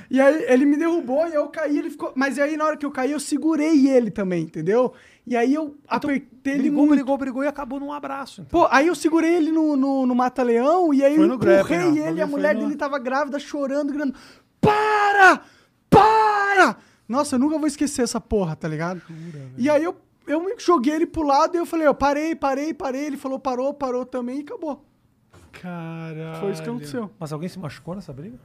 <laughs> E aí ele me derrubou e eu caí, ele ficou. Mas aí na hora que eu caí, eu segurei ele também, entendeu? E aí eu apertei ele
<laughs> Então, brigou,
muito.
brigou, brigou e acabou num abraço. então.
Pô, aí eu segurei ele no, no, no Mata-Leão e aí eu
Foi no grappling, ó.
empurrei
O
ele,
bagulho
a mulher
foi no-
dele tava grávida, chorando, gritando: Para! Para! Nossa, eu nunca vou esquecer essa porra, tá ligado? e aí eu, eu meio que joguei ele pro lado e eu falei: Ó, parei, parei, parei. Ele falou: parou, parou também e acabou.
Caralho.
Foi isso que aconteceu.
Mas alguém se machucou nessa briga?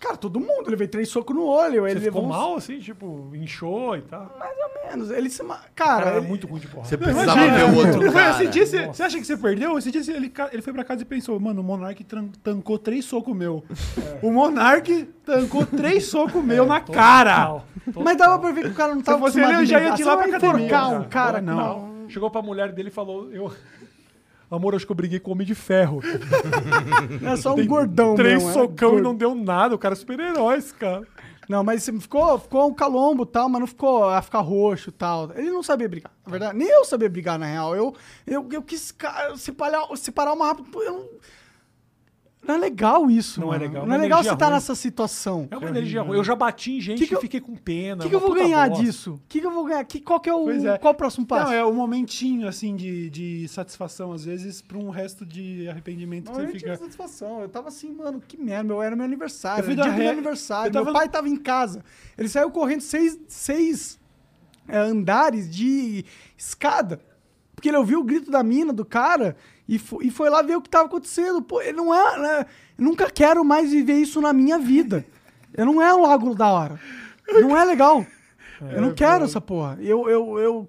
Cara, todo mundo, eu levei três socos no olho.
Você
ele
ficou
levou uns-
mal, assim, tipo, inchou e tal.
Mais ou menos. Ele se. ma- Cara,
Cara, é
ele-
muito ruim de porra.
Você precisava ver o outro
Foi assim, tipo,
cara.
esse dia, você, você acha que você perdeu? Esse dia você- ele, ca- ele foi pra casa e pensou, mano, o Monark tran- tancou três socos meu.
É.
O Monark tancou três socos meu na cara.
Mas dava pra ver que o cara não tava
fosse ele, eu
acostumado
já ia
a
de
brigar.
lá
Você
pra
vai
academia,
enforcar
cara.
um cara,
Não.
não.
Chegou pra mulher dele e falou: eu... Amor, acho que eu briguei com o Homem de <laughs> Ferro.
É só um gordão,
Três
mesmo, é
socão e
gordo.
não deu nada. O cara é super-herói, esse cara.
Não, mas ficou, ficou um calombo e tal, mas não ficou a ficar roxo e tal. Ele não sabia brigar, na verdade. Nem eu sabia brigar, na real. Eu, eu, eu quis ca- separar, separar uma rápida. Eu não... não é legal isso.
Não é
mano.
legal,
Não
uma
é legal você
energia
estar
ruim.
nessa situação.
É uma energia ruim. Eu já bati em gente
Que que
e
eu-
fiquei com pena.
O que, que eu
uma
vou
puta
ganhar
bosta.
disso? O que, que eu vou ganhar? Que, qual que é o,
Pois é.
qual o próximo passo?
Não, é um momentinho, assim, de, de satisfação, às vezes, pra um resto de arrependimento que
Não, eu
você
nem tive
fica...
é satisfação. Eu tava assim, mano, que merda. Meu, era meu aniversário.
Eu fui
era o
dar
dia do meu
ré-
aniversário.
eu tava-
Meu pai tava em casa. Ele saiu correndo seis, seis é, andares de escada. Porque ele ouviu o grito da mina, do cara, e, fo- e foi lá ver o que tava acontecendo. Pô, ele não é. né? Eu nunca quero mais viver isso na minha vida. Eu não é um lago da hora. Não é legal. Eu não quero essa porra. Eu, eu, eu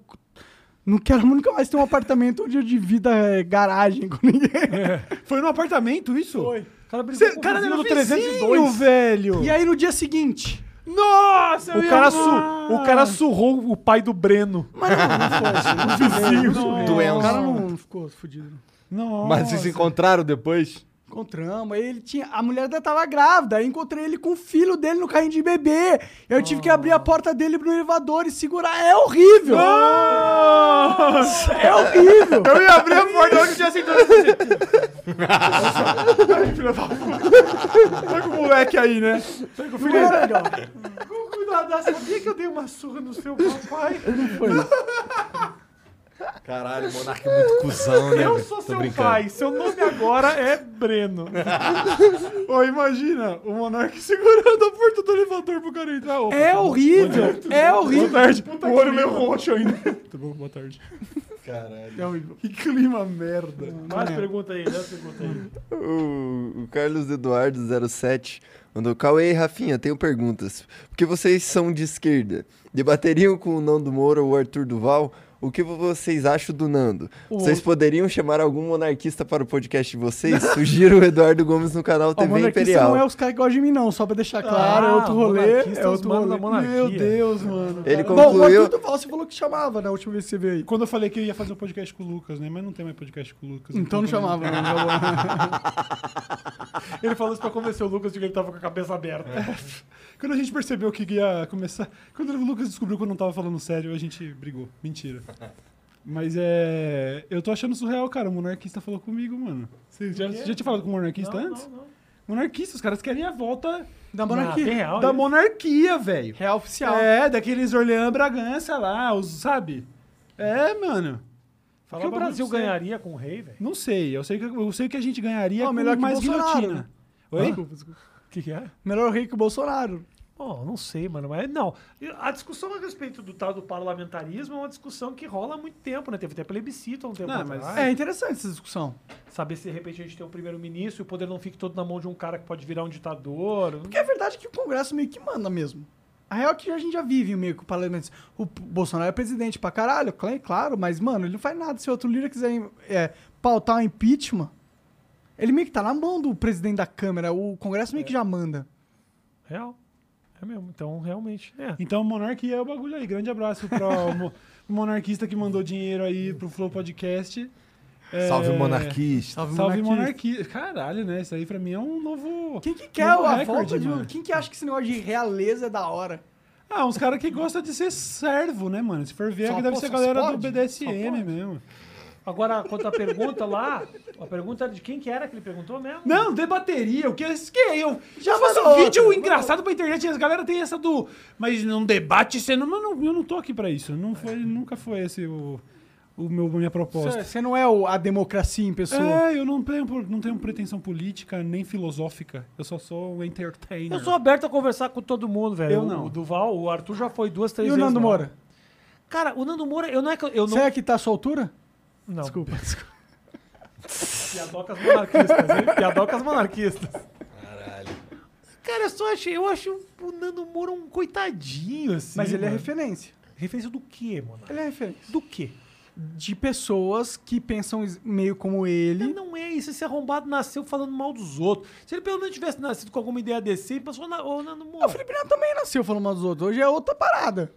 não quero nunca mais ter um apartamento onde eu divida é, garagem com ninguém. <laughs>
Foi no apartamento isso?
Foi. O cara brigou
Você,
com o
cara,
vizinho do
era no 302. velho.
E aí no dia seguinte.
Nossa, eu
O
ia
cara, su...
amar.
o cara surrou o pai do Breno.
Mas não, não foi assim. Não foi
Nossa.
O
Doença.
cara não ficou fudido.
Nossa.
Mas vocês se encontraram depois?
Encontramos, aí ele tinha. A mulher ainda tava grávida, aí encontrei ele com o filho dele no carrinho de bebê. Eu tive que abrir a porta dele pro elevador e segurar. É horrível! É horrível!
Eu ia abrir a porta onde tinha sentado assim. Ai, filho da puta. Tá com o moleque aí, né?
Não é legal.
Cuidado, sabia que eu dei uma surra no seu <laughs> papai?
Caralho, o Monark é muito cuzão, né?
Eu
velho?
sou
Tô
seu
brincando.
pai. Seu nome agora <laughs> é Breno.
<laughs> Ô,
é,
imagina, o Monark segurando a porta do elevador pro cara entrar. Ô,
É horrível! É
Boa
horrível!
tarde. o olho meio
<laughs>
roxo ainda. Tá bom, boa tarde.
É horrível.
Que clima merda.
Mais pergunta aí, mais pergunta aí.
O, o Carlos Eduardo 07 mandou: Cauê e Rafinha, tenho perguntas. Porque vocês são de esquerda. Debateriam com o não do Moro ou o Arthur Duval? O que vo- vocês acham do Nando? Vocês poderiam chamar algum monarquista para o podcast de vocês? <laughs> Sugiro o Eduardo Gomes no canal
O
TV
monarquista
Imperial.
não é os caras que gostam de mim, não, só pra deixar claro, é outro rolê.
monarquista é
É
os
outro
manos da
rolê.
monarquia.
Meu Deus, mano.
Ele
Bom, o
concluiu.
Arthur do Valso falou que chamava na última vez que você veio aí.
Quando eu falei que eu ia fazer um podcast com o Lucas, né? Mas não tem mais podcast com o Lucas.
Então não chamava, <laughs> não. tá bom.
Ele falou isso pra convencer o Lucas de que ele tava com a cabeça aberta.
<laughs> Quando a gente percebeu que ia começar. Quando o Lucas descobriu que eu não tava falando sério, a gente brigou. Mentira. Mas é. Eu tô achando surreal, cara. O monarquista falou comigo, mano. Você já, já tinha falado com o monarquista antes? Monarquista, os caras querem a volta
Da
Ah, tem
monarquia.
real
da
isso?
monarquia, velho.
Real oficial.
É, daqueles Orleã Bragança lá, os, sabe? É, mano.
O
Fala
que o
bagulho
Brasil
pra você.
ganharia com o rei, velho?
Não sei, eu sei que, eu sei que a gente ganharia
Ó,
com
melhor que
mais
Bolsonaro,
guilhotina.
né?
Oi?
O que, que é?
Melhor rei que o Bolsonaro.
Bom, não sei, mano. Mas não. A discussão a respeito do tal do parlamentarismo é uma discussão que rola há muito tempo, né? Teve até plebiscito há um tempo
Não,
atrás.
mas-
É interessante essa discussão.
Saber se de repente a gente tem um primeiro-ministro e o poder não fique todo na mão de um cara que pode virar um ditador.
Porque a verdade é que o Congresso meio que manda mesmo. A real é que a gente já vive meio que o parlamento. O P- Bolsonaro é presidente pra caralho, cl- claro, mas, mano, ele não faz nada. Se outro líder quiser é, pautar um impeachment, ele meio que tá na mão do presidente da Câmara. O Congresso
É.
meio que já manda.
Real. É mesmo. Então, realmente. É.
Então, monarquia é o bagulho aí. Grande abraço para o monarquista que mandou dinheiro aí pro Flow Podcast. É,
Salve monarquista.
Salve monarquia. Caralho, né? Isso aí pra mim é um novo.
Quem que quer
novo
a
recorde,
volta de. um
mano.
Quem que acha que esse negócio de realeza é da hora?
Ah, uns caras que gostam de ser servo, né, mano? Se for ver,
Só
que deve
pô,
ser a
só
galera do
pode, só
BDSM
pode.
mesmo.
Agora, quanto à pergunta lá, a pergunta de quem que era que ele perguntou mesmo?
Não, debateria. O que é isso que é eu?
Já
Já faço um
mandou
vídeo
outra,
engraçado pra internet. As galera tem essa do. Mas não debate sendo. Mas não, eu não tô aqui pra isso. Não foi, nunca foi esse o, o meu, minha proposta.
Você não é o- a democracia em pessoa.
É, eu não tenho, não tenho pretensão política nem filosófica. Eu só sou um
Eu
entertainer.
sou aberto a conversar com todo mundo, velho.
Eu
O-
não.
O Duval, o Arthur já foi duas, três
E o
vezes.
Nando
lá.
Moura?
Cara, o Nando Moura, eu não é que eu- eu não.
Será que tá à sua altura?
não. <laughs>
Desculpa, desculpa.
Piadocas monarquistas, hein? Piadocas monarquistas. Caralho. Cara, eu só achei. Eu acho o Nando Moura um coitadinho, assim.
Mas ele é
mano.
referência.
referência do quê, mano?
Ele é referência.
Do quê?
De pessoas que pensam es- meio como
Ele
ele.
não é isso. Esse arrombado nasceu falando mal dos outros. Se ele pelo menos tivesse nascido com alguma ideia decente, passou na, ô, Nando Moura.
Ah, O Felipe Neto também nasceu falando mal dos outros. Hoje é outra parada.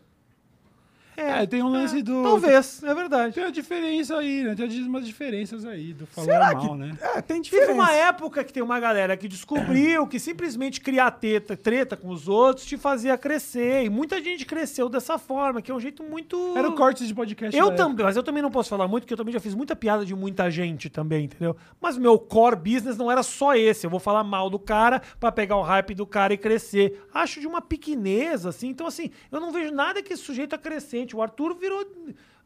É, tem um lance do.
Talvez, é verdade.
Tem uma diferença aí, né? Tem umas diferenças aí do falar
Será
mal,
que.
né?
É, tem
Teve
diferença.
uma época que tem uma galera que descobriu que simplesmente criar teta, treta com os outros te fazia crescer. E muita gente cresceu dessa forma, que é um jeito muito.
Era o corte de podcast.
Eu
da época.
também, mas eu também não posso falar muito, porque eu também já fiz muita piada de muita gente também, entendeu? Mas meu core business não era só esse. Eu vou falar mal do cara pra pegar o hype do cara e crescer. Acho de uma pequeneza, assim. Então, assim, eu não vejo nada que esse sujeito acrescente. O Arthur virou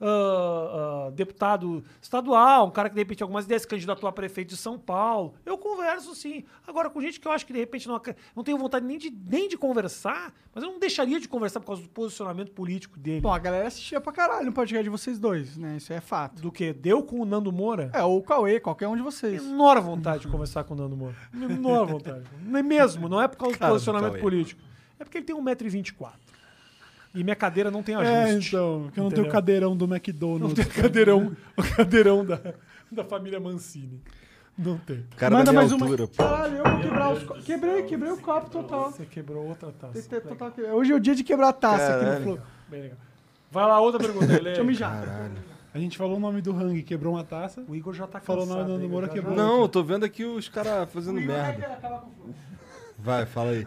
ah, ah, deputado estadual, um cara que de repente algumas ideias se candidatou a prefeito de São Paulo. Eu converso, sim. Agora, com gente que eu acho que de repente não, acre- não tenho vontade nem de, nem de conversar, mas eu não deixaria de conversar por causa do posicionamento político dele.
Bom, a galera assistia pra caralho no podcast de vocês dois, né? Isso é fato.
Do que? Deu com o Nando Moura?
É, ou o Cauê, qualquer um de vocês.
Menor vontade de conversar com o Nando Moura. Menor vontade. Nem mesmo, não é por causa do posicionamento
Cauê.
político. É porque ele tem 1,24m. E minha cadeira não tem
É,
ajuste.
então, que eu não tenho
Entendeu?
o cadeirão do McDonald's.
Não tem cadeirão, o <laughs> cadeirão da, da família Mancini. Não tem.
Cara da minha altura, pô.
Caralho, eu vou quebrar os copos. Quebrei, quebrei o copo total.
Você quebrou outra taça.
Esse é total que- Hoje é o dia de quebrar a taça aqui
Caralho.
no Flow.
Bem legal. Vai lá, outra pergunta, Helena.
Deixa eu mijar.
A gente falou o nome do Hang, quebrou uma taça.
O Igor já tá cansado.
Falou o nome do Nando
Igor,
Moura,
já- tá-
quebrou.
Não, eu tô vendo aqui os caras fazendo merda. Vai, fala aí.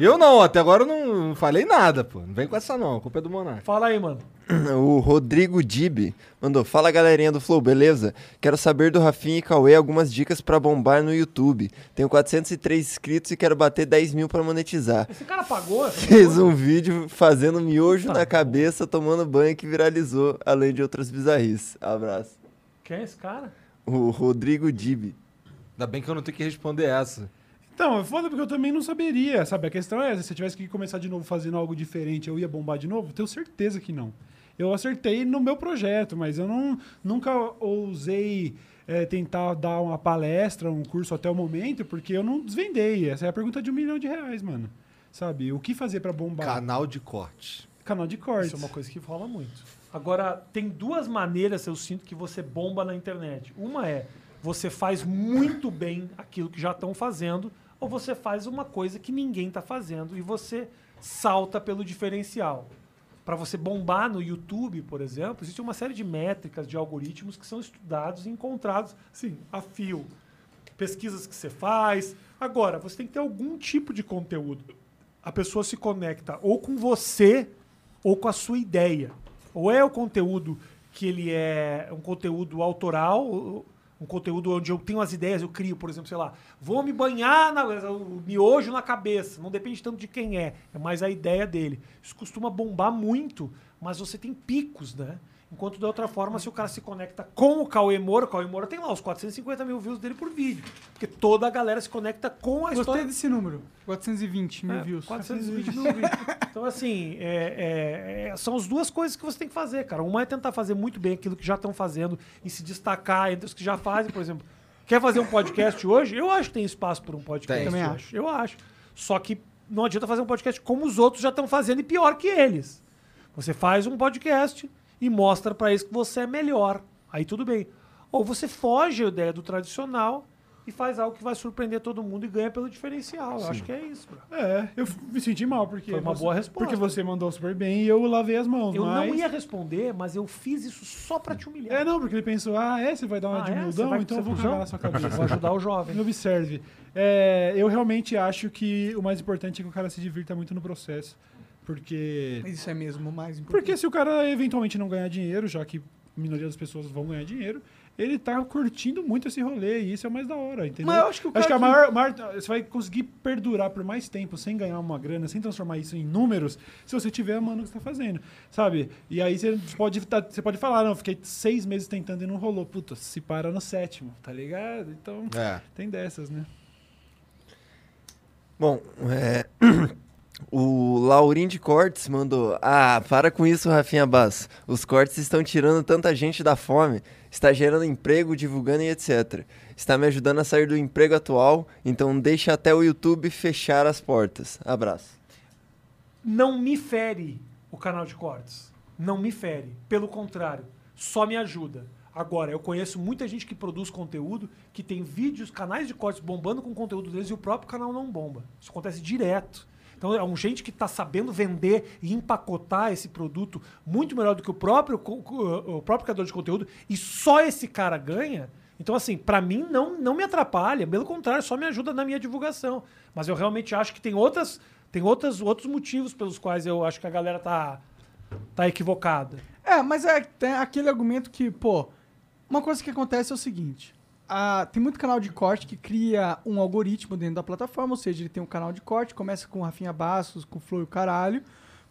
Eu não, até agora eu não falei nada, pô. Não vem com essa não, a culpa é do Monark.
Fala aí, mano.
<clears throat> O Rodrigo Dib mandou: Fala galerinha do Flow, beleza? Quero saber do Rafinha e Cauê algumas dicas pra bombar no YouTube. Tenho 403 inscritos e quero bater 10 mil pra monetizar. <laughs>
Esse cara pagou? essa
Fez um vídeo fazendo miojo na cabeça, tomando banho que viralizou, além de outras bizarrices. Abraço.
Quem é esse cara?
O Rodrigo Dib.
Ainda bem que eu não tenho que responder essa.
Então, é foda porque eu também não saberia, sabe? A questão é essa, se eu tivesse que começar de novo fazendo algo diferente, eu ia bombar de novo? Tenho certeza que não. Eu acertei no meu projeto, mas eu não, nunca ousei é, tentar dar uma palestra, um curso até o momento, porque eu não desvendei. Essa é a pergunta de um milhão de reais, mano. Sabe? O que fazer pra bombar?
Canal de corte.
Canal de cortes.
Isso é uma coisa é que rola muito. Agora, tem duas maneiras, eu sinto, que você bomba na internet. Uma é você faz muito bem aquilo que já estão fazendo, ou você faz uma coisa que ninguém está fazendo e você salta pelo diferencial. Para você bombar no YouTube, por exemplo, existe uma série de métricas, de algoritmos que são estudados e encontrados, sim, a fio. Pesquisas que você faz. Agora, você tem que ter algum tipo de conteúdo. A pessoa se conecta ou com você ou com a sua ideia. Ou é o conteúdo que ele é um conteúdo autoral, ou- um conteúdo onde eu tenho as ideias, eu crio, por exemplo, sei lá, vou me banhar na, o miojo na cabeça. Não depende tanto de quem é, é mais a ideia dele. Isso costuma bombar muito, mas você tem picos, né? Enquanto da outra forma, se o cara se conecta com o Cauê Moura, o Cauê Moura tem lá os 450 mil views dele por vídeo. Porque toda a galera se conecta com a
Gostei
história
desse número. 420 mil
é,
views. <laughs>
420 mil views. Então, assim, é- é- é- são as duas coisas que você tem que fazer, cara. Uma é tentar fazer muito bem aquilo que já estão fazendo e se destacar entre os que já fazem, por exemplo. Quer fazer um podcast hoje? Eu acho que tem espaço para um podcast.
Tem.
Também
hoje.
acho.
Eu acho. Só que não adianta fazer um podcast como os outros já estão fazendo e pior que eles. Você faz um podcast e mostra para eles que você é melhor. Aí tudo bem. Ou você foge a ideia do tradicional e faz algo que vai surpreender todo mundo e ganha pelo diferencial. Eu acho que é isso, bro.
É, eu f- me senti mal, porque.
Foi uma
você-
boa resposta.
Porque você mandou super bem e eu lavei as mãos.
Eu
mas-
não ia responder, mas eu fiz isso só pra te humilhar.
É, não, porque ele pensou, ah, é, você vai dar uma
Ah,
de
é? Você
mudão,
vai
então
ser
eu vou
cuzão?
jogar
<laughs>
na sua cabeça.
Vou ajudar o jovem.
Me observe. É, eu realmente acho que o mais importante é que o cara se divirta muito no processo. Porque.
Isso é mesmo o mais importante.
Porque se o cara eventualmente não ganhar dinheiro, já que a minoria das pessoas vão ganhar dinheiro, ele tá curtindo muito esse rolê e isso é o mais da hora, entendeu?
Mas eu acho que o cara
a
que-
maior, maior- Você vai conseguir perdurar por mais tempo sem ganhar uma grana, sem transformar isso em números, se você tiver amando o que você tá fazendo, sabe? E aí você pode, tá- você pode falar, não, fiquei seis meses tentando e não rolou. Puta, se para no sétimo, tá ligado? Então,
É.
tem dessas, né?
Bom, é, <clears throat> o Laurim de Cortes mandou. Ah, para com isso, Rafinha Bass. Os cortes estão tirando tanta gente da fome. Está gerando emprego, divulgando e etc. Está me ajudando a sair do emprego atual, então deixa até o YouTube fechar as portas. Abraço.
Não me fere o canal de cortes. Não me fere. Pelo contrário, só me ajuda. Agora, eu conheço muita gente que produz conteúdo, que tem vídeos, canais de cortes bombando com o conteúdo deles e o próprio canal não bomba. Isso acontece direto. Então, é um gente que está sabendo vender e empacotar esse produto muito melhor do que o próprio, co- co- o próprio criador de conteúdo e só esse cara ganha. Então, assim, pra mim não, não me atrapalha, pelo contrário, só me ajuda na minha divulgação. Mas eu realmente acho que tem outras tem outras, outros motivos pelos quais eu acho que a galera tá, tá equivocada.
É, mas é, tem aquele argumento que, pô, uma coisa que acontece é o seguinte. a- tem muito canal de corte que cria um algoritmo dentro da plataforma, ou seja, ele tem um canal de corte, começa com o Rafinha Bastos, com o Flow e o caralho,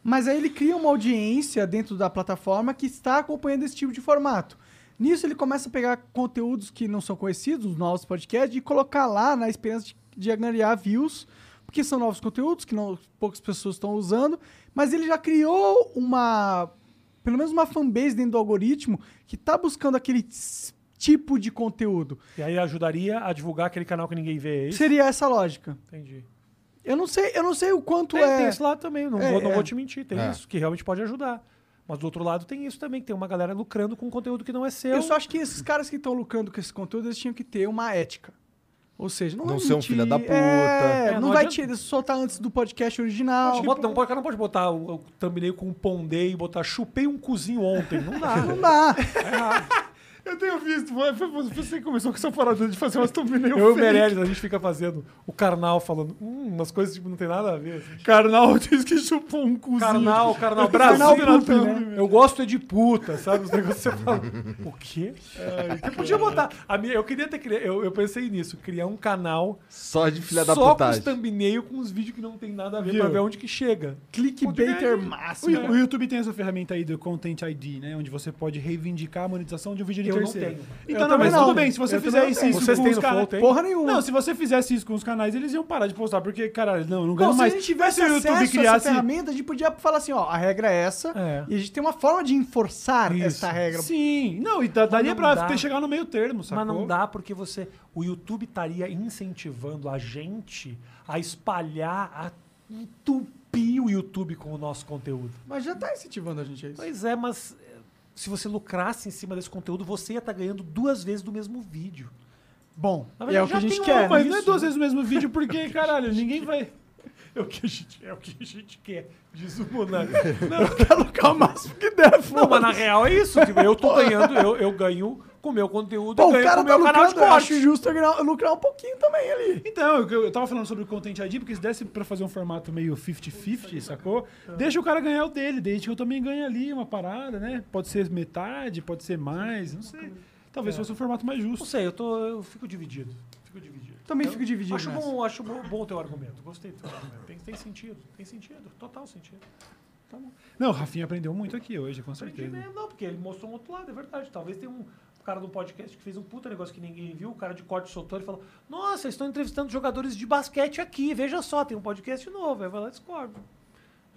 mas aí ele cria uma audiência dentro da plataforma que está acompanhando esse tipo de formato. Nisso ele começa a pegar conteúdos que não são conhecidos, os novos podcasts, e colocar lá na esperança de, de ganhar views, porque são novos conteúdos que não, poucas pessoas estão usando, mas ele já criou uma pelo menos uma fanbase dentro do algoritmo que tá buscando aquele s- tipo de conteúdo.
E aí ajudaria a divulgar aquele canal que ninguém vê, é isso?
Seria essa lógica.
Entendi.
Eu não sei, eu não sei o quanto
Tem,
é.
tem esse lado também, não,
É,
vou, não
é.
vou te mentir, tem
É.
isso, que realmente pode ajudar. Mas do outro lado tem isso também, que tem uma galera lucrando com conteúdo que não é seu.
Eu só acho que esses caras que estão lucrando com esse conteúdo, eles tinham que ter uma ética. Ou seja, não,
Não
vai
ser um
mentir,
filho da puta.
É,
É,
não,
não
vai
adianta.
te soltar antes do podcast original.
Não, bota- não, pode- o cara não pode botar o, o thumbnail com um pondei e botar chupei um cozinho ontem. Não dá.
Não dá.
Eu tenho visto, foi, foi você que começou com essa parada de fazer umas thumbnails.
Eu e o Meirelles, a gente fica fazendo o carnal falando hum, umas coisas tipo, não tem nada a ver. assim.
Carnal diz que chupou um cozinho.
Carnal, carnal,
Carnal
Brasil.
puta,
né?
né?
Eu gosto é de puta, sabe? Os negócios que você fala. O quê? Eu podia botar. A minha, eu queria ter criado. Eu, eu pensei nisso, criar um canal
Só de filha da
só com os
putagem.
thumbnail, com os vídeos que não tem nada a ver,
Viu?
pra
né?
ver onde que chega.
Clickbaiter
O,
máximo.
Yu- o YouTube tem essa ferramenta aí do Content ID, né? Onde você pode reivindicar a monetização de um vídeo de
Eu não
terceiro.
tenho.
Então,
Eu
não,
também
mas tudo
não.
bem, se você
Eu também
fizesse
não
isso
tenho.
Vocês
com
têm
os
no
canais.
Flow, tem?
Porra nenhuma.
Não, se você fizesse isso com os canais, eles iam parar de postar, porque, caralho, não, eu não
Não,
ganho
se
mais.
a gente tivesse
Mas se o
acesso
YouTube criasse.
a essa ferramenta, a gente podia falar assim, ó, a regra é essa,
É.
e a gente tem uma forma de enforçar
Isso.
essa regra.
Sim, não, e da- daria
não
pra
dá.
ter chegar no meio termo, sacou?
Mas não dá porque você. O YouTube estaria incentivando a gente a espalhar, a entupir o YouTube com o nosso conteúdo.
Mas já tá incentivando a gente a isso.
Pois é, mas eh, se você lucrasse em cima desse conteúdo, você ia estar ganhando duas vezes do mesmo vídeo.
Bom,
Na
é
verdade,
o que
já
a gente
tem
quer.
Não, mas não é
isso,
duas vezes o mesmo vídeo,
<laughs>
porque, caralho, ninguém vai.
É o que a gente, é o que a gente quer, diz o
<laughs>
Monark.
Alocar o máximo que der,
Não, mas
foda.
na real é isso. Tipo, eu tô ganhando, eu, eu ganho com o meu conteúdo,
Pô,
eu
o
ganho com
cara
o
tá
meu canal de
lucrando, eu acho
corte.
justo eu gra- lucrar um pouquinho também ali.
Então, eu, eu tava falando sobre o Content ID, porque se desse pra fazer um formato meio 50-50, sacou? Deixa o cara ganhar o dele, desde que eu também ganhe ali uma parada, né? Pode ser metade, pode ser mais, não sei.
É.
Talvez fosse um formato mais
Não
justo.
sei, eu, tô, eu fico dividido. Fico dividido.
Também fico dividido
Acho
nessa.
bom, acho bom, bom o teu argumento. Gostei do teu argumento. Tem, tem sentido, tem sentido. Total sentido.
Não, o Rafinha aprendeu muito aqui hoje, com
Aprendi
certeza.
mesmo, não, porque ele mostrou um outro lado, é verdade. Talvez tenha um cara do podcast que fez um puta negócio que ninguém viu, o cara de corte soltou e falou: Nossa, eles estão entrevistando jogadores de basquete aqui, veja só, tem um podcast novo. Aí vai lá e discorda.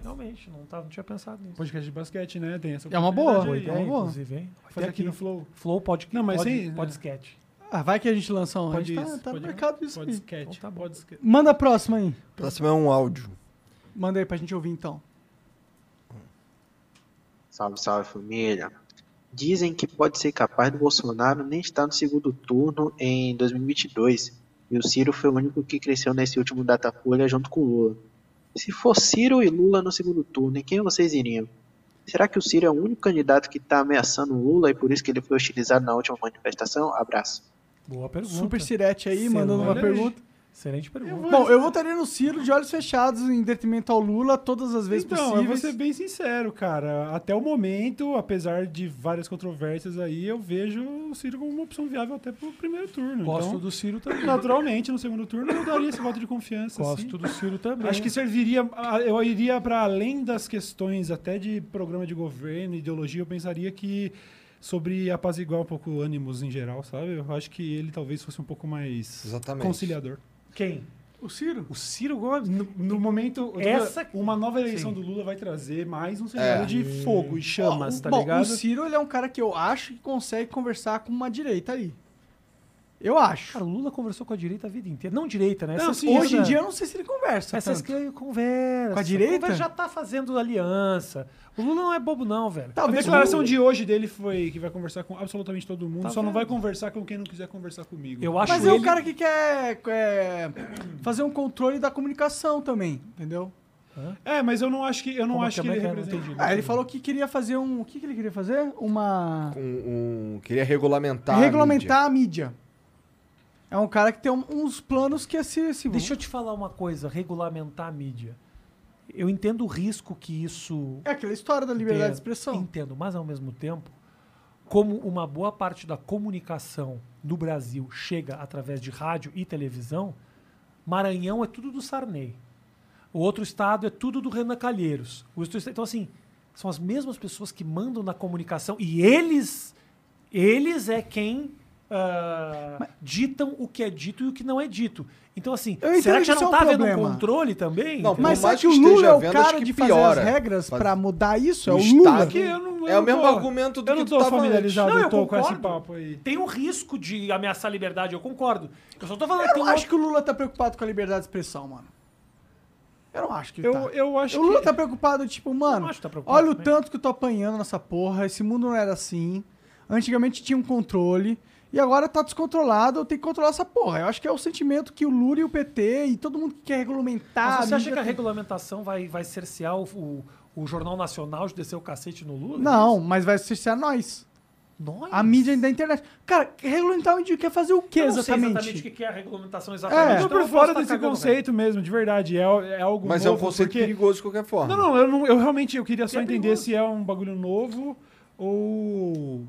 Realmente, não, tava, não tinha pensado nisso.
Podcast de basquete, né? Tem essa
É uma boa,
oportunidade
é
aí.
uma boa.
Inclusive, hein? Vai
Fazer
ter
aqui no Flow.
Flow podcast.
Não, mas
pod,
sem-
podcast.
Ah, vai que a gente lança um.
Pode
a
isso.
gente tá, tá no
pode
mercado isso aí.
Podcast.
Então tá bom.
podcast.
Manda a próxima aí.
Próximo é um áudio.
Manda aí pra gente ouvir então.
Salve, salve família. Dizem que pode ser capaz do Bolsonaro nem estar no segundo turno em 2022. E o Ciro foi o único que cresceu nesse último Datafolha junto com o Lula. Se for Ciro e Lula no segundo turno, em quem vocês iriam? Será que o Ciro é o único candidato que está ameaçando o Lula e por isso que ele foi hostilizado na última manifestação? Abraço.
Boa pergunta.
Super Sirete aí, mandando uma
Excelente.
pergunta.
Excelente pergunta.
Bom, eu votaria no Ciro de olhos fechados em detrimento ao Lula todas as vezes
Então, eu vou
possíveis.
ser bem sincero, cara. Até o momento, apesar de várias controvérsias aí, eu vejo o Ciro como uma opção viável até pro primeiro turno.
Gosto
então,
do Ciro também.
naturalmente, no segundo turno, eu daria esse voto de confiança. assim.
Gosto do Ciro também.
Acho que serviria. a- Eu iria para além das questões até de programa de governo, ideologia, eu pensaria que sobre apaziguar um pouco ânimos em geral, sabe? Eu acho que ele talvez fosse um pouco mais
Exatamente.
conciliador.
quem?
O Ciro?
O Ciro Gomes?
No, no momento, eu tô-
Essa-
uma nova eleição
Sim.
do Lula vai trazer mais um
É.
cenário de fogo e chamas,
Bom,
tá
bom,
ligado?
O Ciro ele é um cara que eu acho que consegue conversar com uma direita aí. Eu acho.
Cara, o Lula conversou com a direita a vida inteira. Não direita, né?
Não, tá
Essa
sim, é.
esquerda-
Hoje em dia eu não sei se ele conversa.
Essas
tanto.
que conversa.
Com a direita?
Conversa, já tá fazendo aliança. O Lula não é bobo, não, velho.
A
Talvez
declaração
o-
de hoje dele foi que vai conversar com absolutamente todo mundo,
Tá
só não vai
vendo?
conversar com quem não quiser conversar comigo.
Eu acho
Mas
ele...
é um cara que quer é, fazer um controle da comunicação também, entendeu?
É, mas eu não acho que eu não
Como
acho que
é
ele
que é? Não
representa.
entendi.
Ah, ele falou que queria fazer um. O que, que ele queria fazer? Uma.
Um, um- queria regulamentar. a
regulamentar a mídia. É um cara que tem um- uns planos que se. se
Deixa eu te falar uma coisa, regulamentar a mídia. Eu entendo o risco que isso
É aquela história da liberdade
Entendo, Então,
de expressão.
Entendo, mas ao mesmo tempo, como uma boa parte da comunicação no Brasil chega através de rádio e televisão, Maranhão é tudo do Sarney. O outro estado é tudo do Renan Calheiros. O outro estado- Então, assim, são as mesmas pessoas que mandam na comunicação e eles, eles é quem ah, ditam o que é dito e o que não é dito. Então, assim,
Eu entendo
será que
que
já
isso
não
é um
está havendo um
problema.
controle também?
Não, Por
Mas será
mais
que o
que
Lula
esteja
é o
vendo,
cara
acho que
de fazer
piora.
as regras
Faz-
pra mudar isso? É
O
o
Estado
Lula.
que-
Eu não-
É
eu
o
não
mesmo
tô-
argumento do
eu
que
não
tu
tô
tava
familiarizado,
tá Não,
eu
eu
tô com esse
concordo.
papo aí.
Tem um risco de ameaçar a liberdade, eu concordo. Eu só tô falando que
Eu
tem
não
um
acho que o Lula tá preocupado com a liberdade de expressão, mano. Eu não acho que ele
Eu,
tá.
eu acho
o Lula
que
tá preocupado, tipo, mano,
acho que tá preocupado
olha o
também.
tanto que eu tô apanhando nessa porra, esse mundo não era assim. Antigamente tinha um controle e agora tá descontrolado, eu tenho que controlar essa porra. Eu acho que é o sentimento que o Lula e o PT e todo mundo que quer regulamentar.
Mas você acha
a mídia
que a
tem.
regulamentação vai, vai cercear o, o, o Jornal Nacional de descer o cacete no Lula?
tá- Não, mas vai ser a nós.
Nós?
A mídia da internet. Cara, regulamentar o mídia quer fazer o quê
Eu não sei
exatamente?
exatamente o que que é a regulamentação
É,
exatamente.
eu tô
então
por
posso
fora
tá
desse
cagando,
conceito mesmo, de verdade. É, é algo
Mas é
novo,
um conceito
porque...
perigoso de qualquer forma.
Não, não, eu, não- eu realmente eu queria só
É
entender
perigoso.
se é um bagulho novo ou.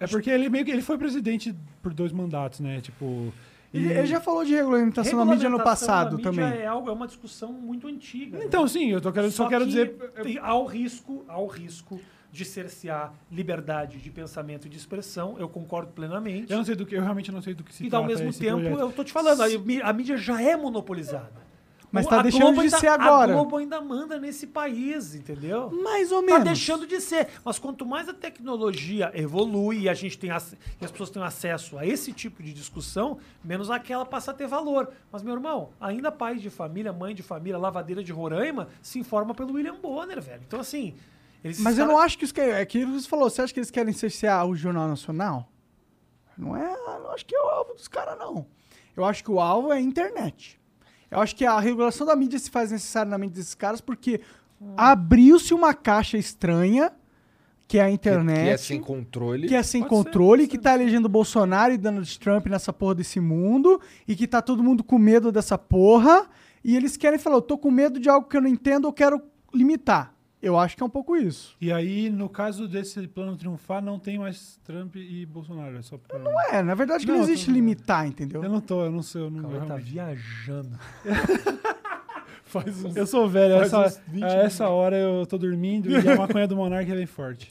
É porque ele meio que ele foi presidente por dois mandatos, né? Tipo. e-
Ele, ele já falou de regulamentação,
velho.
na mídia no
Regulamentação
passado
da mídia
também.
É, algo, é uma discussão muito antiga. né?
Então, sim, eu tô querendo, só, quero
que
dizer.
tem- Há o risco, há o risco de cercear liberdade de pensamento e de expressão, eu concordo plenamente.
Eu não sei do que, eu realmente não sei do que se
E
trata.
ao mesmo
esse
tempo,
projeto.
eu tô te falando, a mí- a mídia já é monopolizada.
Mas
O-
tá
a
deixando
Globo
de
ainda-
ser agora.
A Globo ainda manda nesse país, entendeu?
Mais ou
Tá
menos.
deixando de ser. Mas quanto mais a tecnologia evolui e a gente tem ac- e as pessoas têm acesso a esse tipo de discussão, menos aquela passa a ter valor. Mas, meu irmão, ainda pai de família, mãe de família, lavadeira de Roraima, se informa pelo William Bonner, velho. Então, assim, Eles-
Mas
esses
eu não
caras-
acho que isso que é que eles falou, você acha que eles querem cercear o Jornal Nacional? Não é, não acho que é o alvo dos caras não. Eu acho que o alvo é a internet. Eu acho que a regulação da mídia se faz necessária na mente desses caras porque abriu-se uma caixa estranha que é a internet,
Que é sem controle.
que é sem
Pode ser,
controle,
pode
que
ser.
tá elegendo Bolsonaro e Donald Trump nessa porra desse mundo, e que tá todo mundo com medo dessa porra, e eles querem falar, eu tô com medo de algo que eu não entendo, eu quero limitar. Eu acho que é um pouco isso.
E aí, no caso desse plano triunfar, não tem mais Trump e Bolsonaro. É só pra... não
É, na verdade que
Não,
não,
eu tô-
existe limitar, entendeu?
Eu não tô, eu não sei, eu não
O cara tá
realmente.
viajando.
Eu sou velho,
Faz
essa,
uns 20
a essa hora eu tô dormindo e a <laughs> maconha do Monark é bem forte.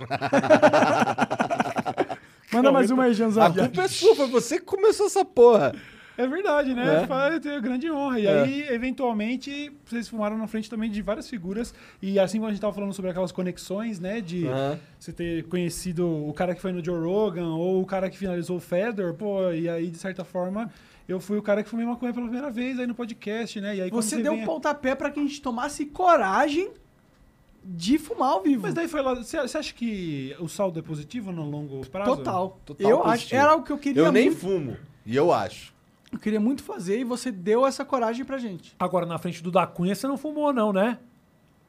Manda mais uma aí, Janzão.
A culpa é sua, foi você que começou essa porra.
É verdade, né? Fa- Eu tenho grande honra. E aí, eventualmente, vocês fumaram na frente também de várias figuras. E assim como a gente tava falando sobre aquelas conexões, né? De você ter conhecido o cara que foi no Joe Rogan ou o cara que finalizou o Fedor, pô, e aí, de certa forma, eu fui o cara que fumei maconha pela primeira vez aí no podcast, né? E aí, quando
Você deu
vem
um pontapé pra que a gente tomasse coragem de fumar ao vivo.
Mas daí foi lá. Você você acha que o saldo é positivo no longo
é
prazo?
Total.
Total
eu
positivo.
acho, era o que eu queria
Eu nem
muito,
fumo. E eu acho.
eu queria muito fazer e você deu essa coragem pra gente.
Agora, na frente do da Cunha, você não fumou, não, né?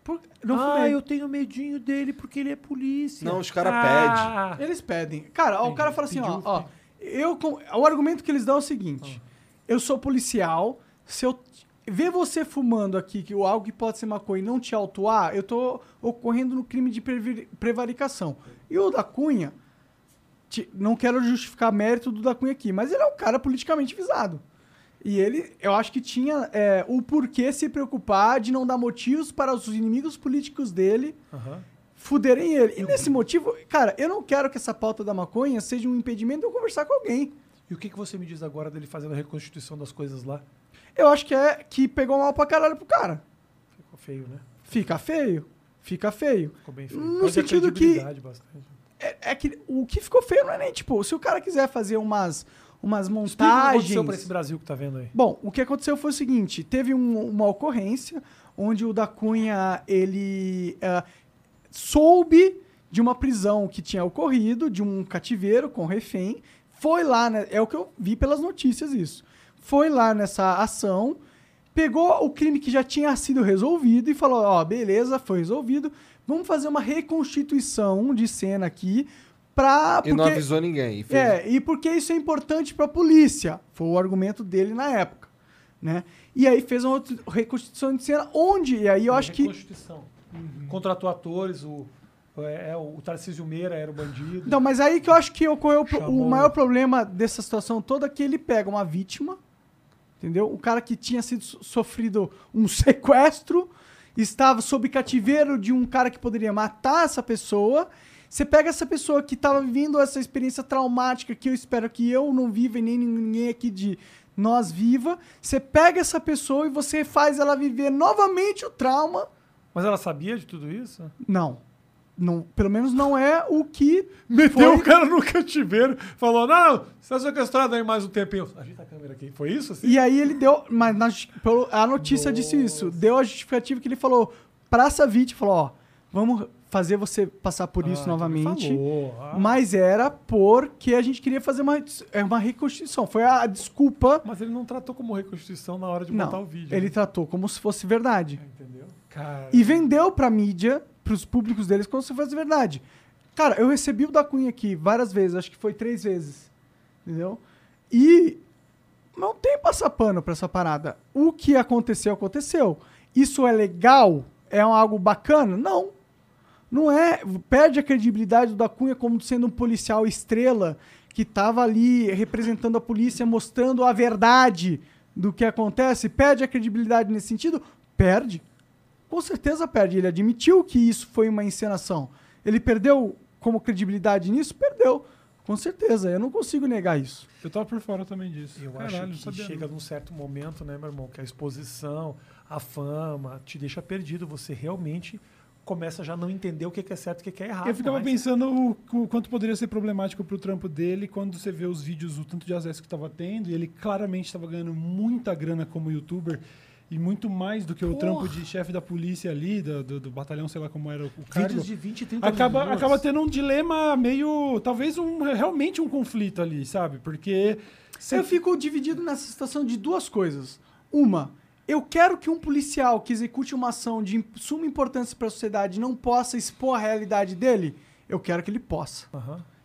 Por- não
ah,
fumei.
eu tenho medinho dele porque ele é polícia.
Não, os caras
ah,
Eles pedem. Cara, ó, o cara fala assim, ó, ó, eu com- o argumento que eles dão é o seguinte: eu sou policial, se eu t- ver você fumando aqui que o algo que pode ser maconha e não te autuar, eu tô ocorrendo no crime de previ- prevaricação. E o da Cunha, ti- não quero justificar mérito do da Cunha aqui, mas ele é um cara politicamente visado. E ele, eu acho que tinha é, o porquê se preocupar de não dar motivos para os inimigos políticos dele fuderem ele. E nesse motivo, cara, eu não quero que essa pauta da maconha seja um impedimento de eu conversar com alguém.
E o que, que você me diz agora dele fazendo a reconstituição das coisas lá?
Eu acho que é que pegou mal pra caralho pro cara.
Ficou feio, né?
Fica feio. Fica feio.
Ficou bem feio.
No
Perde a
sentido que-
credibilidade Bastante.
É, é que o que ficou feio não é nem, tipo, se o cara quiser fazer umas, umas
Explica o que aconteceu pra
montagens.
esse Brasil que tá vendo aí.
Bom, o que aconteceu foi o seguinte: teve um- uma ocorrência onde o da Cunha ele ah, soube de uma prisão que tinha ocorrido, de um cativeiro com refém. Foi lá, né, é o que eu vi pelas notícias isso. Foi lá nessa ação, pegou o crime que já tinha sido resolvido e falou: ó, beleza, foi resolvido. Vamos fazer uma reconstituição de cena aqui para
E não avisou ninguém. E fez-
é, e porque isso é importante pra polícia. Foi o argumento dele na época, né? E aí fez uma outra reconstituição de cena onde, e aí eu acho que... Uhum.
Reconstituição. Contratou atores, o, é, é, o Tarcísio Meira era o bandido.
Não, mas aí que eu acho que ocorreu o pro-
Chamou.
o maior problema dessa situação toda é que ele pega uma vítima, entendeu? O cara que tinha sido so- sofrido um <laughs> sequestro, estava sob cativeiro de um cara que poderia matar essa pessoa. Você pega essa pessoa que estava vivendo essa experiência traumática que eu espero que eu não viva e nem ninguém aqui de nós viva. Você pega essa pessoa e você faz ela viver novamente o trauma.
Mas ela sabia de tudo isso?
Não. Não, pelo menos não é o que
Meteu o cara no cativeiro, falou: não, não, você tá sequestrado aí mais um tempinho. Ajeita a câmera aqui. Foi isso? Assim?
E aí ele deu. Mas na justi- pelo- a notícia disse isso. Deu a justificativa que ele falou pra essa vítima, falou, ó, vamos fazer você passar por isso novamente.
Ah, então Falou. Ah,
Mas era porque a gente queria fazer uma, é, uma reconstituição. Foi a, a desculpa.
Mas ele não tratou como reconstituição na hora de montar
Não,
o vídeo.
ele
né?
tratou como se fosse verdade.
Entendeu? Cara.
E vendeu pra mídia, pros públicos deles, como se fosse verdade. Cara, eu recebi o da Cunha aqui várias vezes, acho que foi três vezes. Entendeu? E não tem passar pano pra essa parada. O que aconteceu, aconteceu. Isso é legal? É um- algo bacana? Não. Não é. Perde a credibilidade do da Cunha como sendo um policial estrela que tava ali representando a polícia, mostrando a verdade do que acontece. Perde a credibilidade nesse sentido? Perde. Com certeza perde. Ele admitiu que isso foi uma encenação. Ele perdeu como credibilidade nisso? Perdeu. Com certeza. Eu não consigo negar isso.
Eu tava por fora também disso.
Eu
Caralho, não
acho que
sabia não.
chega num certo momento, né, meu irmão, que a exposição, a fama te deixa perdido. Você realmente começa a já não entender o que que é certo e o que que é errado.
Eu ficava
mais.
pensando o, o quanto poderia ser problemático pro trampo dele quando você vê os vídeos, o tanto de acesso que tava tendo, e ele claramente tava ganhando muita grana como youtuber. E muito mais do que o trampo de chefe da polícia ali, do, do- do batalhão, sei lá como era o cargo.
Vídeos de 20 e 30
acaba,
minutos.
acaba tendo um dilema meio. Talvez um, realmente um conflito ali, sabe? Porque.
Eu fico dividido nessa situação de duas coisas. Uma, eu quero que um policial que execute uma ação de im- suma importância para a sociedade não possa expor a realidade dele. Eu quero que ele possa.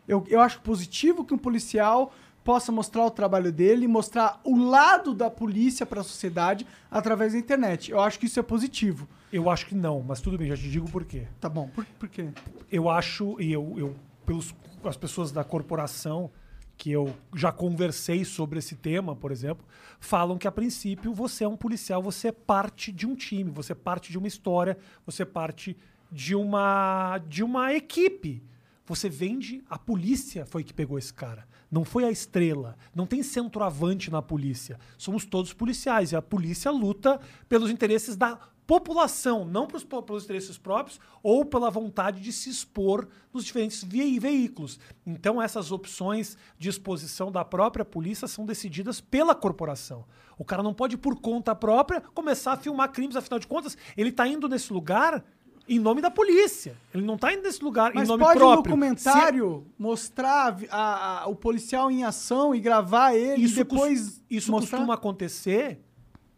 Eu, eu acho positivo que um policial possa mostrar o trabalho dele, mostrar o lado da polícia para a sociedade através da internet. Eu acho que isso é positivo.
Eu acho que não, mas tudo bem, já te digo por quê.
Tá bom, por, por quê?
eu acho, e eu, eu pelos as pessoas da corporação que eu já conversei sobre esse tema, por exemplo, falam que a princípio você é um policial, você é parte de um time, você é parte de uma história, você é parte de uma de uma equipe. Você vende, a polícia foi que pegou esse cara. Não foi a estrela. Não tem centroavante na polícia. Somos todos policiais. E a polícia luta pelos interesses da população, não pros, po- pelos interesses próprios ou pela vontade de se expor nos diferentes vei- veículos. Então, essas opções de exposição da própria polícia são decididas pela corporação. O cara não pode, por conta própria, começar a filmar crimes. Afinal de contas, ele está indo nesse lugar em nome da polícia. Ele não está indo nesse lugar
Mas
em nome
pode
próprio.
um documentário mostrar a vi- a- a- o policial em ação e gravar ele
isso
e depois
cos- isso
mostrar?
costuma acontecer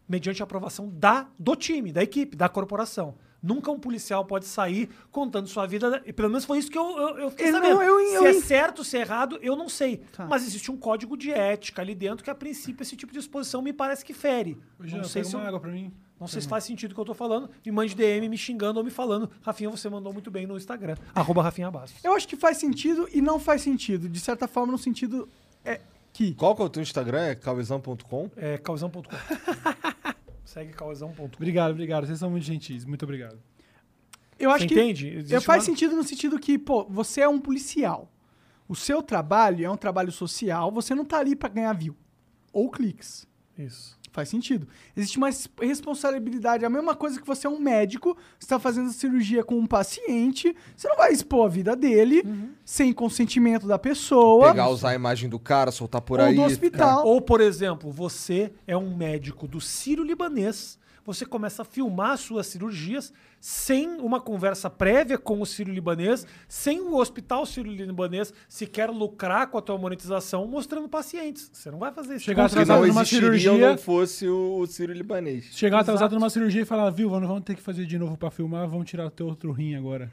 mediante a aprovação da do time, da equipe, da corporação. Nunca um policial pode sair contando sua vida. e Pelo menos foi isso que eu, eu, eu fiquei
Eu não-
sabendo.
eu-
se
eu-
é certo, se é errado, eu não sei.
Tá.
Mas existe um código de ética ali dentro que, a princípio, esse tipo de exposição me parece que fere.
Já,
não sei
pega
se, eu-
uma água pra mim.
não
Tá
sei se faz sentido o que eu tô falando. Me mande DM me xingando ou me falando. Rafinha, você mandou muito bem no Instagram. Arroba Rafinha Bastos.
Eu acho que faz sentido e não faz sentido. De certa forma, no sentido é que.
Qual que é o teu Instagram? É cauizão.com?
É causão.com.
<laughs>
Segue causão.com.
Obrigado, obrigado. Vocês são muito gentis. Muito obrigado.
Eu acho
Você
que.
entende? Existe
Eu faz
uma-
sentido no sentido que, pô, você é um policial. O seu trabalho é um trabalho social, você não tá ali pra ganhar view ou cliques.
Isso.
Faz sentido. Existe uma res- responsabilidade. É a mesma coisa que você é um médico, você está fazendo cirurgia com um paciente, você não vai expor a vida dele sem consentimento da pessoa
Pegar, usar a imagem do cara, soltar por
ou
aí. tá?
do hospital.
Ou, por exemplo, você é um médico do Sírio-Libanês, você começa a filmar suas cirurgias sem uma conversa prévia com o Sírio-Libanês, sem o hospital Sírio-Libanês sequer lucrar com a tua monetização mostrando pacientes. Você não vai né? fazer isso.
Chegar
Que não
atrasado numa
existiria se
cirurgia.
não fosse o, o Ciro Libanês.
Chegar atrasado numa cirurgia e falar, viu, mano, vamos ter que fazer de novo pra filmar, vamos tirar teu outro rim agora.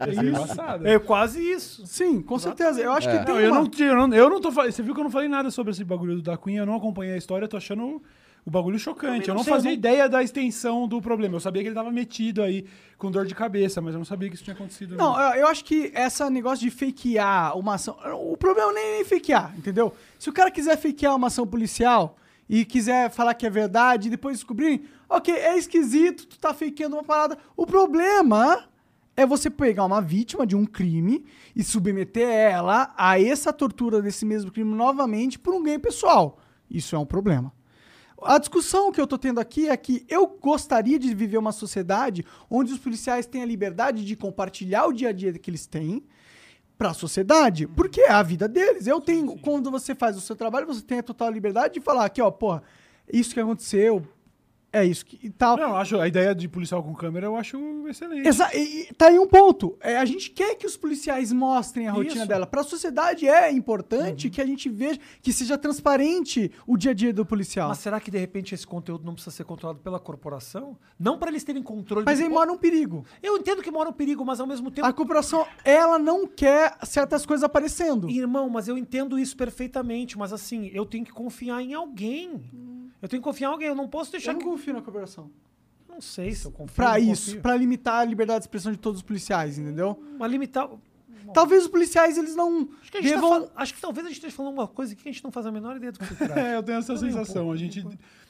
É, isso. embaçado.
É quase isso.
Sim, com certeza. Eu acho que tem
Não, eu
uma-
não, eu não, eu não tô falando. Você viu que eu não falei nada sobre esse bagulho do da Cunha, eu não acompanhei a história, eu tô achando o bagulho chocante. Eu não,
sei, eu
fazia
não-
ideia da extensão do problema. Eu sabia que ele tava metido aí com dor de cabeça, mas eu não sabia que isso tinha acontecido.
Não, eu, eu acho que esse negócio de fakear uma ação. O problema nem nem fakear, entendeu? Se o cara quiser fakear uma ação policial e quiser falar que é verdade e depois descobrirem, ok, é esquisito, tu tá fakeando uma parada. O problema é você pegar uma vítima de um crime e submeter ela a essa tortura desse mesmo crime novamente por um ganho pessoal. Isso é um problema. A discussão que eu tô tendo aqui é que eu gostaria de viver uma sociedade onde os policiais têm a liberdade de compartilhar o dia a dia que eles têm para a sociedade,
Uhum.
porque é a vida deles. Eu tenho, quando você faz o seu trabalho, você tem a total liberdade de falar aqui, ó, porra, isso que aconteceu, é isso que e tal.
Não, eu acho a ideia de policial com câmera eu acho excelente.
Exa e- e tá aí um ponto. É, a gente quer que os policiais mostrem a rotina
Isso. Uhum.
dela. Para a sociedade é importante que a gente veja, que seja transparente o dia a dia do policial.
Mas
Mas,
será que de repente esse conteúdo não precisa ser controlado pela corporação? Não para eles terem controle. do-
aí mora um perigo.
Eu entendo que mora um perigo, mas ao mesmo tempo
A corporação, ela não quer certas coisas aparecendo.
Irmão, mas eu entendo isso perfeitamente, mas assim, eu tenho que confiar em alguém.
Hum.
Eu tenho que confiar em alguém, eu não posso deixar
Eu não
que.
confio na corporação.
Não sei se eu confio.
Pra
não
isso,
confio.
pra limitar a liberdade de expressão de todos os policiais, entendeu?
Mas limitar.
Talvez os policiais, eles não
Acho que, a gente tá
devam...
fal- acho que talvez a gente esteja falando uma coisa aqui que a gente não faz a menor ideia do
<laughs>
que se trata.
É, eu tenho essa
um
sensação. A gente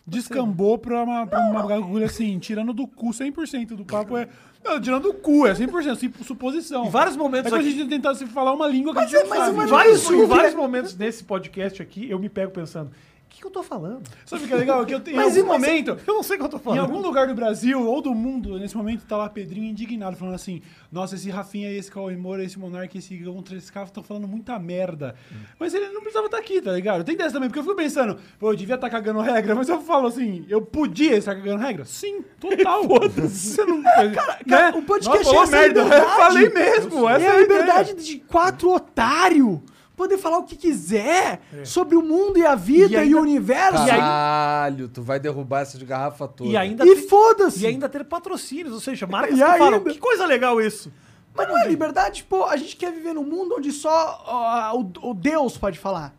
descambou pra uma, pra uma bagulho assim, tirando do cu 100% do papo. É, não, tirando do cu, é 100%,
assim,
sim, suposição.
Em vários momentos
É que a
aqui-
gente tenta se falar uma língua que
Mas
a gente não
é- mas é
sabe.
uma
Em vários,
Isso,
em vários
é-
momentos nesse podcast aqui, eu me pego pensando.
que, que eu tô falando?
Sabe o que é legal? É que eu tenho.
Mas
Mas
em
algum momento.
Eu não sei o que eu tô
Em
falando.
algum lugar do Brasil ou do mundo, nesse momento, tá lá Pedrinho indignado, falando assim: Nossa, esse Rafinha, esse Cauê Moura, esse Monark, esse Gão, esse carro estão falando muita merda. Mas ele não precisava estar aqui, tá ligado? Tem dessa também, porque eu fico pensando: Pô, eu devia estar cagando regra, mas eu falo assim: Eu podia estar cagando regra? Sim, total. <laughs> Você não. Cara,
cara, o podcast é
falou
essa
merda. <laughs> Eu
liberdade.
falei mesmo. Essa
é
é
a liberdade
ideia.
de quatro otário poder falar o que quiser sobre o mundo e a vida É. e,
E ainda-
o universo.
Caralho, tu vai derrubar essa de garrafa toda.
E ainda,
E
ter-
foda-se.
e ainda ter patrocínios, ou seja, marcas
E
que falam,
ainda-
que coisa legal isso.
Mas não é liberdade, pô. A gente quer viver num mundo onde só ó, o, o Deus pode falar.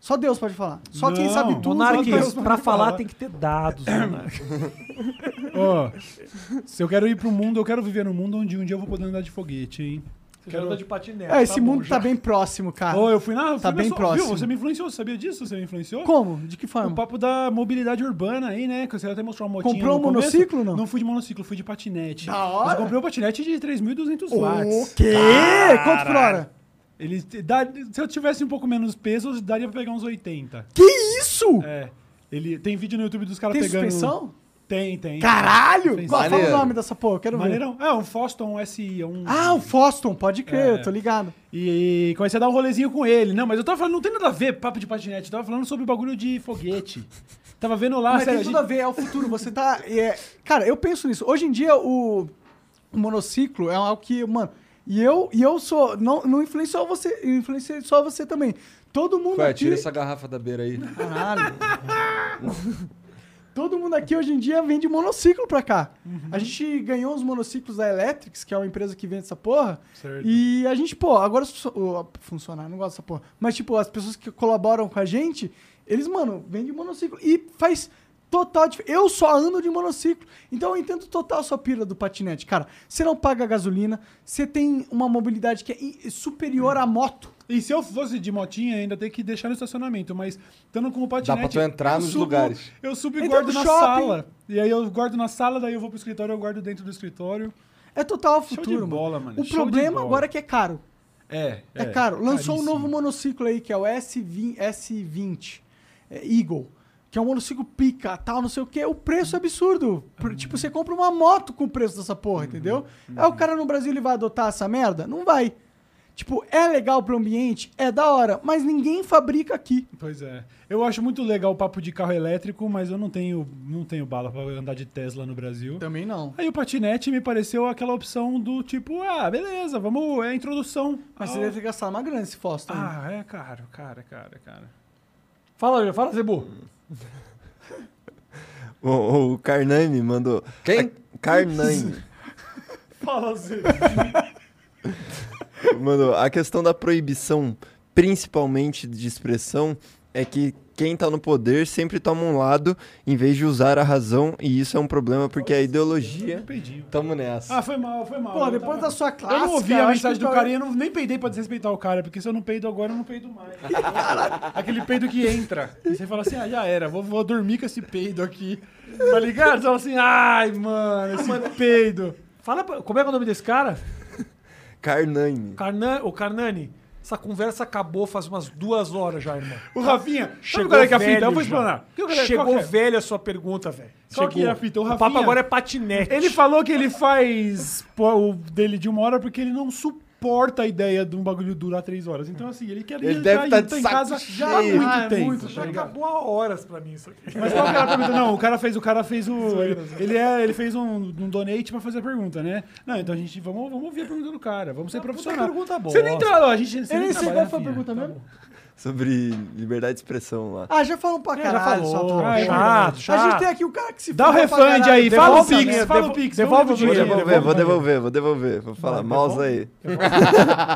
Só Deus pode falar. Só quem
Não,
sabe tudo.
Monark,
só Deus
isso.
pode
pra
falar.
falar tem que ter
<coughs>
dados, Monark.
Ó, se eu quero ir pro mundo, eu quero viver num mundo onde um dia eu vou poder andar de foguete, hein?
Quero andar de patinete.
falar. É, esse
bom,
mundo
já.
tá bem próximo, cara.
Ô, eu fui na. eu
Tá
fui na
bem
sua-
próximo.
Viu? Você me influenciou, você sabia disso? Você me influenciou?
Como? De que
O
forma?
papo da mobilidade urbana aí, né? Que você até mostrou uma motinha. no
Comprou um
começo.
monociclo, não?
Não fui de monociclo, fui de patinete.
Da hora!
Mas eu comprei um patinete de 3.200 watts.
quê? Quanto por hora?
Ele te dá, se eu tivesse um pouco menos peso, eu daria pra pegar uns 80.
Que isso?
É. Ele, tem vídeo no YouTube dos caras
Tem
pegando...
suspensão?
Tem, tem.
Caralho! Qual, fala o
Maneiro.
nome dessa porra, eu quero ver.
Maneirão. É, um Foston SI. é Um...
Ah, o Foston, pode crer,
É.
eu tô ligado.
E, e comecei a dar um rolezinho com ele. Não, mas eu tava falando, não tem nada a ver papo de patinete. Eu tava falando sobre bagulho de foguete. Tava vendo lá...
Mas
Ah, sério,
tem
a
tudo a ver, é o futuro. Você tá. é- Cara, eu penso nisso. Hoje em dia, o o monociclo é algo que, mano. E eu, e eu sou. Não, não influenciou você, eu influenciei só você também. Todo mundo
Ué,
aqui.
tira essa garrafa da beira aí.
Caralho. Todo mundo aqui hoje em dia vende monociclo pra cá.
Uhum.
A gente ganhou os monociclos da Electrics, que é uma empresa que vende essa porra. E a gente, pô, agora os funcio- o- funcionário não gosta dessa porra. Mas, tipo, as pessoas que colaboram com a gente, eles, mano, vendem monociclo. E faz total diferença. Eu só ando de monociclo. Então eu entendo total a sua pira do patinete. Cara, você não paga gasolina, você tem uma mobilidade que é i- superior à moto.
E se eu fosse de motinha, ainda tem que deixar no estacionamento, mas estando com o patinete...
Dá pra tu entrar
eu
nos lugares.
Eu subo e
Entra
guardo
no
na
shopping.
sala. E aí eu guardo na sala, daí eu vou pro escritório, eu guardo dentro do escritório.
É total o
Show de
futuro,
bola, mano. Show
O
de
problema
bola.
agora é que é caro.
É,
É caro. Lançou um novo monociclo aí, que é o S20, S20 é, Eagle. Que é um monociclo pica, tal, não sei o quê. O preço é absurdo.
Uhum.
Por- Tipo, você compra uma moto com o preço dessa porra, entendeu? Aí o cara no Brasil ele vai adotar essa merda? Não vai. Tipo, é legal pro ambiente, é da hora, mas ninguém fabrica aqui.
Pois é. Eu acho muito legal o papo de carro elétrico, mas eu não tenho, não tenho bala pra andar de Tesla no Brasil.
Também não.
Aí o patinete me pareceu aquela opção do tipo, ah, beleza, vamos, é a introdução.
Mas
ao-
você deve gastar uma grana esse Foster.
Ah, é caro, cara, cara, cara.
Fala, fala, Zebu.
O, o Carnani mandou.
Quem?
A- Carnani.
<laughs>
Fala, Zebu.
Mano, a questão da proibição, principalmente de expressão, é que quem tá no poder sempre toma um lado em vez de usar a razão, e isso é um problema porque a ideologia.
Peidinho.
Tamo nessa.
Ah, foi mal, foi mal.
Pô,
Eu
depois
tava-
da sua
Eu
classe.
não ouvi a mensagem do cara e eu não- nem peidei pra desrespeitar o cara, porque se eu não peido agora, eu não peido
<laughs>
mais. Aquele peido que entra. E Você fala assim, ah, já era, vou, vou dormir com esse peido aqui. Tá ligado? Você fala assim, ai, mano, esse peido.
Fala, pra- como é que é o nome desse cara?
Carnani.
Carnan, o Carnani. Essa conversa acabou faz umas duas horas já, irmão.
O Rafinha, chegou
Chegou
qual é que é a
velho
fita? Eu vou
já.
explanar. Qual que é- qual
Chegou
que é?
velho a sua pergunta, velho.
Qual que
Chegou.
é a fita? O
O, papo
Rafinha-
agora é patinete.
Ele falou que ele faz pô, o dele de uma hora porque ele não suporta a ideia de um bagulho durar três horas. Então, assim, ele quer
Ele
já
deve
ir,
tá de
em
saco
casa
cheio.
já há muito
Ah, é
tempo.
muito, já
tá ligado?
acabou há horas pra mim isso aqui.
Mas qual que era a pergunta? Não, o cara fez, o cara fez
<laughs>
o. Ele, ele é, ele fez um, um donate pra fazer a pergunta, né? Não, então a gente. Vamos, vamos ouvir a pergunta do cara. Vamos ser profissional.
pergunta boa.
Você nem entrou, a gente. Você
Eu nem sei
trabalha,
qual foi a
Rafinha.
pergunta mesmo.
Sobre liberdade de expressão lá.
Ah, já falou pra
já
caralho.
falou.
só
Ah, é
Chato,
A gente
chato.
tem aqui o cara que se
Dá o
fudeu pra
refund
caralho.
aí, fala o
Devolve
Pix,
também,
fala o
devo-
Pix.
devolve
vamos
o
Vou
devolver.
dinheiro.
devolver, vou devolver, vou devolver. Vou falar, mouse aí. <laughs>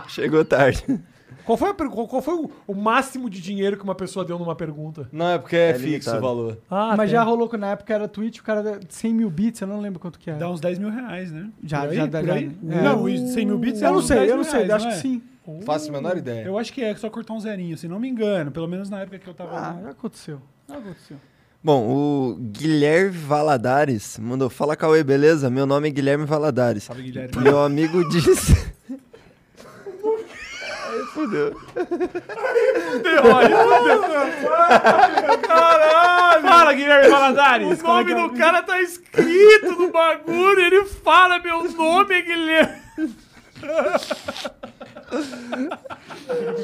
Chegou tarde.
Qual foi, a per- qual- qual foi o, o máximo de dinheiro que uma pessoa deu numa pergunta?
Não, é porque é,
É
fixo
limitado.
o valor.
Ah,
Mas já rolou que na época era Twitch, o cara deu 100 mil bits, eu não lembro quanto que era.
Dá uns 10 mil reais, né?
Já-
Por aí,
já dá-
por
já-
aí.
é.
Não, e 100 mil bits é
eu não
uns
sei,
10
eu não
mil
sei, eu
reais, não
acho que
é?
sim.
Faço a menor ideia.
Eu acho que é, só cortar um zerinho, se não me engano. Pelo menos na época que eu tava.
Ah, já aconteceu. Já aconteceu.
Bom, o Guilherme Valadares mandou: Fala Cauê, beleza? Meu nome é Guilherme Valadares.
Guilherme.
Meu amigo disse. fudeu.
Fudeu, aí fudeu.
Ah,
Caralho!
Fala, Guilherme Valadares,
O
como é
nome
que é o-
do cara tá escrito no bagulho, ele fala meu nome,
<laughs>
é Guilherme.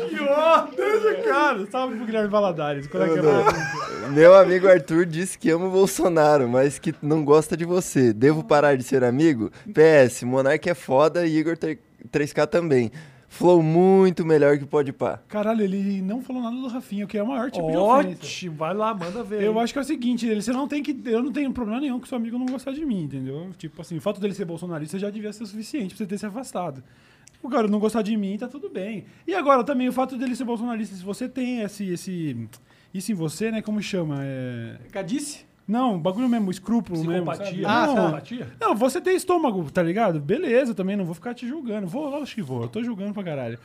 Idiota esse cara. Salve pro Guilherme Valadares. Qual é que é o-
Meu amigo Arthur disse que ama o Bolsonaro, mas que não gosta de você. Devo parar de ser amigo? PS, Monark é foda e Igor tre- 3K também. Flow muito melhor que o Podpah.
Caralho, ele não falou nada do Rafinha, o que é o maior tipo de ofensa.
Ótimo, vai lá, manda ver.
Eu acho que é o seguinte, ele, você não tem que. Eu não tenho problema nenhum que seu amigo não gostar de mim, entendeu? Tipo assim, o fato dele ser bolsonarista já devia ser suficiente pra você ter se afastado. O cara não gostar de mim, tá tudo bem. E agora também o fato dele ser bolsonarista, se você tem esse. esse isso em você, né? Como chama? É...
Cadice?
Não, bagulho mesmo, escrúpulo mesmo.
Psicopatia.
sabe?
Ah,
não,
psicopatia?
não, você tem estômago, tá ligado? Beleza, também não vou ficar te julgando. Vou, lógico que vou, eu tô julgando pra caralho.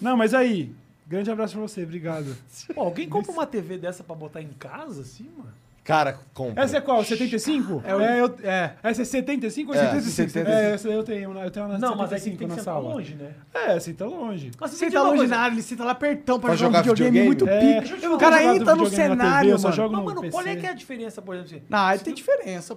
Não, mas aí, grande abraço pra você, obrigado.
Pô, alguém compra uma TV dessa pra botar em casa, assim, mano?
Cara, compra.
Essa é qual? 75?
É o-
É, eu, é. Essa é 75 ou
É,
75?
75.
É, essa eu tenho. né? Eu tenho uma
Não, mas é que
75
tem que
na
sentar
sala.
longe, né?
É, assim, tá longe.
Mas
Você
me
tá
diz uma
longe
coisa.
nada, ele senta lá pertão pra
Pra
jogar um
jogar
videogame muito
videogame?
É,
pica.
eu não
o cara
jogava
entra no
videogame na TV,
cenário,
eu só
mano.
jogo-
Mas,
no
mano, qual é
PC.
que é a diferença, por exemplo? Assim,
Não, aí tem diferença,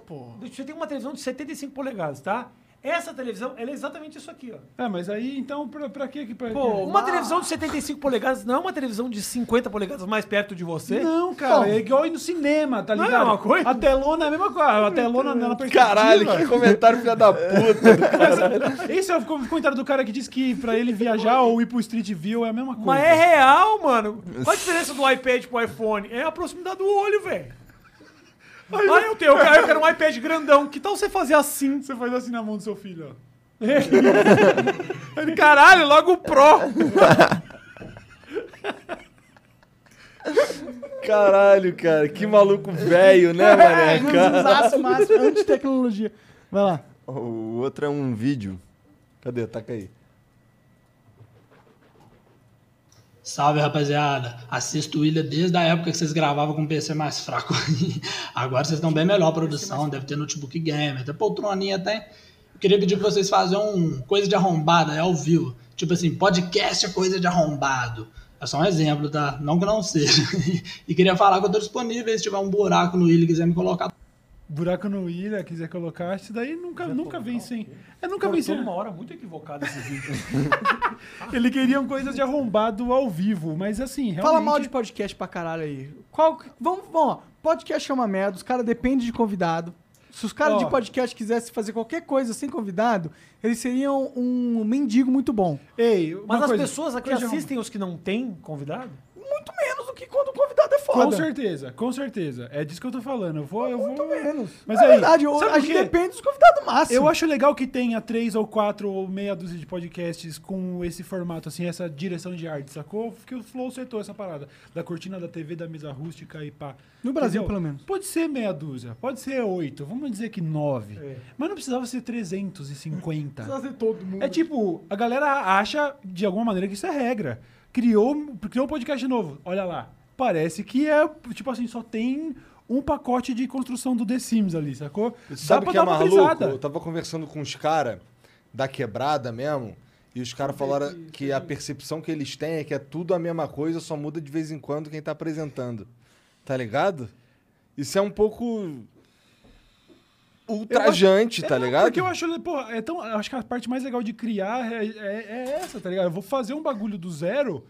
<laughs>
pô.
você tem uma televisão de 75 polegadas, tá? Essa televisão, ela é exatamente isso aqui, ó.
É, mas aí, então, pra, pra quê que... Pra
Pô,
quê?
uma televisão de 75 polegadas não é uma televisão de 50 polegadas mais perto de você?
Não, cara, é igual ir no cinema, tá
Não é a
ligado?
mesma coisa?
A telona é a mesma coisa. A telona na perspectiva.
Caralho, que comentário filha da puta.
Esse é o comentário do cara que diz que pra ele viajar ou ir pro Street View é a mesma coisa.
Mas é real, mano. Qual a diferença do iPad pro iPhone? É a proximidade do olho, velho. Aí eu tenho, eu quero eu quero um iPad grandão. Que tal você fazer assim?
Você faz assim na mão do seu filho, ó.
Ele, Caralho, logo o Pro.
Caralho, cara, que maluco velho, né,
É,
mané?
usaço máximo, anti-tecnologia. Vai lá.
O outro é um vídeo.
Cadê? Taca aí.
Salve rapaziada, assisto o Willian desde a época que vocês gravavam com o PC mais fraco. <laughs> Agora vocês estão bem melhor a produção, deve ter notebook gamer, até poltroninha até. Eu queria pedir pra vocês fazerem um coisa de arrombada, é ao vivo. Tipo assim, podcast é coisa de arrombado. É só um exemplo, tá? Não que não seja. e queria falar que eu tô disponível, se tiver um buraco no Willian e quiser me colocar
Buraco no ilha, quiser colocar, isso daí nunca, nunca vence, hein? É, nunca
Cara, eu
vence.
tô
né?
numa hora muito equivocada esse
<laughs>
vídeo.
Ele queriam coisas de arrombado ao vivo, mas assim, realmente...
Fala mal de podcast pra caralho aí. Qual, que- vamos, vamos, ó. Podcast é uma merda, os caras dependem de convidado. Se os caras
Ó.
de podcast quisessem fazer qualquer coisa sem convidado, eles seriam um mendigo muito bom.
Ei, uma
Mas as
coisa,
pessoas aqui
coisa de
assistem os que não têm convidado?
Muito menos do que quando o convidado é
arrombado.
foda.
Com certeza, com certeza. É disso que eu tô falando. Eu vou, eu vou...
Muito menos.
Mas
Na
aí,
É verdade, eu-
sabe
a
por
gente
quê?
depende dos convidados máximo.
Eu acho legal que tenha três ou quatro ou meia dúzia de podcasts com esse formato, assim, essa direção de arte, sacou? Porque o Flow acertou essa parada. Da cortina da TV, da mesa rústica e pá.
No Brasil, pelo menos.
Pode ser meia dúzia, pode ser oito, vamos dizer que nove. Mas não precisava ser 350.
fazer todo mundo.
É tipo, a galera acha de alguma maneira que isso é regra. Criou, criou um podcast novo, olha lá. Parece que é, tipo assim, só tem um pacote de construção do The Sims ali, sacou?
Sabe o que é
uma
maluco?
brisada.
Eu tava conversando com os caras da quebrada mesmo, e os caras falaram que a percepção que eles têm é que é tudo a mesma coisa, só muda de vez em quando quem tá apresentando. Tá ligado? Isso é um pouco ultrajante,
É,
tá
não,
ligado?
Porque eu acho, porra, é tão, eu acho que a parte mais legal de criar é, é- é essa, tá ligado? Eu vou fazer um bagulho do zero,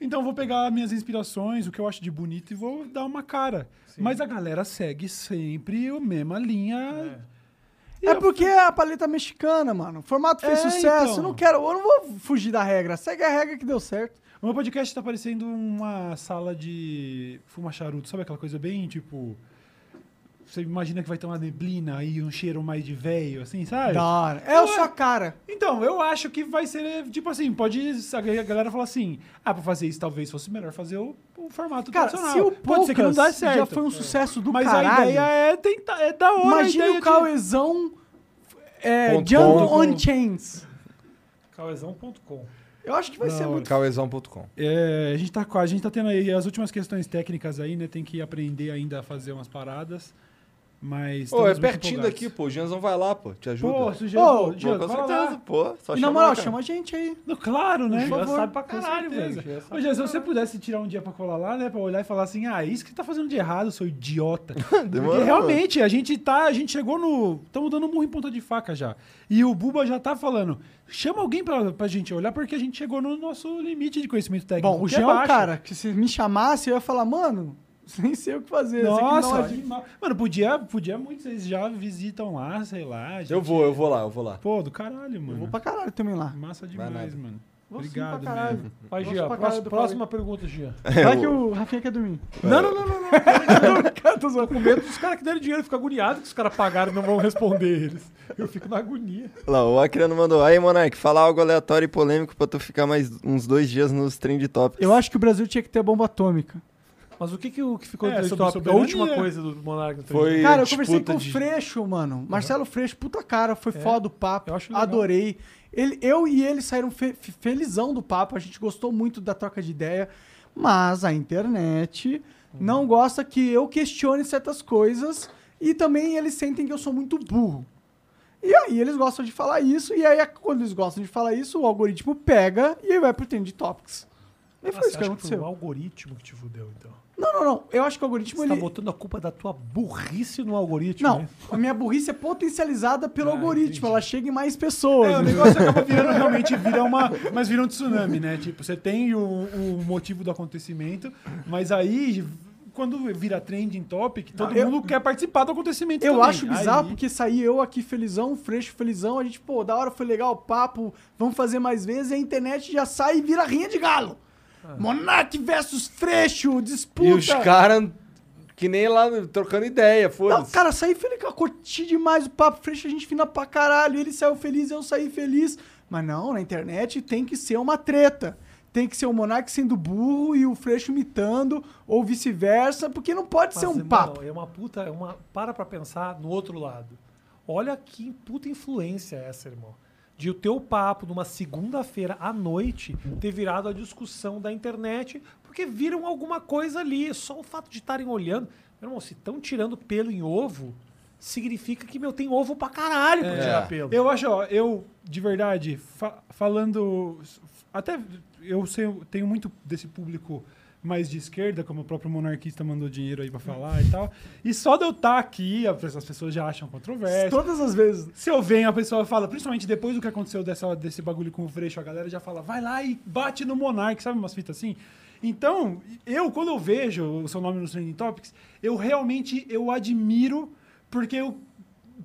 então eu vou pegar minhas inspirações, o que eu acho de bonito e vou dar uma cara. Mas a galera segue sempre a mesma linha.
É porque é a paleta mexicana, mano. O formato fez
É,
sucesso.
então.
Eu não quero, eu não vou fugir da regra. Segue a regra que deu certo.
O meu podcast tá parecendo uma sala de fuma charuto, sabe aquela coisa bem tipo. Você imagina que vai ter uma neblina aí, um cheiro mais de velho, assim, sabe?
Da hora. É
Eu
a sua
acho-
cara.
Então, eu acho que vai ser, tipo assim, pode a galera falar assim, ah, pra fazer isso talvez fosse melhor fazer o, o formato
Cara,
tradicional.
se o
pode ser que não dá
Poucas
certo.
já foi um sucesso do
Mas
caralho.
a ideia é tentar, é da hora a
Imagina
ideia
o Cauezão é,
Ponto
Django
com.
on Chains.
Cauezão.com.
Eu acho que vai
é
ser muito.
Cauezão.com.
de... É, a gente tá quase, a gente tá tendo aí as últimas questões técnicas aí, né, tem que aprender ainda a fazer umas paradas. Mas.
Pô, é
estamos muito
pertinho
empolgados.
daqui, pô. O Gianzão vai lá, pô. Te ajuda.
Pô, se o Jean- pô, Jean,
com
vai lá.
certeza,
pô.
Só
e na
chama
moral,
lá, cara.
chama a gente aí.
No, claro, né?
O
Por
Jean
favor.
sabe pra
Com
caralho,
certeza.
velho. O Jean sabe
Ô, Jean, se você pudesse tirar um dia pra colar lá, né? Pra olhar e falar assim, ah, isso que tá fazendo de errado, seu
<laughs>
idiota. Porque
Demorou.
realmente, a gente tá, a gente chegou no... Estamos dando murro em ponta de faca já. E o Buba já tá falando, chama alguém pra, pra gente olhar, porque a gente chegou no nosso limite de conhecimento técnico.
Bom, o
que é
Jean é o
baixo.
cara que se me chamasse, eu ia falar, mano, <laughs> nem sei o que fazer. sei que é me dá uma
Nossa,
dica."
demais. mano, podia, podia muito, vocês já visitam lá, sei lá. gente-
Eu vou, eu vou lá, eu vou lá.
Pô, do caralho, mano.
Vou pra caralho também
<laughs>
lá.
Massa
nada.
demais, mano.
Vou sim
Obrigado, né?
pra caralho.
mesmo.
Vai,
Nossa,
Gia.
pra
Próxima,
caralho,
próxima pergunta, Gia.
Vai que o Rafinha quer dormir.
Não, não, não, não. não. Eu tô zoando. com medo dos caras que deram dinheiro. Eu fico agoniado que os caras pagaram e não vão responder eles. Eu fico na agonia.
Lá, o Acreano mandou. Aí, Monark, fala algo aleatório e polêmico pra tu ficar mais uns dois dias nos trend topics.
Eu acho que o Brasil tinha que ter bomba atômica.
Mas o que, que, o que ficou
É,
no trend
sobre
top? A
soberania.
última coisa do Monarca no
Foi
Cara, eu
disputa
conversei com
de-
o Freixo, mano. Marcelo Freixo, puta cara, foi
É,
foda o papo.
eu acho legal.
adorei. Ele, eu e ele saíram fe- fe- felizão do papo. A gente gostou muito da troca de ideia. Mas a internet
Uhum.
não gosta que eu questione certas coisas. E também eles sentem que eu sou muito burro. E aí eles gostam de falar isso. E aí, quando eles gostam de falar isso, o algoritmo pega e aí vai pro Trend Topics. E foi isso
Ah, você
que
acha que foi
aconteceu.
um algoritmo que te fudeu, então.
não, não, não. Eu acho que o algoritmo.
Você
ele...
tá botando a culpa da tua burrice no algoritmo,
Não,
né?
a minha burrice é potencializada pelo algoritmo. Ela chega em mais pessoas.
Ah, É, o
né?
negócio acaba virando realmente vira uma. Mas vira um tsunami, né? Tipo, você tem o, o motivo do acontecimento, mas aí. Quando vira trending topic, todo
eu-
mundo quer participar do acontecimento.
Eu
também.
acho bizarro
Aí-
porque saí eu aqui felizão, o Freixo felizão, a gente, pô, da hora, foi legal o papo, vamos fazer mais vezes, e a internet já sai e vira rinha de galo.
Ah.
Monark versus Freixo, disputa.
E os caras que nem lá trocando ideia,
Não,
foda-se.
cara, saí feliz, cara, curti demais o papo, Freixo a gente fina pra caralho, ele saiu feliz, eu saí feliz. Mas não, na internet tem que ser uma treta. Tem que ser o Monark sendo burro e o Freixo imitando, ou vice-versa, porque não pode ser um
irmão,
papo.
É uma puta, é uma. Para pra pensar no outro lado. Olha que puta influência é essa, irmão. De o teu papo numa segunda-feira à noite ter virado a discussão da internet, porque viram alguma coisa ali. Só o fato de estarem olhando. Meu irmão, se estão tirando pelo em ovo, significa que, meu, tem ovo pra caralho pra tirar pelo.
Eu acho, ó, eu, de verdade, fa- falando. Até eu sei- eu tenho muito desse público mais de esquerda, como o próprio monarquista mandou dinheiro aí pra falar e tal. E só de eu estar aqui, as pessoas já acham controverso.
Todas as vezes.
Se eu venho, a pessoa fala, principalmente depois do que aconteceu dessa, desse bagulho com o Freixo, a galera já fala, vai lá e bate no Monark, sabe umas fitas assim? Então, eu, quando eu vejo o seu nome nos Trending Topics, eu realmente, eu admiro, porque eu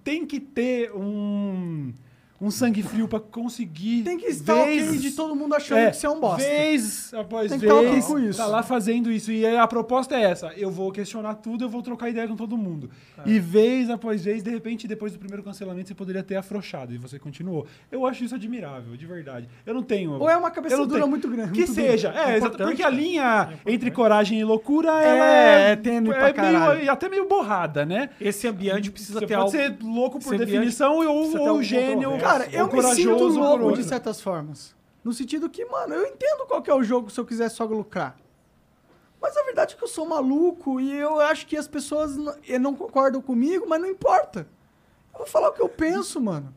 tem que ter um, um sangue frio pra conseguir...
Tem que estar ok de todo mundo achando que você é um bosta.
Vez após
Tem que
vez,
estar ok com isso.
tá lá fazendo isso. E aí a proposta é essa, eu vou questionar tudo, eu vou trocar ideia com todo mundo.
É.
E vez após vez, de repente, depois do primeiro cancelamento, você poderia ter afrouxado e você continuou. Eu acho isso admirável, de verdade. Eu não tenho...
Ou é uma cabeça
eu não
dura
tenho-
muito grande,
Que
muito dura.
seja. É, exato,
Importante,
porque a
né?
linha entre coragem e loucura,
É,
ela é...
é tênue pra
meio-
caralho.
até meio borrada, né?
Esse ambiente precisa
Você
ter
pode
algo.
ser louco por
Esse ambiente
definição ou,
precisa ter
ou
algo
gênio.
controverso.
Um Cara,
ou
eu me sinto
corajoso por
louco
outro.
de certas formas. No sentido que, mano, eu entendo qual que é o jogo se eu quiser só lucrar. Mas a verdade é que eu sou maluco e eu acho que as pessoas n- eh, não concordam comigo, mas não importa. Eu vou falar o que eu penso, mano.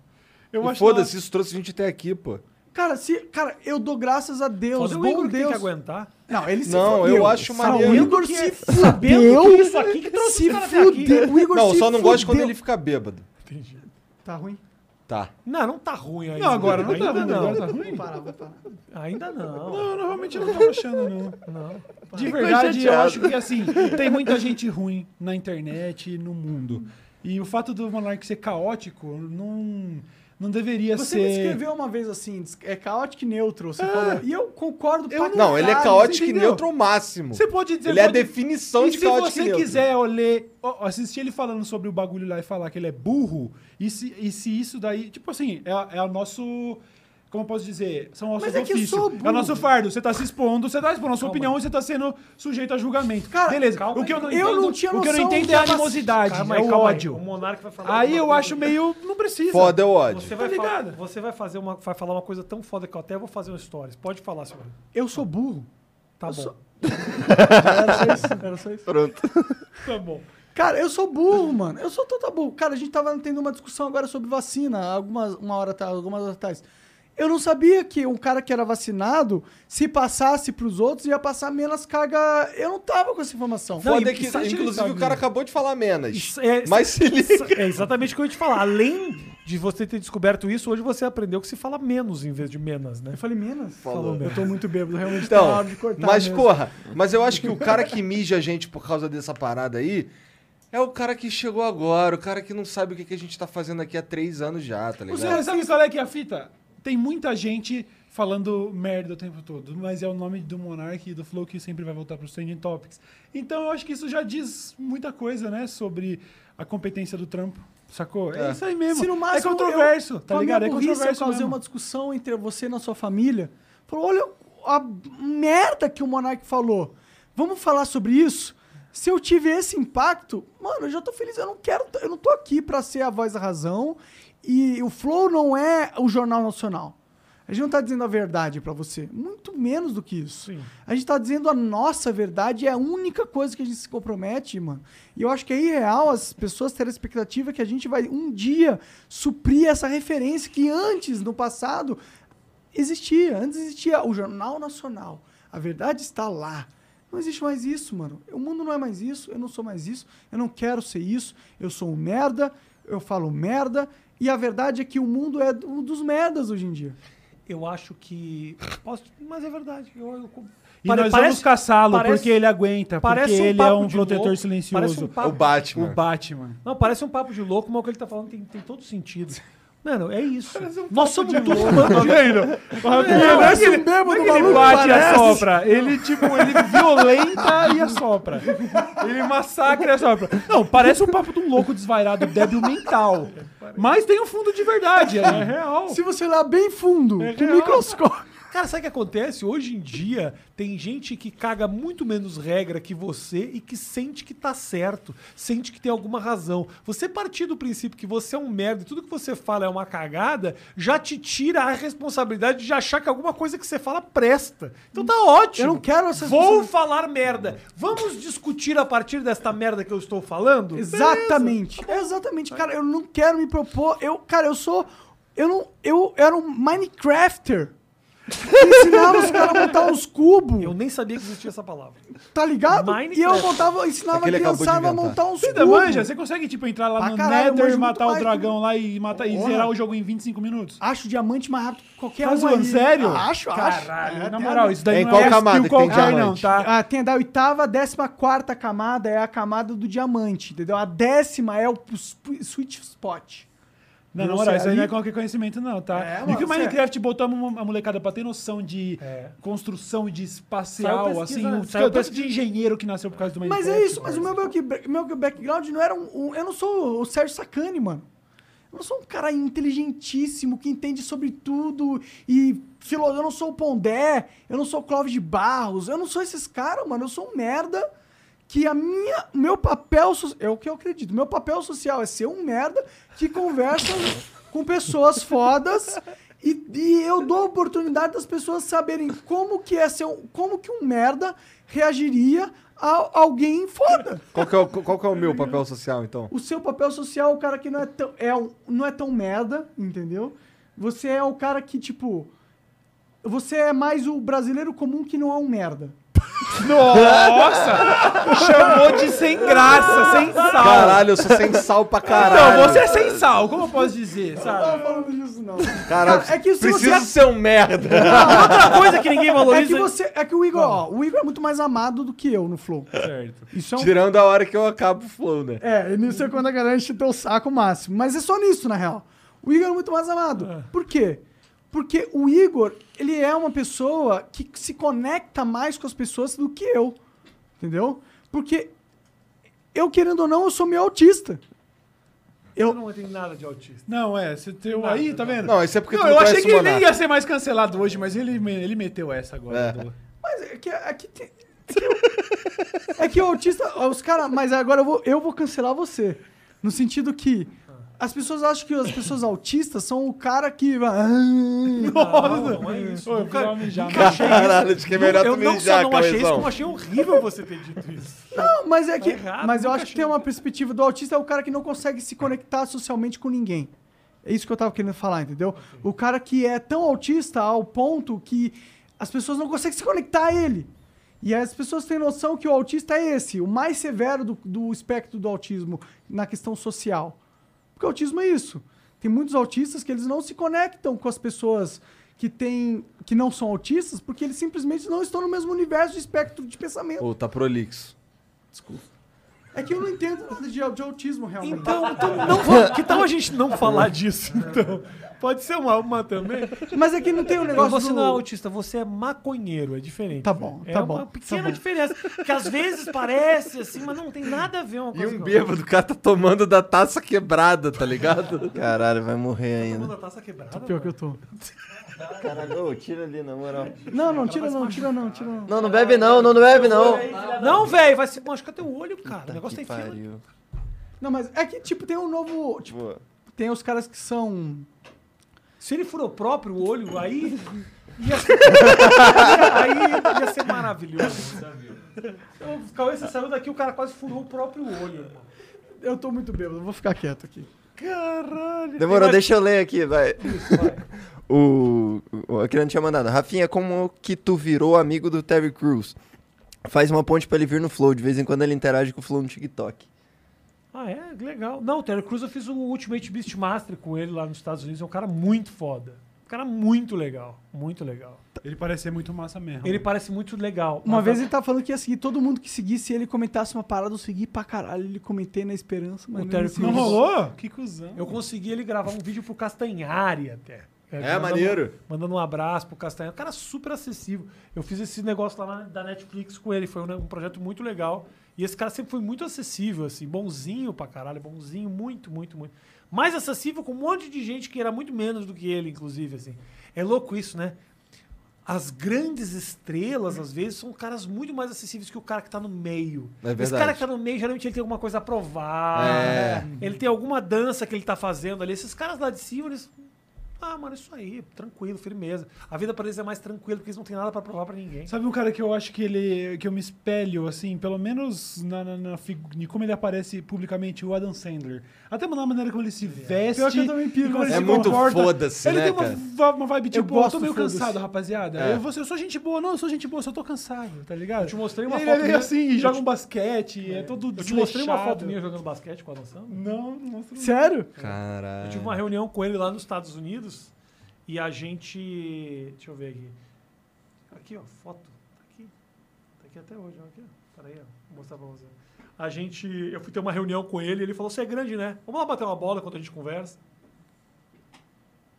Eu
E
acho da-
Foda-se, isso trouxe a gente até aqui, pô.
Cara, se, cara, eu dou graças a Deus,
Foda-se, o
bom
Igor que tem que
Deus.
aguentar.
Não, ele se
Não,
fudeu.
eu acho maneiro.
O Igor
Que
se
é- sabendo que
fudeu.
isso aqui que trouxe
se
o cara até aqui. né?
fudeu. O Igor
Não, eu
se
só não gosto quando
fudeu.
ele fica bêbado.
Tá ruim?
Tá.
Não, não tá ruim ainda.
Não, agora não tá
ainda
ruim,
não.
agora tá ruim.
Vou parar, vou parar.
Ainda não. tá
Eu não- realmente não tô achando, não.
não.
De
Ficou
verdade, eu
chateado.
acho que assim, tem muita gente ruim na internet e no mundo. E o fato do Monark ser caótico não, não deveria
Você me
ser.
escreveu uma vez assim, des- é caótico e neutro, você falou. E eu concordo pra
É. Não, ele é
caralho,
caótico e
entendeu?
neutro ao máximo.
Você pode dizer.
Ele é a
pode-
definição
e
de
se
caótico
você
e neutro.
quiser ó, ler, ó, assistir ele falando sobre o bagulho lá e falar que ele é burro, e se, e se isso daí. Tipo assim, é, é o nosso. Como eu posso dizer? São nossos
Mas é que eu
ofícios.
sou
é o
burro.
nosso fardo. Você tá se expondo, você tá expondo a sua opinião e você tá sendo sujeito a julgamento.
Cara,
Beleza.
calma
o que eu não
aí. Eu
entendo,
não tinha
o que eu não
noção
entendo
que
é a
tava-
animosidade,
Calma
é
aí,
o
calma aí.
ódio.
O
assim,
Monark vai falar
Aí
alguma
eu
coisa.
acho meio. Não precisa.
Foda é o ódio.
Você vai,
Tá
falar-
ligado?
você vai fazer uma, vai falar uma coisa tão foda que eu até vou fazer um stories. Pode falar, senhor.
Eu sou burro.
<laughs> Tá bom.
Era só isso, era só isso.
Pronto.
<laughs> Tá bom.
Cara, eu sou burro, mano. Eu sou total burro. Cara, a gente tava tendo uma discussão agora sobre vacina, algumas, uma hora, atrás- algumas horas atrás. Eu não sabia que um cara que era vacinado, se passasse pros outros, ia passar menos carga. Eu não tava com essa informação.
Foda é que, inclusive, o cara acabou de falar menos.
Isso é-
Mas se liga.
É exatamente o que eu ia te falar. Além de você ter descoberto isso, hoje você aprendeu que se fala menos em vez de menos, né? Eu
falei menos?
Falou.
Eu
menos.
tô muito bêbado, realmente tá
<laughs>
na
Então,
hora de cortar.
mas
mesmo.
porra, mas eu acho que o cara que mija a gente por causa dessa parada aí é o cara que chegou agora, o cara que não sabe o que que a gente tá fazendo aqui há três anos já, tá
Os caras,
ligado?
sabe qual é que é a fita? Tem muita gente falando merda o tempo todo, mas é o nome do Monark e do Flow que sempre vai voltar para os trending topics. Então eu acho que isso já diz muita coisa, né, sobre a competência do trampo, sacou? É,
É.
isso aí mesmo.
Se no máximo,
é controverso,
eu-
tá
com a
ligado?
Minha
é
burrice,
controverso
eu causei
mesmo.
uma discussão entre você e na sua família. Falou, olha a merda que o Monark falou. Vamos falar sobre isso? Se eu tive esse impacto, mano, eu já tô feliz. Eu não quero, eu não tô aqui pra ser a voz da razão. E o Flow não é o Jornal Nacional. A gente não tá dizendo a verdade pra você. Muito menos do que isso. A gente tá dizendo a nossa verdade. É a única coisa que a gente se compromete, mano. E eu acho que é irreal as pessoas terem a expectativa que a gente vai um dia suprir essa referência que antes, no passado, existia. Antes existia o Jornal Nacional. A verdade está lá. Não existe mais isso, mano. O mundo não é mais isso. Eu não sou mais isso. Eu não quero ser isso. Eu sou um merda. Eu falo merda. E a verdade é que o mundo é do- dos merdas hoje em dia.
Eu acho que. Posso, mas é verdade. Eu, eu-
E
Pare-
nós vamos
parece-
caçá-lo
parece-
porque ele aguenta,
parece
porque ele é
papo
um
de
protetor
louco, parece
silencioso.
um papo-
Batman.
O Batman.
Não, parece um papo de louco, mas o que ele tá falando tem, tem todo sentido. Mano, é isso.
um
Nós somos
Tipo,
todos
tá
humanos.
Parece um
Não
bêbado
é que ele
maluco,
bate e
parece.
assopra. Ele, tipo, ele violenta e assopra. Ele massacra e assopra. Não, parece um papo de um louco desvairado, débil mental. Mas tem um fundo de verdade, é real.
Se você olhar bem fundo, com
É real. <laughs>
microscópio.
Cara, sabe o que acontece? Hoje em dia, tem gente que caga muito menos regra que você e que sente que tá certo, sente que tem alguma razão. Você partir do princípio que você é um merda e tudo que você fala é uma cagada, já te tira a responsabilidade de achar que alguma coisa que você fala presta. Então tá ótimo.
Eu não quero essas
Vou
pessoas-
falar merda. Vamos discutir a partir desta merda que eu estou falando?
Exatamente. Exatamente. Cara, eu não quero me propor. Eu, cara, eu sou. Eu não. Eu era um Minecrafter.
<laughs>
Que ensinava os caras a montar uns cubos,
Eu nem sabia que existia essa palavra.
tá ligado? E eu
Minecraft.
montava, ensinava
É que
a
ele acabou de
criançada a
inventar.
montar uns
Você ainda
cubos.
manja? Você consegue, tipo, entrar lá
Pra
no
caralho, eu
Nether,
manjo
matar
muito
o
mais
dragão lá e, matar, e
Porra.
zerar o jogo em 25 minutos?
Acho diamante mais rápido que qualquer
Tá
um.
zoando,
aí.
sério?
Acho, acho.
Caralho,
É,
na
tem
moral,
a-
isso daí
É em
não
qual
é skill
camada que tem
qualquer, não,
diamante?
tá?
Ah, tem da oitava, a décima quarta camada é a camada do diamante, entendeu? A décima é o sp- sweet spot.
Não, na
Não
moral,
sei,
isso aí
ali-
não é qualquer conhecimento, não, tá?
É,
e
mano,
que o
você-
Minecraft botou a mo- a molecada pra ter noção de
É.
construção e de espacial,
Saiu
assim,
pesquisa,
o
né?
tanto
Saiu pesquisa.
de engenheiro que nasceu por causa do
Mas
Minecraft.
é isso, mas o meu, back- meu background não era um, um- Eu não sou o Sérgio Sacani, mano. Eu não sou um cara inteligentíssimo que entende sobre tudo e filo... eu não sou o Pondé, eu não sou o Clóvis de Barros, eu não sou esses caras, mano. Eu sou um merda que a minha, meu papel so- é o que eu acredito. Meu papel social é ser um merda que conversa com pessoas fodas e, e eu dou a oportunidade das pessoas saberem como que é ser um, como que um merda reagiria a alguém foda.
Qual que é o, qual que é o meu papel social, então?
O seu papel social é o cara que não é tão, é um- não é tão merda, entendeu? Você é o cara que, tipo. Você é mais o brasileiro comum que não é um merda.
Nossa! Chamou de sem graça, sem sal.
<laughs> Caralho, eu sou sem sal pra caralho.
Não, você é sem sal, como eu posso dizer, sabe?
Não tô falando disso, não.
Caralho,
Cara, é que se
preciso
você-
ser um merda.
Outra coisa que ninguém
É que
valoriza.
você. É que o Igor, ó, o Igor é muito mais amado do que eu no Flow.
Certo.
Isso é um.
Tirando a hora que eu acabo o flow, né?
É, nisso é quando a galera enche o teu saco máximo. Mas é só nisso, na real. O Igor é muito mais amado. Por quê? Porque o Igor, ele é uma pessoa que se conecta mais com as pessoas do que eu. Entendeu? Porque eu, querendo ou não, eu sou meio autista.
Eu não tenho nada de autista.
Não, é, você tem aí, tá vendo?
Não, isso é porque
Não,
tu não
eu achei
conhece
que
o
ele nem
Monark.
ia ser mais cancelado hoje, mas ele, me- ele meteu essa agora.
É.
do-
Mas é que, é que tem- é que eu- é que o autista. Os caras. Mas agora eu vou, eu vou cancelar você. No sentido que As pessoas acham que as pessoas autistas são o cara que.
Não, não é isso.
Ô, eu
nunca,
vi uma mijada.
nunca achei isso.
Caralho, acho que é
Não,
melhor
eu
tu
não
mijar,
só não achei isso,
Cauezão.
como achei um horrível você ter dito isso.
Não, mas é que.
Tá errado,
mas eu
nunca
acho que tem uma perspectiva do autista é o cara que não consegue se conectar socialmente com ninguém. É isso que eu tava querendo falar, entendeu? O cara que é tão autista ao ponto que as pessoas não conseguem se conectar a ele. E as pessoas têm noção que o autista é esse, o mais severo do, do espectro do autismo na questão social. Porque o autismo é isso. Tem muitos autistas que eles não se conectam com as pessoas que têm, que não são autistas porque eles simplesmente não estão no mesmo universo de espectro de pensamento.
Ô, tá prolixo. Desculpa.
É que eu não entendo nada de, de autismo, realmente.
Então, então não <laughs> vamos- que tal a gente não falar disso, então? Pode ser uma, uma também.
Mas é que não tem o negócio
Você
do-
não é autista, você é maconheiro, é diferente.
Tá bom,
é
tá
uma
bom,
pequena
tá bom.
diferença, que às vezes parece assim, mas não tem nada a ver uma coisa
Um <laughs>
com a
bêbado, o cara tá tomando da taça quebrada, tá ligado?
<laughs> Caralho, vai morrer ainda.
outra. Taça quebrada.
Pior que eu tô.
Caralho, ô, tira ali, na moral.
Não, não, tira não, tira não, tira não.
Não, não bebe não, não, não bebe não.
Não, velho, vai se machucar teu olho, cara. O negócio tá
Que
tem fila.
pariu.
Não, mas é que, tipo, tem um novo... Tipo,
Boa.
tem os caras que são...
Se ele furou próprio o olho, <laughs> aí ia ser, <laughs> aí ia ser maravilhoso. O Cauê, você saiu daqui, o cara quase furou o próprio olho. irmão.
Eu tô muito bêbado, vou ficar quieto aqui.
Caralho.
Demorou, deixa eu ler aqui, vai. O, o a criança tinha mandado. Rafinha, como que tu virou amigo do Terry Crews? Faz uma ponte pra ele vir no Flow. De vez em quando ele interage com o Flow no TikTok.
Ah, é? Legal. Não, o Terry Crews eu fiz o Ultimate Beastmaster com ele lá nos Estados Unidos. É um cara muito foda. Um cara muito legal. Muito legal.
Ele parece ser muito massa mesmo.
Ele parece muito legal.
Uma
mas
vez
a-
ele tava falando que ia seguir todo mundo que seguisse ele comentasse uma parada, eu segui pra caralho. Ele comentei na esperança, mas assim-
O Terry
seguiu.
Não
Crews-
rolou? Que cuzão.
Eu consegui ele gravar um vídeo pro Castanhari até. É,
maneiro.
Mandando um abraço pro Castanhari. Um cara super acessível. Eu fiz esse negócio lá na- da Netflix com ele. Foi um, ne- um projeto muito legal. E esse cara sempre foi muito acessível, assim. Bonzinho pra caralho. Bonzinho, muito, muito, muito. Mais acessível com um monte de gente que era muito menos do que ele, inclusive, assim. É louco isso, né? As grandes estrelas, às vezes, são caras muito mais acessíveis que o cara que tá no meio.
É
Esse
verdade.
cara que tá no meio, geralmente ele tem alguma coisa a provar. né?
É.
Ele tem alguma dança que ele tá fazendo ali. Esses caras lá de cima, eles. Ah, mano, isso aí, tranquilo, firmeza. A vida pra eles é mais tranquila, porque eles não têm nada pra provar pra ninguém.
Sabe um cara que eu acho que ele que eu me espelho, assim, pelo menos na, na, na figu- em como ele aparece publicamente, o Adam Sandler. Até na maneira como ele se
é.
veste.
Pior que eu também piro,
e como ele
assim.
se
É muito
comporta.
foda-se,
Ele
né,
tem uma,
cara?
va- uma vibe tipo, eu,
gosto
tô meio
foda-se.
cansado, rapaziada.
É.
Eu, vou ser- eu sou gente boa, não, eu sou gente boa, só tô cansado, tá ligado? Eu
te mostrei uma
ele
foto
é meio
minha-
assim,
eu
joga
te-
um basquete, é, todo
Eu te mostrei uma foto
desleixado.
minha jogando basquete com a dançando.
Não, não mostrou.
Sério?
Eu
Caralho.
tive uma reunião com ele lá nos Estados Unidos e a gente. Deixa eu ver aqui. Aqui, ó, foto. Tá aqui. Tá aqui até hoje, ó. Aqui, ó. Peraí, ó. Vou mostrar pra você. A gente. Eu fui ter uma reunião com ele e ele falou: Você é grande, né? Vamos lá bater uma bola enquanto a gente conversa.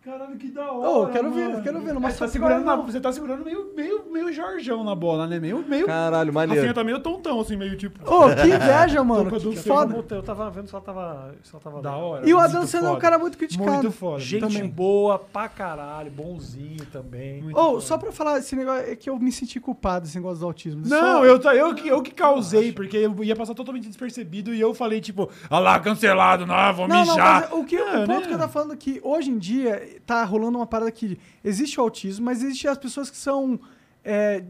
Caralho, que da hora.
Ô, quero ver,
mano.
quero ver, não
Aí
mostra
você tá
agora
segurando na-
não.
Você tá segurando meio, meio, meio Jorgão na bola, né? Meio, meio.
Caralho,
Rafinha
maneiro.
tá meio tontão, assim, meio tipo.
Ô, que
É.
inveja, mano.
Toca do
Que
filho,
foda.
Então, Eu tava vendo se ela tava. Se ela tava
Da
lendo.
hora.
E o
muito
Adam Sandler é um
foda.
cara muito criticado.
Muito foda.
Gente
também.
boa pra caralho, bonzinho também.
Ou, só pra falar, esse negócio é que eu me senti culpado, esse negócio do autismo.
Não,
Só-
eu, tô- eu, que- eu que causei, porque eu ia passar totalmente despercebido e eu falei, tipo, ah lá, cancelado, não, vou
Não, não,
mijar.
mas o, que,
Ah,
o ponto
né?
que eu tava falando é que hoje em dia tá rolando uma parada que existe o autismo, mas existe as pessoas que são é,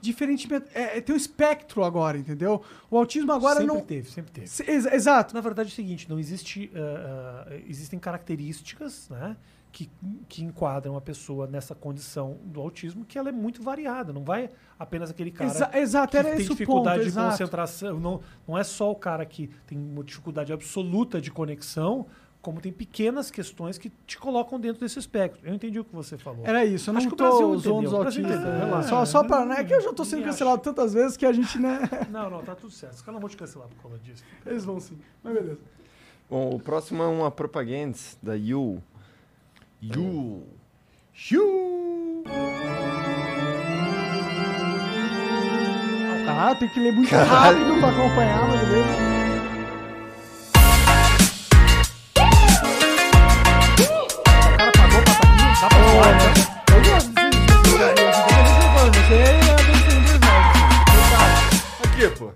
diferentes. É, tem um espectro agora, entendeu? O autismo agora
sempre
não.
teve, sempre teve.
Se- ex- exato.
Na verdade é o seguinte, não existe, ah, ah, existem características, né, que, que enquadram a pessoa nessa condição do autismo, que ela é muito variada. Não vai apenas aquele cara
Exa- exato,
que
era
tem
esse o
dificuldade
ponto,
de
exato.
concentração. Não, não é só o cara que tem uma dificuldade absoluta de conexão, como tem pequenas questões que te colocam dentro desse espectro. Eu entendi o que você falou.
Era isso, eu não
Acho que o Brasil
tô usando
entendeu,
os
o Brasil
autistas. né?
entendeu, relaxa.
só, só pra. Né? É que eu já tô sendo
Me acho.
cancelado tantas vezes que a gente, né? <laughs>
Não, não, tá tudo certo. Os caras não vão te cancelar por causa disso.
Eles vão sim. Mas beleza.
Bom, o próximo é uma propaganda da Yu.
You.
Ah, tem que ler muito rápido pra acompanhar, mas beleza.
Aqui, pô.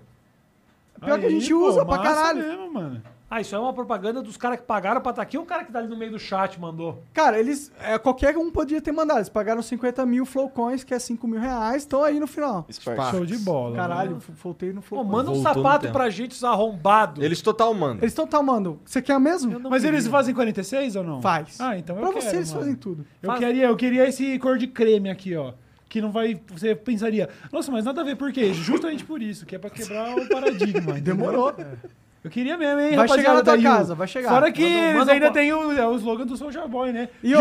Pior que a
Aí,
gente
pô,
usa pra
massa
Tipo,
caralho.
mesmo, mano.
Ah, isso é uma propaganda dos caras que pagaram pra estar aqui ou o cara que tá ali no meio do chat mandou?
Cara, eles. é, qualquer um podia ter mandado. Eles pagaram 50 mil flowcoins, que é 5 mil reais, estão aí no final.
Sparks.
Show de bola.
Caralho, f- voltei no
Pô,
flowcoin.
manda um
Voltou no
sapato
tempo.
pra gente, os arrombados.
Eles total mandam.
Eles estão tomando. Você quer mesmo?
Mas eles fazem 46 ou não?
Faz.
Ah, então eu
pra
quero,
você, eles
mano.
fazem tudo.
Eu
Faz.
queria, eu queria esse cor de creme aqui, ó. Que não vai. Você pensaria, nossa, mas nada a ver, por quê? Justamente por isso, que é pra quebrar o paradigma. entendeu? É.
Demorou.
Eu queria mesmo, hein,
Vai chegar na
rapaziada,
tua
daí,
casa,
o-
vai chegar.
Fora que
Manda um-
eles
manda um
ainda
po-
tem o, é o slogan do Soulja Boy, né?
E ó,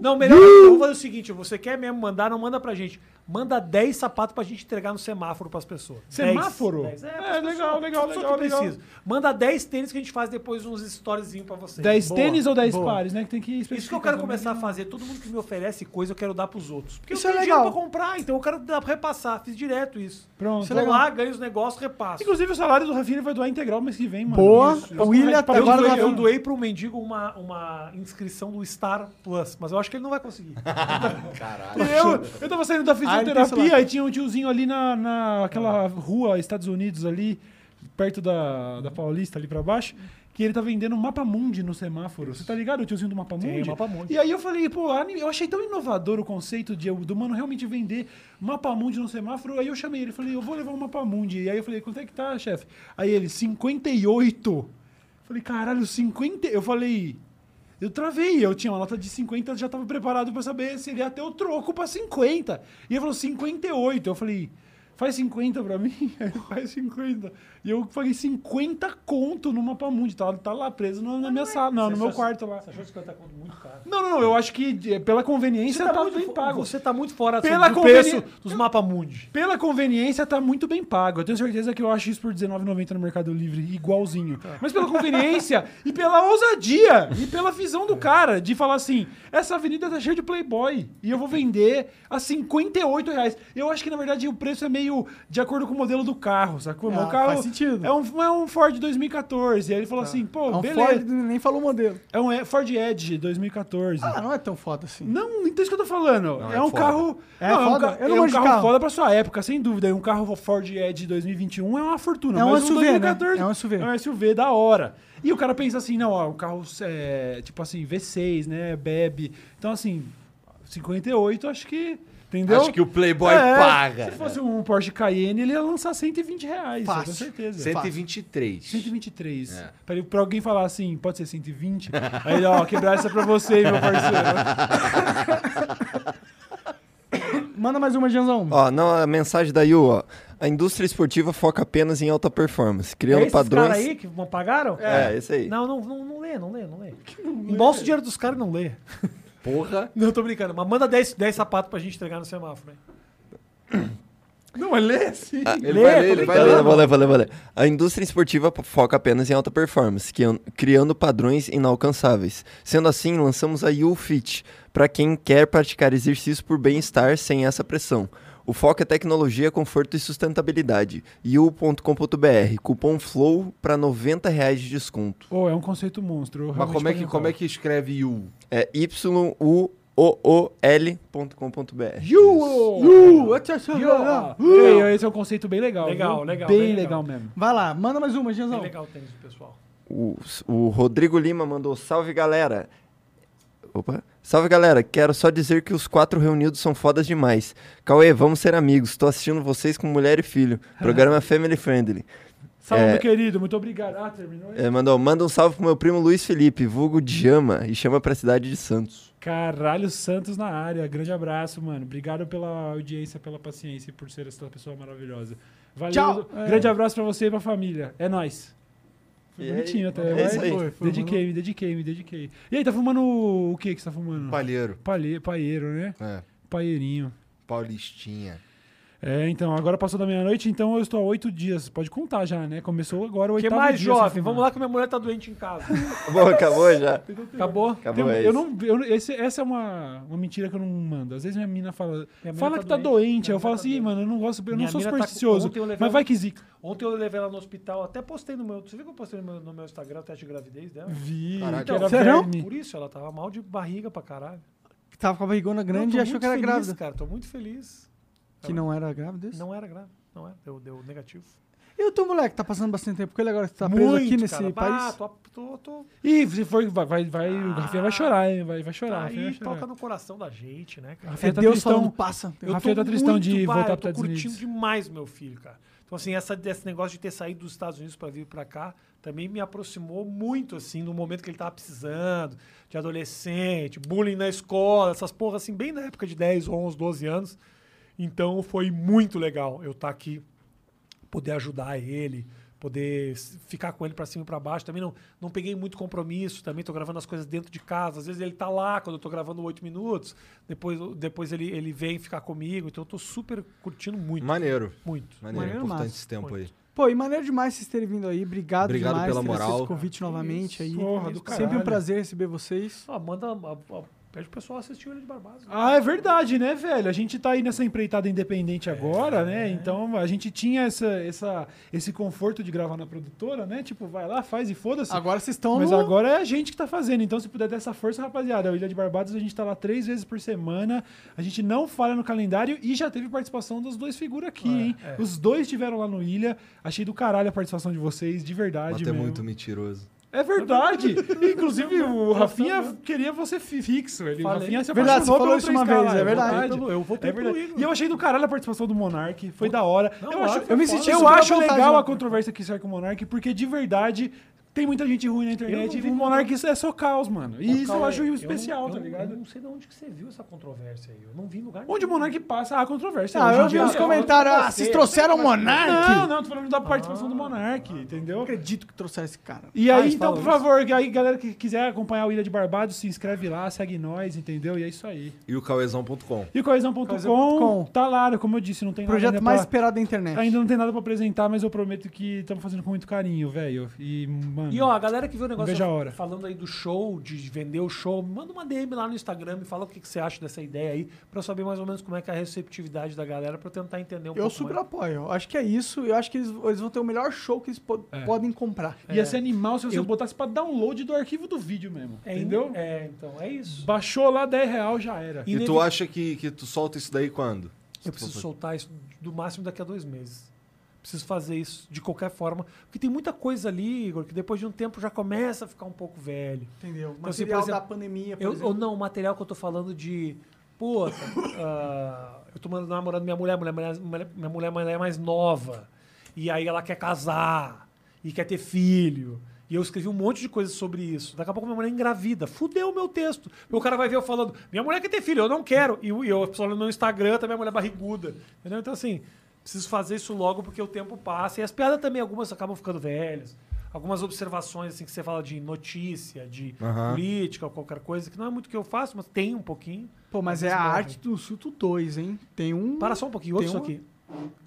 Não, melhor ainda, vamos fazer o seguinte, você quer mesmo mandar, não manda pra gente. Manda 10 sapatos pra gente entregar no semáforo pras pessoas.
Semáforo?
10, 10. É,
É,
pras pessoas,
legal, legal,
pra pessoa
legal,
que
legal.
precisa. Manda 10 tênis que a gente faz depois uns storyzinhos pra vocês.
10
Boa.
tênis ou 10
Boa.
pares, né? Que tem que especificar
Isso que eu quero
também.
começar a fazer. Todo mundo que me oferece coisa, eu quero dar pros outros. Porque
Isso
eu
é
tenho dinheiro
legal.
pra comprar, então eu quero dar pra repassar. Fiz direto isso.
Pronto.
Vou
Tá
lá, ganho os negócios, repasso.
Inclusive, o salário do Rafinha vai doar integral mês que vem, mano.
Boa.
Isso.
O William tá
Eu
agora
doei-
na-
eu
Eu doei pro mendigo uma, uma inscrição do Star Plus, mas eu acho que ele não vai conseguir.
Eu, eu tava saindo da
Ah, ele
fisioterapia
tem
e tinha um tiozinho ali na, naquela
Ah.
rua Estados Unidos ali, perto da, da Paulista, ali pra baixo, que ele tá vendendo um mapa mundi no semáforo. Você tá ligado, o tiozinho do mapa mundi?
Mapa Mundi.
E aí eu falei, pô, ani- eu achei tão inovador o conceito de, do mano realmente vender mapa mundi no semáforo. Aí eu chamei ele, falei, eu vou levar um mapa mundi. E aí eu falei, quanto é que tá, chefe? Aí ele, 58. Falei, caralho, 50. Eu falei, eu travei, eu tinha uma nota de 50, eu já tava preparado pra saber se ele ia ter o troco pra 50. E ele falou 58. Eu falei, faz 50 pra mim? <laughs> Aí ele faz 50. E eu paguei 50 conto no Mapamundi, tá, tá lá preso na, na minha
é-
sala, não, no meu quarto lá.
Você achou 50 conto muito caro?
Não, não, não, eu acho que eh, pela
Você
conveniência
tá,
tá
muito,
bem
fo-
pago.
você tá muito fora
Pela
do preço
conveni-
dos mapamundi.
Pela conveniência, tá muito bem pago. Eu tenho certeza que eu acho isso por R$19,90 no Mercado Livre, igualzinho.
Tá.
Mas pela conveniência <laughs> e pela ousadia e pela visão
É.
do cara de falar assim: essa avenida tá cheia de Playboy e eu vou vender a 58 reais. Eu acho que, na verdade, o preço é meio de acordo com o modelo do carro, sacou?
Ah,
Meu carro
faz sentido.
É um, é um Ford 2014. Aí ele falou assim: pô,
É um
beleza.
Ford, nem falou o modelo.
É um Ford Edge 2014.
Ah, não é tão foda assim.
Não, então é isso que eu tô falando. é,
é
um
foda.
carro.
É
não,
foda?
É um, ca-
Eu não
é um
manjo de
carro,
carro.
foda pra sua época, sem dúvida. E um carro Ford Edge 2021 é uma fortuna.
É um
mas
SUV, né?
2014
É um SUV.
É um SUV da hora. E o cara pensa assim, não, ó, o carro é tipo assim, V6, né? Bebe. Então, assim, 58, acho que. Entendeu?
Acho que o Playboy
É,
paga.
Se fosse um Porsche Cayenne, ele ia lançar 120 reais,
Fácil.
com
É.
certeza.
123.
123. Pra, ele- pra alguém falar assim, pode ser 120? Aí ele, ó, quebrar essa pra você, meu parceiro.
Manda mais uma, Janzão.
Ó, não, a mensagem da Yu, ó. A indústria esportiva foca apenas em alta performance, criando
É esses
padrões.
caras aí que não pagaram?
É, esse aí.
Não, não, não, não lê, não lê, não lê. Embolsa o dinheiro dos caras e não lê.
Porra.
Não, tô brincando. Mas manda 10, 10 sapatos pra gente entregar no semáforo. Né? <coughs>
Não, mas lê assim.
Ah,
Ele vai ler, ele vai
Valeu,
ler.
valeu, valeu, valeu. A indústria esportiva p- foca apenas em alta performance, que an- criando padrões inalcançáveis. Sendo assim, lançamos a YouFit, para quem quer praticar exercícios por bem-estar sem essa pressão. O foco é tecnologia, conforto e sustentabilidade. you.com.br, cupom FLOW para R$ 90 reais de desconto.
Pô, é um conceito monstro.
Mas como é, que, como é que escreve You?
É y-u-o-o-l.com.br.
Uh, eu te acho-
Esse é um conceito bem legal.
Legal,
viu?
legal,
Bem,
bem
legal.
legal.
mesmo.
Uh! Vai lá, manda mais uma, Janzão.
É legal o tênis do pessoal.
O, o Rodrigo Lima mandou salve galera. Opa. Salve galera, quero só dizer que os quatro reunidos são fodas demais. Cauê, vamos ser amigos. Tô assistindo vocês com mulher e filho.
Ah.
Programa Family Friendly.
Salve,
É.
meu querido. Muito obrigado. Ah, terminou aí.
É, mandou, manda um salve pro meu primo Luiz Felipe, vulgo Djama, e chama pra cidade de Santos.
Caralho, Santos na área. Grande abraço, mano. Obrigado pela audiência, pela paciência e por ser essa pessoa maravilhosa. Valeu.
Tchau.
Grande abraço pra você e pra família. É nóis. Foi
E aí?
bonitinho até. né?
É
vai.
isso aí. Foi,
Dediquei, me dediquei, me dediquei. E aí, tá fumando o o que que você tá fumando?
Palheiro.
Palhe... Paeiro, né?
É.
Paeirinho.
Paulistinha.
É, então, agora passou da meia-noite, então eu estou há oito dias. Pode contar já, né? Começou agora o
O que
oitavo dia
mais,
sem
jovem?
fumar.
Vamos lá que minha mulher tá doente em casa.
Acabou, acabou já.
Acabou?
Acabou
Tem- um-
é
eu
isso.
não, eu, não- esse- essa é uma, uma mentira que eu não mando. Às vezes minha mina fala,
Minha mina
fala
tá
que tá
doente,
doente.
minha
Aí eu
mina
falo
tá
assim,
doente.
mano, eu não gosto, eu
Minha
não sou
mina tá com-
supersticioso.
ontem eu levei
mas
um-
vai que zica.
Ontem eu levei ela no hospital, até postei no meu. Você viu que eu postei no meu, no meu Instagram o teste de gravidez dela?
Vi,
Caraca.
que era
Sério?
verme.
Por isso, ela tava mal de barriga pra caralho.
Tava com a barrigona
Não,
grande
tô
e achou
muito
que era
feliz,
grávida.
cara, tô muito feliz.
Que não era grávida? isso?
Não era grávida, não era. Deu, deu negativo.
E o teu moleque tá passando bastante tempo com ele agora que tá preso aqui nesse
cara.
país?
Ah, tô, tô, tô- Ah.
Ih, se for, vai, vai, vai- o Rafinha vai chorar, hein? Vai, vai chorar.
tá
Rafinha vai
aí,
chorar.
toca no coração da gente, né, cara?
Rafinha tá
É Deus falando, passa.
Eu
Rafinha
tô
tá tristão de
muito, bah,
voltar
eu tô
pros Estados
curtindo
Unidos.
demais meu filho, cara. Então, assim, essa, esse negócio de ter saído dos Estados Unidos para vir para cá também me aproximou muito, assim, no momento que ele tava precisando, de adolescente, bullying na escola, essas porras, assim, bem na época de 10, 11, 12 anos. Então, foi muito legal eu estar aqui, poder ajudar ele, poder s- ficar com ele para cima e para baixo. Também não, não peguei muito compromisso, também tô gravando as coisas dentro de casa. Às vezes ele tá lá quando eu tô gravando oito minutos, depois, depois ele, ele vem ficar comigo. Então eu tô super curtindo muito.
Maneiro.
Muito.
Maneiro,
Maneiro
importante
massa.
esse tempo aí.
Pô, e maneiro demais vocês terem vindo aí. Obrigado,
Obrigado
demais
pela
ter aceito
moral.
esse convite novamente aí.
Porra, do
Sempre um
caralho.
prazer receber vocês.
Ah, manda. a- a- pede o pessoal assistir o Olho de Barbados.
Ah, é verdade, né, velho? A gente tá aí nessa empreitada independente agora, né? Então a gente tinha essa, essa, esse conforto de gravar na produtora, né? Tipo, vai lá, faz e foda-se.
Agora um- vocês estão
Mas
no...
agora é a gente que tá fazendo, então se puder dar essa força, rapaziada. A Ilha de Barbados, a gente tá lá três vezes por semana. A gente não falha no calendário e já teve participação dos dois figuras aqui, hein? Os dois tiveram lá no Ilha. Achei do caralho a participação de vocês, de verdade
Até
mesmo.
é muito mentiroso.
É verdade! Inclusive, o Rafinha queria você fi- fixo. Ele, o
Falei.
Rafinha se
Verdade,
apaixonou
você falou
pelo
isso uma
3K
vez,
lá,
é verdade.
Pelo- eu voltei
É verdade.
pelo Igor.
E eu achei do caralho a participação do Monark, foi da hora. eu, acho,
foi
eu me
foda.
senti
Eu
super à
acho
vontade,
legal
legal
a
a controvérsia que sai com o Monark, porque de verdade tem muita gente ruim na internet
vi
e o
como-
Monark isso é só caos, mano. E isso eu
Cauê,
acho especial,
não-
tá
eu-
ligado?
Eu não sei de onde que você viu essa controvérsia aí. Eu não vi em lugar
Onde o Monark passa, há controvérsia.
Ah,
Hoje
eu
em
vi
dia- é
nos comentários. Ah, vocês trouxeram o
Não,
Monark?
não, tô falando da participação do Monark, entendeu?
Não acredito que trouxeram esse cara.
E
Ah,
aí,
eles
então,
falam
por
isso.
favor, aí, galera que quiser acompanhar o Ilha de Barbados, se inscreve lá, segue nós, entendeu? E é isso aí.
E o Cauezão.com.
E o coesão.com
Coesão.com.
tá lá, como eu disse, não tem nada
Projeto
ainda
mais
pra-
esperado da internet.
Ainda não tem nada pra apresentar, mas eu prometo que estamos fazendo com muito carinho, velho. E, mano.
E ó, a galera que viu o negócio
vejo a hora.
falando aí do show, de vender o show, me manda uma DM lá no Instagram e fala o que, que você acha dessa ideia aí, pra eu saber mais ou menos como é que é a receptividade da galera, pra eu tentar entender um pouco
Eu super
mais.
apoio. Eu acho que é isso. Eu acho que eles, eles vão ter o melhor show que eles po-
É.
podem comprar.
Ia ser animal se você
é. Eu-
botasse pra download do arquivo do vídeo mesmo.
É,
entendeu?
É, então, é isso.
Baixou lá 10 real, já era.
E tu acha que, que tu solta isso daí quando?
Eu preciso soltar isso do máximo daqui a dois meses. Preciso fazer isso de qualquer forma. Porque tem muita coisa ali, Igor, que depois de um tempo já começa a ficar um pouco velho.
Entendeu?
Então, assim, por
Material da
exemplo,
pandemia, por
Eu,
exemplo.
ou não, o material que eu tô falando de. Pô, ah, eu tô namorando minha mulher, mulher, mulher, mulher- minha mulher, mulher é mais nova. E aí ela quer casar e quer ter filho. E eu escrevi um monte de coisa sobre isso. Daqui a pouco minha mulher engravida. Fudeu o meu texto. O cara vai ver eu falando, minha mulher quer ter filho, eu não quero. E eu, e eu pessoal no meu Instagram tá minha mulher barriguda. Entendeu? Então, assim, preciso fazer isso logo porque o tempo passa. E as piadas também, algumas acabam ficando velhas. Algumas observações, assim, que você fala de notícia, de
Aham.
política ou qualquer coisa, que não é muito o que eu faço, mas tem um pouquinho.
Pô, mas é a arte do Suto 2, hein? Tem um.
Para só um pouquinho, outro
Tem
isso
um-
aqui.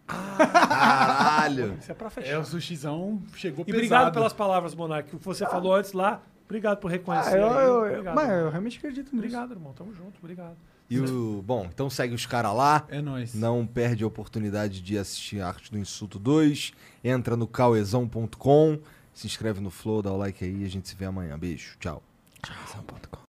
Caralho!
Isso é pra fechar.
É, o sushizão chegou
E
pesado.
obrigado pelas palavras, Monark. O que você falou antes lá, obrigado por
Ah,
reconhecer.
eu,
aí.
eu, eu,
obrigado,
mas
irmão.
eu realmente acredito nisso.
obrigado, irmão. Tamo junto, obrigado.
E o. Bom, então segue os caras lá.
É nóis.
Não perde a oportunidade de assistir Arte do Insulto 2. Entra no cauezão.com. Se inscreve no Flow, dá o like aí. A gente se vê amanhã. Beijo. Tchau. Cauezão.com.